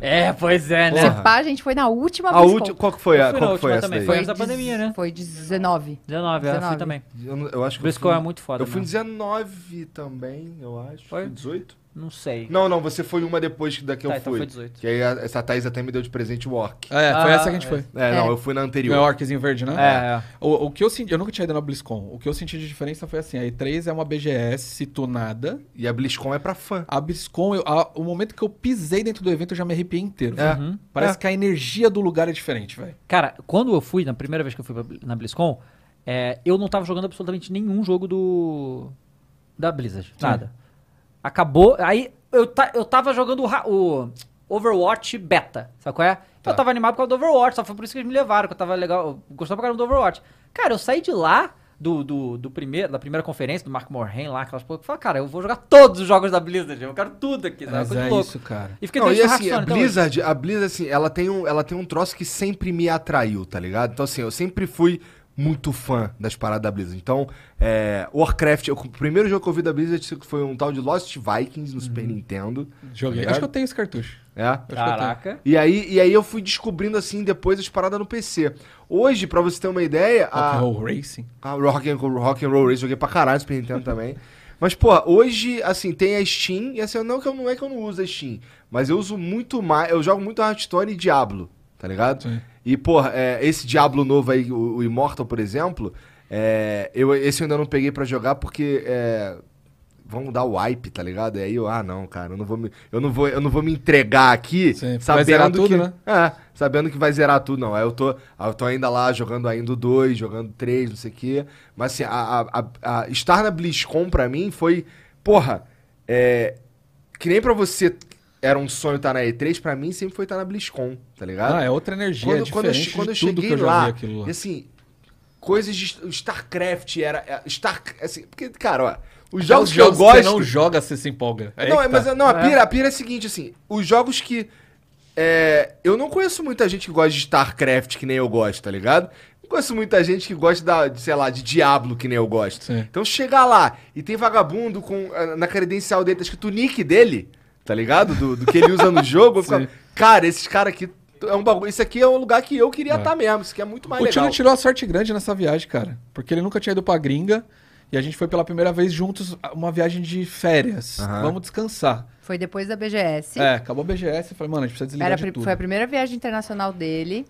Speaker 1: É, pois é, né?
Speaker 4: Porra.
Speaker 2: Se pá, a gente foi na última
Speaker 4: a
Speaker 2: BlizzCon.
Speaker 4: última. Qual que foi,
Speaker 1: Eu
Speaker 4: a,
Speaker 1: fui
Speaker 4: qual
Speaker 1: na
Speaker 4: que foi
Speaker 1: última
Speaker 4: essa
Speaker 1: também,
Speaker 4: daí?
Speaker 1: foi- antes da
Speaker 2: dez-
Speaker 1: pandemia, né?
Speaker 2: Foi 19.
Speaker 1: 19, eu fui
Speaker 2: 19.
Speaker 1: é assim também.
Speaker 4: Eu, não- eu acho que. eu
Speaker 1: Briscoe
Speaker 4: fui-
Speaker 1: é muito foda.
Speaker 4: Eu fui em
Speaker 1: mano.
Speaker 4: 19 também, eu acho.
Speaker 1: Foi?
Speaker 4: 18?
Speaker 1: Não sei.
Speaker 4: Não, não, você foi uma depois que da que
Speaker 1: Tá,
Speaker 4: eu
Speaker 1: então
Speaker 4: fui.
Speaker 1: foi 18.
Speaker 4: Que aí a- essa Thaís até me deu de presente o Orc.
Speaker 3: É, foi
Speaker 1: Ah,
Speaker 3: essa que a gente
Speaker 1: é.
Speaker 3: foi.
Speaker 4: É, não,
Speaker 2: É.
Speaker 4: eu fui na
Speaker 3: New
Speaker 4: anterior.
Speaker 3: Yorkzinho verde, né?
Speaker 1: É, é.
Speaker 3: O, o que eu senti, eu nunca tinha ido na BlizzCon. O que eu senti de diferença foi assim, a E3 é uma BGS tunada.
Speaker 4: E a BlizzCon é pra fã.
Speaker 3: A BlizzCon, eu- a- o momento que eu pisei dentro do evento, eu já me arrepiei
Speaker 1: Uhum.
Speaker 3: inteiro.
Speaker 4: É.
Speaker 3: velho. Parece que a energia do lugar é diferente, velho.
Speaker 1: Cara, quando eu fui, na primeira vez que eu fui pra Bli- na BlizzCon, é, eu não tava jogando absolutamente nenhum jogo do. da Blizzard. Nada. Acabou. Aí eu, ta, eu tava jogando o, ra- o Overwatch Beta, sabe qual é? Eu tava animado por causa do Overwatch, só foi por isso que eles me levaram, que eu tava legal. eu Gostava pra caramba do Overwatch. Cara, eu saí de lá. Do, do, do primeiro, da primeira conferência, do Mark Morhen lá, aquelas porra, eu falei, cara, eu vou jogar todos os jogos da Blizzard, eu quero tudo aqui, sabe?
Speaker 3: Mas
Speaker 1: Coisa de
Speaker 3: é
Speaker 1: louco.
Speaker 3: isso, cara.
Speaker 1: E fiquei
Speaker 4: Não,
Speaker 1: triste
Speaker 4: e
Speaker 1: com a
Speaker 4: assim, a
Speaker 1: Hearthstone, então, até hoje.
Speaker 4: Blizzard, a Blizzard, assim, ela tem, um, ela tem um troço que sempre me atraiu, tá ligado? Então, assim, eu sempre fui muito fã das paradas da Blizzard. Então, é, Warcraft, eu- o primeiro jogo que eu vi da Blizzard foi um tal de Lost Vikings no Super Nintendo.
Speaker 3: Joguei.
Speaker 4: Tá ligado?
Speaker 3: Acho que eu tenho esse cartucho.
Speaker 4: É.
Speaker 3: Acho que eu tenho.
Speaker 1: Caraca.
Speaker 4: E aí, e aí eu fui descobrindo, assim, depois as paradas no PC. Hoje, pra você ter uma ideia... a-
Speaker 3: Rock'n'Roll Racing.
Speaker 4: Ah, Rock and, rock and Roll Race, joguei pra caralho Super Nintendo também. Mas, pô, hoje, assim, tem a Steam, e assim, não, que eu, não é que eu não uso a Steam, mas eu uso muito mais, eu jogo muito Hearthstone e Diablo, tá ligado?
Speaker 3: Sim.
Speaker 4: E, pô, é, esse Diablo novo aí, o, o Immortal, por exemplo, é, eu, esse eu ainda não peguei pra jogar porque é, vão dar o wipe, tá ligado? E aí eu, ah, não, cara, eu não vou me, eu não vou, eu não vou me entregar aqui,
Speaker 3: Sim, vai
Speaker 4: sabendo
Speaker 3: zerar tudo,
Speaker 4: que...
Speaker 3: né?
Speaker 4: É, sabendo que vai zerar tudo, não. Aí eu tô, eu tô ainda lá jogando ainda o 2, jogando 3, não sei o quê. Mas assim, a, a- a- a estar na BlizzCon pra mim foi. Porra, é. Que nem pra você era um sonho estar na E3, pra mim sempre foi estar na BlizzCon, tá ligado?
Speaker 3: Ah, é outra energia, é
Speaker 4: quando, quando eu,
Speaker 3: diferente
Speaker 4: che- quando eu
Speaker 3: de tudo
Speaker 4: cheguei
Speaker 3: que eu já
Speaker 4: lá,
Speaker 3: vi aquilo lá.
Speaker 4: e assim, coisas de StarCraft era. é, Star, assim, porque, cara, ó, os
Speaker 3: Já
Speaker 4: jogos
Speaker 3: os
Speaker 4: que eu
Speaker 3: jogos que você não
Speaker 4: gosto.
Speaker 3: joga, você se empolga. É
Speaker 4: não,
Speaker 3: aí
Speaker 4: é,
Speaker 3: que
Speaker 4: mas
Speaker 3: tá.
Speaker 4: é- não, a pira, a pira é a seguinte, assim, os jogos que. é, eu não conheço muita gente que gosta de StarCraft que nem eu gosto, tá ligado? Não conheço muita gente que gosta da, de, sei lá, de Diablo que nem eu gosto.
Speaker 3: Sim.
Speaker 4: Então chegar lá e tem vagabundo com ah, na credencial dele, tá escrito o nick dele, tá ligado? Do, do que ele usa no jogo. eu ficava,
Speaker 3: Sim.
Speaker 4: cara, esses caras aqui. É um bagulho. Isso aqui é um lugar que eu queria estar mesmo. Isso aqui é muito mais
Speaker 3: O
Speaker 4: legal.
Speaker 3: Tino tirou a sorte grande nessa viagem, cara. Porque ele nunca tinha ido pra gringa. E a gente foi pela primeira vez juntos a- uma viagem de férias.
Speaker 4: Aham.
Speaker 3: Vamos descansar.
Speaker 2: Foi depois da BGS.
Speaker 3: É, acabou a BGS. Eu falei, mano, a gente precisa desligar
Speaker 2: Era a
Speaker 3: É, de
Speaker 2: pri-
Speaker 3: tudo.
Speaker 2: foi a primeira viagem internacional dele.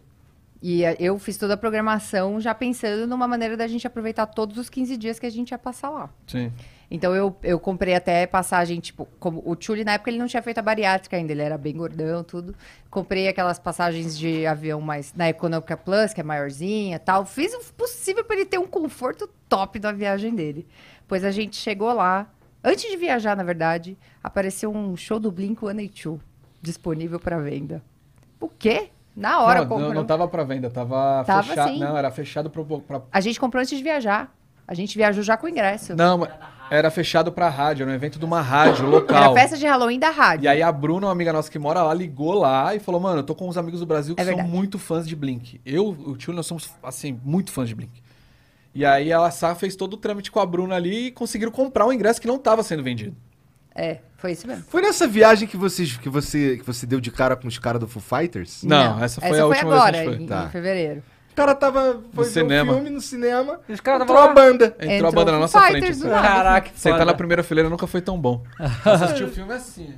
Speaker 2: E eh, eu fiz toda a programação já pensando numa maneira da gente aproveitar todos os 15 dias que a gente ia passar lá.
Speaker 3: Sim.
Speaker 2: Então eu, eu comprei até passagem, tipo, como o Tchuli na época ele não tinha feito a bariátrica ainda, ele era bem gordão, tudo. Comprei aquelas passagens de avião mais na Econômica Plus, que é maiorzinha tal. Fiz o possível para ele ter um conforto top da viagem dele. Pois a gente chegou lá, antes de viajar, na verdade, apareceu um show do Blink 182 disponível para venda. O quê? Na hora né?
Speaker 3: não, não,
Speaker 2: comprou.
Speaker 3: não tava pra venda, tava,
Speaker 2: Tava
Speaker 3: fechado.
Speaker 2: sim.
Speaker 3: Não, era fechado pro, pra.
Speaker 2: A gente comprou antes de viajar. A gente viajou já com o ingresso.
Speaker 3: Não, mas era fechado pra rádio, era um evento de uma rádio
Speaker 2: Era
Speaker 3: local.
Speaker 2: festa de Halloween da rádio.
Speaker 3: E aí a Bruna, uma amiga nossa que mora lá, ligou lá e falou, mano, eu tô com uns amigos do Brasil que
Speaker 2: É
Speaker 3: são
Speaker 2: verdade.
Speaker 3: muito fãs de Blink. Eu, o tio, nós somos, assim, muito fãs de Blink. E aí a Sá fez todo o trâmite com a Bruna ali e conseguiram comprar um ingresso que não tava sendo vendido.
Speaker 2: É, foi isso mesmo.
Speaker 4: Foi nessa viagem que, vocês, que, você, que você deu de cara com os caras do Foo Fighters?
Speaker 3: Não, essa foi a última vez que a
Speaker 2: agora,
Speaker 3: gente foi.
Speaker 2: Em,
Speaker 4: Tá.
Speaker 2: em fevereiro.
Speaker 4: O cara tava.
Speaker 3: No
Speaker 4: Foi ver um
Speaker 3: cinema.
Speaker 4: filme no cinema.
Speaker 1: Os caras
Speaker 4: entrou a
Speaker 1: estavam lá.
Speaker 4: banda.
Speaker 3: Entrou,
Speaker 2: Entrou
Speaker 3: a banda na
Speaker 2: Foo
Speaker 3: nossa frente.
Speaker 2: Fighters
Speaker 3: assim.
Speaker 2: do nada.
Speaker 1: Caraca, que
Speaker 3: Sentar
Speaker 1: foda.
Speaker 3: na primeira fileira nunca foi tão bom. Assistir o filme é assim.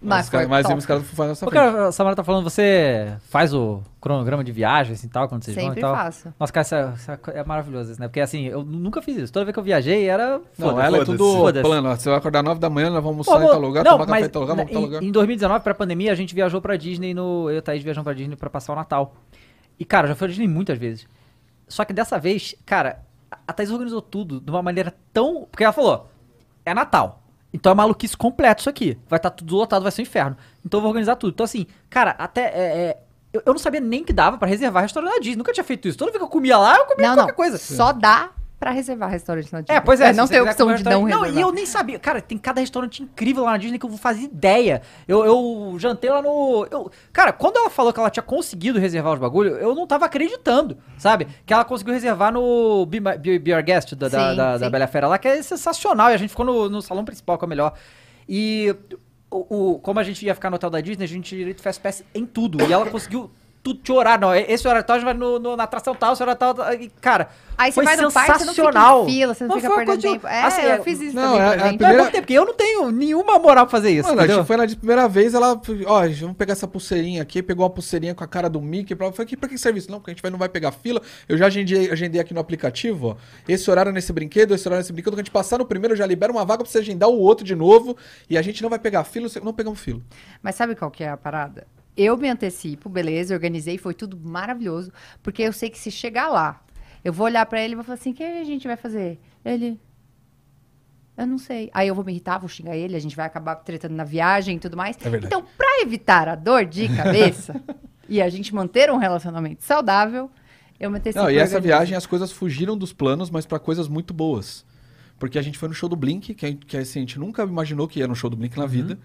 Speaker 3: Mas,
Speaker 2: Mas
Speaker 3: os caras-
Speaker 2: foi
Speaker 3: mas
Speaker 2: top.
Speaker 3: vimos os caras do Foo Fighters na
Speaker 1: Ô,
Speaker 3: nossa frente.
Speaker 1: cara, a Samara tá falando, você faz o cronograma de viagens e tal, quando vocês vão
Speaker 2: Sempre
Speaker 1: e tal?
Speaker 2: faço.
Speaker 1: Nossa, cara, isso é, isso é co- é maravilhoso isso, né? Porque assim, eu nunca fiz isso. Toda vez que eu viajei era.
Speaker 3: Não,
Speaker 1: Foda-se.
Speaker 3: ela é
Speaker 4: foda-se,
Speaker 3: tudo
Speaker 1: foda-se.
Speaker 3: plano. ó, Você vai acordar 9 da manhã, nós vamos almoçar
Speaker 1: Pô,
Speaker 3: em tal lugar,
Speaker 1: não,
Speaker 3: tomar café em
Speaker 1: mas
Speaker 3: tal lugar, vamos em tal
Speaker 1: em-
Speaker 3: lugar.
Speaker 1: Em 2019, pra pandemia, a gente viajou pra Disney no. Eu e a Thaís viajamos pra Disney pra passar o Natal. E, cara, eu já fui a Disney muitas vezes. Só que dessa vez, cara, a- a Thaís organizou tudo de uma maneira tão. Porque ela falou: é Natal. Então é maluquice completo isso aqui. Vai estar tudo lotado, vai ser um inferno. Então eu vou organizar tudo. Então, assim, cara, até. é, é, eu, eu não sabia nem que dava pra reservar restaurante da Disney. Nunca tinha feito isso. Toda vez que eu comia lá, eu comia
Speaker 2: Não,
Speaker 1: qualquer
Speaker 2: não.
Speaker 1: coisa.
Speaker 2: Só dá pra reservar restaurante na Disney.
Speaker 1: É, pois é. se
Speaker 2: não
Speaker 1: você
Speaker 2: tem
Speaker 1: quiser
Speaker 2: opção
Speaker 1: comer
Speaker 2: de
Speaker 1: um
Speaker 2: não
Speaker 1: restaurante-
Speaker 2: reservar.
Speaker 1: e eu nem sabia. Cara, tem cada restaurante incrível lá na Disney que eu vou fazer ideia. Eu, eu jantei lá no. eu- cara, quando ela falou que ela tinha conseguido reservar os bagulho, eu não tava acreditando, sabe? Que ela conseguiu reservar no Be, My- Be- Be Our Guest da, da,
Speaker 2: Sim,
Speaker 1: da- da
Speaker 2: sim.
Speaker 1: Bela Fera lá, que é sensacional. E a gente ficou no, no salão principal, que é o melhor. E. O, o- como a gente ia ficar no hotel da Disney, a gente tinha direito fast pass em tudo. E ela conseguiu tudo te orar. Não, esse horário tal, a gente vai no, no- na atração tal, esse horário tal. tal, e, cara,
Speaker 2: Aí você
Speaker 1: foi
Speaker 2: vai no parque, você não fica em
Speaker 1: sensacional.
Speaker 2: fila, você não
Speaker 1: Mas
Speaker 2: fica
Speaker 1: foi uma
Speaker 2: perdendo
Speaker 1: coisa de-
Speaker 2: tempo. É,
Speaker 1: assim,
Speaker 2: eu fiz isso
Speaker 3: não,
Speaker 2: também
Speaker 3: é-
Speaker 2: pra
Speaker 3: é a
Speaker 2: gente.
Speaker 1: Não é
Speaker 3: Primeira-
Speaker 1: por tempo, porque eu não tenho nenhuma moral pra fazer isso.
Speaker 3: Mano, a
Speaker 1: entendeu?
Speaker 3: gente foi lá de primeira vez, ela. Ó, gente, vamos pegar essa pulseirinha aqui, pegou uma pulseirinha com a cara do Mickey. Pra... Falei, que, pra que serve isso? Não, porque a gente vai, não vai pegar fila. Eu já agendei, agendei aqui no aplicativo, ó. Esse horário nesse brinquedo, esse horário nesse brinquedo. Quando a gente passar no primeiro, eu já libera uma vaga pra você agendar o outro de novo. E a gente não vai pegar fila, não pegamos fila.
Speaker 2: Mas sabe qual que é a parada? Eu me antecipo, beleza, organizei, foi tudo maravilhoso, porque eu sei que se chegar lá, eu vou olhar pra ele e vou falar assim: o que a gente vai fazer? Ele. Eu não sei. Aí eu vou me irritar, vou xingar ele, a gente vai acabar tretando na viagem e tudo mais.
Speaker 3: É verdade.
Speaker 2: então, pra evitar a dor de cabeça e a gente manter um relacionamento saudável, eu me antecipo.
Speaker 3: Não, e
Speaker 2: eu
Speaker 3: essa
Speaker 2: organizo.
Speaker 3: viagem as coisas fugiram dos planos, mas pra coisas muito boas. Porque a gente foi no show do Blink, que, a- que assim, a gente nunca imaginou que ia no show do Blink na vida.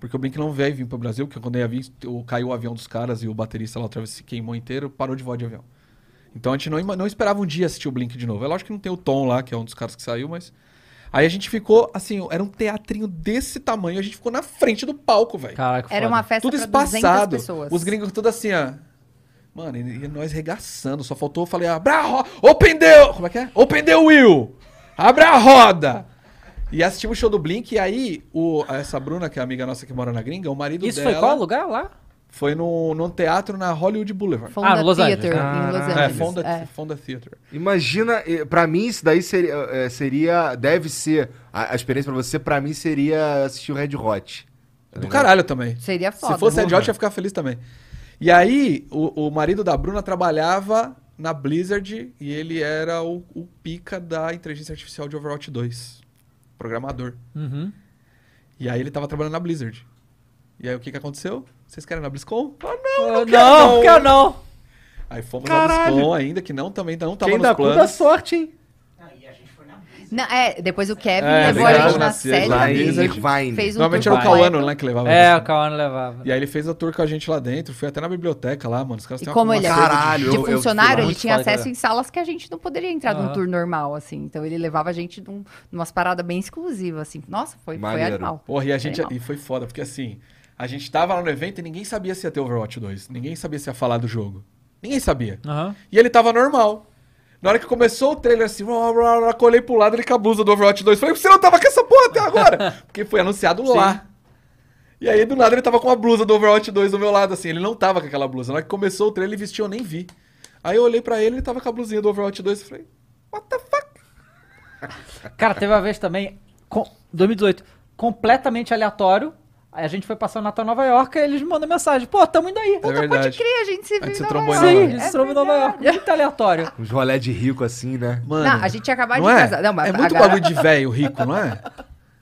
Speaker 3: Porque o Blink não veio vir pro Brasil, porque quando ia vir, o- caiu o avião dos caras e o baterista lá através se queimou inteiro, parou de voar de avião. Então a gente não, ima- não esperava um dia assistir o Blink de novo. É lógico que não tem o Tom lá, que é um dos caras que saiu, mas. Aí a gente ficou, assim, era um teatrinho desse tamanho, a gente ficou na frente do palco, velho.
Speaker 1: Caraca,
Speaker 2: Era uma festa
Speaker 3: é Tudo
Speaker 2: pra 200
Speaker 3: espaçado.
Speaker 2: pessoas.
Speaker 3: Os gringos tudo assim, ó. Mano, e, e nós regaçando. Só faltou eu falei, abra a roda. Open the... Como é que é? Open the wheel. Abra a roda. E assistimos o show do Blink. E aí, o, essa Bruna, que é amiga nossa que mora na gringa, o marido
Speaker 1: Isso
Speaker 3: dela...
Speaker 1: foi qual lugar lá?
Speaker 3: Foi no, num teatro na Hollywood Boulevard.
Speaker 2: Fonda
Speaker 1: Ah, Los Angeles.
Speaker 2: Theater, em Los
Speaker 1: Ah,
Speaker 3: É,
Speaker 2: Angeles.
Speaker 3: Fonda,
Speaker 2: É.
Speaker 3: Fonda Theater.
Speaker 4: Imagina, eh, pra mim isso daí seria, eh, seria deve ser, a, a experiência pra você, pra mim seria assistir o Red Hot. Tá
Speaker 3: Do
Speaker 4: ligado?
Speaker 3: caralho também.
Speaker 2: Seria foda.
Speaker 3: Se fosse a
Speaker 2: né?
Speaker 3: Jot, ia ficar feliz também. E aí, o, o marido da Bruna trabalhava na Blizzard e ele era o, o pica da inteligência artificial de Overwatch 2. Programador.
Speaker 1: Uhum.
Speaker 3: E aí ele tava trabalhando na Blizzard. E aí o que que aconteceu? Vocês querem ir na BlizzCon? Ah, não.
Speaker 1: Não,
Speaker 3: quero não.
Speaker 1: não, quero não.
Speaker 3: Aí fomos na
Speaker 4: Caralho.
Speaker 3: BlizzCon ainda, que não também não tava
Speaker 4: Quem
Speaker 3: nos
Speaker 4: dá cu dá
Speaker 3: planos.
Speaker 4: sorte, hein?
Speaker 2: Não, é, depois o Kevin
Speaker 4: Tá
Speaker 3: É,
Speaker 2: levou a gente
Speaker 3: ligado,
Speaker 2: na
Speaker 3: nasci,
Speaker 2: série.
Speaker 3: lá
Speaker 2: da
Speaker 3: em-
Speaker 2: Disney,
Speaker 4: Vine.
Speaker 2: Fez um
Speaker 3: Normalmente
Speaker 2: tour
Speaker 3: era o Cauano,
Speaker 2: completo.
Speaker 3: né, que levava.
Speaker 1: É,
Speaker 3: isso.
Speaker 1: o Cauano levava.
Speaker 3: E aí ele fez a tour com a gente lá dentro. Fui até na biblioteca lá, mano. Os caras
Speaker 2: E
Speaker 3: têm uma
Speaker 2: como ele é
Speaker 3: fumaça.
Speaker 2: era
Speaker 4: Caralho,
Speaker 2: de
Speaker 4: eu- eu
Speaker 2: funcionário,
Speaker 4: fui Ah.
Speaker 2: ele
Speaker 1: muito
Speaker 2: tinha
Speaker 1: foda,
Speaker 2: acesso
Speaker 1: né?
Speaker 2: em salas que a gente não poderia entrar num
Speaker 1: Aham.
Speaker 2: tour normal, assim. Então ele levava a gente num, numas paradas bem exclusivas, assim. Nossa, foi, foi
Speaker 4: Maneiro.
Speaker 2: animal.
Speaker 3: Porra, e a gente.
Speaker 2: Animal.
Speaker 3: E foi foda, porque assim, a gente tava lá no evento e ninguém sabia se ia ter Overwatch 2. Ninguém sabia se ia falar do jogo. Ninguém sabia.
Speaker 1: Aham.
Speaker 3: E ele tava normal. Na hora que começou o trailer, assim, rá, rá, rá, colhei pro lado, ele com a blusa do Overwatch 2. Falei, você não tava com essa porra até agora? Porque foi anunciado lá. E aí, do nada, ele tava com a blusa do Overwatch 2 do meu lado, assim. Ele não tava com aquela blusa. Na hora que começou o trailer, ele vestiu, eu nem vi. Aí eu olhei pra ele, ele tava com a blusinha do Overwatch 2 e falei, what the fuck?
Speaker 1: Cara, teve uma vez também, com- 2018, completamente aleatório. Aí a gente foi passar o Natal em Nova York e eles me mandam mensagem. Pô, tamo indo aí.
Speaker 3: É verdade.
Speaker 2: Pode crer, a gente se
Speaker 3: gente
Speaker 2: viu
Speaker 3: se
Speaker 2: em
Speaker 3: trombou
Speaker 2: Nova
Speaker 3: em
Speaker 2: York.
Speaker 1: Sim,
Speaker 3: Nova
Speaker 1: eles estão em Nova York. Muito aleatório.
Speaker 4: Uns rolé de rico assim, né?
Speaker 3: Mano,
Speaker 2: Não, a gente ia acabar de
Speaker 3: não é?
Speaker 2: casar. Não, mas
Speaker 3: é muito
Speaker 2: agora-
Speaker 3: bagulho de velho rico, não é?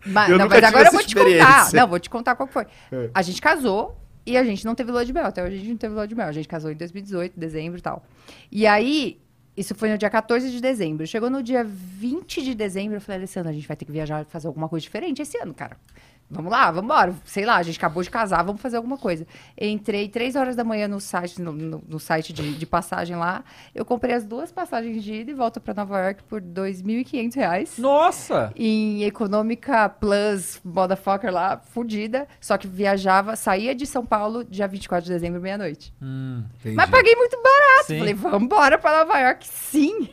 Speaker 2: Mas,
Speaker 4: Eu
Speaker 2: não,
Speaker 4: nunca
Speaker 2: mas
Speaker 4: tive
Speaker 2: agora eu
Speaker 4: essa
Speaker 2: vou te contar.
Speaker 4: experiência. É.
Speaker 2: Não, vou te contar qual que foi. A gente casou e a gente não teve lua de mel. Até hoje a gente não teve lua de mel. A gente casou em 2018, dezembro e tal. E aí, isso foi no dia 14 de dezembro. Chegou no dia 20 de dezembro, eu falei, Alessandra, a gente vai ter que viajar, fazer alguma coisa diferente esse ano, cara. Vamos lá, vamos embora. Sei lá, a gente acabou de casar, vamos fazer alguma coisa. Entrei três horas da manhã no site, no, no- no site de, de passagem lá. Eu comprei as duas passagens de ida e volta pra Nova York por R$ 2.500. reais
Speaker 1: Nossa!
Speaker 2: em econômica plus motherfucker lá, fudida. Só que viajava, saía de São Paulo dia 24 de dezembro, meia-noite.
Speaker 4: Entendi.
Speaker 2: Mas paguei muito barato.
Speaker 1: Sim.
Speaker 2: Ah, Falei, vambora pra Nova York, sim.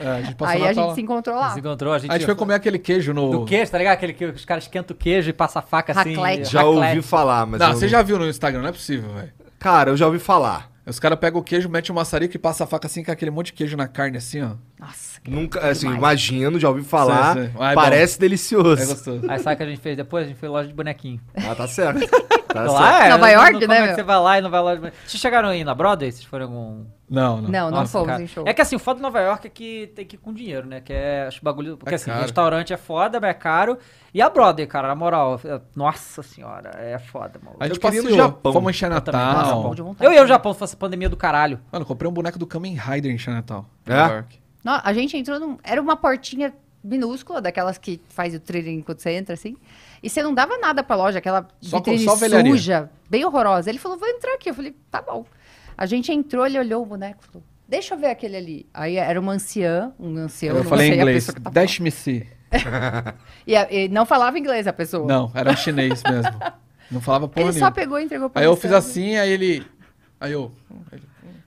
Speaker 3: É, a gente passou
Speaker 2: Aí a
Speaker 3: Natal
Speaker 2: gente
Speaker 3: lá.
Speaker 2: se encontrou lá.
Speaker 1: Se encontrou, a gente,
Speaker 3: A gente foi comer aquele queijo no...
Speaker 1: Do queijo, tá ligado? Aquele que os caras esquentam o queijo e passa a faca assim.
Speaker 2: Raclette.
Speaker 4: Já
Speaker 1: raclette.
Speaker 4: ouvi falar, mas.
Speaker 3: Não,
Speaker 4: eu
Speaker 3: você já viu no Instagram, não é possível, velho.
Speaker 4: Cara, eu já ouvi falar.
Speaker 3: Os caras pegam o queijo, metem o maçarico e passa a faca assim com aquele monte de queijo na carne, assim, ó.
Speaker 2: Nossa, cara.
Speaker 4: Nunca, assim,
Speaker 2: Demais.
Speaker 4: imagino, já ouvi falar.
Speaker 3: Sei, sei. Ah, é
Speaker 4: Parece
Speaker 3: É
Speaker 4: delicioso.
Speaker 3: gostoso.
Speaker 1: Aí sabe o que a gente fez depois? A gente foi em loja de bonequinho.
Speaker 4: Ah, tá certo. Tá certo.
Speaker 1: Lá, é,
Speaker 2: Nova
Speaker 1: eu não-
Speaker 2: York,
Speaker 1: como
Speaker 2: né,
Speaker 1: é que
Speaker 2: meu?
Speaker 1: você vai lá e não vai lá de bonequinho? Vocês chegaram aí na Broadway? Vocês foram em algum.
Speaker 3: Não, Ah, não.
Speaker 2: Não, não
Speaker 1: Nossa,
Speaker 2: fomos
Speaker 1: cara.
Speaker 2: em show.
Speaker 1: É que assim, o foda de Nova York é que tem que ir com dinheiro, né? Que é acho bagulho. Porque
Speaker 3: É
Speaker 1: assim,
Speaker 3: caro.
Speaker 1: restaurante é foda, mas é caro. E a Broadway, cara, na moral, é- nossa senhora, é foda, mano.
Speaker 3: A gente
Speaker 4: Eu queria
Speaker 3: passeou,
Speaker 4: ir no Japão.
Speaker 3: fomos em
Speaker 1: Eu também,
Speaker 3: Chinatown.
Speaker 1: nossa,
Speaker 2: Japão bom de vontade.
Speaker 1: Eu ia ao Japão se fosse pandemia do caralho.
Speaker 3: Mano, eu comprei um boneco do Kamen Rider em Chinatown.
Speaker 4: É?
Speaker 3: Nova York.
Speaker 2: Nó- a gente entrou num. Era uma portinha minúscula, daquelas que faz o trilho enquanto você entra, assim. E você não dava nada pra loja, aquela
Speaker 3: Só com-
Speaker 2: vitrine
Speaker 3: só velharia.
Speaker 2: suja, bem horrorosa. Ele falou, vou entrar aqui. Eu falei, tá bom. A gente entrou, ele olhou o boneco e falou, deixa eu ver aquele ali. Aí era uma anciã, um ancião,
Speaker 3: Eu,
Speaker 2: não
Speaker 3: falei
Speaker 2: sei
Speaker 3: em
Speaker 2: a
Speaker 3: inglês.
Speaker 2: pessoa que tá tava
Speaker 3: Dash me see.
Speaker 2: falando. E, a- e não falava inglês a pessoa.
Speaker 3: Não, era um chinês mesmo. Não falava porra
Speaker 2: Ele só
Speaker 3: nenhuma.
Speaker 2: pegou e entregou pra né?
Speaker 3: Aí eu
Speaker 2: Alessandra.
Speaker 3: fiz assim, aí ele... Aí eu...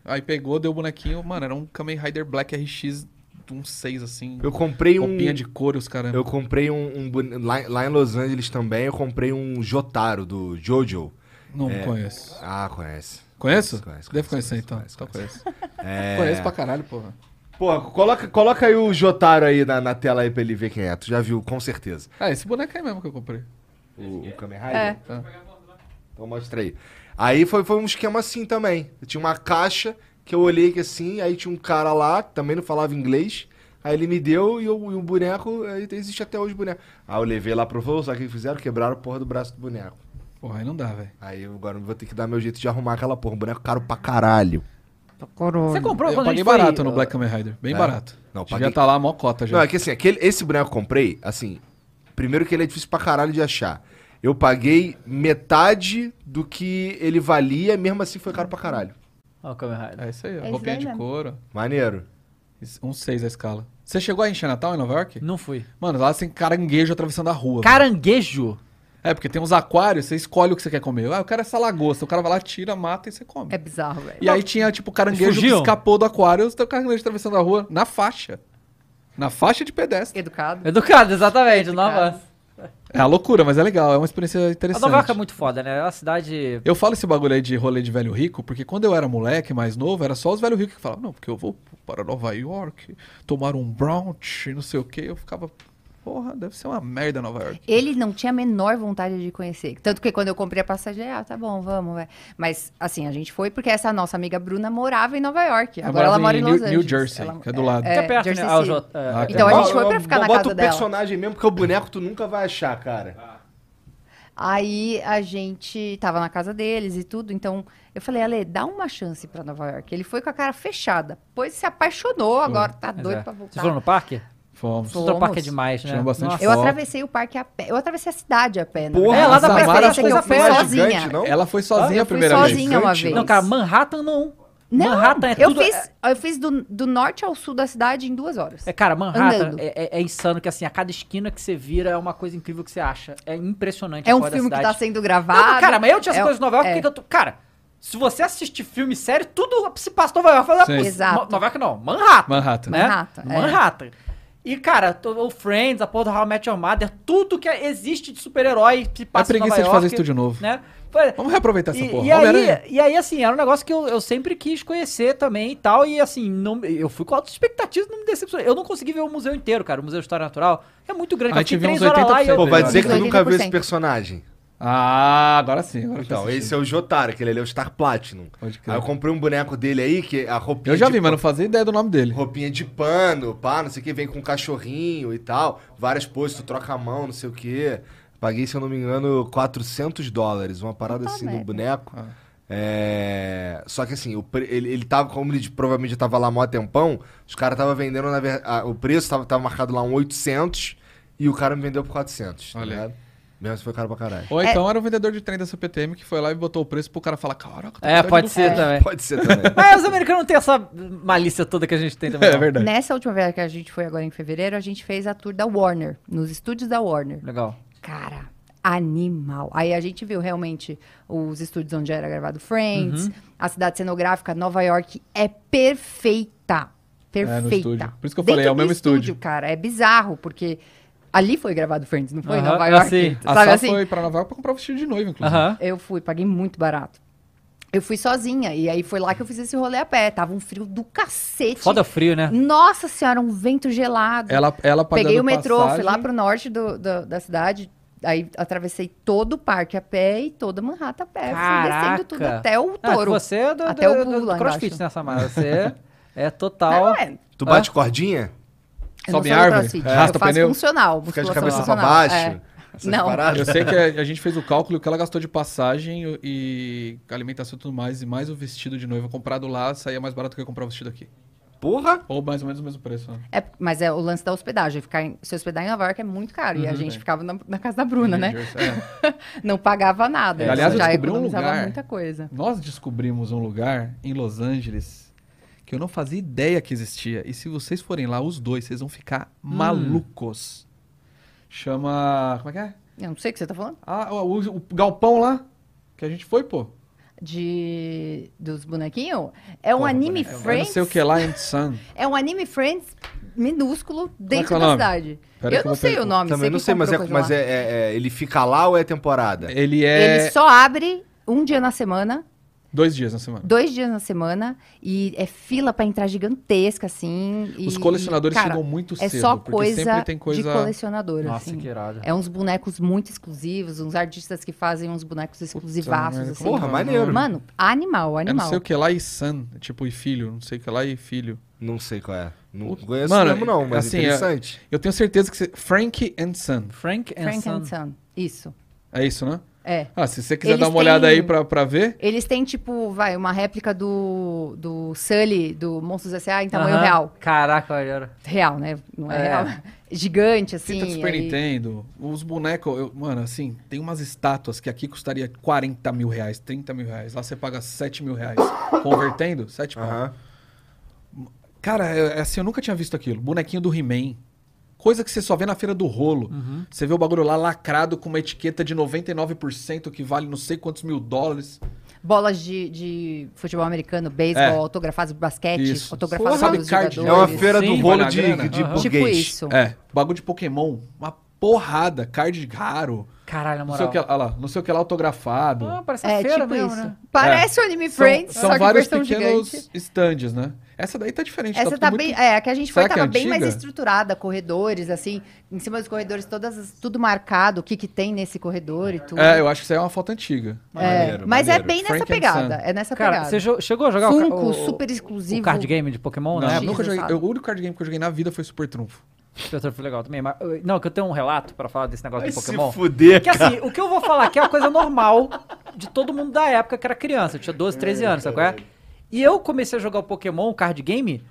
Speaker 3: Aí pegou, deu o bonequinho. Mano, era um Kamen Rider Black RX de um 6, assim.
Speaker 4: Eu comprei um.
Speaker 3: Roupinha de couro, os caras.
Speaker 4: Eu comprei um. um bone- lá, em- lá em Los Angeles também, eu comprei um Jotaro do Jojo.
Speaker 3: Não conheço.
Speaker 4: Ah, conhece.
Speaker 3: Conheço?
Speaker 4: Conhece,
Speaker 3: Deve
Speaker 4: conhece,
Speaker 3: conhecer,
Speaker 4: conhece,
Speaker 3: então.
Speaker 4: conhece,
Speaker 3: Só
Speaker 4: conhece.
Speaker 3: conheço.
Speaker 4: É.
Speaker 3: Conheço pra caralho, porra.
Speaker 4: Pô, coloca, coloca aí o Jotaro aí na, na tela aí pra ele ver quem é. Tu já viu, com certeza.
Speaker 3: Ah, esse boneco aí mesmo que eu comprei. Tá.
Speaker 4: O, o Kamen
Speaker 2: É.
Speaker 4: Rider. Então mostra aí. Aí foi, foi um esquema assim também. Eu tinha uma caixa que eu olhei que assim, aí tinha um cara lá que também não falava inglês. Aí ele me deu e, eu- e o boneco, aí existe até hoje o boneco. Aí eu levei lá pro voo, sabe o que fizeram? Quebraram a porra do braço do boneco.
Speaker 3: Porra, aí não dá, velho.
Speaker 4: Aí eu agora vou ter que dar meu jeito de arrumar aquela porra. Um boneco caro pra caralho.
Speaker 1: Você comprou
Speaker 3: Eu
Speaker 1: quando a
Speaker 3: paguei
Speaker 1: gente foi,
Speaker 3: barato no
Speaker 1: uh,
Speaker 3: Black Kamen Rider. Bem
Speaker 4: É?
Speaker 3: barato.
Speaker 4: Não,
Speaker 3: Devia
Speaker 4: paguei-
Speaker 3: tá lá a mó cota já.
Speaker 4: Não, é que assim, aquele, esse boneco que eu comprei, assim, primeiro que ele é difícil pra caralho de achar. Eu paguei metade do que ele valia, mesmo assim foi caro pra caralho.
Speaker 1: Ó, o Kamen Rider.
Speaker 3: É isso aí, ó.
Speaker 2: isso
Speaker 3: roupinha
Speaker 2: daí
Speaker 3: de
Speaker 2: mesmo.
Speaker 3: couro.
Speaker 4: Maneiro.
Speaker 3: Isso, Um 6 a escala. Você chegou aí em Chinatown, em Nova York?
Speaker 1: Não fui.
Speaker 3: Mano, lá tem caranguejo atravessando a rua.
Speaker 1: Caranguejo?
Speaker 3: velho. É, porque tem uns aquários, você escolhe o que você quer comer. Ah, eu quero essa lagosta. O cara vai lá, tira, mata e você come.
Speaker 2: É bizarro, velho.
Speaker 3: E aí tinha, tipo, caranguejo que
Speaker 1: Fugiam?
Speaker 3: escapou do aquário, tem o caranguejo atravessando a rua na faixa. Na faixa de pedestre.
Speaker 2: Educado.
Speaker 1: Educado, exatamente. Nova...
Speaker 3: É a loucura, mas é legal, é uma experiência
Speaker 1: A
Speaker 3: interessante.
Speaker 1: Nova York é muito foda, né? É uma cidade.
Speaker 3: Eu falo esse bagulho aí de rolê de velho rico, porque quando eu era moleque, mais novo, era só os velho ricos que falavam, não, porque eu vou para Nova York, tomar um brunch, não sei o quê. Eu ficava, porra, deve ser uma merda Nova York.
Speaker 2: Ele não tinha a menor vontade de conhecer. Tanto que quando eu comprei a passagem, ah, tá bom, vamos, vai. Mas, assim, a gente foi porque essa nossa amiga Bruna morava em Nova York.
Speaker 3: Ela
Speaker 2: Agora ela mora
Speaker 3: morava em
Speaker 2: em
Speaker 3: New-
Speaker 2: Los Angeles.
Speaker 3: New Jersey,
Speaker 2: Ela-
Speaker 3: que é do lado.
Speaker 1: Fica perto,
Speaker 2: Jersey
Speaker 1: né? Ah, o
Speaker 2: City.
Speaker 1: J- é,
Speaker 3: Ah,
Speaker 1: é.
Speaker 2: Então, a
Speaker 3: Bo-
Speaker 2: gente foi pra ficar na
Speaker 4: Bota
Speaker 2: casa
Speaker 4: o
Speaker 2: dela.
Speaker 4: personagem mesmo, porque o boneco tu nunca vai achar,
Speaker 3: Ah,
Speaker 4: cara.
Speaker 2: Aí a gente tava na casa deles e tudo, então eu falei, Ale, dá uma chance pra Nova York. Ele foi com a cara fechada, pois se apaixonou agora, tá
Speaker 1: Mas
Speaker 2: doido
Speaker 1: é.
Speaker 2: pra
Speaker 1: Vocês
Speaker 2: voltar.
Speaker 1: foram no parque?
Speaker 3: Fomos.
Speaker 2: Fomos.
Speaker 1: O parque é demais, né?
Speaker 3: Tiramos bastante
Speaker 1: Nossa.
Speaker 2: Eu
Speaker 3: Foto.
Speaker 2: atravessei o parque a pé, eu atravessei a cidade a pé. na
Speaker 4: Porra,
Speaker 2: verdade.
Speaker 1: É, lá dá
Speaker 2: Foi
Speaker 1: pra
Speaker 2: uma
Speaker 1: Samara
Speaker 2: experiência que eu
Speaker 1: faz
Speaker 2: fui
Speaker 1: coisa
Speaker 2: sozinha.
Speaker 4: gigante, não?
Speaker 3: Ela foi sozinha
Speaker 2: eu
Speaker 3: a
Speaker 2: fui
Speaker 3: primeira
Speaker 2: sozinha
Speaker 3: vez.
Speaker 2: uma
Speaker 4: Gigante,
Speaker 2: vez.
Speaker 4: não?
Speaker 1: Não, cara, Manhattan não.
Speaker 2: Não,
Speaker 1: Manhattan é
Speaker 2: eu
Speaker 1: tudo.
Speaker 2: fiz, eu fiz do, do norte ao sul da cidade em duas horas.
Speaker 1: É, cara, Manhattan
Speaker 2: Andando.
Speaker 1: é, é- é insano que assim, a cada esquina que você vira é uma coisa incrível que você acha. É impressionante
Speaker 2: É
Speaker 1: a
Speaker 2: um
Speaker 1: cor da
Speaker 2: filme que
Speaker 1: cidade.
Speaker 2: tá sendo
Speaker 1: Não,
Speaker 2: gravado.
Speaker 1: não, cara, mas eu tinha essa
Speaker 2: É-
Speaker 1: coisa de Nova York,
Speaker 2: é.
Speaker 1: porque eu tô. Cara, se você assistir filme sério, tudo se passa em Nova York. Fala,
Speaker 3: Sim.
Speaker 1: "Pô,
Speaker 2: Exato.
Speaker 1: No- Nova York não, Manhattan.
Speaker 3: Manhattan.
Speaker 1: né?
Speaker 2: Manhattan, é.
Speaker 1: Manhattan. E, cara, to- o Friends, a porra do How I Met Your Mother, tudo que é, existe de super-herói se
Speaker 3: É
Speaker 1: passa em
Speaker 3: preguiça
Speaker 1: Nova
Speaker 3: de fazer
Speaker 1: York,
Speaker 3: isso de novo.
Speaker 1: Né? Foi-
Speaker 3: Vamos reaproveitar essa
Speaker 1: e,
Speaker 3: porra.
Speaker 1: e aí,
Speaker 3: Homem-Aranha.
Speaker 1: e aí, assim, era um negócio que eu, eu sempre quis conhecer também e tal. E assim, não- eu fui com altas expectativas não me decepcionei. Eu não consegui ver o museu inteiro, cara. O Museu de História Natural é muito grande.
Speaker 3: Aí
Speaker 1: eu fiquei
Speaker 3: tive
Speaker 1: três
Speaker 3: uns
Speaker 1: horas lá e eu.
Speaker 3: 80%.
Speaker 4: Pô, vai dizer que tu
Speaker 2: Mas
Speaker 4: nunca viu esse
Speaker 2: 80%.
Speaker 4: personagem.
Speaker 3: Ah, agora sim. Agora
Speaker 4: Então, esse é o Jotaro, que ele é o Star Platinum.
Speaker 3: Pode crer.
Speaker 4: Aí eu comprei um boneco dele aí, que a roupinha
Speaker 3: Eu já
Speaker 4: de
Speaker 3: vi, mas não
Speaker 4: pano-
Speaker 3: fazia ideia do nome dele.
Speaker 4: Roupinha de pano, pá, não sei o que, vem com um cachorrinho e tal. Várias poses, tu troca a mão, não sei o que. Paguei, se eu não me engano, 400 dólares. Uma parada
Speaker 2: Puta
Speaker 4: assim no
Speaker 2: merda.
Speaker 4: boneco.
Speaker 3: Ah.
Speaker 4: É... Só que assim, o pre- ele, ele tava, como ele provavelmente já tava lá há mó tempão, os caras tava vendendo, na ver- ah, o preço tava, tava marcado lá um 800 e o cara me vendeu por 400, tá
Speaker 3: Olha aí.
Speaker 4: ligado? Mesmo se foi caro pra caralho.
Speaker 1: É.
Speaker 3: Ou então era o vendedor de trem da CPTM que foi lá e botou o preço pro cara falar, caraca, tá
Speaker 1: É,
Speaker 3: metade
Speaker 1: pode
Speaker 3: do
Speaker 1: ser
Speaker 3: preço."
Speaker 1: também.
Speaker 4: Pode ser também.
Speaker 1: Mas os americanos não têm essa malícia toda que a gente tem também.
Speaker 3: É
Speaker 1: não.
Speaker 3: verdade.
Speaker 2: Nessa última vez que a gente foi agora em fevereiro, a gente fez a tour da Warner, nos estúdios da Warner.
Speaker 1: Legal.
Speaker 2: Cara, animal. Aí a gente viu realmente os estúdios onde era gravado Friends,
Speaker 3: Uhum.
Speaker 2: a cidade cenográfica, Nova York, é perfeita.
Speaker 3: É, no
Speaker 2: Perfeita.
Speaker 3: estúdio. Por isso que eu
Speaker 2: Dentro
Speaker 3: falei, é o
Speaker 2: do
Speaker 3: mesmo estúdio.
Speaker 2: Cara, é bizarro, porque ali foi gravado Friends, não foi? em
Speaker 1: Aham,
Speaker 2: Nova
Speaker 1: eu
Speaker 2: York.
Speaker 1: sei.
Speaker 3: ah, A
Speaker 2: Sabe
Speaker 3: Sá
Speaker 2: assim?
Speaker 3: foi pra Nova York pra comprar o vestido de noiva, inclusive.
Speaker 1: Aham.
Speaker 2: Eu fui, paguei muito barato. Eu fui sozinha, e aí foi lá que eu fiz esse rolê a pé. Tava um frio do cacete.
Speaker 1: Foda o frio, né?
Speaker 2: Nossa senhora, um vento gelado.
Speaker 3: Ela, ela pagando
Speaker 2: Peguei o metrô, fui lá
Speaker 3: passagem.
Speaker 2: pro norte do- do- da cidade. Aí atravessei todo o parque a pé e toda Manhattan a pé. Fui descendo tudo
Speaker 1: Caraca.
Speaker 2: até o
Speaker 1: Ah,
Speaker 2: touro.
Speaker 1: você é do,
Speaker 2: Até
Speaker 1: do-
Speaker 2: o
Speaker 1: do-
Speaker 2: pulo
Speaker 1: do
Speaker 2: lá
Speaker 1: crossfit,
Speaker 2: embaixo.
Speaker 1: né, Samara? Você é
Speaker 2: Não,
Speaker 1: total.
Speaker 2: não é.
Speaker 4: Tu bate cordinha?
Speaker 2: Eu não
Speaker 3: tá, Sobe
Speaker 2: sou do
Speaker 3: árvore,
Speaker 2: crossfit,
Speaker 3: arrasta
Speaker 2: eu faço
Speaker 3: pneu.
Speaker 2: funcional,
Speaker 4: Fica de
Speaker 2: musculação
Speaker 4: cabeça pra
Speaker 2: funcional,
Speaker 4: baixo?
Speaker 2: é.
Speaker 4: essas
Speaker 2: Não.
Speaker 4: paradas?
Speaker 3: Eu sei que a, a gente fez o cálculo e o que ela gastou de passagem e alimentação e tudo mais, e mais o vestido de noiva comprado lá, saía mais barato que eu comprar o vestido aqui.
Speaker 4: Porra!
Speaker 3: Ou mais ou menos o mesmo preço. Né?
Speaker 2: É, mas é o lance da hospedagem. Ficar em- se hospedar em Nova York é muito caro.
Speaker 3: Uhum.
Speaker 2: e a gente ficava na, na casa da Bruna, né?
Speaker 3: É.
Speaker 2: Não pagava nada.
Speaker 3: É, aliás, eu
Speaker 2: já
Speaker 3: descobri um
Speaker 2: economizava
Speaker 3: lugar.
Speaker 2: muita coisa.
Speaker 3: Nós descobrimos um lugar em Los Angeles que eu não fazia ideia que existia. E se vocês forem lá, os dois, vocês vão ficar
Speaker 2: Hum.
Speaker 3: malucos. Chama. Como é que é?
Speaker 2: Eu não sei o que você tá falando.
Speaker 3: Ah, o, o- o galpão lá que a gente foi, pô.
Speaker 2: De... Dos bonequinhos? É um
Speaker 3: Porra,
Speaker 2: anime
Speaker 3: boneco. Eu
Speaker 2: Friends.
Speaker 3: não sei o que lá em Sun.
Speaker 2: É um anime Friends minúsculo
Speaker 3: que é
Speaker 2: dentro
Speaker 3: o
Speaker 2: da
Speaker 3: nome?
Speaker 2: cidade. eu
Speaker 3: Pera aí que eu
Speaker 2: não
Speaker 3: vou
Speaker 2: sei
Speaker 3: pegar-
Speaker 2: o nome.
Speaker 4: Também
Speaker 2: que
Speaker 4: não sei, mas, é,
Speaker 2: comprou coisa
Speaker 4: mas
Speaker 2: lá.
Speaker 4: é- é- ele fica lá ou é temporada?
Speaker 3: Ele é
Speaker 2: Ele só abre um dia na semana,
Speaker 3: dois dias na semana.
Speaker 2: dois dias na semana, e é fila pra entrar gigantesca, assim. e-
Speaker 3: Os colecionadores
Speaker 2: e, cara,
Speaker 3: chegam muito
Speaker 2: É
Speaker 3: cedo,
Speaker 2: só
Speaker 3: porque
Speaker 2: coisa,
Speaker 3: sempre tem
Speaker 2: de
Speaker 3: coisa. é,
Speaker 2: colecionador,
Speaker 1: Nossa,
Speaker 2: assim.
Speaker 1: que irado.
Speaker 2: É uns bonecos muito exclusivos, uns artistas que fazem uns bonecos exclusivaços,
Speaker 3: merda, É
Speaker 2: assim.
Speaker 4: Porra, maneiro.
Speaker 2: Mano, animal,
Speaker 3: Eu não
Speaker 2: animal.
Speaker 3: sei o que lá e San, tipo, e filho, não sei o que lá e filho.
Speaker 4: Não sei qual é. Não
Speaker 3: Puta-
Speaker 4: conheço
Speaker 3: Mano,
Speaker 4: mesmo, não, mas
Speaker 3: assim,
Speaker 4: interessante.
Speaker 3: Eu tenho certeza que você. Frank and Son.
Speaker 1: Frank and
Speaker 2: Frank and
Speaker 1: Son.
Speaker 2: Son. Isso.
Speaker 3: É isso, né?
Speaker 2: É.
Speaker 3: Ah, se você quiser
Speaker 2: Eles
Speaker 3: dar uma olhada
Speaker 2: têm-
Speaker 3: aí pra, pra ver.
Speaker 2: Eles têm, tipo, vai, uma réplica do, do Sully, do Monstros S.A. em tamanho
Speaker 1: Aham.
Speaker 2: real.
Speaker 1: Caraca, olha. olha.
Speaker 2: Real, né? Não é,
Speaker 1: É.
Speaker 2: real. Gigante, assim.
Speaker 3: Fita do tá Super
Speaker 2: aí-
Speaker 3: Nintendo, os bonecos, eu- mano, assim, tem umas estátuas que aqui custaria 40 mil reais, 30 mil reais, lá você paga 7 mil reais, convertendo, 7 pau.
Speaker 4: Aham.
Speaker 3: Cara, é, é assim, eu nunca tinha visto aquilo. Bonequinho do He-Man. Coisa que você só vê na feira do rolo. Você vê o bagulho lá lacrado com uma etiqueta de 99% que vale não sei quantos mil dólares.
Speaker 2: Bolas de, de futebol americano, beisebol,
Speaker 3: É.
Speaker 2: autografadas do basquete,
Speaker 3: Isso.
Speaker 2: autografadas
Speaker 3: Sabe
Speaker 2: dos
Speaker 3: card?
Speaker 4: É uma
Speaker 2: jogadores.
Speaker 4: feira do
Speaker 1: Sim,
Speaker 4: rolo
Speaker 3: vale a
Speaker 4: de,
Speaker 3: grana.
Speaker 4: de
Speaker 1: Aham.
Speaker 2: Tipo
Speaker 4: burguês.
Speaker 2: isso.
Speaker 3: É, bagulho de Pokémon, uma porrada, card raro,
Speaker 1: Caralho, na
Speaker 3: não sei,
Speaker 1: moral.
Speaker 3: o que, olha lá, não sei o que lá autografado.
Speaker 1: Ah, parece
Speaker 2: É,
Speaker 1: a feira
Speaker 2: tipo
Speaker 1: mesmo,
Speaker 2: isso.
Speaker 1: né?
Speaker 2: Parece o Anime Friends,
Speaker 3: É. são
Speaker 2: só que
Speaker 3: vários
Speaker 2: versão
Speaker 3: pequenos
Speaker 2: gigante.
Speaker 3: stands, né? Essa daí tá diferente.
Speaker 2: Essa
Speaker 3: tudo
Speaker 2: tá
Speaker 3: muito-
Speaker 2: bem. É, a que a gente foi
Speaker 3: Será que é
Speaker 2: tava bem mais
Speaker 3: antiga?
Speaker 2: estruturada, corredores, assim. Em cima dos corredores, todas, as- tudo marcado, o que, que tem nesse corredor e tudo.
Speaker 3: É, eu acho que isso aí é uma foto antiga.
Speaker 2: É,
Speaker 4: Maneiro,
Speaker 2: mas
Speaker 4: maneiro.
Speaker 2: é bem nessa
Speaker 3: Frank and
Speaker 2: pegada.
Speaker 3: Son.
Speaker 2: É nessa
Speaker 1: Cara,
Speaker 2: pegada.
Speaker 1: você jo- chegou a jogar o ca-
Speaker 2: Funko,
Speaker 1: o,
Speaker 2: super
Speaker 1: o
Speaker 2: exclusivo.
Speaker 1: card game de Pokémon,
Speaker 3: Não,
Speaker 1: né?
Speaker 3: eu
Speaker 2: X,
Speaker 3: nunca joguei.
Speaker 2: sabe?
Speaker 3: eu- o único card game que eu joguei na vida foi Super Trunfo.
Speaker 1: Eu tô- foi legal também. Mas, eu- não, que eu tenho um relato pra falar desse negócio
Speaker 4: Vai
Speaker 1: de
Speaker 4: se
Speaker 1: Pokémon.
Speaker 4: fuder,
Speaker 1: Que assim, o que eu vou falar aqui é uma coisa normal de todo mundo da época que era criança. Eu tinha 12, 13 anos, sabe qual é? E eu comecei a jogar o Pokémon, o card game,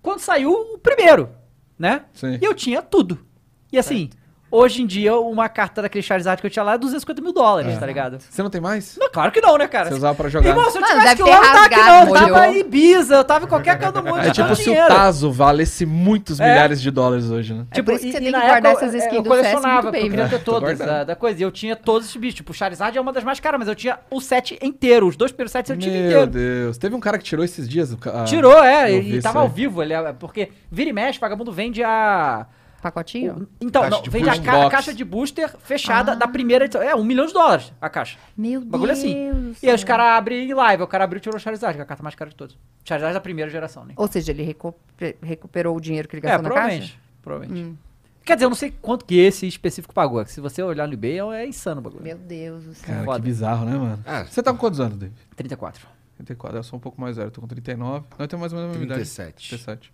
Speaker 1: quando saiu o primeiro, né?
Speaker 3: Sim.
Speaker 1: E eu tinha tudo. E assim, Hoje em dia, uma carta daquele Charizard que eu tinha lá é 250 mil dólares, tá ligado?
Speaker 3: Você não tem mais?
Speaker 1: Não, claro que não, né, cara?
Speaker 3: Você usava pra jogar.
Speaker 1: Irmão, se eu
Speaker 2: Mano,
Speaker 1: tivesse que
Speaker 2: deve
Speaker 1: eu
Speaker 2: ter
Speaker 1: não tava aqui não,
Speaker 2: rasgado,
Speaker 1: eu tava
Speaker 2: molhou.
Speaker 1: em Ibiza, eu tava em qualquer canto do mundo.
Speaker 3: É
Speaker 1: eu tinha
Speaker 3: tipo se o
Speaker 1: dinheiro.
Speaker 3: Tazo valesse muitos
Speaker 1: É.
Speaker 3: milhares de dólares hoje, né?
Speaker 2: É por isso que você tem que
Speaker 1: Tipo, na
Speaker 2: guardar
Speaker 1: época,
Speaker 2: essas
Speaker 1: eu- é,
Speaker 2: skins
Speaker 1: eu
Speaker 2: do CS
Speaker 1: colecionava,
Speaker 2: muito
Speaker 1: porque
Speaker 2: bem, né?
Speaker 1: eu queria
Speaker 2: viu?
Speaker 1: ter todas
Speaker 3: guardando.
Speaker 1: da, da coisa. E eu tinha todos esses bichos. Tipo, o Charizard é uma das mais caras, mas eu tinha o set inteiro. Os dois primeiros sets eu tive
Speaker 3: Meu
Speaker 1: inteiro.
Speaker 3: Deus. Teve um cara que tirou esses dias. a-
Speaker 1: tipo Tirou, é,
Speaker 3: eu
Speaker 1: e
Speaker 3: vi isso
Speaker 1: tava
Speaker 3: aí.
Speaker 1: ao vivo. Ele, é- porque vira e mexe, vagabundo vende a.
Speaker 2: Pacotinho?
Speaker 1: Então,
Speaker 4: Caixa
Speaker 1: não,
Speaker 4: de
Speaker 1: vende a,
Speaker 3: booster.
Speaker 1: ca- a
Speaker 3: Box.
Speaker 1: caixa de booster
Speaker 2: Ah.
Speaker 1: fechada da primeira edição. É, um milhão de dólares a caixa.
Speaker 2: Meu
Speaker 1: O bagulho é
Speaker 2: Deus.
Speaker 1: assim. E aí
Speaker 2: né?
Speaker 1: os caras abrem em live. O cara abriu e tirou o Charizard, que é a carta mais cara de todos. Charizard da primeira geração, né?
Speaker 2: Ou seja, ele recu- recuperou o dinheiro que ele
Speaker 1: É,
Speaker 2: gastou na caixa? Hum.
Speaker 1: provavelmente. Provavelmente. Quer dizer, eu não sei quanto que esse específico pagou. é que Se você olhar no eBay, é insano o bagulho.
Speaker 2: Meu Deus do céu.
Speaker 3: Cara,
Speaker 1: Foda.
Speaker 3: que bizarro, né, mano?
Speaker 4: Ah.
Speaker 3: Você tá com quantos anos, David?
Speaker 1: 34.
Speaker 3: 34. Eu sou um pouco mais velho. Tô com 39. Nós temos mais ou menos a mesma idade.
Speaker 4: 37.
Speaker 3: 37.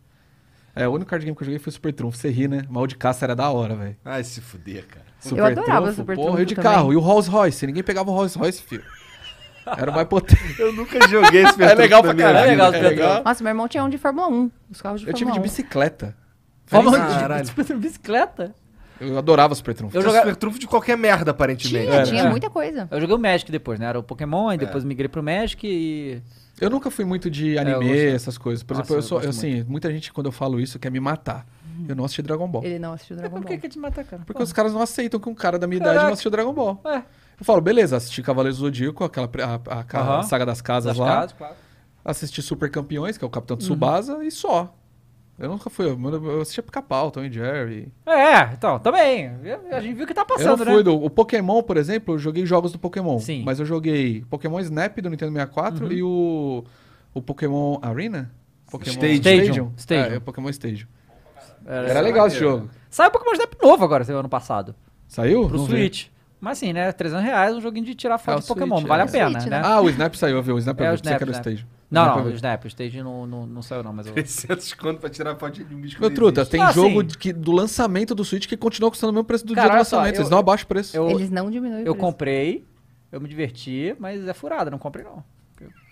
Speaker 3: É, o único card game que eu joguei foi Super Trunfo. Você ri, né? Mal de caça era da hora, velho.
Speaker 4: Ai, se fuder, cara.
Speaker 3: Super
Speaker 2: adorava Super
Speaker 3: porra,
Speaker 2: Trunfo
Speaker 3: eu de
Speaker 2: também.
Speaker 3: carro. E o Rolls Royce. Ninguém pegava o Rolls Royce, filho. Era o mais potente.
Speaker 4: Eu nunca joguei esse
Speaker 3: É legal pra
Speaker 1: É
Speaker 3: caralho.
Speaker 1: legal,
Speaker 3: é
Speaker 1: Super
Speaker 3: legal.
Speaker 2: Nossa, meu irmão tinha um de Fórmula 1. Os carros de
Speaker 3: Eu tive
Speaker 2: Fórmula
Speaker 3: de
Speaker 2: 1.
Speaker 3: bicicleta.
Speaker 1: Vamos
Speaker 4: Caralho.
Speaker 1: de tipo, bicicleta?
Speaker 3: Eu adorava Super Trunfo.
Speaker 1: Eu
Speaker 4: Eu
Speaker 1: jogava-
Speaker 4: super trunfo de qualquer merda, aparentemente.
Speaker 2: Tinha,
Speaker 1: né?
Speaker 2: tinha muita coisa.
Speaker 1: Eu joguei o Magic depois, né? Era o Pokémon, e depois migrei pro Magic e.
Speaker 3: Eu nunca fui muito de
Speaker 1: É, eu
Speaker 3: anime,
Speaker 1: gosto.
Speaker 3: essas coisas. Por
Speaker 1: Nossa,
Speaker 3: exemplo, eu
Speaker 1: eu
Speaker 3: sou.
Speaker 1: gosto
Speaker 3: eu, assim, muita gente, quando eu falo isso, quer me matar. Eu não assisti Dragon Ball.
Speaker 2: Ele não assistiu Dragon
Speaker 1: Por
Speaker 2: Ball.
Speaker 1: que que te matar, cara?
Speaker 3: Porque os caras não aceitam que um cara da minha idade não
Speaker 1: Caraca.
Speaker 3: assistiu Dragon Ball.
Speaker 1: É.
Speaker 3: Eu falo, beleza, assisti Cavaleiros do Zodíaco, aquela pre- a, a ca-
Speaker 1: Aham.
Speaker 3: saga das casas
Speaker 1: Das
Speaker 3: lá.
Speaker 1: casas, Uhum. claro.
Speaker 3: Assisti Super Campeões, que é o Capitão Tsubasa, e só. Eu nunca fui. Eu, eu assistia Pica-Pau, Tom e Jerry.
Speaker 1: É, então, também. A gente viu o que tá
Speaker 3: eu
Speaker 1: passando,
Speaker 3: não fui
Speaker 1: né?
Speaker 3: do. O Pokémon, por exemplo, eu joguei jogos do Pokémon.
Speaker 1: Sim. Uhum.
Speaker 3: Mas eu joguei Pokémon Snap do Nintendo 64 e o. O Pokémon Arena? Pokémon
Speaker 4: Stadium.
Speaker 1: Stadium.
Speaker 3: É,
Speaker 1: Stadium.
Speaker 3: é o Pokémon Stadium. Era legal esse jogo.
Speaker 1: Saiu o Pokémon Snap novo agora, saiu ano passado.
Speaker 3: Saiu?
Speaker 1: Pro
Speaker 3: Não vi.
Speaker 1: Switch. Mas assim, né? 300 reais um joguinho de tirar
Speaker 3: É,
Speaker 1: foto
Speaker 3: o
Speaker 1: de Pokémon.
Speaker 3: Switch,
Speaker 1: não vale
Speaker 3: é.
Speaker 1: a pena,
Speaker 2: Switch,
Speaker 1: né?
Speaker 2: né?
Speaker 3: Ah, o Snap saiu, eu vi. O Snap
Speaker 1: É,
Speaker 3: eu
Speaker 1: o
Speaker 3: vi. Você
Speaker 1: Snap,
Speaker 3: que era o
Speaker 1: Snap.
Speaker 3: Stadium.
Speaker 1: Não,
Speaker 3: Snap eu
Speaker 1: não, o
Speaker 3: vi.
Speaker 1: Snap, o Stage não, não, não saiu, não, mas eu.
Speaker 4: 300 conto pra tirar foto de um bicho que
Speaker 3: Meu
Speaker 4: não
Speaker 3: truta,
Speaker 4: existe.
Speaker 3: tem
Speaker 1: Ah,
Speaker 3: jogo
Speaker 1: sim.
Speaker 3: de que, do lançamento do Switch que continua custando o mesmo preço do
Speaker 1: Cara,
Speaker 3: dia do
Speaker 1: olha só,
Speaker 3: lançamento.
Speaker 1: eu-
Speaker 3: Eles não abaixam o preço.
Speaker 1: Eu,
Speaker 2: Eles não diminuíram
Speaker 1: eu
Speaker 2: o preço.
Speaker 1: comprei, eu me diverti, mas é furada, não comprei não.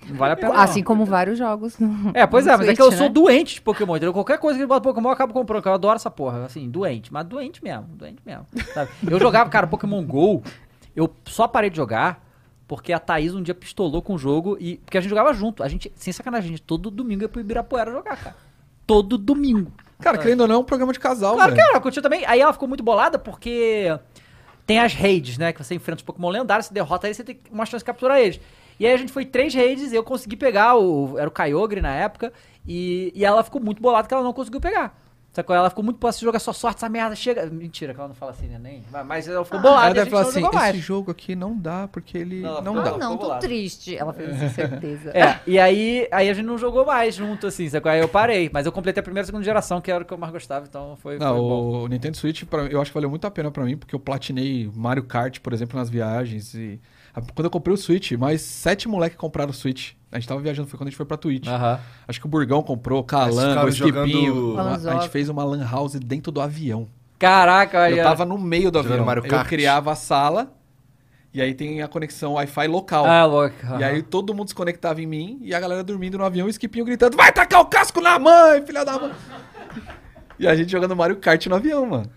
Speaker 1: Não vale a pena.
Speaker 2: Assim
Speaker 1: não.
Speaker 2: como vários jogos. no-
Speaker 1: É, pois
Speaker 2: no
Speaker 1: é, mas é que eu
Speaker 2: Switch,
Speaker 1: sou
Speaker 2: né?
Speaker 1: doente de Pokémon, entendeu? Qualquer coisa que bota Pokémon eu acabo comprando, que eu adoro essa porra. Assim, doente, mas doente mesmo, doente mesmo. sabe? Eu jogava, cara, Pokémon GO, eu só parei de jogar porque a Thaís um dia pistolou com o jogo e. Porque a gente jogava junto. A gente, sem sacanagem, a gente todo domingo ia pro Ibirapuera jogar, cara. Todo domingo.
Speaker 3: Cara, querendo ou não, é um programa de casal,
Speaker 1: Ah. Claro que é
Speaker 3: velho.
Speaker 1: era, curtiu também. Aí ela ficou muito bolada porque tem as raids, né? Que você enfrenta os Pokémon lendários, você derrota eles, você tem uma chance de capturar eles. E aí a gente foi três raids, eu consegui pegar, o, era o Kyogre na época, e, e ela ficou muito bolada que ela não conseguiu pegar. Sacou? Ela ficou muito, pô, esse jogo é só sorte, essa merda chega. Mentira, que ela não fala assim, né? Nem. Mas- Mas ela ficou bolada.
Speaker 3: Ela
Speaker 1: e a
Speaker 3: deve
Speaker 1: gente
Speaker 3: falar
Speaker 1: não
Speaker 3: assim,
Speaker 1: jogou mais.
Speaker 3: esse jogo aqui não dá, porque ele
Speaker 1: Não,
Speaker 3: não,
Speaker 1: não
Speaker 3: dá.
Speaker 2: Ah, não, tô
Speaker 1: Vamos lá.
Speaker 2: triste. Ela fez isso com certeza.
Speaker 1: É, e aí, aí a gente não jogou mais junto, assim, sacou? Aí eu parei. Mas eu completei a primeira e segunda geração, que era o que eu mais gostava, então foi,
Speaker 3: Não,
Speaker 1: foi bom.
Speaker 3: o Nintendo Switch, pra- eu acho que valeu muito a pena pra mim, porque eu platinei Mario Kart, por exemplo, nas viagens. E a- quando eu comprei o Switch, mais sete moleques compraram o Switch. A gente tava viajando, foi quando a gente foi pra Twitch.
Speaker 1: Aham.
Speaker 3: Acho que o Burgão comprou,
Speaker 4: Mas
Speaker 3: Calango,
Speaker 4: ficaram
Speaker 3: Esquipinho.
Speaker 4: jogando-
Speaker 3: A, a gente
Speaker 2: Alanzoff.
Speaker 3: fez uma lan house dentro do avião.
Speaker 1: Caraca, olha.
Speaker 3: Eu tava no meio do
Speaker 4: Jogando
Speaker 3: avião.
Speaker 4: Mario
Speaker 3: Eu
Speaker 4: Kart.
Speaker 3: criava a sala, e aí tem a conexão Wi-Fi local.
Speaker 1: Ah, louco.
Speaker 3: E aí todo mundo se conectava em mim e a galera dormindo no avião, o Skipinho gritando: Vai tacar o casco na mãe, filha da mãe! e a gente jogando Mario Kart no avião, mano.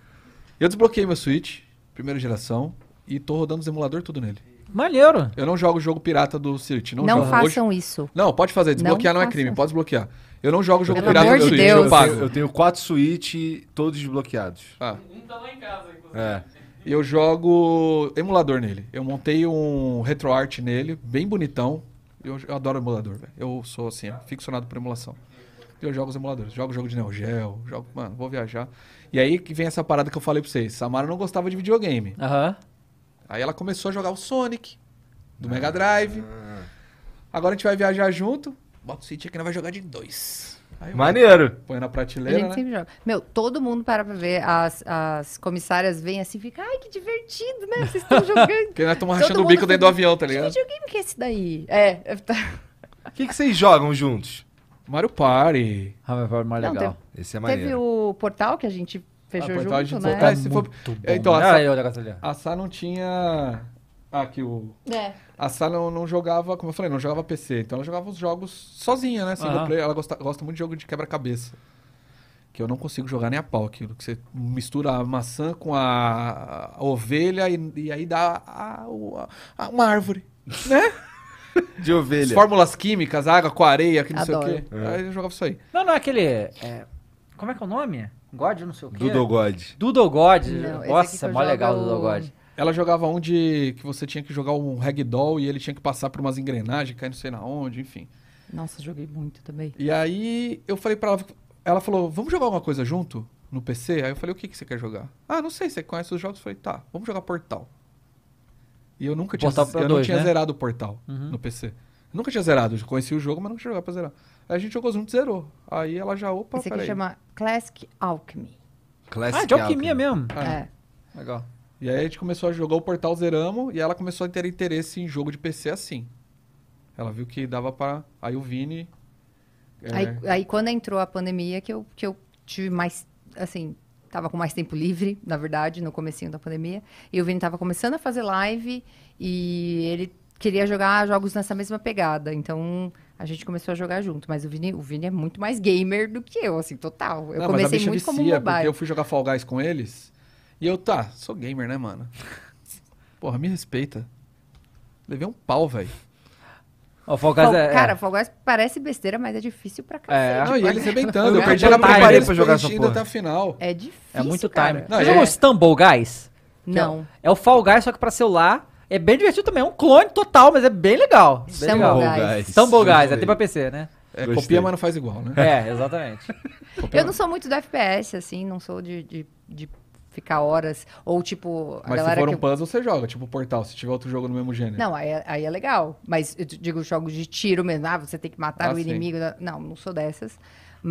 Speaker 3: Eu desbloqueei meu Switch, primeira geração, e tô rodando os emuladores tudo nele.
Speaker 1: Maneiro.
Speaker 3: Eu não jogo jogo pirata do Switch, não,
Speaker 2: Não,
Speaker 3: jogo.
Speaker 2: façam isso.
Speaker 3: Hoje... Não, pode fazer, desbloquear não, é
Speaker 2: façam.
Speaker 3: crime, pode desbloquear. Eu não jogo jogo
Speaker 2: Pelo
Speaker 3: pirata
Speaker 2: amor
Speaker 3: do
Speaker 2: de
Speaker 3: Switch,
Speaker 2: Deus.
Speaker 3: eu
Speaker 4: Eu tenho,
Speaker 3: pago.
Speaker 4: eu tenho quatro Switch, todos desbloqueados.
Speaker 3: Ah,
Speaker 4: É.
Speaker 3: E eu jogo emulador nele. Eu montei um RetroArt nele, bem bonitão. Eu, eu adoro emulador, velho. Eu sou assim, ficcionado por emulação. Eu jogo os emuladores. Jogo jogo de Neo Geo, jogo, mano, vou viajar. E aí que vem essa parada que eu falei pra vocês. Samara não gostava de videogame.
Speaker 1: Aham.
Speaker 3: Aí ela começou a jogar o Sonic do Mega Drive. Agora a gente vai viajar junto. Bota o Switch aqui, nós vai jogar de dois. Aí eu
Speaker 4: Maneiro.
Speaker 3: põe na
Speaker 2: A
Speaker 3: prateleira,
Speaker 2: gente
Speaker 3: né?
Speaker 2: sempre joga. Meu, todo mundo para pra ver. As, as comissárias vêm assim e ficam, ai, que divertido, né? Vocês estão jogando.
Speaker 3: Porque nós estamos
Speaker 2: Todo
Speaker 3: rachando o
Speaker 2: mundo
Speaker 3: bico dentro do
Speaker 2: feliz.
Speaker 3: avião, tá
Speaker 2: que
Speaker 3: ligado? Ah,
Speaker 2: videogame que é esse daí? É, tá-
Speaker 4: O que, que vocês jogam juntuntos?
Speaker 3: Mario Party.
Speaker 1: Ah, mas foi mais
Speaker 2: Não,
Speaker 1: legal.
Speaker 2: teve-
Speaker 4: Esse é
Speaker 2: teve
Speaker 4: maneiro.
Speaker 2: o portal que a gente fechou
Speaker 3: Ah, pô,
Speaker 2: junto,
Speaker 3: então a gente
Speaker 2: né?
Speaker 3: voltar, se for- É,
Speaker 2: um
Speaker 3: Então, a, Sa-
Speaker 1: aí, o negócio ali. ó.
Speaker 3: a Sá não tinha. Ah, aqui o.
Speaker 2: É.
Speaker 3: A Sá não, não jogava, como eu falei, não jogava PC. Então ela jogava os jogos sozinha, né? Single
Speaker 1: Aham.
Speaker 3: player. Ela gosta, gosta muito de jogo de quebra-cabeça. que eu não consigo jogar nem a pau aquilo. Que você mistura a maçã com a, a ovelha e, e aí dá a- o- a- a- uma árvore, né?
Speaker 4: De
Speaker 3: As
Speaker 4: ovelha.
Speaker 3: fórmulas químicas, água com areia, que não sei o
Speaker 2: Adoro.
Speaker 3: quê. Aí eu jogava isso aí.
Speaker 1: Não, não é aquele. é, como é que é o nome? God, não sei o quê.
Speaker 4: Do God.
Speaker 1: Doodle God.
Speaker 2: Não, esse aqui que
Speaker 1: Nossa,
Speaker 2: eu
Speaker 1: mó
Speaker 2: jogo
Speaker 1: legal
Speaker 2: é
Speaker 1: o
Speaker 2: o-
Speaker 1: Doodle God.
Speaker 3: Ela jogava onde que você tinha que jogar um ragdoll e ele tinha que passar por umas engrenagens, cair não sei na onde, enfim.
Speaker 2: Nossa, joguei muito também.
Speaker 3: E aí eu falei pra ela, ela falou, vamos jogar alguma coisa junto no PC? Aí eu falei, o que, que você quer jogar? Ah, não sei, você conhece os jogos? Eu falei, tá, vamos jogar Portal. E eu nunca tinha,
Speaker 1: Portal pra
Speaker 3: eu não
Speaker 1: dois,
Speaker 3: tinha
Speaker 1: né? Hum.
Speaker 3: zerado o Portal
Speaker 2: Uhum.
Speaker 3: no PC. Eu nunca tinha zerado, eu conheci o jogo, mas nunca tinha jogado pra zerar. Aí a gente jogou junto e zerou. Aí ela já, opa,
Speaker 2: Esse aqui
Speaker 3: peraí.
Speaker 2: chama Classic Alchemy.
Speaker 4: Classic
Speaker 1: Ah, de alquimia mesmo.
Speaker 3: Ah,
Speaker 2: É.
Speaker 1: Legal.
Speaker 3: E aí a gente começou a jogar o Portal, zeramos, e ela começou a ter interesse em jogo de PC assim. Ela viu que dava pra... Aí o Vini... é,
Speaker 2: Aí, aí quando entrou a pandemia, que eu, que eu tive mais, assim, tava com mais tempo livre, na verdade, no comecinho da pandemia. E o Vini tava começando a fazer live e ele queria jogar jogos nessa mesma pegada. Então, a gente começou a jogar junto. Mas o Vini, o Vini é muito mais gamer do que eu, assim, total. Eu
Speaker 3: Não, mas a
Speaker 2: comecei
Speaker 3: bicha
Speaker 2: muito como
Speaker 3: vicia, porque
Speaker 2: mobile.
Speaker 3: eu fui jogar Fall Guys com eles. E eu, tá, sou gamer, né, mano? Porra, me respeita. Levei um pau, velho.
Speaker 1: Ó, O Fall Guys
Speaker 2: Fall-
Speaker 1: é- é-
Speaker 2: Cara, Fall Guys parece besteira, mas é difícil pra cacete.
Speaker 3: Não, e tá. eles arrebentando. Eu
Speaker 1: Eu
Speaker 3: perdi
Speaker 1: tô
Speaker 3: na
Speaker 1: time
Speaker 3: preparei
Speaker 4: pra jogar essa
Speaker 3: indo
Speaker 4: porra.
Speaker 3: até a final.
Speaker 2: É difícil,
Speaker 1: é muito
Speaker 2: cara.
Speaker 1: time.
Speaker 3: Não,
Speaker 1: Você
Speaker 3: é-
Speaker 1: jogou Stumble Guys?
Speaker 2: Não.
Speaker 1: É o Fall Guys, só que pra celular. É bem divertido também. É um clone total, mas é bem legal. Bem
Speaker 2: Stumble
Speaker 1: legal.
Speaker 2: Guys.
Speaker 1: Stumble Guys,
Speaker 4: Gostei.
Speaker 1: é até pra PC, né?
Speaker 3: É,
Speaker 4: Gostei.
Speaker 3: copia, mas não faz igual, né?
Speaker 1: É, exatamente.
Speaker 3: Então
Speaker 2: Eu não sou muito do FPS, assim, não sou de, de, de ficar horas. Ou tipo, a
Speaker 3: Mas se
Speaker 2: galera
Speaker 3: for
Speaker 2: que.
Speaker 3: um né?
Speaker 2: eu-
Speaker 3: puzzle, você joga, tipo Portal, se tiver outro jogo no mesmo gênero.
Speaker 2: Não, aí, é- aí é legal. Mas eu te digo jogos de tiro mesmo. Ah, você tem que matar
Speaker 3: Ah,
Speaker 2: o
Speaker 3: sim.
Speaker 2: inimigo. né? Não, não sou dessas.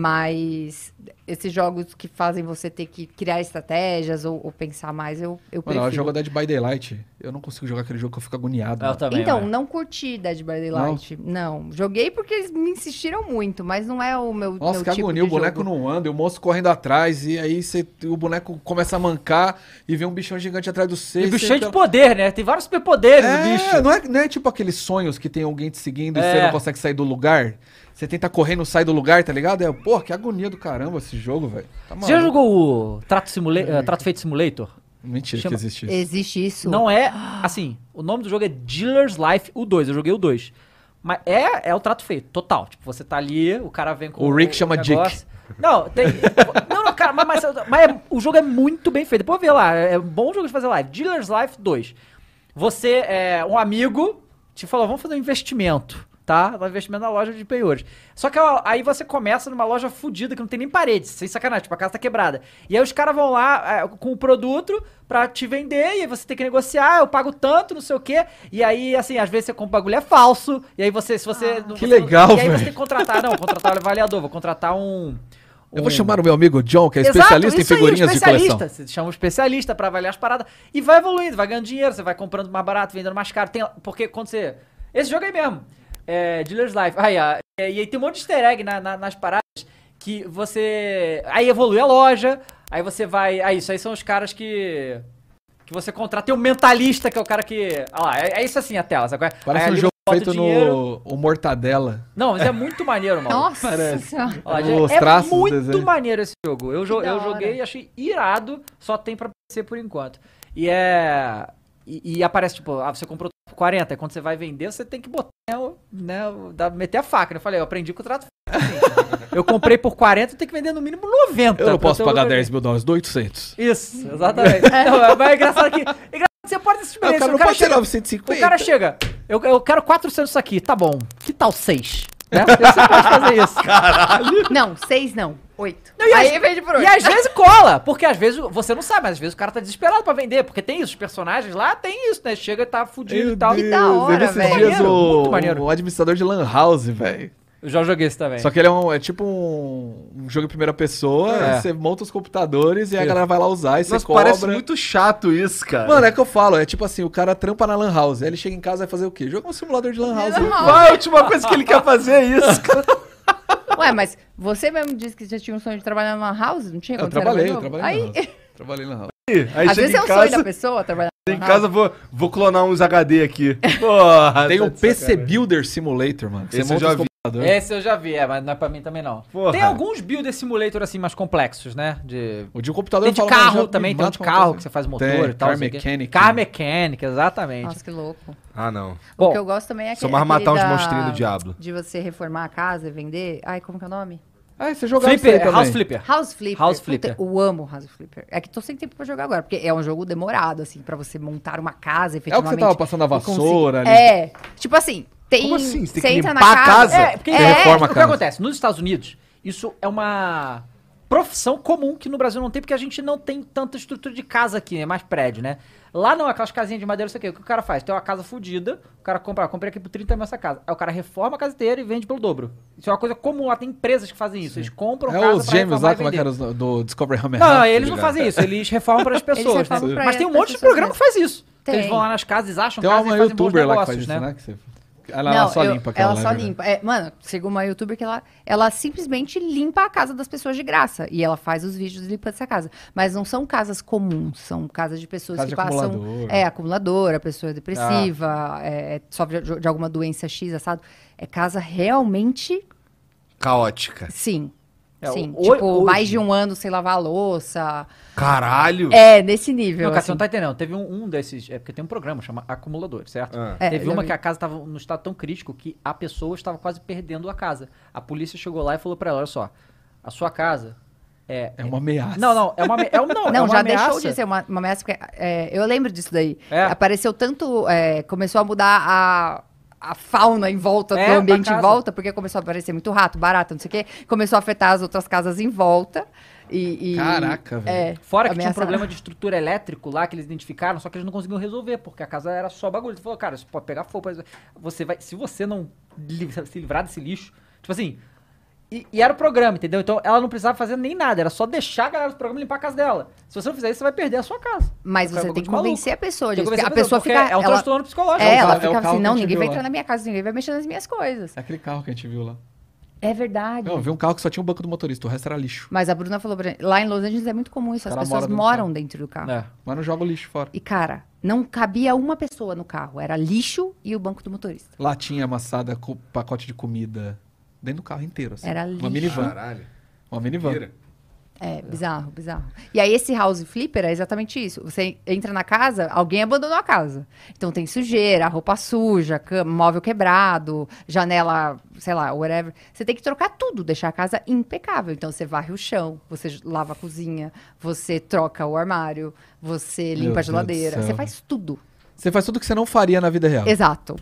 Speaker 2: Mas esses jogos que fazem você ter que criar estratégias ou, ou pensar mais, eu, eu
Speaker 3: Mano, ela
Speaker 2: prefiro.
Speaker 3: joga Dead by Daylight. Eu não consigo jogar aquele jogo que eu fico agoniado.
Speaker 1: Eu
Speaker 3: mano.
Speaker 1: também. né?
Speaker 2: então,
Speaker 1: ué.
Speaker 2: não curti Dead by Daylight. Não. Joguei porque eles me insistiram muito, mas não é o meu.
Speaker 3: Nossa,
Speaker 2: meu
Speaker 3: que
Speaker 2: tipo
Speaker 3: agonia, o
Speaker 2: de
Speaker 3: boneco
Speaker 2: jogo.
Speaker 3: não anda, e o monstro correndo atrás, e aí você- o boneco começa a mancar e vem um bichão gigante atrás do seu.
Speaker 1: E o
Speaker 3: você
Speaker 1: bicho cheio de
Speaker 3: fica-
Speaker 1: poder, né? Tem vários superpoderes o bicho.
Speaker 3: Não é, não é tipo aqueles sonhos que tem alguém te seguindo e
Speaker 1: É.
Speaker 3: você não consegue sair do lugar. Você tenta correr e não sai do lugar, tá ligado? É, porra, que agonia do caramba esse jogo, velho. Tá
Speaker 1: Você já
Speaker 3: maluco.
Speaker 1: jogou o Trato, Simula- eh, Trato Feito Simulator?
Speaker 3: Mentira
Speaker 1: Chama-
Speaker 3: que existe isso.
Speaker 2: Existe isso.
Speaker 1: Não é. Assim, o nome do jogo é Dealer's Life, o 2. Eu joguei o 2. Mas é, é o trato feito, total. Tipo, você tá ali, o cara vem com
Speaker 3: O Rick chama
Speaker 1: Dick. Não, tem. não, não, cara, mas, mas, mas é- o jogo é muito bem feito. Depois vê lá, é um bom jogo de fazer live. Dealer's Life 2. Você é um amigo, te falou, vamos fazer um investimento, tá? Um investimento na loja de penhores. Só que ó, aí você começa numa loja fodida que não tem nem parede, sem sacanagem, tipo, a casa tá quebrada. E aí os caras vão lá é, com o produto pra te vender, e aí você tem que negociar, "Ah, eu pago tanto, não sei o quê. E aí, assim, às vezes você compra um bagulho é falso, e aí você, se você... não-
Speaker 3: Ah.
Speaker 1: você
Speaker 3: Que
Speaker 1: não-
Speaker 3: legal,
Speaker 1: E aí
Speaker 3: velho.
Speaker 1: você tem que contratar, não, contratar um avaliador, vou contratar um...
Speaker 3: Eu
Speaker 1: um-
Speaker 3: vou chamar o meu amigo John, que é
Speaker 1: Exato,
Speaker 3: especialista em
Speaker 1: isso aí,
Speaker 3: figurinhas de
Speaker 1: especialista. Você
Speaker 3: coleção.
Speaker 1: chama um especialista pra avaliar as paradas e vai evoluindo, vai ganhando dinheiro, você vai comprando mais barato, vendendo mais caro. Tem, porque quando você. Esse jogo aí mesmo. É, Dealer's Life. Aí, ó, é, e aí tem um monte de easter egg na- na- nas paradas que você. Aí evolui a loja, aí você vai. Aí, isso aí são os caras que. Que você contrata. Tem um mentalista, que é o cara que. Olha lá, é, é isso assim a tela, sabe? qual é?
Speaker 3: Parece
Speaker 1: Aí
Speaker 3: um
Speaker 1: ali
Speaker 3: jogo
Speaker 1: bota o
Speaker 3: feito
Speaker 1: dinheiro.
Speaker 3: no o Mortadela.
Speaker 1: Não, mas é muito maneiro, mano.
Speaker 2: Nossa Senhora.
Speaker 1: Olha,
Speaker 3: Os
Speaker 1: gente, é
Speaker 3: traços do
Speaker 1: muito
Speaker 3: desenho.
Speaker 1: maneiro esse jogo. Eu, jo-
Speaker 2: Que da
Speaker 1: eu
Speaker 2: hora.
Speaker 1: joguei e achei irado, só tem pra PC por enquanto. E é. E, e aparece, tipo, ah, você comprou por 40, e quando você vai vender, você tem que botar, né, o- né, o- da- meter a faca. né? Eu falei, eu aprendi com o trato. feito. eu comprei por 40, eu tenho que vender no mínimo 90.
Speaker 3: Eu não
Speaker 1: pra
Speaker 3: posso
Speaker 1: ter o
Speaker 3: pagar
Speaker 1: lucro.
Speaker 3: 10 mil dólares, dou 800.
Speaker 1: Isso, exatamente. não, mas é engraçado que. é engraçado que Você pode se
Speaker 3: Ah, o
Speaker 1: experimentar.
Speaker 3: cara não pode ter 950.
Speaker 1: O cara chega, eu, eu quero 400 isso aqui, tá bom. Que tal 6? Né? Você pode fazer isso.
Speaker 2: Não, seis não. Oito.
Speaker 1: Não, e
Speaker 2: aí
Speaker 1: às-
Speaker 2: vende por oito.
Speaker 1: E às vezes cola, porque às vezes você não sabe, mas às vezes o cara tá desesperado pra vender, porque tem isso, os personagens lá tem isso, né? Chega e tá fudido
Speaker 3: Meu
Speaker 1: e tal.
Speaker 3: Deus,
Speaker 2: da hora,
Speaker 3: eu vi esses
Speaker 2: velho.
Speaker 3: dias
Speaker 1: Muito
Speaker 3: o,
Speaker 1: maneiro.
Speaker 3: o administrador de Lan House, velho.
Speaker 1: Eu já joguei isso também.
Speaker 3: Só que ele é, um, é tipo um, um jogo em primeira pessoa,
Speaker 4: É.
Speaker 3: você monta os computadores e a galera vai lá usar e você
Speaker 4: Nossa,
Speaker 3: cobra.
Speaker 4: parece muito chato isso, cara.
Speaker 3: Mano, é que eu falo, é tipo assim, o cara trampa na lan house, aí ele chega em casa e vai fazer o quê? Joga um simulador de lan house.
Speaker 2: Não.
Speaker 4: Vai, a última coisa que ele quer fazer é isso, cara.
Speaker 2: Ué, mas você mesmo disse que já tinha um sonho de trabalhar numa house? Não tinha?
Speaker 3: Eu
Speaker 2: quando você era mais
Speaker 3: trabalhei, eu
Speaker 2: novo?
Speaker 3: trabalhei
Speaker 2: Aí,
Speaker 3: na house. Trabalhei na house.
Speaker 4: Aí
Speaker 2: às
Speaker 4: chega
Speaker 2: vezes é
Speaker 4: em
Speaker 2: o sonho da
Speaker 4: casa,
Speaker 2: pessoa trabalhar
Speaker 4: em casa vou, vou clonar uns HD aqui. Porra,
Speaker 3: Tem
Speaker 4: tá
Speaker 3: o
Speaker 4: de
Speaker 3: PC
Speaker 2: um
Speaker 4: sacanagem.
Speaker 3: Builder Simulator, mano. que
Speaker 4: Esse eu já vi.
Speaker 3: computador.
Speaker 1: Esse eu já vi, é, mas não é pra mim também não.
Speaker 4: Porra.
Speaker 1: Tem alguns builder simulator assim mais complexos, né? De
Speaker 3: O de um computador
Speaker 1: Tem de
Speaker 3: eu falo, mas
Speaker 1: carro
Speaker 3: já me
Speaker 1: também, tem um
Speaker 3: mata
Speaker 1: de
Speaker 3: com
Speaker 1: carro
Speaker 3: computador.
Speaker 1: que você faz motor
Speaker 3: Tem,
Speaker 1: e tal.
Speaker 3: car
Speaker 1: não sei o quê.
Speaker 3: mechanic.
Speaker 1: Car mecânica, exatamente.
Speaker 2: Nossa, que louco.
Speaker 4: Ah, não.
Speaker 1: Bom,
Speaker 2: o que eu gosto também é
Speaker 4: Só
Speaker 2: aquele,
Speaker 4: mais matar uns
Speaker 2: aquele da-
Speaker 4: monstrinhos do Diablo.
Speaker 2: De você reformar a casa e vender. Ai, como que é o nome?
Speaker 3: Ah, você jogava isso aí
Speaker 1: Flipper,
Speaker 3: também. É
Speaker 1: House Flipper.
Speaker 2: House Flipper.
Speaker 1: House
Speaker 2: Puta,
Speaker 1: Flipper.
Speaker 2: eu amo House Flipper. É que tô sem tempo pra jogar agora, porque é um jogo demorado, assim, pra você montar uma casa,
Speaker 3: É o que
Speaker 2: efetivamente.
Speaker 3: você tava passando a
Speaker 2: e conseguir-
Speaker 3: vassoura ali.
Speaker 2: É, tipo assim, tem...
Speaker 4: Como assim?
Speaker 2: você
Speaker 4: Você tem que
Speaker 2: entra
Speaker 4: limpar
Speaker 2: na
Speaker 4: a
Speaker 2: casa...
Speaker 4: casa?
Speaker 1: É, porque
Speaker 3: Você
Speaker 1: é,
Speaker 3: reforma
Speaker 1: o
Speaker 3: a
Speaker 1: que
Speaker 3: casa.
Speaker 1: acontece? Nos Estados Unidos, isso é uma profissão comum que no Brasil não tem, porque a gente não tem tanta estrutura de casa aqui, é mais prédio, né? Lá não, aquelas casinhas de madeira, não sei o quê. O que o cara faz? Tem uma casa fodida, o cara compra, ah, comprei aqui por 30 mil essa casa. Aí o cara reforma a casa inteira e vende pelo dobro. Isso é uma coisa comum, lá tem empresas que fazem isso. Eles compram
Speaker 3: É
Speaker 1: casa
Speaker 3: os
Speaker 1: pra
Speaker 3: gêmeos
Speaker 1: reformar
Speaker 3: lá,
Speaker 1: e
Speaker 3: como é que
Speaker 1: vender.
Speaker 3: era os no- do Discovery Hammer?
Speaker 1: Não, não,
Speaker 3: House,
Speaker 1: eles não
Speaker 3: tá ligado?
Speaker 1: fazem isso, eles reformam para as pessoas, né?
Speaker 2: reformam pra
Speaker 1: Mas tem um
Speaker 2: as- pras
Speaker 1: monte de
Speaker 2: pessoas
Speaker 1: programa que faz isso.
Speaker 2: Tem.
Speaker 1: Eles vão lá nas casas, eles acham
Speaker 3: né? Tem
Speaker 1: casa e
Speaker 3: uma
Speaker 1: fazem bons
Speaker 3: youtuber lá que
Speaker 1: negócios,
Speaker 3: faz isso,
Speaker 1: né?
Speaker 3: né? que você- Ela, ela só
Speaker 2: eu-
Speaker 3: limpa aquela
Speaker 2: Ela
Speaker 3: lá,
Speaker 2: só
Speaker 3: é verdade.
Speaker 2: limpa. É, mano, chegou uma youtuber que ela, ela simplesmente limpa a casa das pessoas de graça. E ela faz os vídeos limpando essa casa. Mas não são casas comuns, são casas de pessoas
Speaker 3: Casa
Speaker 2: que
Speaker 3: de
Speaker 2: passam.
Speaker 3: acumulador.
Speaker 2: É, acumuladora, a pessoa é depressiva, é, é, sofre de, de alguma doença X, assado. É casa realmente,
Speaker 4: Caótica.
Speaker 2: sim.
Speaker 1: É,
Speaker 2: sim.
Speaker 1: o-
Speaker 2: tipo,
Speaker 1: hoje-
Speaker 2: mais de um ano sem lavar a louça.
Speaker 4: Caralho.
Speaker 2: É, nesse nível.
Speaker 1: Não, cara, você
Speaker 2: assim.
Speaker 1: não tá entendendo. Teve um, um desses. É porque tem um programa, chama Acumulador, certo?
Speaker 4: Ah.
Speaker 2: É,
Speaker 1: Teve
Speaker 2: já
Speaker 1: uma
Speaker 2: vi.
Speaker 1: que a casa tava num estado tão crítico que a pessoa estava quase perdendo a casa. A polícia chegou lá e falou pra ela: olha só, a sua casa é.
Speaker 3: É uma ameaça.
Speaker 1: Não, não, é uma. ame- É um, não, é
Speaker 2: um Não,
Speaker 1: uma
Speaker 2: já
Speaker 1: ameaça.
Speaker 2: deixou de ser uma, uma ameaça, porque é, eu lembro disso daí.
Speaker 1: É.
Speaker 2: Apareceu tanto. é, começou a mudar a, a fauna em volta,
Speaker 1: É,
Speaker 2: do
Speaker 1: da
Speaker 2: ambiente em
Speaker 1: casa.
Speaker 2: volta, porque começou a aparecer muito rato, barata, não sei o quê. Começou a afetar as outras casas em volta. E, e-
Speaker 3: Caraca, velho.
Speaker 2: É,
Speaker 1: Fora que tinha um
Speaker 2: ameaça-
Speaker 1: problema de estrutura elétrico lá que eles identificaram, só que eles não conseguiam resolver, porque a casa era só bagulho. Ele falou, cara, isso pode pegar fogo. mas Você vai, se você não li- se livrar desse lixo, tipo assim. E, e era o programa, entendeu? Então ela não precisava fazer nem nada, era só deixar a galera do programa limpar a casa dela. Se você não fizer isso, você vai perder a sua casa.
Speaker 2: Mas
Speaker 1: Cara,
Speaker 2: você
Speaker 1: é um
Speaker 2: tem que
Speaker 1: bagulho
Speaker 2: convencer a pessoa
Speaker 1: Tem que
Speaker 2: disso.
Speaker 1: convencer
Speaker 2: porque A pessoa
Speaker 1: porque
Speaker 2: fica.
Speaker 1: É um
Speaker 2: ela,
Speaker 1: transtorno psicológico.
Speaker 2: é,
Speaker 3: o
Speaker 2: ela
Speaker 3: carro- é o
Speaker 2: ficava
Speaker 3: carro
Speaker 2: assim,
Speaker 3: que
Speaker 2: não,
Speaker 3: a gente
Speaker 2: ninguém vai
Speaker 3: viu lá."
Speaker 2: entrar na minha casa, ninguém vai mexer nas minhas coisas.
Speaker 3: É aquele carro que a gente viu lá.
Speaker 2: É verdade.
Speaker 3: Não, eu vi um carro que só tinha um banco do motorista, o resto era lixo.
Speaker 2: Mas a Bruna falou pra gente, lá em Los Angeles é muito comum isso, as
Speaker 3: Ela
Speaker 2: pessoas
Speaker 3: mora dentro do
Speaker 2: moram
Speaker 3: carro.
Speaker 2: dentro do carro.
Speaker 1: É.
Speaker 3: Mas não joga o lixo fora.
Speaker 2: E, cara, não cabia uma pessoa no carro. Era lixo e o banco do motorista.
Speaker 3: Latinha amassada, com pacote de comida. Dentro do carro inteiro, assim.
Speaker 2: Era
Speaker 3: Uma
Speaker 2: lixo.
Speaker 3: minivan.
Speaker 4: Caralho.
Speaker 3: Uma minivan.
Speaker 4: Vira.
Speaker 2: É, bizarro, bizarro. E aí, esse house flipper é exatamente isso. Você entra na casa, alguém abandonou a casa. Então, tem sujeira, roupa suja, cama, móvel quebrado, janela, sei lá, whatever. Você tem que trocar tudo, deixar a casa impecável. Então, você varre o chão, você lava a cozinha, você troca o armário, você
Speaker 3: Meu
Speaker 2: limpa a
Speaker 3: Deus do
Speaker 2: geladeira.
Speaker 3: céu.
Speaker 2: Você faz tudo.
Speaker 3: Você faz tudo o que você não faria na vida real.
Speaker 2: Exato.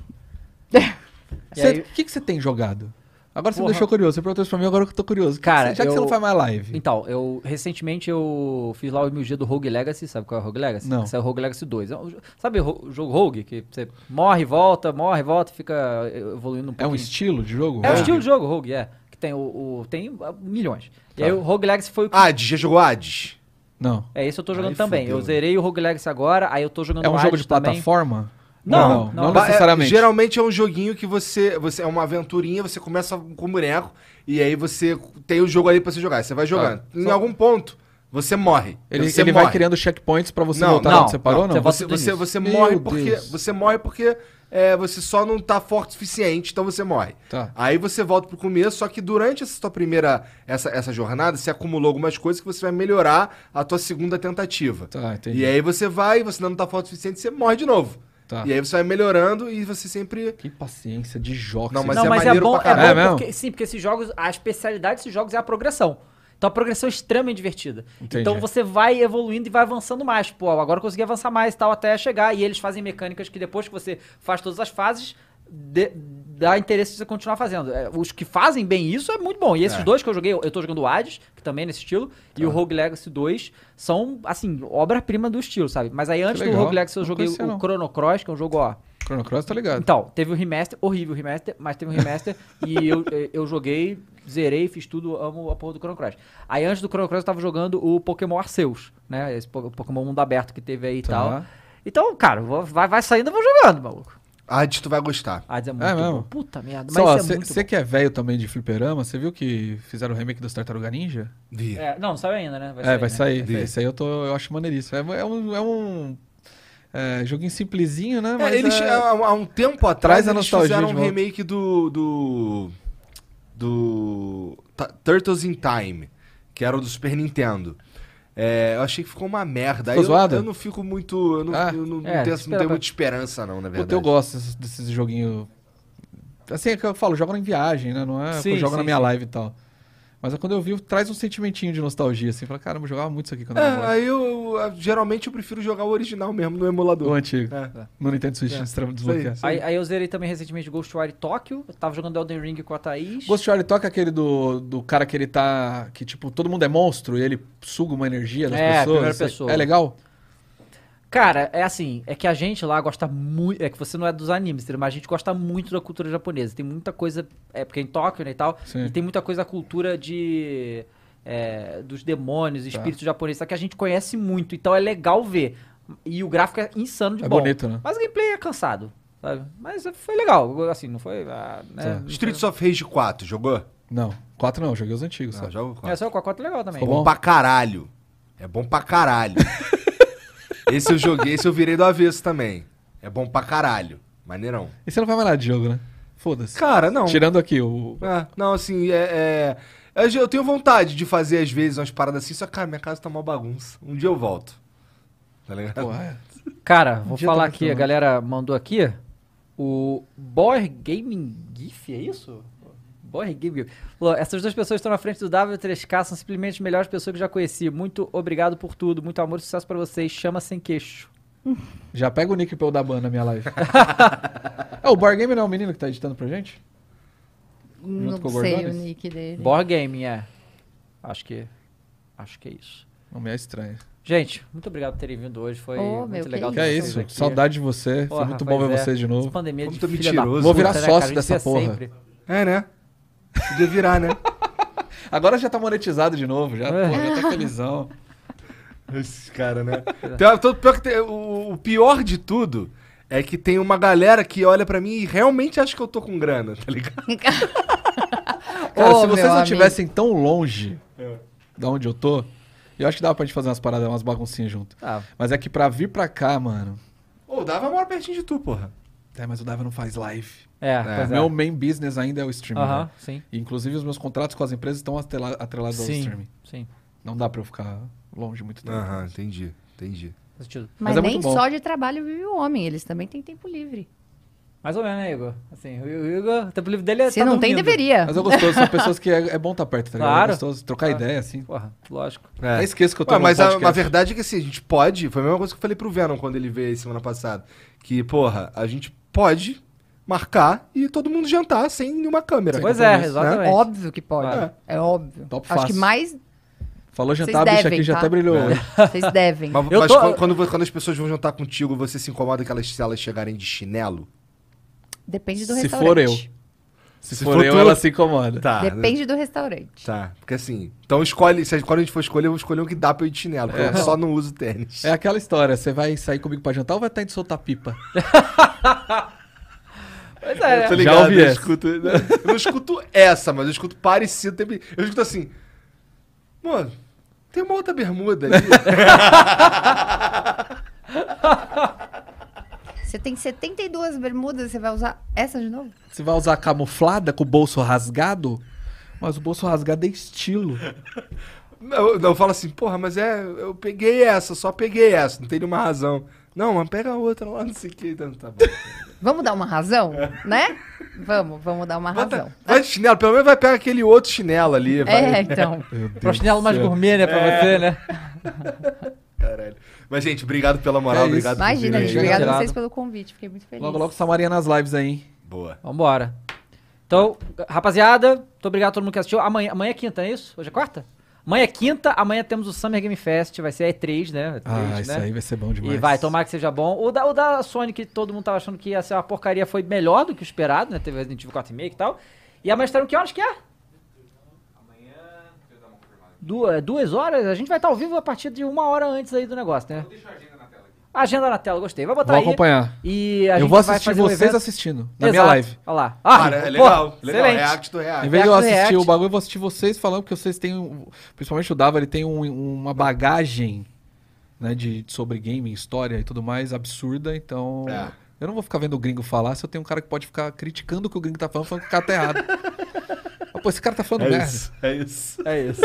Speaker 1: E aí-
Speaker 3: O que, que você tem jogado? Agora você me
Speaker 1: Porra.
Speaker 3: deixou curioso. Você perguntou isso pra mim, agora que eu tô curioso. O que que
Speaker 1: Cara,
Speaker 3: você- já que você
Speaker 1: eu-
Speaker 3: não faz mais live.
Speaker 1: Então, eu recentemente eu fiz lá o MG do Rogue Legacy, sabe qual é o Rogue Legacy?
Speaker 3: Não.
Speaker 1: Que Saiu o Rogue Legacy 2. É um jo- Sabe ro- o jogo Rogue? Que você morre, volta, morre, volta, fica eh, evoluindo um
Speaker 3: É
Speaker 1: pouquinho.
Speaker 3: um estilo de jogo?
Speaker 1: É um estilo de jogo, Rogue, é. Que tem o. o- tem ah, milhões. E
Speaker 3: Tá.
Speaker 1: aí o Rogue Legacy foi o
Speaker 3: Ah,
Speaker 1: que.
Speaker 4: Hades, já jogou Hades?
Speaker 3: Não.
Speaker 1: É esse eu tô
Speaker 4: Aí
Speaker 1: jogando também.
Speaker 4: fudeu.
Speaker 1: Eu zerei o Rogue Legacy agora, aí eu tô jogando
Speaker 3: É um
Speaker 1: o
Speaker 3: jogo
Speaker 1: Hades
Speaker 3: de
Speaker 1: também.
Speaker 3: plataforma?
Speaker 1: Não,
Speaker 3: não,
Speaker 1: não.
Speaker 3: não
Speaker 4: Ba- é,
Speaker 3: necessariamente.
Speaker 4: geralmente é um joguinho que você, você. É uma aventurinha, você começa com o boneco e aí você tem o jogo ali pra você jogar. Você vai jogando. Em algum ponto, você morre.
Speaker 3: Tá. Ele,
Speaker 4: você
Speaker 3: ele
Speaker 4: morre.
Speaker 3: vai criando checkpoints pra você
Speaker 4: Não,
Speaker 3: voltar
Speaker 1: não,
Speaker 3: onde você parou,
Speaker 1: não,
Speaker 3: não?
Speaker 1: você volta
Speaker 4: Você,
Speaker 1: do
Speaker 4: você,
Speaker 1: início.
Speaker 4: você
Speaker 3: Meu
Speaker 4: morre porque.
Speaker 3: Deus.
Speaker 4: Você morre porque é, você só não tá forte o suficiente, então você morre.
Speaker 3: Tá.
Speaker 4: Aí você volta pro começo, só que durante essa tua primeira. Essa, essa jornada, você acumulou algumas coisas que você vai melhorar a tua segunda tentativa.
Speaker 3: Tá, entendi.
Speaker 4: E aí você vai, você não tá forte o suficiente, você morre de novo.
Speaker 3: Tá.
Speaker 4: E aí você vai melhorando e você sempre.
Speaker 3: Que paciência de jogo.
Speaker 4: Não,
Speaker 3: que
Speaker 4: mas
Speaker 3: você
Speaker 1: não,
Speaker 4: é
Speaker 1: mas é
Speaker 4: maneiro
Speaker 1: bom,
Speaker 4: pra
Speaker 1: é
Speaker 3: caralho.
Speaker 1: bom
Speaker 3: É mesmo?
Speaker 1: porque, sim, porque esses jogos, a especialidade desses jogos é a progressão. Então a progressão é extremamente divertida.
Speaker 3: Entendi.
Speaker 1: Então você vai evoluindo e vai avançando mais. Pô, agora eu consegui avançar mais e tal, até chegar. E eles fazem mecânicas que depois que você faz todas as fases, dê- dá interesse de você continuar fazendo. É, Os que fazem bem isso é muito bom. E esses dois que eu joguei, eu eu tô jogando o Hades, que também é nesse estilo,
Speaker 3: Tá.
Speaker 1: e o Rogue Legacy 2, são, assim, obra-prima do estilo, sabe? Mas aí antes do
Speaker 3: legal.
Speaker 1: Rogue Legacy eu
Speaker 3: Não
Speaker 1: joguei
Speaker 3: conhecia,
Speaker 1: o
Speaker 3: não.
Speaker 1: Chrono Cross, que é um jogo, ó.
Speaker 3: Chrono Cross, tá ligado?
Speaker 1: Então, teve o remaster, horrível o remaster, mas teve um remaster e eu, eu joguei, zerei, fiz tudo, amo a porra do Chrono Cross. Aí antes do Chrono Cross eu tava jogando o Pokémon Arceus, né? Esse po- Pokémon mundo aberto que teve aí e
Speaker 3: Tá.
Speaker 1: tal. Então, cara, vou- vai, vai saindo, eu vou jogando, maluco.
Speaker 4: Hades, tu vai gostar.
Speaker 1: Ah, é muito
Speaker 3: mesmo?
Speaker 1: bom. Puta merda, mas isso é muito
Speaker 3: Você
Speaker 1: bom.
Speaker 3: que é velho também de fliperama, você viu que fizeram o remake dos Tartaruga Ninja?
Speaker 4: Vi.
Speaker 1: É, não, não saiu ainda, né? Vai
Speaker 3: é,
Speaker 1: né?
Speaker 3: vai sair.
Speaker 4: Vi.
Speaker 3: Esse aí eu, tô, eu acho maneiríssimo. É, é um, é um é, joguinho simplesinho, né?
Speaker 4: É,
Speaker 3: Mas
Speaker 4: eles,
Speaker 3: é-
Speaker 4: há, há um tempo
Speaker 3: Traz
Speaker 4: atrás,
Speaker 3: a
Speaker 4: eles
Speaker 3: nostalgia
Speaker 4: fizeram
Speaker 3: de
Speaker 4: um
Speaker 3: volta.
Speaker 4: remake do, do do Ta- Turtles in Time, que era o do Super Nintendo. É, eu achei que ficou uma merda. Aí
Speaker 3: Ficou
Speaker 4: eu,
Speaker 3: zoado?
Speaker 4: eu não fico muito. Eu não,
Speaker 3: Ah,
Speaker 4: eu não- não
Speaker 1: é,
Speaker 4: tenho, não
Speaker 1: espera
Speaker 4: tenho
Speaker 1: pra-
Speaker 4: muita esperança, não, na verdade.
Speaker 3: Puta, eu gosto desses, desses joguinhos. Assim é que eu falo, joga em viagem, né? Não é que eu
Speaker 1: Sim,
Speaker 3: jogo na
Speaker 1: sim,
Speaker 3: minha
Speaker 1: sim.
Speaker 3: live e tal. Mas é quando eu vi, traz um sentimentinho de nostalgia, assim. Fala, caramba, eu jogava muito isso aqui quando eu era
Speaker 4: É,
Speaker 3: moleque.
Speaker 4: aí eu. eu- Geralmente eu prefiro jogar o original mesmo no
Speaker 3: O
Speaker 4: emulador.
Speaker 3: antigo.
Speaker 4: É.
Speaker 3: No Nintendo Switch,
Speaker 4: É.
Speaker 3: é. extremo
Speaker 4: Isso aí,
Speaker 3: desbloquear.
Speaker 4: isso
Speaker 1: Aí, aí eu zerei também recentemente Ghostwire Tokyo. Eu tava jogando Elden Ring com a Thaís.
Speaker 3: Ghostwire toca aquele do, do cara que ele tá. Que tipo, todo mundo é monstro e ele suga uma energia das
Speaker 1: É,
Speaker 3: pessoas.
Speaker 1: primeira
Speaker 3: isso aí.
Speaker 1: pessoa.
Speaker 3: É legal?
Speaker 1: Cara, é assim, é que a gente lá gosta muito. É que você não é dos animes, entendeu? mas a gente gosta muito da cultura japonesa. Tem muita coisa. É porque é em Tóquio né, e tal.
Speaker 3: Sim.
Speaker 1: E tem muita coisa da cultura de. é, dos
Speaker 3: Tá.
Speaker 1: demônios, espíritos japoneses, só que a gente conhece muito, então é legal ver. E o gráfico é insano de
Speaker 3: É
Speaker 1: bom.
Speaker 3: bonito, né?
Speaker 1: Mas o gameplay é cansado, sabe? Mas foi legal, assim, não foi. ah, né?
Speaker 3: Tá.
Speaker 1: Não
Speaker 4: Streets of Rage 4, jogou?
Speaker 3: Não. Quatro não, joguei os antigos.
Speaker 4: Não,
Speaker 3: só.
Speaker 4: jogo
Speaker 1: foi... É, só o Cocota é legal também.
Speaker 3: Ficou
Speaker 4: Tá bom
Speaker 3: bom?
Speaker 4: pra caralho. É bom pra caralho. esse eu joguei, esse eu virei do avesso também. É bom pra caralho. Maneirão.
Speaker 3: E você não faz mais nada de jogo, né? Foda-se.
Speaker 4: Cara, não.
Speaker 3: Tirando aqui o.
Speaker 4: É, não, assim, é, é- eu já- Eu tenho vontade de fazer, às vezes, umas paradas assim, só que, cara, minha casa tá uma bagunça. Um dia eu volto. Tá ligado?
Speaker 3: Pô, é.
Speaker 1: Cara, vou
Speaker 3: dia
Speaker 1: falar
Speaker 3: tá
Speaker 1: aqui, a
Speaker 3: funcionando.
Speaker 1: galera mandou aqui. O Boer Gaming GIF, é isso? Boer Gaming GIF. Falou, Essas duas pessoas que estão na frente do W3K, são simplesmente as melhores pessoas que já conheci. Muito obrigado por tudo, muito amor e sucesso pra vocês. Chama sem queixo.
Speaker 3: Já pega o nick pra eu dar ban na minha live. é, o Bar Game não é o menino que tá editando pra gente?
Speaker 2: Não
Speaker 3: com o
Speaker 2: sei
Speaker 3: Gordones?
Speaker 2: o nick dele.
Speaker 1: Boer Gaming, é. Acho que. Acho que é isso.
Speaker 3: Não me é estranho.
Speaker 1: Gente, muito obrigado por terem vindo hoje. Foi
Speaker 2: Ô,
Speaker 1: muito
Speaker 2: meu, que
Speaker 1: legal
Speaker 3: Que
Speaker 1: ter
Speaker 3: é
Speaker 1: vocês
Speaker 3: isso,
Speaker 1: aqui.
Speaker 3: saudade de você. Foi
Speaker 1: Porra,
Speaker 3: muito bom ver
Speaker 1: pois é.
Speaker 3: vocês de novo.
Speaker 1: Essa pandemia
Speaker 4: Como
Speaker 1: de
Speaker 4: tô
Speaker 1: filha
Speaker 4: mentiroso.
Speaker 1: da
Speaker 4: Vou
Speaker 3: virar
Speaker 1: puta, né,
Speaker 3: sócio
Speaker 1: cara? A gente
Speaker 3: dessa
Speaker 1: devia
Speaker 3: porra.
Speaker 1: sempre.
Speaker 4: É, né? Podia virar, né?
Speaker 3: Agora já tá monetizado de novo, já,
Speaker 1: É.
Speaker 3: pô, já tá felizão.
Speaker 4: Esse cara, né? Tem uma- todo- pior que tem- o, o pior de tudo é que tem uma galera que olha pra mim e realmente acha que eu tô com grana, tá ligado?
Speaker 3: Cara,
Speaker 2: Ô,
Speaker 3: se vocês
Speaker 2: meu
Speaker 3: não
Speaker 2: amigo.
Speaker 3: estivessem tão longe
Speaker 4: É.
Speaker 3: da onde eu tô, eu acho que dava pra gente fazer umas paradas, umas baguncinhas junto.
Speaker 1: Ah,
Speaker 3: Mas é que pra vir pra cá, mano.
Speaker 4: Ô, o Dava mora pertinho de tu, porra.
Speaker 3: É, mas o Dava não faz live.
Speaker 1: é,
Speaker 3: O
Speaker 1: pois é.
Speaker 3: meu main business ainda é o streaming.
Speaker 1: Aham,
Speaker 3: né?
Speaker 1: sim.
Speaker 3: E, Inclusive, os meus contratos com as empresas estão atrela- atrelados ao
Speaker 1: Sim,
Speaker 3: streaming.
Speaker 1: sim.
Speaker 3: Não dá pra eu ficar longe muito tempo.
Speaker 4: Aham, entendi, entendi.
Speaker 1: Faz sentido.
Speaker 3: Mas
Speaker 2: Mas,
Speaker 3: é
Speaker 2: nem
Speaker 3: muito bom.
Speaker 2: só de trabalho vive o homem, eles também têm tempo livre.
Speaker 1: Mais ou menos, né, Igor? Assim, o o Igor, o tempo livre dele é
Speaker 2: Se
Speaker 1: tá
Speaker 2: não tem,
Speaker 1: dormindo.
Speaker 2: deveria.
Speaker 3: Mas é gostoso, são pessoas que é, é bom estar perto, tá ligado?
Speaker 1: Claro.
Speaker 3: É gostoso trocar
Speaker 1: Claro.
Speaker 3: ideia, assim.
Speaker 1: Porra, lógico.
Speaker 4: É.
Speaker 3: Eu esqueço que eu tô
Speaker 4: Ué,
Speaker 3: num
Speaker 4: mas a,
Speaker 3: podcast.
Speaker 4: a verdade é que assim, a gente pode. Foi a mesma coisa que eu falei pro Venom quando ele veio aí semana passada. Que, porra, a gente pode marcar e todo mundo jantar sem nenhuma câmera.
Speaker 1: pois
Speaker 4: Né?
Speaker 1: é, exatamente.
Speaker 2: Óbvio que pode.
Speaker 1: Claro.
Speaker 2: É óbvio.
Speaker 3: Top
Speaker 2: Acho que
Speaker 3: fácil.
Speaker 2: mais
Speaker 3: Falou
Speaker 2: Vocês
Speaker 3: jantar, a bicha
Speaker 2: devem,
Speaker 3: aqui já
Speaker 2: tá?
Speaker 3: até brilhou. né?
Speaker 4: É.
Speaker 2: vocês devem.
Speaker 4: Mas,
Speaker 1: Eu
Speaker 4: mas
Speaker 1: tô-
Speaker 4: quando, quando- quando as pessoas vão jantar contigo, você se incomoda que elas, se elas chegarem de chinelo?
Speaker 2: Depende do
Speaker 3: Se
Speaker 2: restaurante.
Speaker 3: for eu. Se,
Speaker 4: Se
Speaker 3: for,
Speaker 4: for
Speaker 3: eu,
Speaker 4: tu-
Speaker 3: ela se incomoda.
Speaker 4: Tá.
Speaker 2: Depende do restaurante.
Speaker 4: Tá, porque assim, então escolhe, se, quando a gente for escolher, eu vou escolher um que dá pra eu ir de chinelo, porque eu só não uso tênis.
Speaker 3: É aquela história, você vai sair comigo pra jantar ou vai estar indo soltar pipa?
Speaker 1: Pois é,
Speaker 4: Eu
Speaker 1: né?
Speaker 4: tô
Speaker 3: Já
Speaker 4: ligado,
Speaker 3: ouvi
Speaker 4: eu
Speaker 3: essa.
Speaker 4: escuto. né? Eu não escuto essa, mas eu escuto parecido. o tempo inteiro. Eu escuto assim. Mano, tem uma outra bermuda ali.
Speaker 2: Você tem 72 bermudas, você vai usar essa de novo?
Speaker 3: Você vai usar camuflada com o bolso rasgado? Mas o bolso rasgado é estilo.
Speaker 4: não, eu- não, eu falo assim, porra, mas é. Eu peguei essa, só peguei essa, não tem nenhuma razão. Não, mas pega a outra lá, não sei o que. Então, tá bom.
Speaker 2: Vamos dar uma razão, né? Vamos, vamos dar uma razão.
Speaker 4: É. Bota, vai de chinelo, pelo menos vai pegar aquele outro chinelo ali.
Speaker 2: É,
Speaker 4: vai.
Speaker 2: então.
Speaker 1: Pro chinelo mais gourmet, né, pra você, né?
Speaker 4: Caralho. Mas, gente, obrigado pela moral,
Speaker 3: É isso.
Speaker 4: obrigado
Speaker 2: Imagina,
Speaker 4: por
Speaker 2: gente.
Speaker 4: virem aí.
Speaker 2: Obrigada a
Speaker 1: Gerado.
Speaker 2: vocês pelo convite. Fiquei muito feliz.
Speaker 3: Logo, logo Samaria nas lives aí, hein?
Speaker 4: Boa.
Speaker 1: Vambora. Então, rapaziada, muito obrigado a todo mundo que assistiu. Amanhã, amanhã é quinta, não é isso? Hoje é quarta? Amanhã é quinta, amanhã temos o Summer Game Fest, vai ser a E3, né? E3,
Speaker 3: Ah, isso
Speaker 1: né?
Speaker 3: aí vai ser bom demais.
Speaker 1: E vai, tomar que seja bom. O da, o da Sony, que todo mundo tava achando que ia ser uma porcaria, foi melhor do que o esperado, né? Teve Resident Evil 4 e tal. E amanhã estarão que horas que é? Amanhã... Duas, é, duas horas? A gente vai estar ao vivo a partir de uma hora antes aí do negócio, né? Deixa a agenda na tela aqui. Agenda na tela, gostei. Vai botar
Speaker 3: Vou
Speaker 1: aí.
Speaker 3: acompanhar.
Speaker 1: E a
Speaker 3: Eu
Speaker 1: gente
Speaker 3: vou
Speaker 1: vai
Speaker 3: assistir
Speaker 1: fazer um
Speaker 3: vocês
Speaker 1: evento-
Speaker 3: assistindo, na minha
Speaker 1: Exato.
Speaker 3: live.
Speaker 1: Olha lá. Ah,
Speaker 4: Cara,
Speaker 1: pô,
Speaker 4: é legal, legal.
Speaker 1: Excelente.
Speaker 4: React do react.
Speaker 3: Em vez de eu
Speaker 1: React,
Speaker 3: assistir
Speaker 1: react.
Speaker 3: o bagulho, eu vou assistir vocês falando, porque vocês têm, um- principalmente o Dava, ele tem um- uma bagagem né, de, de sobre gaming, história e tudo mais absurda, então...
Speaker 4: É.
Speaker 3: Eu não vou ficar vendo o gringo falar se eu tenho um cara que pode ficar criticando o que o gringo tá falando, falando que o cara tá errado. Mas, pô, esse cara tá falando
Speaker 4: É
Speaker 3: merda.
Speaker 4: isso, é isso.
Speaker 1: É isso.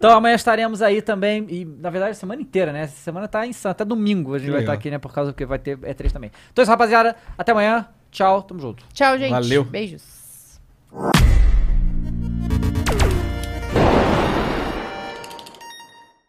Speaker 1: Então amanhã estaremos aí também, e na verdade a semana inteira, né? Essa semana tá insana, até domingo a gente
Speaker 3: Que
Speaker 1: vai estar
Speaker 3: legal.
Speaker 1: aqui, né? Por causa que vai ter E3 também. é Então é isso, rapaziada. Até amanhã. Tchau, tamo junto.
Speaker 2: Tchau, gente.
Speaker 3: Valeu.
Speaker 2: Beijos.